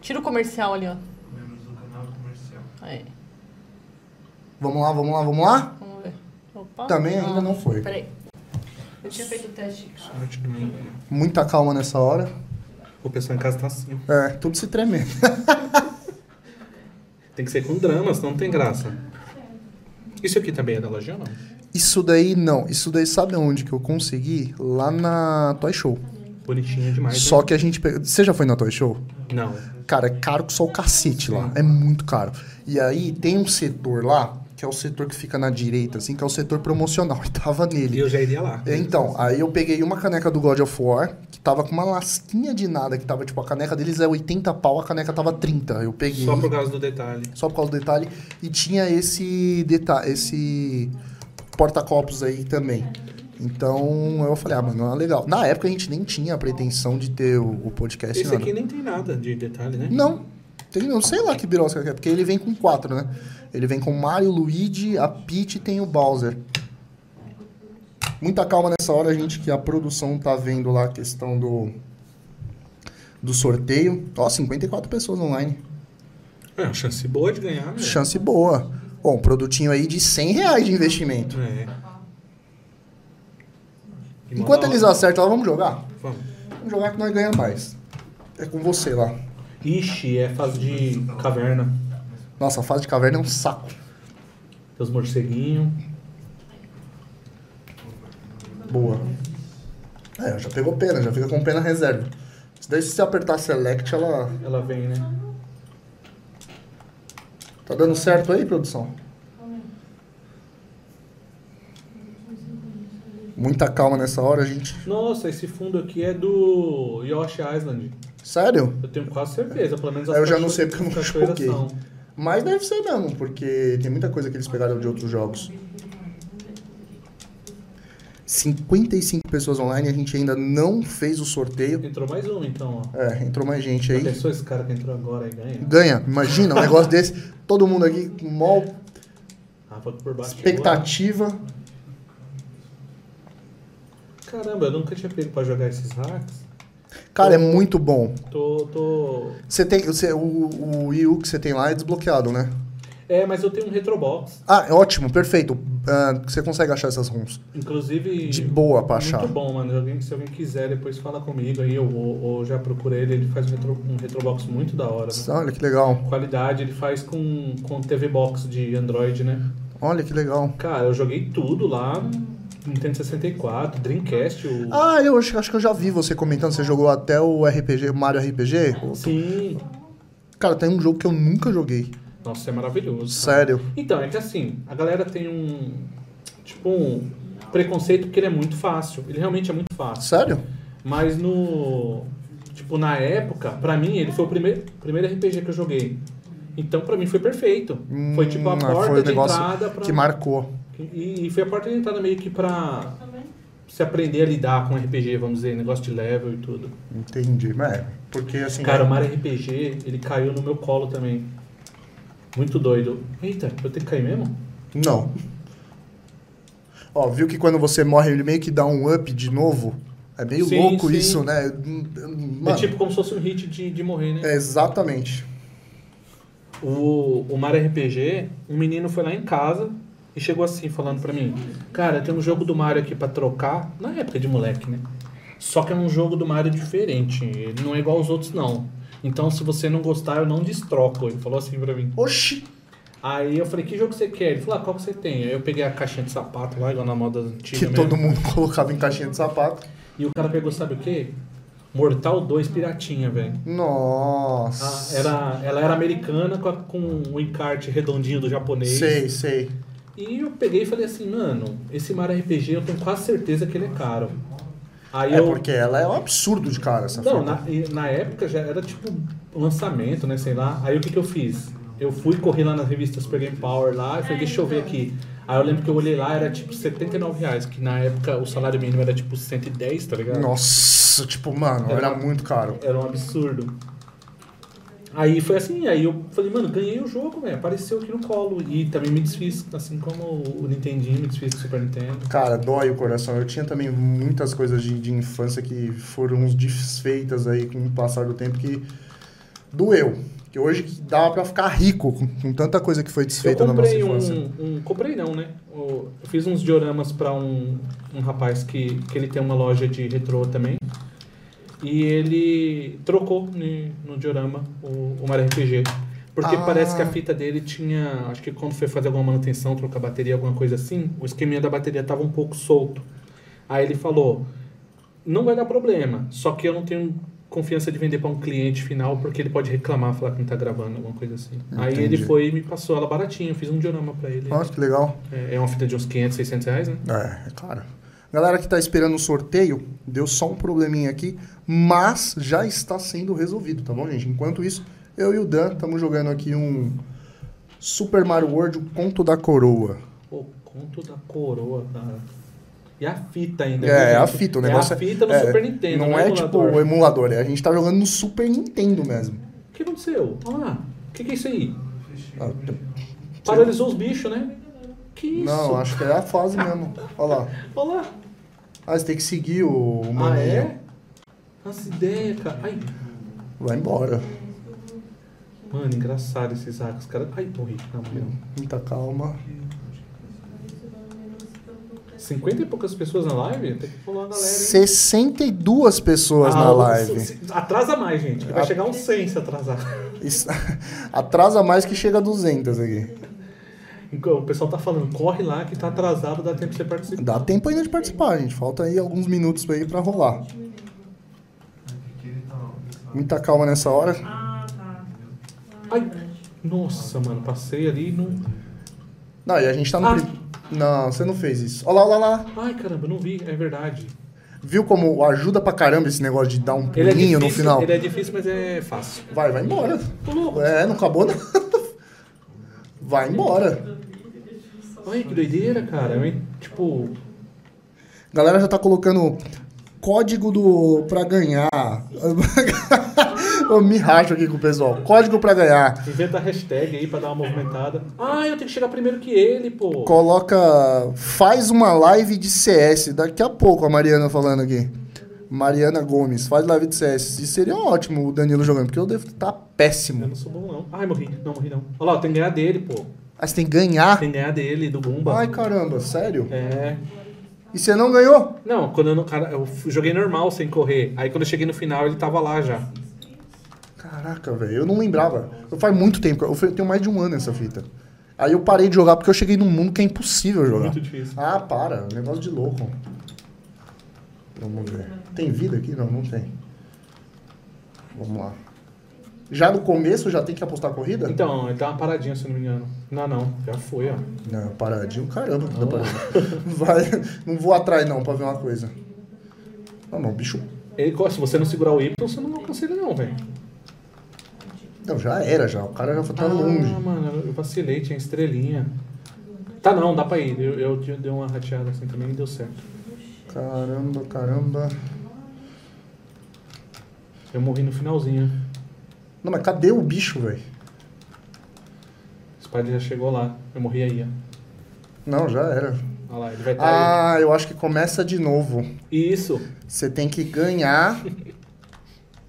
[SPEAKER 2] Tira o comercial ali, ó.
[SPEAKER 4] Membros do canal comercial.
[SPEAKER 2] Aí.
[SPEAKER 1] Vamos lá, vamos lá, vamos lá.
[SPEAKER 2] Vamos ver. Opa.
[SPEAKER 1] Também ainda não foi.
[SPEAKER 2] Peraí.
[SPEAKER 5] Eu tinha feito o teste.
[SPEAKER 3] Sorte do mundo.
[SPEAKER 1] Muita calma nessa hora.
[SPEAKER 3] O pessoal em casa tá assim.
[SPEAKER 1] É, tudo se tremendo.
[SPEAKER 3] Tem que ser com drama, senão não tem graça. Isso aqui também é da loja ou não?
[SPEAKER 1] Isso daí não. Isso daí sabe onde que eu consegui? Lá na Toy Show.
[SPEAKER 3] Bonitinho demais.
[SPEAKER 1] Só
[SPEAKER 3] hein?
[SPEAKER 1] que a gente pegou. Você já foi na Toy Show?
[SPEAKER 3] Não.
[SPEAKER 1] Cara, é caro que só o cacete lá. É muito caro. E aí tem um setor lá, que é o setor que fica na direita, assim, que é o setor promocional. E tava
[SPEAKER 3] E
[SPEAKER 1] nele.
[SPEAKER 3] eu já iria lá.
[SPEAKER 1] É, Então, aí eu peguei uma caneca do God of War, que tava com uma lasquinha de nada, que tava tipo, a caneca deles é 80 pau, a caneca tava 30. Eu peguei.
[SPEAKER 3] Só por causa do detalhe.
[SPEAKER 1] só por causa do detalhe. E tinha esse detalhe, esse porta-copos aí também. Então eu falei, ah, mano, é legal. Na época a gente nem tinha a pretensão de ter o, o podcast.
[SPEAKER 3] Esse
[SPEAKER 1] nada.
[SPEAKER 3] aqui nem tem nada de detalhe, né?
[SPEAKER 1] Não. Tem, não sei lá que birosca que é, porque ele vem com quatro, né? Ele vem com Mario, Luigi, a Peach e tem o Bowser. Muita calma nessa hora, gente, que a produção tá vendo lá a questão do do sorteio. Ó, 54 pessoas online.
[SPEAKER 3] É uma chance boa de ganhar, né?
[SPEAKER 1] Chance boa. Bom, um produtinho aí de 100 reais de investimento.
[SPEAKER 3] É. E
[SPEAKER 1] Enquanto
[SPEAKER 3] mandar
[SPEAKER 1] eles
[SPEAKER 3] uma-
[SPEAKER 1] acertam, lá, vamos jogar?
[SPEAKER 3] Vamos.
[SPEAKER 1] Vamos jogar que nós ganhamos mais. É com você lá.
[SPEAKER 3] Ixi, é fase de caverna.
[SPEAKER 1] Nossa, a fase de caverna é um saco.
[SPEAKER 3] Tem os morceguinhos.
[SPEAKER 1] Boa. É, já pegou pena, já fica com pena reserva. Isso daí, se você apertar select, ela.
[SPEAKER 3] Ela vem, né?
[SPEAKER 1] Tá dando certo aí, produção? Muita calma nessa hora, gente.
[SPEAKER 3] Nossa, esse fundo aqui é do Yoshi Island.
[SPEAKER 1] Sério?
[SPEAKER 3] Eu tenho quase certeza, pelo menos
[SPEAKER 1] Eu já não
[SPEAKER 3] cacho-
[SPEAKER 1] sei porque eu não
[SPEAKER 3] as cachoeiras
[SPEAKER 1] joguei.
[SPEAKER 3] são.
[SPEAKER 1] Mas deve ser mesmo, porque tem muita coisa que eles pegaram de outros jogos. 55 pessoas online, a gente ainda não fez o sorteio.
[SPEAKER 3] Entrou mais um, então, ó.
[SPEAKER 1] É, entrou mais gente aí.
[SPEAKER 3] Pensou esse cara que entrou agora e ganha?
[SPEAKER 1] Ganha, imagina um negócio desse. Todo mundo aqui com mó
[SPEAKER 3] Ah, foi por baixo.
[SPEAKER 1] expectativa.
[SPEAKER 3] chegou. Caramba, eu nunca tinha pego pra jogar esses hacks.
[SPEAKER 1] Cara, é muito bom.
[SPEAKER 3] Tô, tô...
[SPEAKER 1] Você tem, você, o, o Wii U que você tem lá é desbloqueado, né?
[SPEAKER 3] É, mas eu tenho um Retrobox.
[SPEAKER 1] Ah, é ótimo, perfeito. Ah, você consegue achar essas ROMs.
[SPEAKER 3] Inclusive...
[SPEAKER 1] De boa pra achar.
[SPEAKER 3] Muito bom, mano. Alguém- se alguém quiser, depois fala comigo aí. Eu, eu, eu já procurei ele. Ele faz um, retro, um Retrobox muito da hora. né?
[SPEAKER 1] Olha que legal.
[SPEAKER 3] Qualidade, ele faz com, com TV Box de Android, né?
[SPEAKER 1] Olha que legal.
[SPEAKER 3] Cara, eu joguei tudo lá. Nintendo 64, Dreamcast, o...
[SPEAKER 1] Ah, eu acho, acho que eu já vi você comentando. Você jogou até o RPG, Mario RPG?
[SPEAKER 3] Sim.
[SPEAKER 1] Cara, tem um jogo que eu nunca joguei.
[SPEAKER 3] Nossa, é maravilhoso.
[SPEAKER 1] Sério.
[SPEAKER 3] Então, é que assim, a galera tem um. Tipo, um preconceito porque ele é muito fácil. Ele realmente é muito fácil.
[SPEAKER 1] Sério?
[SPEAKER 3] Mas no. Tipo, na época, pra mim, ele foi o primeiro, primeiro RPG que eu joguei. Então, pra mim, foi perfeito. foi tipo a
[SPEAKER 1] Hum,
[SPEAKER 3] porta
[SPEAKER 1] foi o
[SPEAKER 3] de
[SPEAKER 1] negócio
[SPEAKER 3] entrada pra.
[SPEAKER 1] que marcou.
[SPEAKER 3] E, e foi a porta de entrada meio que pra se aprender a lidar com RPG, vamos dizer, negócio de level e tudo.
[SPEAKER 1] Entendi. É, porque assim.
[SPEAKER 3] Cara, o Mario RPG, ele caiu no meu colo também. Muito doido. Eita, eu tenho que cair mesmo?
[SPEAKER 1] Não. Ó, viu que quando você morre ele meio que dá um up de novo? É meio
[SPEAKER 3] Sim,
[SPEAKER 1] louco
[SPEAKER 3] sim.
[SPEAKER 1] isso, né? Mano,
[SPEAKER 3] É tipo como se fosse um hit de, de morrer, né?
[SPEAKER 1] é exatamente.
[SPEAKER 3] O, o Mario RPG, um menino foi lá em casa, e chegou assim, falando pra mim: Cara, tem um jogo do Mario aqui pra trocar, na época de moleque, né? Só que é um jogo do Mario diferente, ele não é igual aos outros, não. Então, se você não gostar, eu não destroco. Ele falou assim pra mim.
[SPEAKER 1] Oxi!
[SPEAKER 3] Aí eu falei, que jogo você quer? Ele falou, ah, qual que você tem? Aí eu peguei a caixinha de sapato lá, igual na moda antiga
[SPEAKER 1] Que
[SPEAKER 3] é mesmo.
[SPEAKER 1] todo mundo colocava em caixinha de sapato.
[SPEAKER 3] E o cara pegou, sabe o quê? Mortal 2 Piratinha, velho. Ah,
[SPEAKER 1] Nossa.
[SPEAKER 3] era, ela era americana com, a- com o encarte redondinho do japonês.
[SPEAKER 1] Sei, sei.
[SPEAKER 3] E eu peguei e falei assim, mano, esse Mario RPG eu tenho quase certeza que ele é caro. Aí
[SPEAKER 1] É
[SPEAKER 3] eu.
[SPEAKER 1] porque ela é um absurdo de cara, essa
[SPEAKER 3] Não,
[SPEAKER 1] fita.
[SPEAKER 3] na, e na época já era tipo lançamento, né? Sei lá. Aí o que, que eu fiz? Eu fui correr lá na revista Super Game Power lá e falei, deixa eu ver aqui. Aí eu lembro que eu olhei lá, era tipo R$ 79 reais, que na época o salário mínimo era tipo 110, tá ligado?
[SPEAKER 1] Nossa, tipo, mano,
[SPEAKER 3] Era-
[SPEAKER 1] era muito caro.
[SPEAKER 3] Era um absurdo. Aí foi assim, aí eu falei, mano, ganhei o jogo, velho. Apareceu aqui no colo. E também me desfiz, assim como o Nintendinho me desfiz do Super Nintendo.
[SPEAKER 1] Cara, dói o coração. Eu tinha também muitas coisas de, de infância que foram desfeitas aí com o passar do tempo que doeu. Que hoje que dava pra ficar rico com, com tanta coisa que foi
[SPEAKER 3] Eu
[SPEAKER 1] desfeita na nossa
[SPEAKER 3] comprei um,
[SPEAKER 1] infância.
[SPEAKER 3] um- Comprei não, né? Eu eu fiz uns dioramas pra um, um rapaz que, que ele tem uma loja de retrô também. E ele trocou ne- no diorama o, o Mario RPG. Porque
[SPEAKER 1] Ah.
[SPEAKER 3] parece que a fita dele tinha. Acho que quando foi fazer alguma manutenção, trocar bateria, alguma coisa assim, o esqueminha da bateria tava um pouco solto. Aí ele falou: Não vai dar problema, só que eu não tenho confiança de vender para um cliente final porque ele pode reclamar, falar que não tá gravando, alguma coisa assim. Aí
[SPEAKER 1] Ah, Entendi.
[SPEAKER 3] ele foi e me passou ela baratinha, eu fiz um diorama para ele.
[SPEAKER 1] Nossa, que legal.
[SPEAKER 3] É, é uma fita de uns 500, 600 reais, né?
[SPEAKER 1] É, é claro. Galera que tá esperando o sorteio, deu só um probleminha aqui, mas já está sendo resolvido, tá bom, gente? Enquanto isso, eu e o Dan estamos jogando aqui um Super Mario World, o Conto da Coroa.
[SPEAKER 3] Pô, conto da coroa, cara. E a fita ainda. viu,
[SPEAKER 1] É, é a
[SPEAKER 3] gente?
[SPEAKER 1] fita, o negócio
[SPEAKER 3] Uhum. é. a fita no
[SPEAKER 1] é,
[SPEAKER 3] Super Nintendo, né,
[SPEAKER 1] Não
[SPEAKER 3] no
[SPEAKER 1] é tipo
[SPEAKER 3] emulador.
[SPEAKER 1] o emulador, é, a gente tá jogando no Super Nintendo mesmo.
[SPEAKER 3] O que aconteceu? Ah, o que, que é isso aí?
[SPEAKER 1] Ah, t-
[SPEAKER 3] Paralisou os bichos, né? Que isso?
[SPEAKER 1] Não, acho que é a fase mesmo. Olha lá.
[SPEAKER 3] Olha lá.
[SPEAKER 1] Ah, você tem que seguir o o
[SPEAKER 3] Ah,
[SPEAKER 1] maninho.
[SPEAKER 3] é? Nossa ideia, cara. Ai,
[SPEAKER 1] Vai embora.
[SPEAKER 3] mano, engraçado esses hacks, cara. Ai, morri. Não, morri.
[SPEAKER 1] Muita calma.
[SPEAKER 3] 50 e poucas pessoas na live? Tem que pular a galera, hein?
[SPEAKER 1] 62 pessoas na
[SPEAKER 3] Ah,
[SPEAKER 1] live.
[SPEAKER 3] se- se- Atrasa mais, gente. que Vai
[SPEAKER 1] Ah.
[SPEAKER 3] chegar uns 100 se atrasar.
[SPEAKER 1] Isso- Atrasa mais que chega a 200 aqui.
[SPEAKER 3] O pessoal tá falando, corre lá que tá atrasado, dá tempo de você participar.
[SPEAKER 1] Dá tempo ainda de participar, gente. Falta aí alguns minutos aí pra rolar.
[SPEAKER 4] Aqui ele tá, ó.
[SPEAKER 1] Muita calma nessa hora.
[SPEAKER 5] Ah, tá.
[SPEAKER 3] Ai, nossa, mano, passei ali no.
[SPEAKER 1] Não, e a gente tá no.
[SPEAKER 3] Ah.
[SPEAKER 1] prim- Não, você não fez isso. Olha lá, olha lá, olha lá.
[SPEAKER 3] Ai, caramba, eu não vi, é verdade.
[SPEAKER 1] Viu como ajuda pra caramba esse negócio de dar um
[SPEAKER 3] Ele é
[SPEAKER 1] pulinho
[SPEAKER 3] difícil,
[SPEAKER 1] no final?
[SPEAKER 3] Ele é difícil, mas é fácil.
[SPEAKER 1] Vai, vai embora.
[SPEAKER 3] Tô louco.
[SPEAKER 1] É, não acabou nada. Vai embora.
[SPEAKER 3] Ai, que doideira, cara. Eu, en- tipo,
[SPEAKER 1] Galera já tá colocando código do pra ganhar. Eu me racho aqui com o pessoal. Código pra ganhar.
[SPEAKER 3] inventa a hashtag aí pra dar uma movimentada. Ah, eu tenho que chegar primeiro que ele, pô.
[SPEAKER 1] Coloca faz uma live de CS daqui a pouco a Mariana falando aqui. Mariana Gomes, faz live de CS. E seria ótimo o Danilo jogando, porque eu devo estar
[SPEAKER 3] Eu
[SPEAKER 1] péssimo.
[SPEAKER 3] não sou bom, não. Ai, morri. Não, morri não. Olha lá, tem que ganhar dele, pô.
[SPEAKER 1] Mas tem que ganhar.
[SPEAKER 3] Tem que ganhar dele, do Gumba.
[SPEAKER 1] Ai caramba, sério?
[SPEAKER 3] É.
[SPEAKER 1] E você não ganhou?
[SPEAKER 3] Não, quando eu não. Cara, eu f- joguei normal sem correr. Aí quando eu cheguei no final, ele tava lá já.
[SPEAKER 1] Caraca, velho, eu não lembrava. Eu faz muito tempo, eu fui- eu tenho mais de um ano essa fita. Aí eu parei de jogar porque eu cheguei num mundo que é impossível jogar.
[SPEAKER 3] Muito difícil.
[SPEAKER 1] Ah, para, negócio de louco. Vamos ver. Tem vida aqui? Não, não tem. Vamos lá. Já no começo já tem que apostar a corrida?
[SPEAKER 3] Então, ele dá uma paradinha, se eu não me engano. Não, não. Já foi, ó.
[SPEAKER 1] Não, paradinho, caramba, que tá paradinho. Vai, não vou atrás não pra ver uma coisa. Não, não, bicho.
[SPEAKER 3] Ele, co- se você não segurar o Y, você não alcança ele não, velho.
[SPEAKER 1] Não, já era já. O cara já tá
[SPEAKER 3] ah,
[SPEAKER 1] longe.
[SPEAKER 3] mano, eu vacilei, tinha estrelinha. Tá não, dá pra ir. Eu, eu te- dei uma rateada assim também e deu certo.
[SPEAKER 1] Caramba, caramba.
[SPEAKER 3] Eu morri no finalzinho.
[SPEAKER 1] Não, mas cadê o bicho, velho?
[SPEAKER 3] O Spider já chegou lá. Eu morri aí, ó.
[SPEAKER 1] Não, já era.
[SPEAKER 3] Olha lá, ele vai estar tá
[SPEAKER 1] Ah, eu acho que começa de novo.
[SPEAKER 3] aí. Isso.
[SPEAKER 1] Você tem que ganhar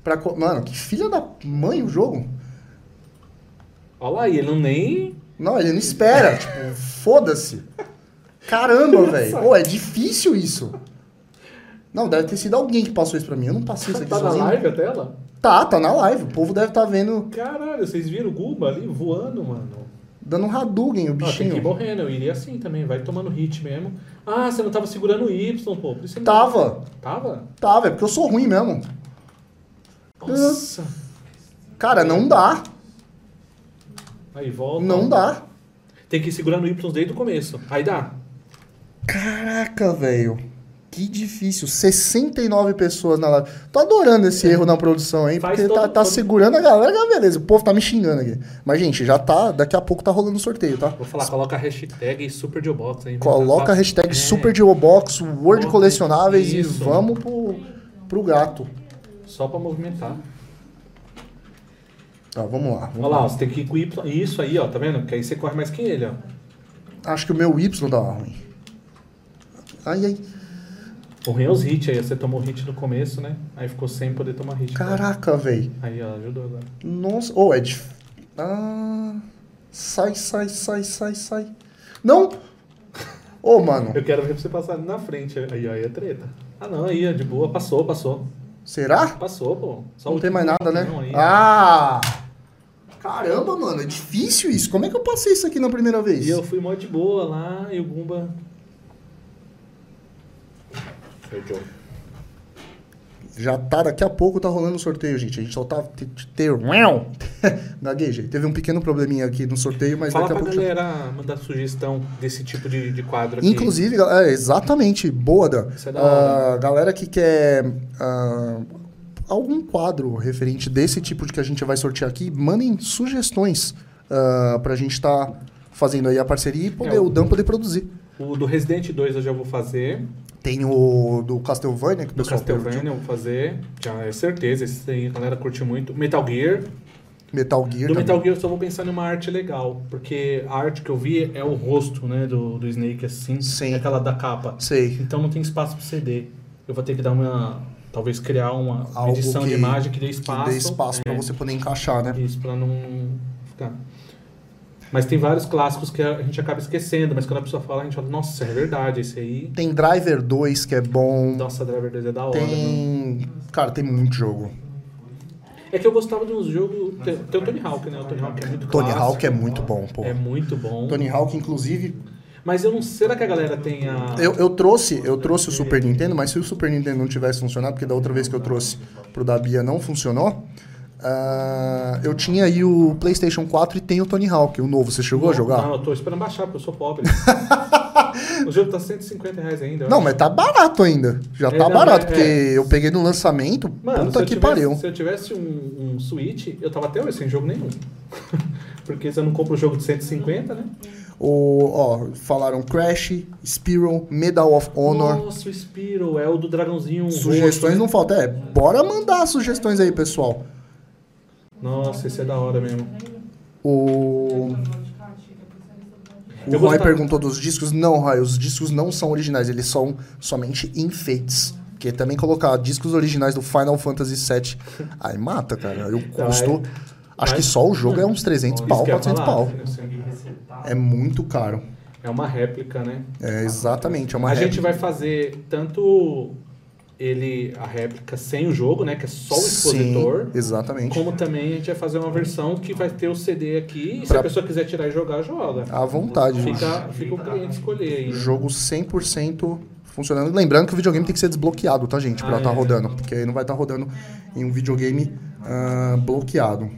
[SPEAKER 1] pra. co- Mano, que filha da mãe o jogo.
[SPEAKER 3] Olha lá, e ele não nem...
[SPEAKER 1] Não, ele não espera. tipo, foda-se. Caramba, velho. Pô, é difícil isso. Não, deve ter sido alguém que passou isso pra mim. Eu não passei isso aqui
[SPEAKER 6] Tá na
[SPEAKER 1] sozinho.
[SPEAKER 6] live a tela?
[SPEAKER 1] Tá, tá na live. O povo deve estar vendo,
[SPEAKER 3] Caralho, vocês viram o Guba ali voando, mano?
[SPEAKER 1] dando um Hadouken, o
[SPEAKER 3] Ah, tem que ir
[SPEAKER 1] bichinho.
[SPEAKER 3] morrendo, eu iria assim também, vai tomando hit mesmo. Ah, você não tava segurando o Y, pô. Por isso você não-
[SPEAKER 1] Tava,
[SPEAKER 3] Tava?
[SPEAKER 1] tava, é porque eu sou ruim mesmo. É.
[SPEAKER 3] Nossa.
[SPEAKER 1] Cara, não dá.
[SPEAKER 3] Aí volta.
[SPEAKER 1] Não dá.
[SPEAKER 3] Tem que ir segurando o Y desde o começo. Aí dá.
[SPEAKER 1] Caraca, velho. Que difícil. 69 pessoas na live. Tô adorando esse erro na produção, hein?
[SPEAKER 3] Faz
[SPEAKER 1] Porque tá,
[SPEAKER 3] todo-
[SPEAKER 1] tá
[SPEAKER 3] todo-
[SPEAKER 1] segurando a galera, que é uma beleza. O povo tá me xingando aqui. Mas, gente, já tá. Daqui a pouco tá rolando o sorteio, tá?
[SPEAKER 3] Vou falar, coloca a hashtag Super Geobox aí.
[SPEAKER 1] Coloca a hashtag
[SPEAKER 3] É.
[SPEAKER 1] Super Geobox, Word
[SPEAKER 3] Bota
[SPEAKER 1] Colecionáveis e
[SPEAKER 3] isso.
[SPEAKER 1] vamos pro, pro gato.
[SPEAKER 3] É, Só pra movimentar.
[SPEAKER 1] Tá, vamos lá.
[SPEAKER 3] Olha lá, ó, você tem que ir com o Y. Isso aí, ó, tá vendo? Porque aí você corre mais que ele, ó.
[SPEAKER 1] Acho que o meu Y tava ruim. Ai, ai.
[SPEAKER 3] O ruim é os hits aí, você tomou hit no começo, né? Aí ficou sem poder tomar hit.
[SPEAKER 1] Caraca, velho.
[SPEAKER 3] Aí, ó, ajudou agora.
[SPEAKER 1] Nossa. Ô, é Ed. Ah. Sai, sai, sai, sai, sai. Não! Ô, mano.
[SPEAKER 3] Eu quero ver pra você passar na frente. Aí, ó, aí é treta. Ah, não, aí, ó, de boa, passou, passou.
[SPEAKER 1] Será?
[SPEAKER 3] Passou, pô. Só
[SPEAKER 1] Não
[SPEAKER 3] o
[SPEAKER 1] tem mais
[SPEAKER 3] último
[SPEAKER 1] nada, né?
[SPEAKER 3] não, aí, ó.
[SPEAKER 1] Ah! Caramba, mano, é difícil isso. Como é que eu passei isso aqui na primeira vez?
[SPEAKER 3] E eu fui mó de boa lá e o Gumba. Foi o Joe.
[SPEAKER 1] Já tá, daqui a pouco tá rolando o sorteio, gente. A gente só tá. te- te- Ter. uau. Gaguejei. Teve um pequeno probleminha aqui no sorteio, mas
[SPEAKER 3] Fala
[SPEAKER 1] daqui a
[SPEAKER 3] pra
[SPEAKER 1] pouco. Já...
[SPEAKER 3] galera mandar sugestão desse tipo de, de quadro aqui.
[SPEAKER 1] Inclusive, gal- é, exatamente, boa, Dan.
[SPEAKER 3] Isso é da hora,
[SPEAKER 1] Ah, galera que quer ah, algum quadro referente desse tipo de que a gente vai sortear aqui, mandem sugestões ah, pra gente tá fazendo aí a parceria e poder,
[SPEAKER 3] É, o-
[SPEAKER 1] o Dan poder produzir.
[SPEAKER 3] O do Resident 2 eu já vou fazer.
[SPEAKER 1] Tem o do Castlevania, né, que o
[SPEAKER 3] Do
[SPEAKER 1] pessoal
[SPEAKER 3] Castlevania eu vou fazer. Já é certeza. Esse aí a galera curte muito. Metal Gear.
[SPEAKER 1] curte. Metal Gear.
[SPEAKER 3] Do
[SPEAKER 1] também.
[SPEAKER 3] Metal Gear eu só vou pensar numa arte legal. Porque a arte que eu vi é o rosto, né? Do, do Snake assim.
[SPEAKER 1] Sim.
[SPEAKER 3] É aquela da capa.
[SPEAKER 1] Sei.
[SPEAKER 3] Então não tem espaço pro CD. Eu vou ter que dar uma. Talvez criar uma
[SPEAKER 1] Algo
[SPEAKER 3] edição
[SPEAKER 1] que-
[SPEAKER 3] de imagem que dê
[SPEAKER 1] Que
[SPEAKER 3] espaço.
[SPEAKER 1] dê espaço pra
[SPEAKER 3] É.
[SPEAKER 1] você poder encaixar, né?
[SPEAKER 3] Isso, pra não ficar. Mas tem vários clássicos que a gente acaba esquecendo, mas quando a pessoa fala, a gente fala, nossa, é verdade, esse aí.
[SPEAKER 1] Tem Driver 2, que é bom.
[SPEAKER 3] Nossa, Driver 2 é da hora. mano.
[SPEAKER 1] Tem. Cara, tem muito jogo.
[SPEAKER 3] É que eu gostava de uns jogos. Tem, tem o Tony Hawk, né? O Tony Hawk é muito
[SPEAKER 1] Tony
[SPEAKER 3] clássico.
[SPEAKER 1] Hawk é muito bom, pô.
[SPEAKER 3] É muito bom.
[SPEAKER 1] Tony Hawk, inclusive,
[SPEAKER 3] Mas eu não sei, será que a galera tem a.
[SPEAKER 1] eu, eu trouxe eu trouxe o Super Nintendo, mas se o Super Nintendo não tivesse funcionado, porque da outra vez que eu trouxe pro da Bia não funcionou, ah, eu tinha aí o PlayStation 4 e tem o Tony Hawk, o novo. Você chegou a jogar?
[SPEAKER 3] Não, Ah, eu tô esperando baixar, porque eu sou pobre. o jogo tá 150 reais ainda. eu
[SPEAKER 1] Não,
[SPEAKER 3] acho.
[SPEAKER 1] mas tá barato ainda. Já
[SPEAKER 3] É,
[SPEAKER 1] tá
[SPEAKER 3] não,
[SPEAKER 1] barato,
[SPEAKER 3] é-
[SPEAKER 1] porque eu peguei no lançamento.
[SPEAKER 3] Mano, se
[SPEAKER 1] puta
[SPEAKER 3] eu,
[SPEAKER 1] que
[SPEAKER 3] tivesse,
[SPEAKER 1] pariu.
[SPEAKER 3] se eu tivesse um, um Switch, eu tava até hoje sem jogo nenhum. porque se eu não compro o jogo de 150, né?
[SPEAKER 1] O, ó, falaram Crash, Spiral, Medal of Honor.
[SPEAKER 3] Nossa, o Spiro é o do dragãozinho.
[SPEAKER 1] Sugestões não faltam. É, bora mandar sugestões aí, pessoal.
[SPEAKER 3] roxo. Nossa, esse é da hora mesmo.
[SPEAKER 1] O. O Roy
[SPEAKER 3] Eu gostava.
[SPEAKER 1] perguntou dos discos. Não, Roy, os discos não são originais, eles são somente enfeites. Porque também colocar discos originais do Final Fantasy VII. Aí mata, cara. Eu
[SPEAKER 3] Tá,
[SPEAKER 1] custo. Acho que
[SPEAKER 3] mas-
[SPEAKER 1] só o jogo é uns 300
[SPEAKER 3] Isso
[SPEAKER 1] pau,
[SPEAKER 3] que eu ia
[SPEAKER 1] 400
[SPEAKER 3] falar.
[SPEAKER 1] pau. É muito caro.
[SPEAKER 3] É uma réplica, né?
[SPEAKER 1] É, exatamente. É uma
[SPEAKER 3] a
[SPEAKER 1] réplica.
[SPEAKER 3] gente vai fazer tanto ele, a réplica sem o jogo, né? Que é só o expositor.
[SPEAKER 1] Sim, exatamente.
[SPEAKER 3] Como também a gente vai fazer uma versão que vai ter o CD aqui. E se
[SPEAKER 1] Pra- Ah,
[SPEAKER 3] a pessoa quiser tirar e jogar, joga.
[SPEAKER 1] À vontade, gente.
[SPEAKER 3] Fica, fica o cliente escolher aí. né?
[SPEAKER 1] Jogo 100% funcionando. Lembrando que o videogame tem que ser desbloqueado, tá, gente? Pra
[SPEAKER 3] Ah,
[SPEAKER 1] estar
[SPEAKER 3] é.
[SPEAKER 1] rodando. Porque aí não vai estar rodando em um videogame ah, bloqueado.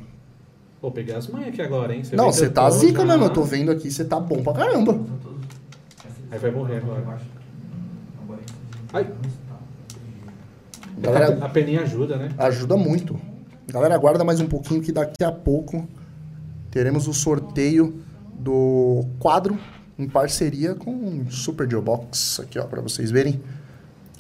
[SPEAKER 3] Pô, peguei as manhas aqui agora, hein? Você
[SPEAKER 1] não,
[SPEAKER 3] vem
[SPEAKER 1] você tá
[SPEAKER 3] tentando,
[SPEAKER 1] zica
[SPEAKER 3] tá?
[SPEAKER 1] mesmo. Eu tô vendo aqui, você tá bom pra caramba.
[SPEAKER 3] Aí vai morrer agora.
[SPEAKER 4] tá
[SPEAKER 3] Ai,
[SPEAKER 1] Galera,
[SPEAKER 3] a peninha ajuda, né?
[SPEAKER 1] ajuda muito. Galera, aguarda mais um pouquinho que daqui a pouco teremos o sorteio do quadro em parceria com o Super Geobox aqui, ó, pra vocês verem.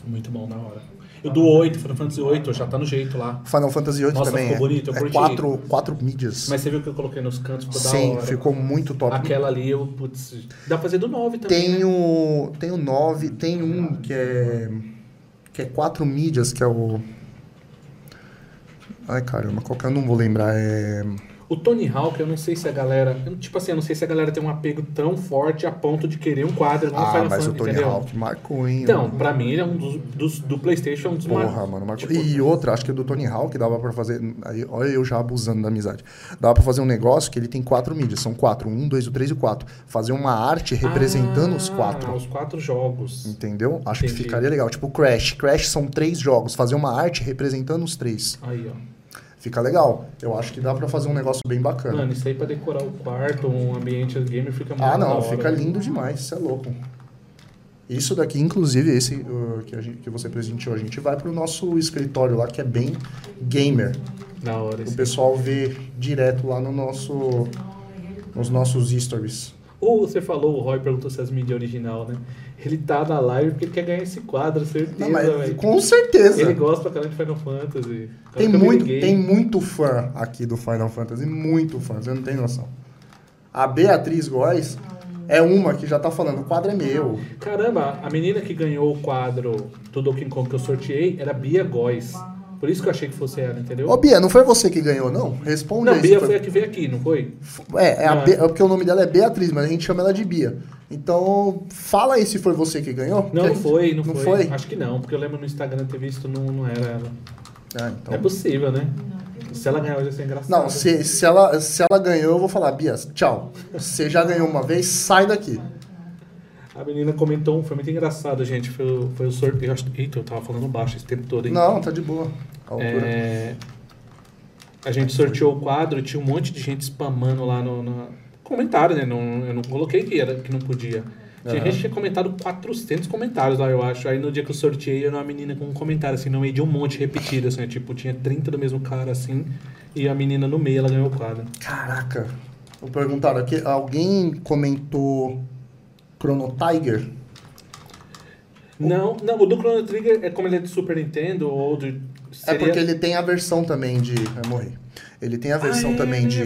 [SPEAKER 3] Muito bom, na hora. Eu do 8, Final Fantasy 8, já tá no jeito lá.
[SPEAKER 1] Final Fantasy VIII
[SPEAKER 3] Nossa,
[SPEAKER 1] também
[SPEAKER 3] ficou
[SPEAKER 1] é,
[SPEAKER 3] bonito, eu
[SPEAKER 1] é
[SPEAKER 3] curti.
[SPEAKER 1] quatro, quatro mídias.
[SPEAKER 3] Mas você viu que eu coloquei nos cantos, ficou da
[SPEAKER 1] Sim,
[SPEAKER 3] hora.
[SPEAKER 1] ficou muito top.
[SPEAKER 3] Aquela ali, eu, putz, dá pra fazer do 9 também.
[SPEAKER 1] Tem
[SPEAKER 3] né?
[SPEAKER 1] o, tem o 9, tem um que é. que é quatro mídias, que é o. Ai caramba, qual que eu não vou lembrar? É.
[SPEAKER 3] O Tony Hawk, eu não sei se a galera. eu, Tipo assim, eu não sei se a galera tem um apego tão forte a ponto de querer um quadro no
[SPEAKER 1] Ah,
[SPEAKER 3] Final
[SPEAKER 1] mas
[SPEAKER 3] Fantasy,
[SPEAKER 1] o Tony
[SPEAKER 3] entendeu?
[SPEAKER 1] Hawk marcou, hein?
[SPEAKER 3] Então, pra mim ele é um dos, dos- do Playstation, um dos
[SPEAKER 1] Porra,
[SPEAKER 3] mais-
[SPEAKER 1] mano, marcou.
[SPEAKER 3] tipo,
[SPEAKER 1] E outra, acho que o do Tony Hawk dava pra fazer. Aí, olha eu já abusando da amizade. Dava pra fazer um negócio que ele tem quatro mídias. São quatro. Um, dois, o três e o quatro. Fazer uma arte representando os
[SPEAKER 3] Ah,
[SPEAKER 1] quatro.
[SPEAKER 3] Os quatro jogos.
[SPEAKER 1] Entendeu? Acho que
[SPEAKER 3] Entendi.
[SPEAKER 1] ficaria legal. Tipo Crash. Crash são três jogos. Fazer uma arte representando os três.
[SPEAKER 3] Aí, ó.
[SPEAKER 1] Fica legal. Eu acho que dá pra fazer um negócio bem bacana.
[SPEAKER 3] Mano, isso aí pra decorar o quarto, um ambiente gamer fica muito
[SPEAKER 1] ah,
[SPEAKER 3] da
[SPEAKER 1] não.
[SPEAKER 3] hora.
[SPEAKER 1] Fica lindo demais. Isso é louco. Isso daqui, inclusive, esse uh, que, a gente- que você presenteou, a gente vai pro nosso escritório lá, que é bem gamer.
[SPEAKER 3] Da hora.
[SPEAKER 1] O
[SPEAKER 3] esse.
[SPEAKER 1] pessoal vê direto lá no nosso, nos nossos stories.
[SPEAKER 3] Ou você falou, o Roy perguntou se as mídias original, né? Ele tá na live porque ele quer ganhar esse quadro, certeza,
[SPEAKER 1] Não, mas
[SPEAKER 3] velho.
[SPEAKER 1] com certeza.
[SPEAKER 3] Ele gosta pra caramba de Final Fantasy. O cara
[SPEAKER 1] Tem
[SPEAKER 3] fica
[SPEAKER 1] muito,
[SPEAKER 3] videogame.
[SPEAKER 1] tem muito fã aqui do Final Fantasy, muito fã, você não tem noção. A Beatriz Góes é uma que já tá falando, o quadro é meu.
[SPEAKER 3] Caramba, a menina que ganhou o quadro do Donkey Kong que eu sorteei era Bia Góes. Por isso que eu achei que fosse ela, entendeu?
[SPEAKER 1] Ô Bia, não foi você que ganhou, não? Responde
[SPEAKER 3] não,
[SPEAKER 1] aí. se
[SPEAKER 3] Bia
[SPEAKER 1] foi-
[SPEAKER 3] foi a que veio aqui, não foi?
[SPEAKER 1] É, é, a
[SPEAKER 3] Não,
[SPEAKER 1] Be-
[SPEAKER 3] é.
[SPEAKER 1] é porque o nome dela é Beatriz, mas a gente chama ela de Bia. Então, fala aí se foi você que ganhou. é
[SPEAKER 3] Não,
[SPEAKER 1] Que a
[SPEAKER 3] não
[SPEAKER 1] gente-
[SPEAKER 3] foi, não,
[SPEAKER 1] não
[SPEAKER 3] foi.
[SPEAKER 1] foi?
[SPEAKER 3] Acho que não, porque eu lembro no Instagram ter visto, não, não era ela.
[SPEAKER 1] Ah,
[SPEAKER 3] Não é
[SPEAKER 1] então.
[SPEAKER 3] possível, né? Se ela ganhar hoje, ia ser engraçado.
[SPEAKER 1] Não, se, se, ela, se ela ganhou, eu vou falar, Bia, tchau. Você já ganhou uma vez, sai daqui.
[SPEAKER 3] A menina comentou, um, foi muito engraçado, gente. Foi, o- foi o sorteio. eu acho- Eita, eu tava falando baixo esse tempo todo, hein?
[SPEAKER 1] Não, tá de boa. A altura.
[SPEAKER 3] É, a gente sorteou o quadro e tinha um monte de gente spamando lá no, no comentário, né? Não, eu não coloquei que, era, que não podia. Tinha gente que tinha comentado 400 comentários lá, eu acho. Aí no dia que eu sorteei, era uma menina com um comentário, assim, no meio de um monte repetido, assim. Tipo, tinha 30 do mesmo cara, assim. E a menina no meio, ela ganhou o quadro.
[SPEAKER 1] Caraca. Eu perguntaram aqui, alguém comentou Chrono Tiger?
[SPEAKER 3] Não, não, o do Chrono Trigger, é como ele é de Super Nintendo ou de...
[SPEAKER 1] É porque ele tem a versão também de... Vai morrer. Ele tem a versão
[SPEAKER 3] Ah, é,
[SPEAKER 1] também de,
[SPEAKER 3] é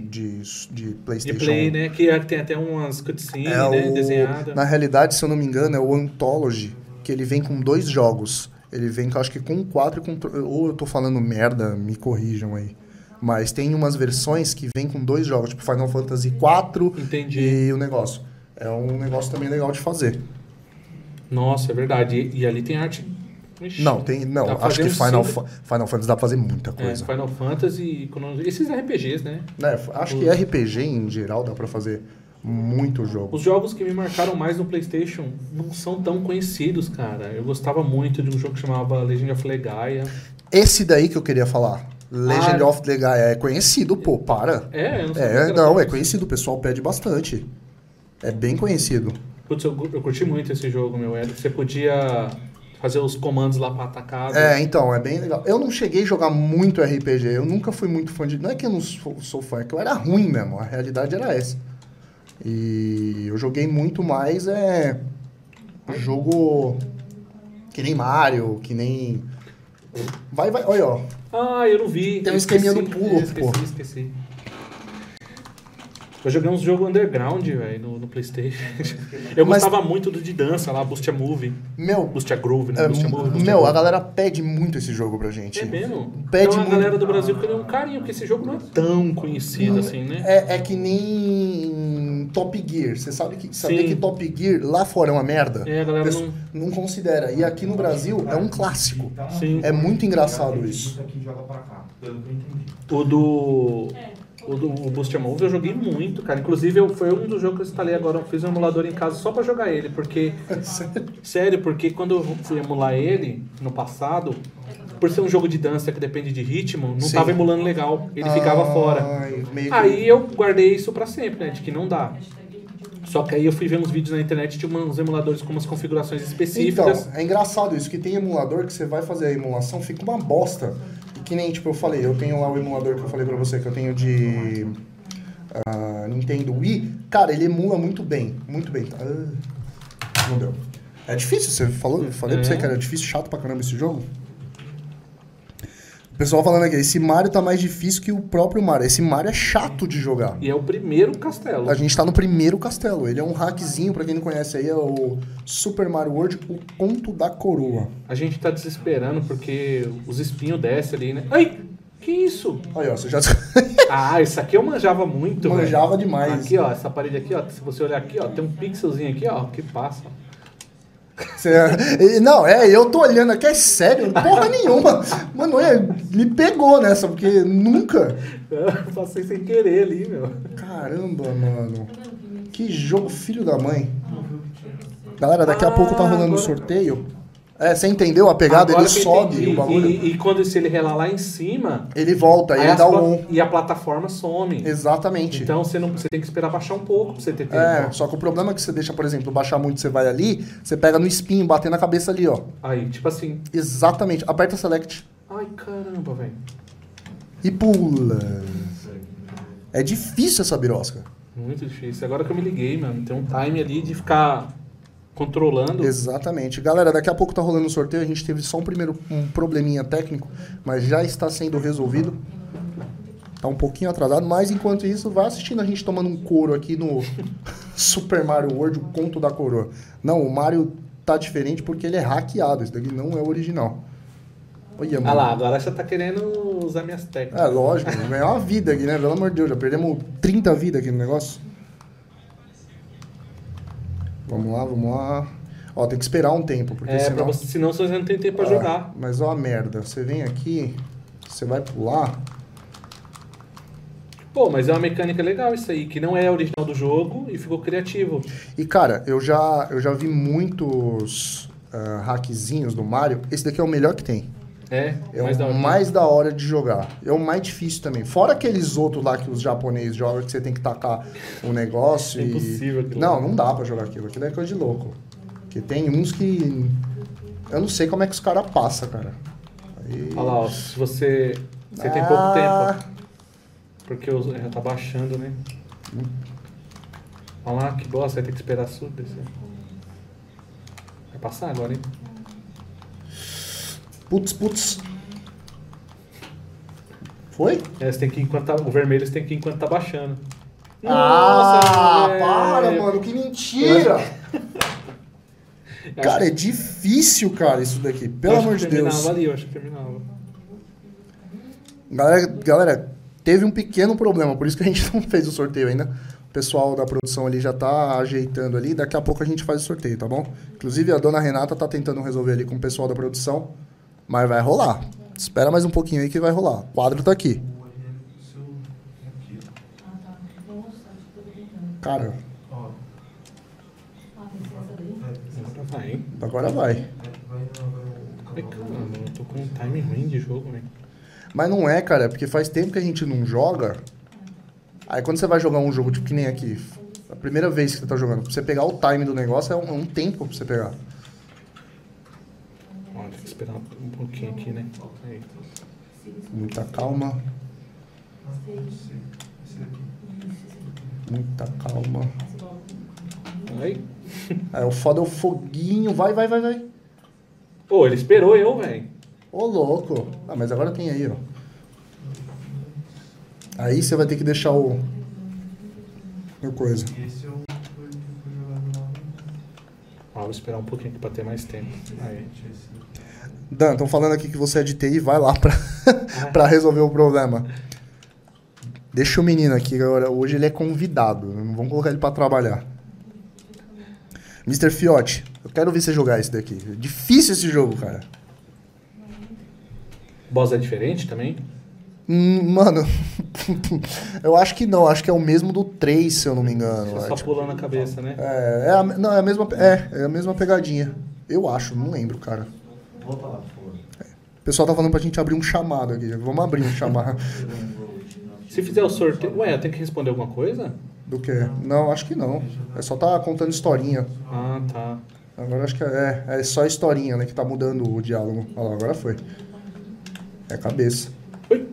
[SPEAKER 1] de... De
[SPEAKER 3] De
[SPEAKER 1] Playstation.
[SPEAKER 3] Play, né? Que é- tem até umas cutscenes,
[SPEAKER 1] É
[SPEAKER 3] né?
[SPEAKER 1] o-
[SPEAKER 3] Desenhada.
[SPEAKER 1] Na realidade, se eu não me engano, é o Anthology, que ele vem com dois jogos. Ele vem, eu acho que com quatro e com... tr- Ou eu tô falando merda, me corrijam aí. Mas tem umas versões que vem com dois jogos, tipo Final Fantasy IV
[SPEAKER 3] Entendi.
[SPEAKER 1] e o negócio. É um negócio também legal de fazer.
[SPEAKER 3] Nossa, é verdade. E, e ali tem arte... Ixi.
[SPEAKER 1] Não, tem. Não,
[SPEAKER 3] Dá pra
[SPEAKER 1] acho
[SPEAKER 3] fazer
[SPEAKER 1] que
[SPEAKER 3] um
[SPEAKER 1] Final,
[SPEAKER 3] cinco-
[SPEAKER 1] Fa- Final Fantasy dá pra fazer muita
[SPEAKER 3] É,
[SPEAKER 1] coisa.
[SPEAKER 3] Final Fantasy, e Chrono- esses RPGs, né?
[SPEAKER 1] Né, f- acho que RPG em geral dá pra fazer muito jogo.
[SPEAKER 3] Os jogos que me marcaram mais no PlayStation não são tão conhecidos, cara. Eu gostava muito de um jogo que chamava Legend of Legaia.
[SPEAKER 1] Esse daí que eu queria falar. Legend
[SPEAKER 3] Ah.
[SPEAKER 1] of the Gaia é conhecido, pô, para.
[SPEAKER 3] É, eu não sabia que
[SPEAKER 1] É,
[SPEAKER 3] era
[SPEAKER 1] não,
[SPEAKER 3] tão-
[SPEAKER 1] é conhecido, o pessoal pede bastante. É bem conhecido.
[SPEAKER 3] Putz, eu, eu curti muito esse jogo, meu. Era- Você podia fazer os comandos lá pra atacar.
[SPEAKER 1] É, então, é bem legal. Eu não cheguei a jogar muito RPG, eu nunca fui muito fã de. Não é que eu não sou, sou fã, é que eu era ruim mesmo, a realidade era essa. E eu joguei muito mais é. Jogo. Que nem Mario, que nem. Vai, vai, olha, ó.
[SPEAKER 3] Ah, eu não vi.
[SPEAKER 1] Tem um
[SPEAKER 3] Eu
[SPEAKER 1] esqueminha
[SPEAKER 3] esqueci.
[SPEAKER 1] do pulo,
[SPEAKER 3] esqueci,
[SPEAKER 1] pô.
[SPEAKER 3] esqueci. Eu joguei uns jogos underground, velho, no, no Playstation. Eu
[SPEAKER 1] Mas-
[SPEAKER 3] gostava muito do de dança lá, Boost a Move.
[SPEAKER 1] Meu.
[SPEAKER 3] Boost a Groove, né?
[SPEAKER 1] é,
[SPEAKER 3] Boost a Move. Boost a
[SPEAKER 1] meu, a
[SPEAKER 3] Groove.
[SPEAKER 1] galera pede muito esse jogo pra gente.
[SPEAKER 3] É mesmo?
[SPEAKER 1] Pede
[SPEAKER 3] então a
[SPEAKER 1] muito.
[SPEAKER 3] galera do Brasil criou um carinho, porque esse jogo não é tão conhecido assim, né?
[SPEAKER 1] É, é que nem Top Gear. Você sabe que sabia
[SPEAKER 3] Sim.
[SPEAKER 1] que Top Gear lá fora é uma merda?
[SPEAKER 3] É, a galera
[SPEAKER 1] Pesso-
[SPEAKER 3] não.
[SPEAKER 1] não considera. E aqui no Brasil é um clássico.
[SPEAKER 4] tá
[SPEAKER 3] Sim.
[SPEAKER 1] É muito engraçado isso.
[SPEAKER 4] Aqui joga pra cá, pelo que eu entendi.
[SPEAKER 3] O do. O do o Boost a Move eu joguei muito, cara. Inclusive, eu, foi um dos jogos que eu instalei agora. Eu fiz um emulador em casa só pra jogar ele, porque. Sério, porque quando eu fui emular ele no passado, por ser um jogo de dança que depende de ritmo, não
[SPEAKER 1] Sim. Ah,
[SPEAKER 3] tava emulando legal. Ele ficava
[SPEAKER 1] Ai,
[SPEAKER 3] fora.
[SPEAKER 1] meio que-
[SPEAKER 3] Aí eu guardei isso pra sempre, né? De que não dá. Só que aí eu fui ver uns vídeos na internet de uns emuladores com umas configurações
[SPEAKER 1] Então,
[SPEAKER 3] específicas.
[SPEAKER 1] é engraçado isso, que tem emulador que você vai fazer a emulação, fica uma bosta. E que nem, tipo, eu falei, eu tenho lá o emulador que eu falei pra você, que eu tenho de ah, Nintendo Wii. Cara, ele emula muito bem, muito bem. Ah, não deu. É difícil, você falou, eu falei pra
[SPEAKER 3] É.
[SPEAKER 1] você que era difícil, chato pra caramba esse jogo. O pessoal falando aqui, esse Mario tá mais difícil que o próprio Mario. Esse Mario é chato de jogar.
[SPEAKER 3] E é o primeiro castelo.
[SPEAKER 1] A gente tá no primeiro castelo. Ele é um hackzinho, pra quem não conhece aí, é o Super Mario World, o Conto da Coroa.
[SPEAKER 3] A gente tá desesperando porque os espinhos descem ali, né? Ai! Que isso?
[SPEAKER 1] Olha, ó, você já
[SPEAKER 3] Ah, isso aqui eu manjava muito, velho.
[SPEAKER 1] manjava demais.
[SPEAKER 3] Aqui, ó, essa parede aqui, ó, se você olhar aqui, ó, tem um pixelzinho aqui, ó, que passa.
[SPEAKER 1] Você- e, Não, é, eu tô olhando aqui, é sério, porra nenhuma. Mano, é, me pegou nessa, porque nunca.
[SPEAKER 3] Eu passei sem querer ali, meu.
[SPEAKER 1] Caramba, mano. Que jogo, filho da mãe. Galera, daqui a pouco tá rolando um
[SPEAKER 3] agora-
[SPEAKER 1] sorteio. É, você entendeu a pegada?
[SPEAKER 3] Agora
[SPEAKER 1] ele
[SPEAKER 3] que eu
[SPEAKER 1] sobe
[SPEAKER 3] entendi.
[SPEAKER 1] o bagulho.
[SPEAKER 3] E, e quando se ele relar lá em cima,
[SPEAKER 1] Ele volta, ele
[SPEAKER 3] as
[SPEAKER 1] dá
[SPEAKER 3] pla-
[SPEAKER 1] o on.
[SPEAKER 3] e a plataforma some.
[SPEAKER 1] Exatamente.
[SPEAKER 3] Então você, não, você tem que esperar baixar um pouco pra você ter tempo.
[SPEAKER 1] é, só que o problema é que você deixa, por exemplo, baixar muito, você vai ali, você pega no espinho, bater na cabeça ali, ó.
[SPEAKER 3] Aí, tipo assim,
[SPEAKER 1] Exatamente. Aperta select
[SPEAKER 3] ai caramba, velho.
[SPEAKER 1] e pula. É difícil essa birosca.
[SPEAKER 3] Muito difícil. Agora que eu me liguei, mano, tem um time ali de ficar controlando.
[SPEAKER 1] Exatamente. Galera, daqui a pouco tá rolando um sorteio. A gente teve só um primeiro um probleminha técnico, mas já está sendo resolvido. Tá um pouquinho atrasado, mas enquanto isso, vai assistindo a gente tomando um couro aqui no Super Mario World, o conto da coroa. Não, o Mario tá diferente porque ele é hackeado. Isso daqui não é o original. Olha,
[SPEAKER 3] Ah
[SPEAKER 1] mano.
[SPEAKER 3] lá, agora você tá querendo usar minhas técnicas.
[SPEAKER 1] É, lógico, ganhar uma vida aqui, né? Pelo amor de Deus, já perdemos 30 vidas aqui no negócio. Vamos lá, vamos lá. Ó, tem que esperar um tempo, porque
[SPEAKER 3] é, pra
[SPEAKER 1] senão...
[SPEAKER 3] você, senão você não tem tempo pra
[SPEAKER 1] Ah,
[SPEAKER 3] jogar.
[SPEAKER 1] Mas ó a merda, você vem aqui, você vai pular.
[SPEAKER 3] Pô, mas é uma mecânica legal isso aí, que não é original do jogo e ficou criativo.
[SPEAKER 1] E cara, eu já, eu já vi muitos ah, hackzinhos do Mario. Esse daqui é o melhor que tem.
[SPEAKER 3] É,
[SPEAKER 1] É
[SPEAKER 3] mas
[SPEAKER 1] o
[SPEAKER 3] da hora.
[SPEAKER 1] mais da hora de jogar. É o mais difícil também. Fora aqueles outros lá que os japoneses jogam, que você tem que tacar o negócio
[SPEAKER 3] É
[SPEAKER 1] e...
[SPEAKER 3] impossível aquilo.
[SPEAKER 1] Não, não dá pra jogar aquilo. Aquilo é coisa de louco. Porque tem uns que... Eu não sei como é que os caras passam, cara. Aí...
[SPEAKER 3] Olha lá, ó, se você. Você tem pouco
[SPEAKER 1] Ah,
[SPEAKER 3] tempo. Porque eu- já tá baixando, né? Olha lá, que bosta, vai ter que esperar subir. assim. Vai passar agora, hein?
[SPEAKER 1] Putz, putz. Foi?
[SPEAKER 3] É, você tem que ir enquanto tá, o vermelho você tem que ir enquanto tá baixando. é,
[SPEAKER 1] ah,
[SPEAKER 3] velho!
[SPEAKER 1] para, mano, que mentira!
[SPEAKER 3] Eu acho
[SPEAKER 1] Cara,
[SPEAKER 3] que-
[SPEAKER 1] é difícil, cara, isso daqui.
[SPEAKER 3] eu
[SPEAKER 1] Pelo
[SPEAKER 3] acho
[SPEAKER 1] amor
[SPEAKER 3] que
[SPEAKER 1] de Deus.
[SPEAKER 3] Terminava ali, eu acho que terminava.
[SPEAKER 1] Galera, galera, teve um pequeno problema, por isso que a gente não fez o sorteio ainda. O pessoal da produção ali já tá ajeitando ali, daqui a pouco a gente faz o sorteio, tá bom? Inclusive a dona Renata tá tentando resolver ali com o pessoal da produção, mas vai rolar. Espera mais um pouquinho aí que vai rolar. O quadro tá aqui. Cara,
[SPEAKER 4] Ó,
[SPEAKER 3] Agora vai, hein?
[SPEAKER 1] agora vai.
[SPEAKER 4] É, vai
[SPEAKER 3] Ai, caramba, eu tô com um time ruim de jogo, né?
[SPEAKER 1] Mas não é, cara, porque faz tempo que a gente não joga. Aí quando você vai jogar um jogo, tipo que nem aqui, a primeira vez que você tá jogando, pra você pegar o time do negócio é um, é um tempo pra você pegar.
[SPEAKER 3] Ó, tem que esperar um pouquinho aqui, né? Aí.
[SPEAKER 1] Muita calma, muita calma.
[SPEAKER 3] Aí.
[SPEAKER 1] Aí o foda é o foguinho, vai, vai, vai, vai.
[SPEAKER 3] Pô, ele esperou eu, velho.
[SPEAKER 1] Ô louco. Ah, mas agora tem aí, ó. Aí você vai ter que deixar o. o coisa.
[SPEAKER 4] E esse é o que foi foi jogado lá
[SPEAKER 3] Ó, vou esperar um pouquinho aqui pra ter mais tempo. Aí.
[SPEAKER 4] no esse daqui.
[SPEAKER 1] Dan, estão falando aqui que você é de TI, vai lá pra, pra resolver o problema. Deixa o menino aqui, agora hoje ele é convidado, não vamos colocar ele pra trabalhar. Mr. Fiote, eu quero ver você jogar esse daqui. É difícil esse jogo, cara.
[SPEAKER 3] Boss é diferente também?
[SPEAKER 1] Hum, mano, eu acho que não, acho que é o mesmo do 3, se eu não me engano.
[SPEAKER 3] Você
[SPEAKER 1] É,
[SPEAKER 3] só
[SPEAKER 1] tipo,
[SPEAKER 3] pulando a cabeça, né?
[SPEAKER 1] é, é a, não, é a mesma, é, é a mesma pegadinha. Eu acho, não lembro, cara.
[SPEAKER 4] Volta lá, pô.
[SPEAKER 1] O pessoal tá falando pra gente abrir um chamado aqui. Vamos abrir um chamado.
[SPEAKER 4] é um
[SPEAKER 3] Se
[SPEAKER 4] tipo,
[SPEAKER 3] fizer o sorteio. Ué, eu tenho que responder alguma coisa?
[SPEAKER 1] Do que? Não, acho que não. É só tá contando historinha.
[SPEAKER 3] Ah, tá.
[SPEAKER 1] Agora acho que é, é só historinha, né? Que tá mudando o diálogo. Olha lá, agora foi. É cabeça.
[SPEAKER 3] Ui.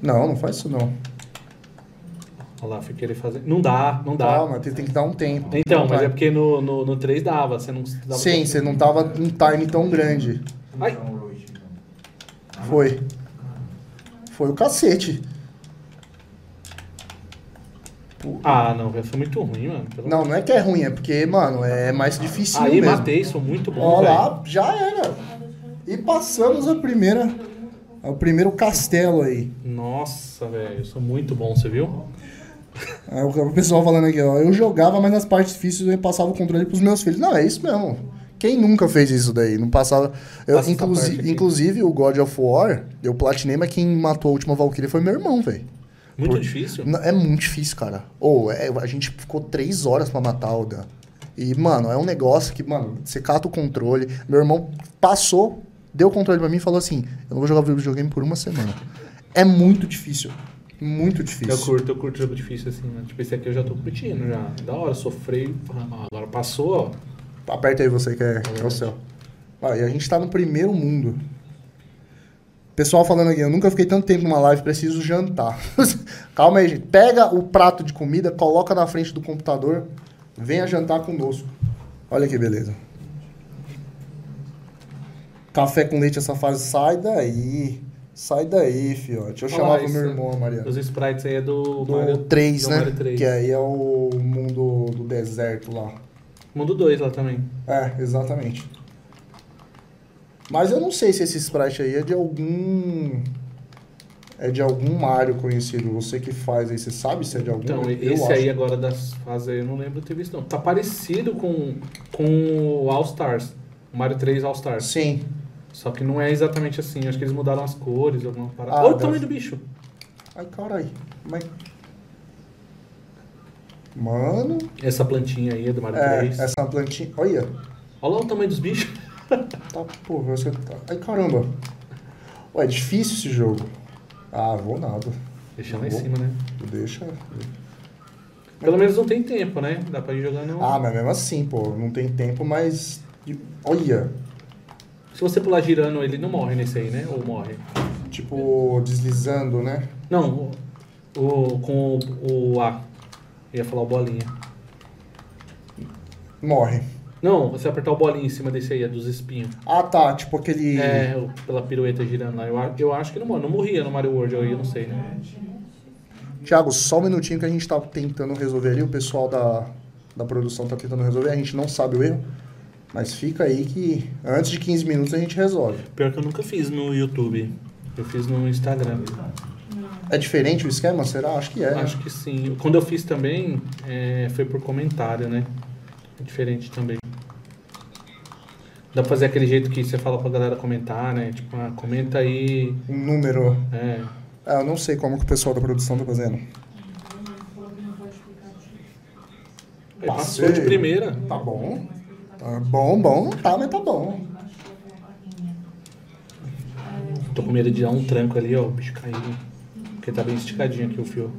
[SPEAKER 1] Não, não faz isso não.
[SPEAKER 3] Olha lá, fiquei ele fazer. Não dá, não dá.
[SPEAKER 1] Calma, tem, tem que dar um tempo.
[SPEAKER 3] Então,
[SPEAKER 1] Não
[SPEAKER 3] mas
[SPEAKER 1] vai.
[SPEAKER 3] é porque no, no, no 3 dava, você não dava.
[SPEAKER 1] Sim, você não tava um time tão grande.
[SPEAKER 3] Ai.
[SPEAKER 4] Não, é um Roach, então. não.
[SPEAKER 1] Foi. Foi o cacete.
[SPEAKER 3] Ah, não, velho, foi muito ruim, mano. Pelo-
[SPEAKER 1] Não, não é que é ruim, é porque, mano, é mais difícil
[SPEAKER 3] Aí né,
[SPEAKER 1] mesmo.
[SPEAKER 3] matei, sou muito bom.
[SPEAKER 1] Ó
[SPEAKER 3] velho.
[SPEAKER 1] lá, já era. E passamos a primeira. É o primeiro castelo aí.
[SPEAKER 3] Nossa, velho, eu sou muito bom, você viu?
[SPEAKER 1] É o pessoal falando aqui, ó. Eu jogava, mas nas partes difíceis eu passava o controle pros meus filhos. Não, é isso mesmo. Quem nunca fez isso daí? Não passava. eu-
[SPEAKER 3] Passa essa
[SPEAKER 1] inclusi-
[SPEAKER 3] parte aqui.
[SPEAKER 1] inclusive, o God of War, eu platinei, mas quem matou a última Valkyria foi meu irmão, velho.
[SPEAKER 3] Muito
[SPEAKER 1] Por-
[SPEAKER 3] difícil.
[SPEAKER 1] Não, É muito difícil, cara. Ou é, a gente ficou três horas pra matar o Dan. E, mano, é um negócio que, mano, você cata o controle. Meu irmão passou, deu o controle pra mim e falou assim: Eu não vou jogar videogame por uma semana. É muito difícil. Muito difícil.
[SPEAKER 3] Eu curto, eu curto jogo difícil assim, né? Tipo, esse aqui eu já tô curtindo já. Da hora, sofri. falar, "Não, Agora passou, ó.
[SPEAKER 1] Aperta aí você que é, que é o céu. Ó, e a gente tá no primeiro mundo. Pessoal falando aqui, eu nunca fiquei tanto tempo numa live, preciso jantar. Calma aí, gente. Pega o prato de comida, coloca na frente do computador, venha jantar conosco. Olha que beleza. Café com leite essa fase, sai daí. Sai daí, fiote. Eu
[SPEAKER 3] Olha
[SPEAKER 1] chamava
[SPEAKER 3] lá,
[SPEAKER 1] o meu
[SPEAKER 3] isso-
[SPEAKER 1] irmão, a Mariana.
[SPEAKER 3] Os sprites aí é do,
[SPEAKER 1] Do
[SPEAKER 3] Mario
[SPEAKER 1] 3,
[SPEAKER 3] do
[SPEAKER 1] né?
[SPEAKER 3] Mario 3.
[SPEAKER 1] Que aí é o mundo do deserto lá.
[SPEAKER 3] Mundo 2 lá também.
[SPEAKER 1] É, exatamente. Mas eu não sei se esse sprite aí é de algum. É de algum Mario conhecido. Você que faz aí, você sabe se é de algum?
[SPEAKER 3] Então,
[SPEAKER 1] Eu
[SPEAKER 3] esse
[SPEAKER 1] acho.
[SPEAKER 3] aí agora das fases aí eu não lembro de ter visto não. Tá parecido com, com o All Stars. o Mario 3 All Stars.
[SPEAKER 1] é. Sim.
[SPEAKER 3] Só que não é exatamente assim. Acho que eles mudaram as cores, alguma parada.
[SPEAKER 1] Ah,
[SPEAKER 3] Olha o
[SPEAKER 1] deve-
[SPEAKER 3] tamanho do bicho.
[SPEAKER 1] Ai, caralho. Mas. Mano.
[SPEAKER 3] Essa plantinha aí é do Mario
[SPEAKER 1] É,
[SPEAKER 3] 3.
[SPEAKER 1] essa plantinha. Olha.
[SPEAKER 3] Olha lá o tamanho dos bichos.
[SPEAKER 1] Tá, porra. Você tá... Ai, caramba. Ué, é difícil esse jogo. Ah, vou nada.
[SPEAKER 3] Deixa lá em
[SPEAKER 1] Vou.
[SPEAKER 3] cima, né?
[SPEAKER 1] Deixa.
[SPEAKER 3] Pelo menos não tem tempo, né? Dá pra ir jogando.
[SPEAKER 1] Ah, mas mesmo assim, pô. Não tem tempo, mas. Olha.
[SPEAKER 3] Se você pular girando, ele não morre nesse aí, né? Ou morre?
[SPEAKER 1] Tipo, deslizando, né?
[SPEAKER 3] Não, o, o- com o, o A. Eu ia falar o bolinha.
[SPEAKER 1] Morre.
[SPEAKER 3] Não, você apertar o bolinha em cima desse aí, é dos espinhos.
[SPEAKER 1] Ah, tá. Tipo aquele.
[SPEAKER 3] É, o- pela pirueta girando lá. Eu, a- eu acho que não morre. Não morria no Mario World aí, eu não sei, né?
[SPEAKER 1] Tiago, só um minutinho que a gente tá tentando resolver ali. O pessoal da, da produção tá tentando resolver. A gente não sabe o erro. Mas fica aí que antes de 15 minutos a gente resolve.
[SPEAKER 3] Pior que eu nunca fiz no YouTube. Eu fiz no Instagram.
[SPEAKER 1] É diferente o esquema? Será? Acho que é. né?
[SPEAKER 3] Acho que sim. Quando eu fiz também, é, foi por comentário, né? É diferente também. Dá pra fazer aquele jeito que você fala pra galera comentar, né? Tipo, ah, comenta aí.
[SPEAKER 1] Um número.
[SPEAKER 3] É,
[SPEAKER 1] Ah, eu não sei como que o pessoal da produção tá fazendo.
[SPEAKER 3] Ele Passou de
[SPEAKER 1] Passei.
[SPEAKER 3] primeira.
[SPEAKER 1] Tá bom. Tá bom, bom, não tá, mas tá bom.
[SPEAKER 3] Tô com medo de dar um tranco ali, ó. O bicho cair. Porque tá bem esticadinho aqui o fio.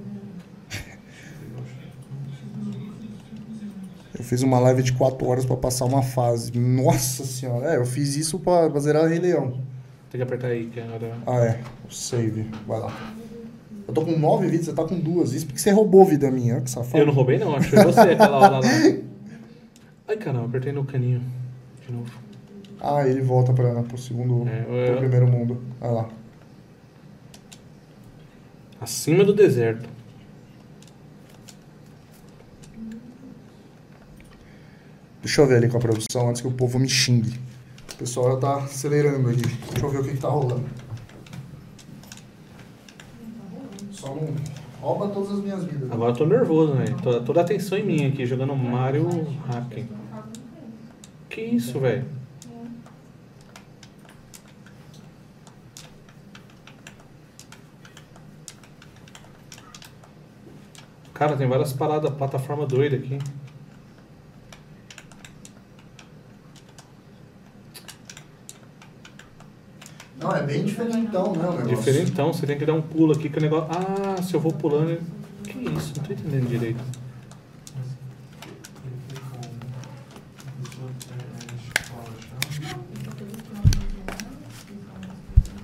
[SPEAKER 1] Eu fiz uma live de 4 horas pra passar uma fase. Nossa senhora, é, eu fiz isso pra, pra zerar Rei Leão.
[SPEAKER 3] Tem que apertar aí, que agora.
[SPEAKER 1] Ah, é. O save. Vai lá. Eu tô com nove vidas, você tá com duas. Isso porque você roubou vida minha, ó, que safado.
[SPEAKER 3] Eu não roubei não, acho que foi você aquela hora lá. Ai caramba, apertei no caninho. De novo.
[SPEAKER 1] Ah, ele volta pra, pro segundo.
[SPEAKER 3] É,
[SPEAKER 1] pro
[SPEAKER 3] eu-
[SPEAKER 1] primeiro mundo. Vai lá.
[SPEAKER 3] Acima do deserto.
[SPEAKER 1] Deixa eu ver ali com a produção antes que o povo me xingue. O pessoal já tá acelerando aqui. Deixa eu ver o que, que tá rolando. Só não rouba todas as minhas vidas.
[SPEAKER 3] Agora eu tô nervoso, né? Toda, toda a atenção em mim aqui, jogando Mario Hacken. Que isso, velho? Cara, tem várias paradas, plataforma doida aqui.
[SPEAKER 1] Não, é bem diferentão, né? O negócio.
[SPEAKER 3] Diferentão, você tem que dar um pulo aqui que o negócio. Ah, se eu vou pulando. ele- Que isso? Não tô entendendo direito.
[SPEAKER 4] né?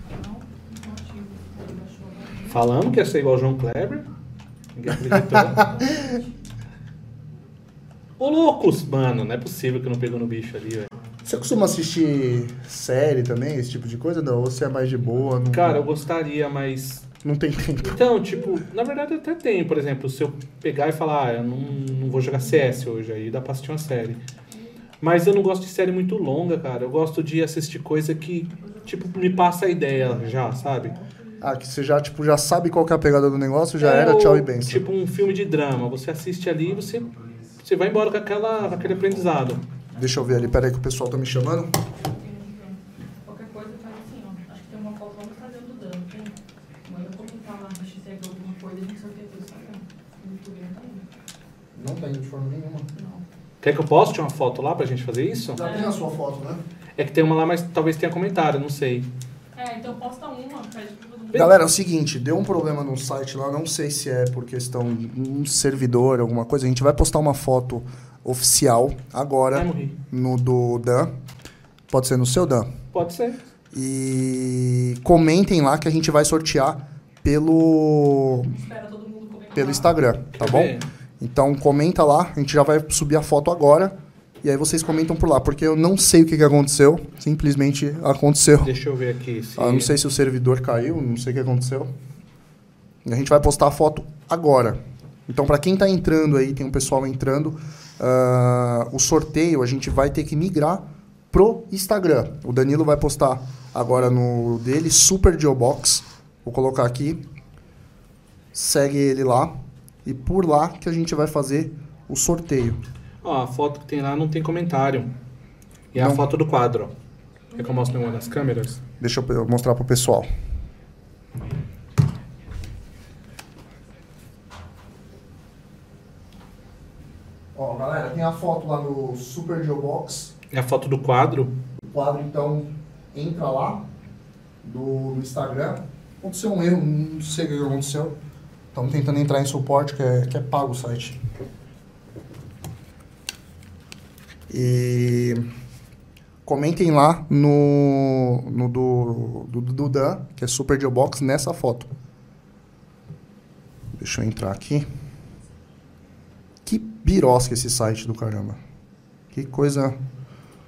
[SPEAKER 4] é, tá?
[SPEAKER 3] Falamos que ia ser igual o João Kleber. Ninguém acreditou. Ô loucos, mano, não é possível que não pegou no bicho ali, velho.
[SPEAKER 1] Você costuma assistir série também, esse tipo de coisa? Não, ou você é mais de boa? Não,
[SPEAKER 3] Cara, eu gostaria, mas
[SPEAKER 1] não tem tempo.
[SPEAKER 3] Então, tipo, na verdade até tem, por exemplo, se eu pegar e falar, ah, eu não, não vou jogar CS hoje, aí dá pra assistir uma série. Mas eu não gosto de série muito longa, cara. Eu gosto de assistir coisa que, tipo, me passa a ideia já, sabe?
[SPEAKER 1] Ah, que você já, tipo, já sabe qual que é a pegada do negócio, já
[SPEAKER 3] É
[SPEAKER 1] era,
[SPEAKER 3] o-
[SPEAKER 1] tchau e benção.
[SPEAKER 3] Tipo um filme de drama. Você assiste ali e você, você vai embora com, aquela, com aquele aprendizado.
[SPEAKER 1] Deixa eu ver ali, peraí que o pessoal tá me chamando.
[SPEAKER 2] Qualquer coisa faz assim, ó. Acho que tem uma foto lá no Instagram do Dan. Tem. Manda comentar lá no XTG alguma coisa, a gente sorteia pelo Instagram. No YouTube não tá indo.
[SPEAKER 7] Não tá indo de forma nenhuma.
[SPEAKER 3] Quer que eu poste uma foto lá pra gente fazer isso?
[SPEAKER 7] Já tem a sua foto, né?
[SPEAKER 3] É que tem uma lá, mas talvez tenha comentário, não sei.
[SPEAKER 2] É, então posta uma, pede pra todo mundo.
[SPEAKER 1] Galera, é o seguinte, deu um problema no site lá, não sei se é por questão de um servidor, alguma coisa. A gente vai postar uma foto oficial agora
[SPEAKER 3] Vai morrer.
[SPEAKER 1] no do Dan. Pode ser no seu Dan.
[SPEAKER 3] Pode ser.
[SPEAKER 1] E comentem lá que a gente vai sortear pelo
[SPEAKER 2] Espera todo mundo comentar.
[SPEAKER 1] pelo Instagram, tá
[SPEAKER 3] Quer
[SPEAKER 1] bom?
[SPEAKER 3] ver?
[SPEAKER 1] Então comenta lá, a gente já vai subir a foto agora. E aí vocês comentam por lá, porque eu não sei o que, que aconteceu, simplesmente aconteceu.
[SPEAKER 3] Deixa eu ver aqui. Se...
[SPEAKER 1] Ah, não sei se o servidor caiu, não sei o que aconteceu. E A gente vai postar a foto agora. Então, para quem tá entrando aí, tem um pessoal entrando, ah, o sorteio a gente vai ter que migrar pro Instagram. O Danilo vai postar agora no dele, Super Geobox. Vou colocar aqui. Segue ele lá. E por lá que a gente vai fazer o sorteio.
[SPEAKER 3] Ó, a foto que tem lá não tem comentário. E é a
[SPEAKER 1] Não.
[SPEAKER 3] foto do quadro. ó. É que eu mostro em uma das câmeras.
[SPEAKER 1] Deixa eu pe- eu mostrar pro pessoal.
[SPEAKER 7] Ó, galera, tem a foto lá no Super Geobox.
[SPEAKER 3] É a foto do quadro.
[SPEAKER 7] O quadro, então, entra lá do, no Instagram. Aconteceu um erro, não sei o que aconteceu.
[SPEAKER 1] Estamos tentando entrar em suporte, que é, que é pago o site. E comentem lá no, no do, do, do Dan, que é Super Geobox, nessa foto. Deixa eu entrar aqui. Que birosca esse site do caramba. Que coisa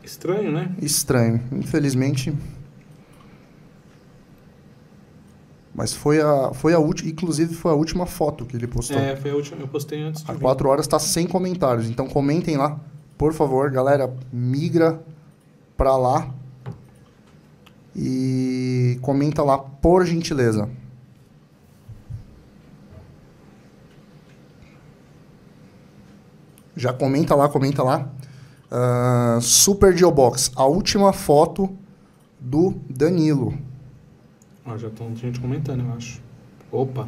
[SPEAKER 3] Estranho, né?
[SPEAKER 1] estranho. Infelizmente. Mas foi a, foi a última, inclusive foi a última foto que ele postou.
[SPEAKER 3] É, foi a última. Eu postei antes de
[SPEAKER 1] Há
[SPEAKER 3] vir.
[SPEAKER 1] quatro horas está sem comentários. Então comentem lá. Por favor, galera, migra pra lá. E comenta lá, por gentileza. Já comenta lá, comenta lá. Ah, Super Geobox, a última foto do Danilo.
[SPEAKER 3] Ó, já estão gente comentando, eu acho. Opa.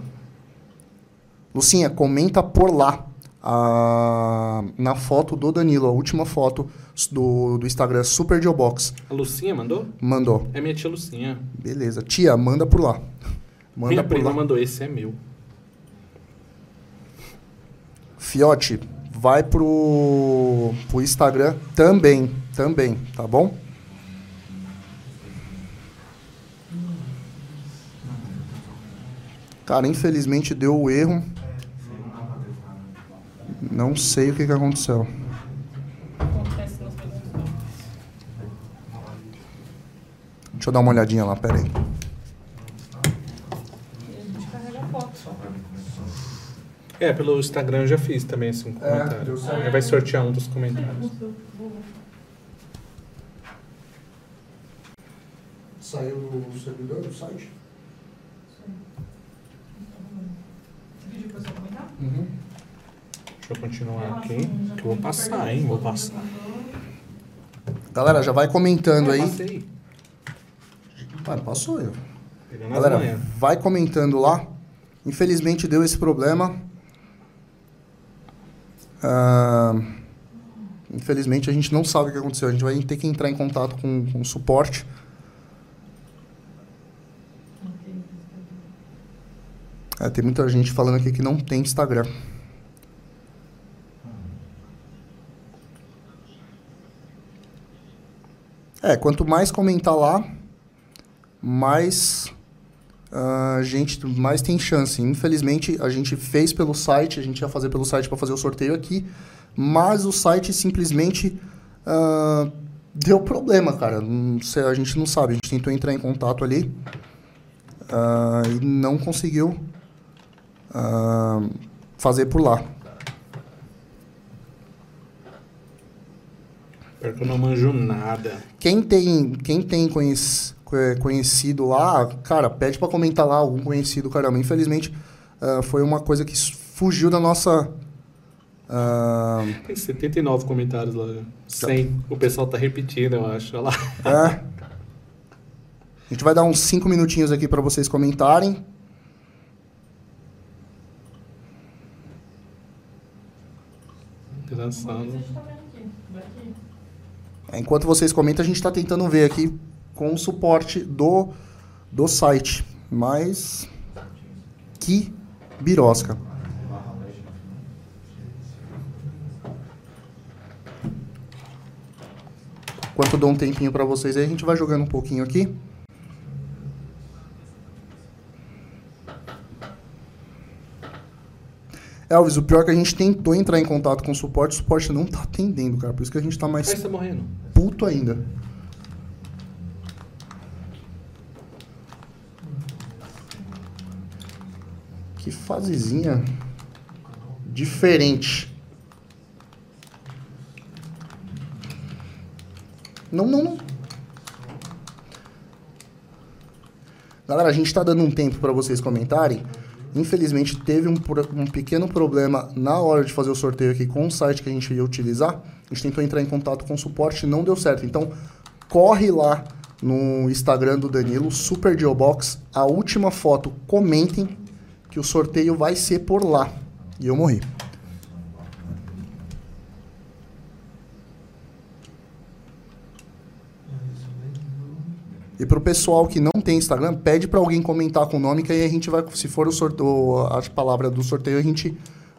[SPEAKER 1] Lucinha, comenta por lá. a- na foto do Danilo, a última foto do, do Instagram Super Geobox.
[SPEAKER 3] A Lucinha mandou?
[SPEAKER 1] Mandou.
[SPEAKER 3] É minha tia Lucinha.
[SPEAKER 1] Beleza. Tia, manda por lá. Manda
[SPEAKER 3] minha
[SPEAKER 1] por
[SPEAKER 3] prima
[SPEAKER 1] lá.
[SPEAKER 3] mandou, esse é meu.
[SPEAKER 1] Fiote, vai pro, pro Instagram também. Também, tá bom? Cara, infelizmente deu o erro. Não sei o que, que aconteceu.
[SPEAKER 2] Acontece nas coisas.
[SPEAKER 1] Deixa eu dar uma olhadinha lá, peraí.
[SPEAKER 2] E a gente carrega a foto só.
[SPEAKER 3] É, pelo Instagram eu já fiz também, assim, um
[SPEAKER 7] É,
[SPEAKER 3] comentário. Aí vai sortear um dos comentários.
[SPEAKER 7] Saiu do servidor do site?
[SPEAKER 2] Você pediu pra você comentar?
[SPEAKER 3] Deixa eu continuar aqui, que eu vou passar, hein? Vou passar.
[SPEAKER 1] Galera, já vai comentando aí.
[SPEAKER 3] É, Passei.
[SPEAKER 1] Ah, passou eu.
[SPEAKER 3] Pegando as
[SPEAKER 1] Galera,
[SPEAKER 3] manhas.
[SPEAKER 1] vai comentando lá. Infelizmente deu esse problema. Ah, infelizmente a gente não sabe o que aconteceu. A gente vai ter que entrar em contato com, com o suporte. Ah, tem muita gente falando aqui que não tem Instagram. É, quanto mais comentar lá, mais a gente mais tem chance. Infelizmente, a gente fez pelo site, a gente ia fazer pelo site para fazer o sorteio aqui, mas o site simplesmente ah, deu problema, cara. Não sei, a gente não sabe. A gente tentou entrar em contato ali ah, e não conseguiu ah, fazer por lá.
[SPEAKER 3] Pior que eu não manjo nada.
[SPEAKER 1] Quem tem, quem tem conhec- eh, conhecido lá, cara, pede pra comentar lá algum conhecido, caramba. Infelizmente, ah, foi uma coisa que s- fugiu da nossa. ah,
[SPEAKER 3] Tem 79 comentários lá. 100. O pessoal tá repetindo, eu acho. Olha lá.
[SPEAKER 1] é. A gente vai dar uns 5 minutinhos aqui pra vocês comentarem.
[SPEAKER 8] Mas a
[SPEAKER 3] Engraçado.
[SPEAKER 8] gente tá vendo aqui. Vai aqui.
[SPEAKER 1] Enquanto vocês comentam, a gente está tentando ver aqui com o suporte do, do site. Mas. Que birosca. Enquanto eu dou um tempinho para vocês aí, a gente vai jogando um pouquinho aqui. Elvis, o pior é que a gente tentou entrar em contato com o suporte, o suporte não tá atendendo, cara. Por isso que a gente tá mais
[SPEAKER 3] Mas tá morrendo.
[SPEAKER 1] puto ainda. Que fasezinha diferente. Não, não, não. Galera, a gente tá dando um tempo para vocês comentarem. Infelizmente, teve um, pro- um pequeno problema na hora de fazer o sorteio aqui com o site que a gente ia utilizar. A gente tentou entrar em contato com o suporte não deu certo. Então, corre lá no Instagram do Danilo, Super Geobox, a última foto, comentem que o sorteio vai ser por lá. E eu morri.
[SPEAKER 4] É
[SPEAKER 1] E pro pessoal que não tem Instagram, pede pra alguém comentar com o nome, que aí a gente vai, se for o sorteio, a palavra do sorteio, a gente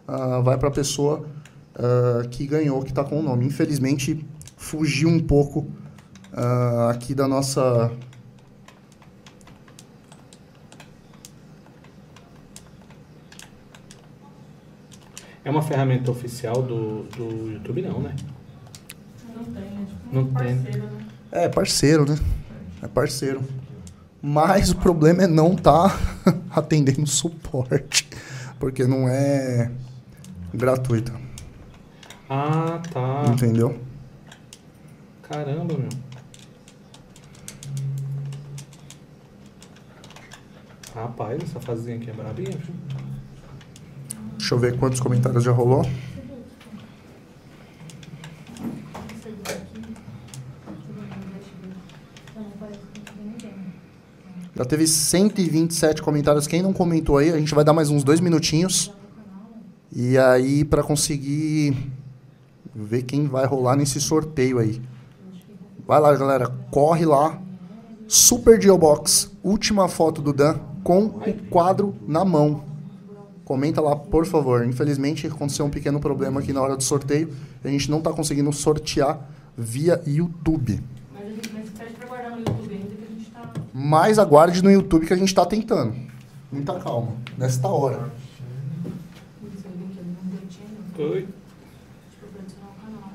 [SPEAKER 1] ah, vai pra pessoa ah, que ganhou, que tá com o nome. Infelizmente, fugiu um pouco ah, aqui da nossa.
[SPEAKER 3] É uma ferramenta oficial do, do YouTube, não, né?
[SPEAKER 8] Não tem, é tipo
[SPEAKER 3] Não
[SPEAKER 8] um
[SPEAKER 3] tem.
[SPEAKER 8] parceiro, né?
[SPEAKER 1] É, parceiro, né? É parceiro. Mas o problema é não tá atendendo suporte, porque não é gratuito,
[SPEAKER 3] Ah, tá.
[SPEAKER 1] entendeu?
[SPEAKER 3] Caramba, meu. Rapaz, essa fazinha aqui é brabinha, viu?
[SPEAKER 1] Deixa eu ver quantos comentários já rolou. Já teve 127 comentários. Quem não comentou aí, a gente vai dar mais uns dois minutinhos. E aí, pra conseguir ver quem vai rolar nesse sorteio aí. Vai lá, galera. Corre lá. Super Geobox. Última foto do Dan com o quadro na mão. Comenta lá, por favor. Infelizmente, aconteceu um pequeno problema aqui na hora do sorteio. A gente não tá conseguindo sortear via YouTube.
[SPEAKER 8] Mas a gente mas pede pra guardar no YouTube ainda que a gente tá.
[SPEAKER 1] Mas aguarde no YouTube que a gente tá tentando. Muita calma. Nesta hora.
[SPEAKER 8] Putz, eu link ali não tinha, não.
[SPEAKER 3] Oi.
[SPEAKER 8] Tipo, pra adicionar o canal.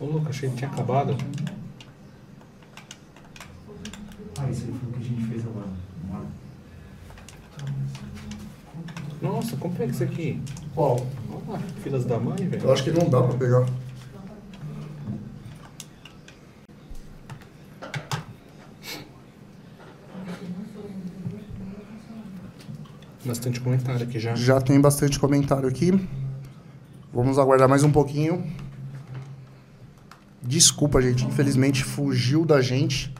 [SPEAKER 3] Ô, louco, achei que tinha acabado.
[SPEAKER 4] Ah, isso aí foi o que a gente fez agora. é? Bora.
[SPEAKER 3] Nossa, como é que isso aqui?
[SPEAKER 1] Qual?
[SPEAKER 3] Olha lá, filas da mãe, velho.
[SPEAKER 1] Eu acho que não dá pra pegar.
[SPEAKER 3] Bastante comentário aqui já.
[SPEAKER 1] Já tem bastante comentário aqui. Vamos aguardar mais um pouquinho. Desculpa, gente. Infelizmente fugiu da gente.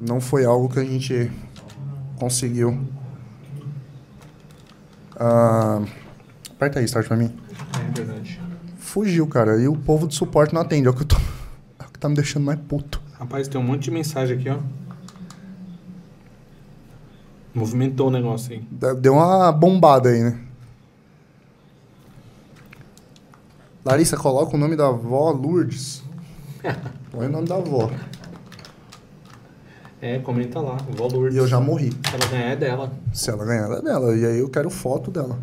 [SPEAKER 1] Não foi algo que a gente conseguiu. Ah, aperta aí, start pra mim.
[SPEAKER 3] É verdade.
[SPEAKER 1] Fugiu, cara. E o povo de suporte não atende. É o que, eu tô... é o que tá me deixando mais puto.
[SPEAKER 3] Rapaz, tem um monte de mensagem aqui, ó. Movimentou o negócio aí.
[SPEAKER 1] De- Deu uma bombada aí, né? Larissa, coloca o nome da avó Lourdes. Põe o nome da avó.
[SPEAKER 3] É, comenta lá. Vó Lourdes.
[SPEAKER 1] E eu já morri.
[SPEAKER 3] Se ela ganhar é dela.
[SPEAKER 1] Se ela ganhar, ela é dela. E aí eu quero foto dela.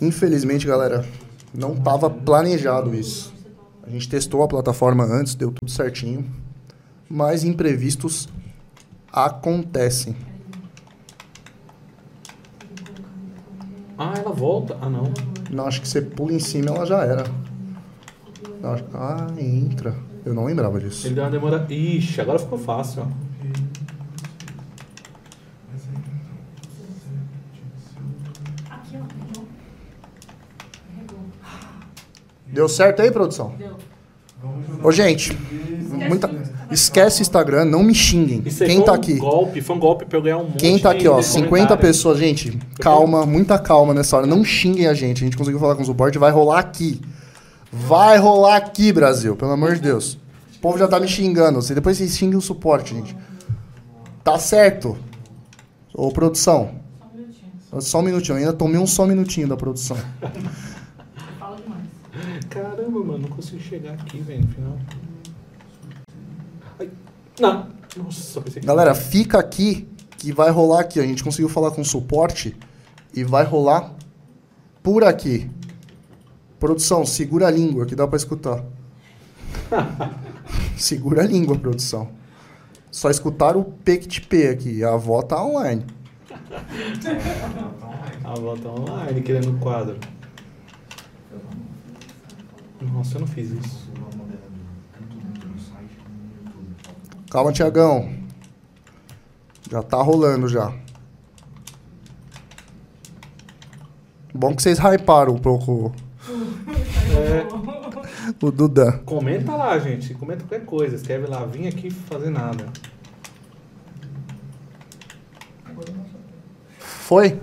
[SPEAKER 1] Infelizmente, galera, não tava planejado isso. A gente testou a plataforma antes, deu tudo certinho. Mas imprevistos acontecem.
[SPEAKER 3] Ah, ela volta? Ah, não.
[SPEAKER 1] Não, acho que você pula em cima ela já era. Não, acho- Ah, entra. Eu não lembrava disso.
[SPEAKER 3] Ele deu uma demora. Ixi, agora ficou fácil, ó.
[SPEAKER 2] Aqui, ó. Regou. Regou.
[SPEAKER 1] Deu certo aí, produção?
[SPEAKER 2] Deu.
[SPEAKER 1] Ô, gente, muita... esquece o Instagram, não me xinguem.
[SPEAKER 3] Isso aí
[SPEAKER 1] Quem
[SPEAKER 3] foi
[SPEAKER 1] tá
[SPEAKER 3] um
[SPEAKER 1] aqui?
[SPEAKER 3] golpe, foi um golpe pra eu ganhar um monte
[SPEAKER 1] Quem tá
[SPEAKER 3] de-
[SPEAKER 1] aqui, ó,
[SPEAKER 3] de
[SPEAKER 1] 50
[SPEAKER 3] comentário.
[SPEAKER 1] pessoas, gente, calma, muita calma nessa hora, não xinguem a gente, a gente conseguiu falar com o suporte, vai rolar aqui. Vai rolar aqui, Brasil, pelo amor de Deus. O povo já tá me xingando, se depois vocês xinguem o suporte, gente. Tá certo. Ô, produção,
[SPEAKER 2] Só um minutinho.
[SPEAKER 1] só um minutinho, eu ainda tomei um só minutinho da produção.
[SPEAKER 2] Você fala demais.
[SPEAKER 3] Caramba, mano, não consigo chegar aqui, velho, no final. Ai, não. Nossa, pensei que...
[SPEAKER 1] Galera, fica aqui que vai rolar aqui. ó. A gente conseguiu falar com o suporte e vai rolar por aqui. Produção, segura a língua que dá pra escutar. segura a língua, produção. Só escutar o PictP aqui. A avó tá online.
[SPEAKER 3] A volta tá online, querendo o quadro. Nossa, eu não fiz isso.
[SPEAKER 1] Calma, Tiagão. Já tá rolando já. Bom que vocês hyparam um pouco o Dudan.
[SPEAKER 3] É, Comenta lá, gente. Comenta qualquer coisa. Escreve lá, vim aqui fazer nada.
[SPEAKER 1] Foi?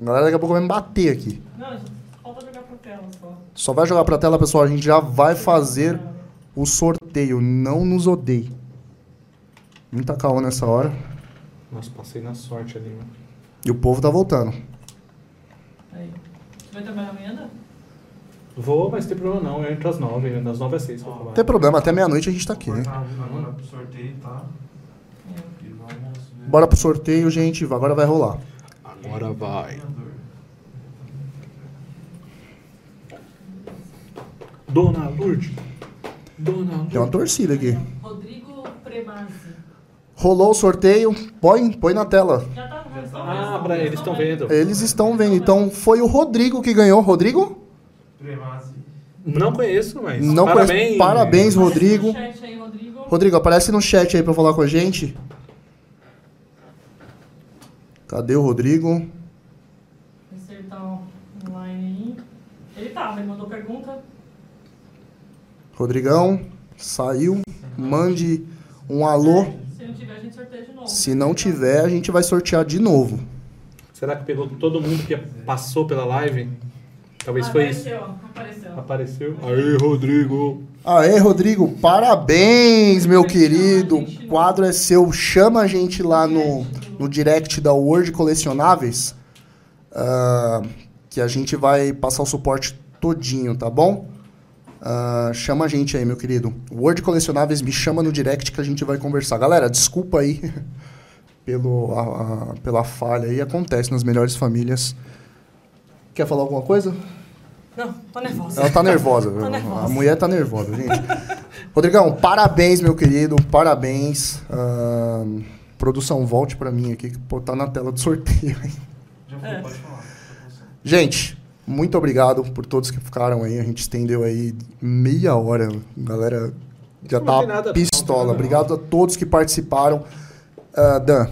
[SPEAKER 1] A galera daqui a pouco vai me bater aqui.
[SPEAKER 2] Não, gente, falta jogar pro tela só.
[SPEAKER 1] Só vai jogar pra tela, pessoal. A gente já vai fazer o sorteio. Não nos odeie. Muita calma nessa hora.
[SPEAKER 3] Nossa, passei na sorte ali, mano.
[SPEAKER 1] E o povo tá voltando.
[SPEAKER 2] Aí. Você vai trabalhar amanhã? Ana?
[SPEAKER 3] Vou, mas não tem problema não. Eu entro às nove. né? Das nove às seis que eu
[SPEAKER 1] Não
[SPEAKER 3] trabalho.
[SPEAKER 1] tem problema, até meia-noite a gente tá aqui, né?
[SPEAKER 4] Agora pro sorteio, tá? E vamos ver.
[SPEAKER 1] Bora pro sorteio, gente. Agora vai rolar.
[SPEAKER 3] Agora vai. Dona Lourdes. Dona
[SPEAKER 1] Tem uma
[SPEAKER 3] Lourdes.
[SPEAKER 1] torcida aqui.
[SPEAKER 2] Rodrigo Premazzi.
[SPEAKER 1] Rolou o sorteio. Põe, põe na tela.
[SPEAKER 2] Já tá no
[SPEAKER 3] Ah, pra- eles estão vendo.
[SPEAKER 1] Eles estão vendo. Então foi o Rodrigo que ganhou. Rodrigo?
[SPEAKER 4] Premase.
[SPEAKER 3] Não conheço, mas
[SPEAKER 1] Não conheço.
[SPEAKER 3] parabéns.
[SPEAKER 1] Parabéns, Rodrigo.
[SPEAKER 2] Chat aí, Rodrigo.
[SPEAKER 1] Rodrigo, aparece no chat aí pra falar com a gente. Cadê o Rodrigo?
[SPEAKER 2] Acertar online aí. Ele tava, ele mandou pergunta.
[SPEAKER 1] Rodrigão, saiu. Mande um alô.
[SPEAKER 2] É, Se não tiver, a gente sorteia de novo.
[SPEAKER 1] Se não tiver, a gente vai sortear de novo.
[SPEAKER 3] Será que pegou todo mundo que passou pela live? Talvez foi isso.
[SPEAKER 2] Apareceu, apareceu.
[SPEAKER 3] Apareceu. Aí, Rodrigo.
[SPEAKER 1] Aê, Rodrigo, parabéns, meu querido. O quadro é seu. Chama a gente lá no, no direct da Word Colecionáveis. ah, que a gente vai passar o suporte todinho, tá bom? Ah, chama a gente aí, meu querido. Word Colecionáveis, me chama no direct que a gente vai conversar. Galera, desculpa aí pelo, a- a- pela falha aí. Acontece nas melhores famílias. Quer falar alguma coisa?
[SPEAKER 9] Não, tô nervosa.
[SPEAKER 1] Ela tá nervosa.
[SPEAKER 9] Tô nervosa.
[SPEAKER 1] A mulher tá nervosa, gente. Rodrigão, parabéns, meu querido. Parabéns. Ahn, produção, volte pra mim aqui, que pô, tá na tela do sorteio. hein?
[SPEAKER 4] Já foi, pode falar. Tá você.
[SPEAKER 1] gente, muito obrigado por todos que ficaram aí. A gente estendeu aí meia hora. A galera já
[SPEAKER 3] Não
[SPEAKER 1] tá
[SPEAKER 3] tem nada não,
[SPEAKER 1] pistola.
[SPEAKER 3] não tem nada
[SPEAKER 1] obrigado a todos que participaram. Ah, Dan,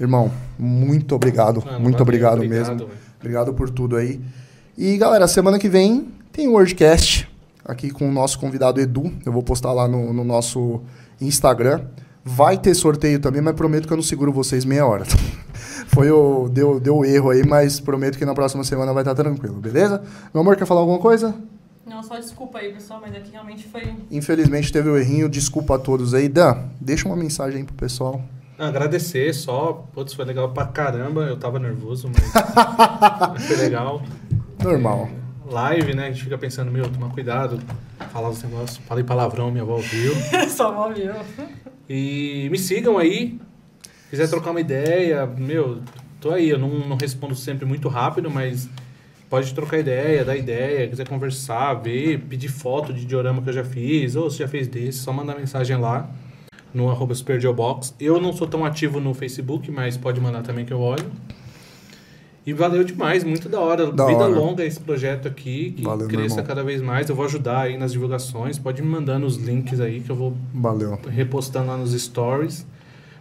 [SPEAKER 1] irmão, muito obrigado.
[SPEAKER 3] Mano,
[SPEAKER 1] muito
[SPEAKER 3] valeu,
[SPEAKER 1] obrigado, mesmo.
[SPEAKER 3] tá obrigado, velho.
[SPEAKER 1] Obrigado por tudo aí. E galera, semana que vem tem o WordCast aqui com o nosso convidado Edu. Eu vou postar lá no, no nosso Instagram. Vai ter sorteio também, mas prometo que eu não seguro vocês meia hora. Foi o. Deu, deu erro aí, mas prometo que na próxima semana vai estar tranquilo, beleza? Meu amor, quer falar alguma coisa?
[SPEAKER 2] Não, só desculpa aí, pessoal, mas aqui realmente foi.
[SPEAKER 1] Infelizmente teve o errinho, desculpa a todos aí. Dan, deixa uma mensagem aí pro pessoal.
[SPEAKER 3] Agradecer só. Putz, foi legal pra caramba. Eu tava nervoso, mas foi legal.
[SPEAKER 1] Normal.
[SPEAKER 3] Live, né? A gente fica pensando, meu, toma cuidado. Falar os negócios. Falei palavrão, minha avó ouviu.
[SPEAKER 9] Só mal viu.
[SPEAKER 3] E me sigam aí. Quiser trocar uma ideia, meu, tô aí. Eu não, não respondo sempre muito rápido, mas pode trocar ideia, dar ideia. Quiser conversar, ver, pedir foto de diorama que eu já fiz, ou se já fez desse, só mandar mensagem lá no arroba supergeobox. Eu não sou tão ativo no Facebook, mas pode mandar também que eu olho. E valeu demais, muito da hora.
[SPEAKER 1] Da
[SPEAKER 3] Vida
[SPEAKER 1] hora.
[SPEAKER 3] longa esse projeto aqui, que
[SPEAKER 1] Valeu, meu
[SPEAKER 3] cresça
[SPEAKER 1] irmão.
[SPEAKER 3] cada vez mais. Eu vou ajudar aí nas divulgações. Pode me mandando os links aí que eu vou
[SPEAKER 1] Valeu.
[SPEAKER 3] repostando lá nos stories.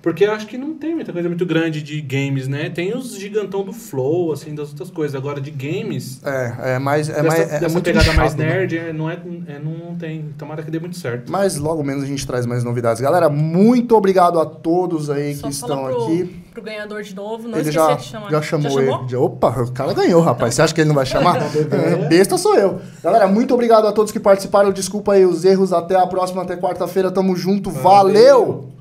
[SPEAKER 3] Porque eu acho que não tem muita coisa muito grande de games, né? Tem os gigantão do Flow, assim, das outras coisas. Agora, de games,
[SPEAKER 1] É, é mais. É,
[SPEAKER 3] dessa,
[SPEAKER 1] mais, é
[SPEAKER 3] dessa
[SPEAKER 1] muito
[SPEAKER 3] pegada mais
[SPEAKER 1] nichado, né?
[SPEAKER 3] nerd, é, não, é, é, não, não tem. Tomara que dê muito certo.
[SPEAKER 1] Mas logo menos a gente traz mais novidades. Galera, muito obrigado a todos aí
[SPEAKER 2] Só
[SPEAKER 1] que estão
[SPEAKER 2] falar pro,
[SPEAKER 1] aqui.
[SPEAKER 2] pro ganhador de novo. Não
[SPEAKER 1] ele
[SPEAKER 2] esquecer
[SPEAKER 1] já,
[SPEAKER 2] de chamar.
[SPEAKER 1] já chamou
[SPEAKER 2] já chamou? Então.
[SPEAKER 1] ele. Opa, o cara ganhou, rapaz. Você acha que ele não vai chamar? É, Besta sou eu. Galera, muito obrigado a todos que participaram. Desculpa aí os erros. Até a próxima, até quarta-feira. Tamo junto. Valeu.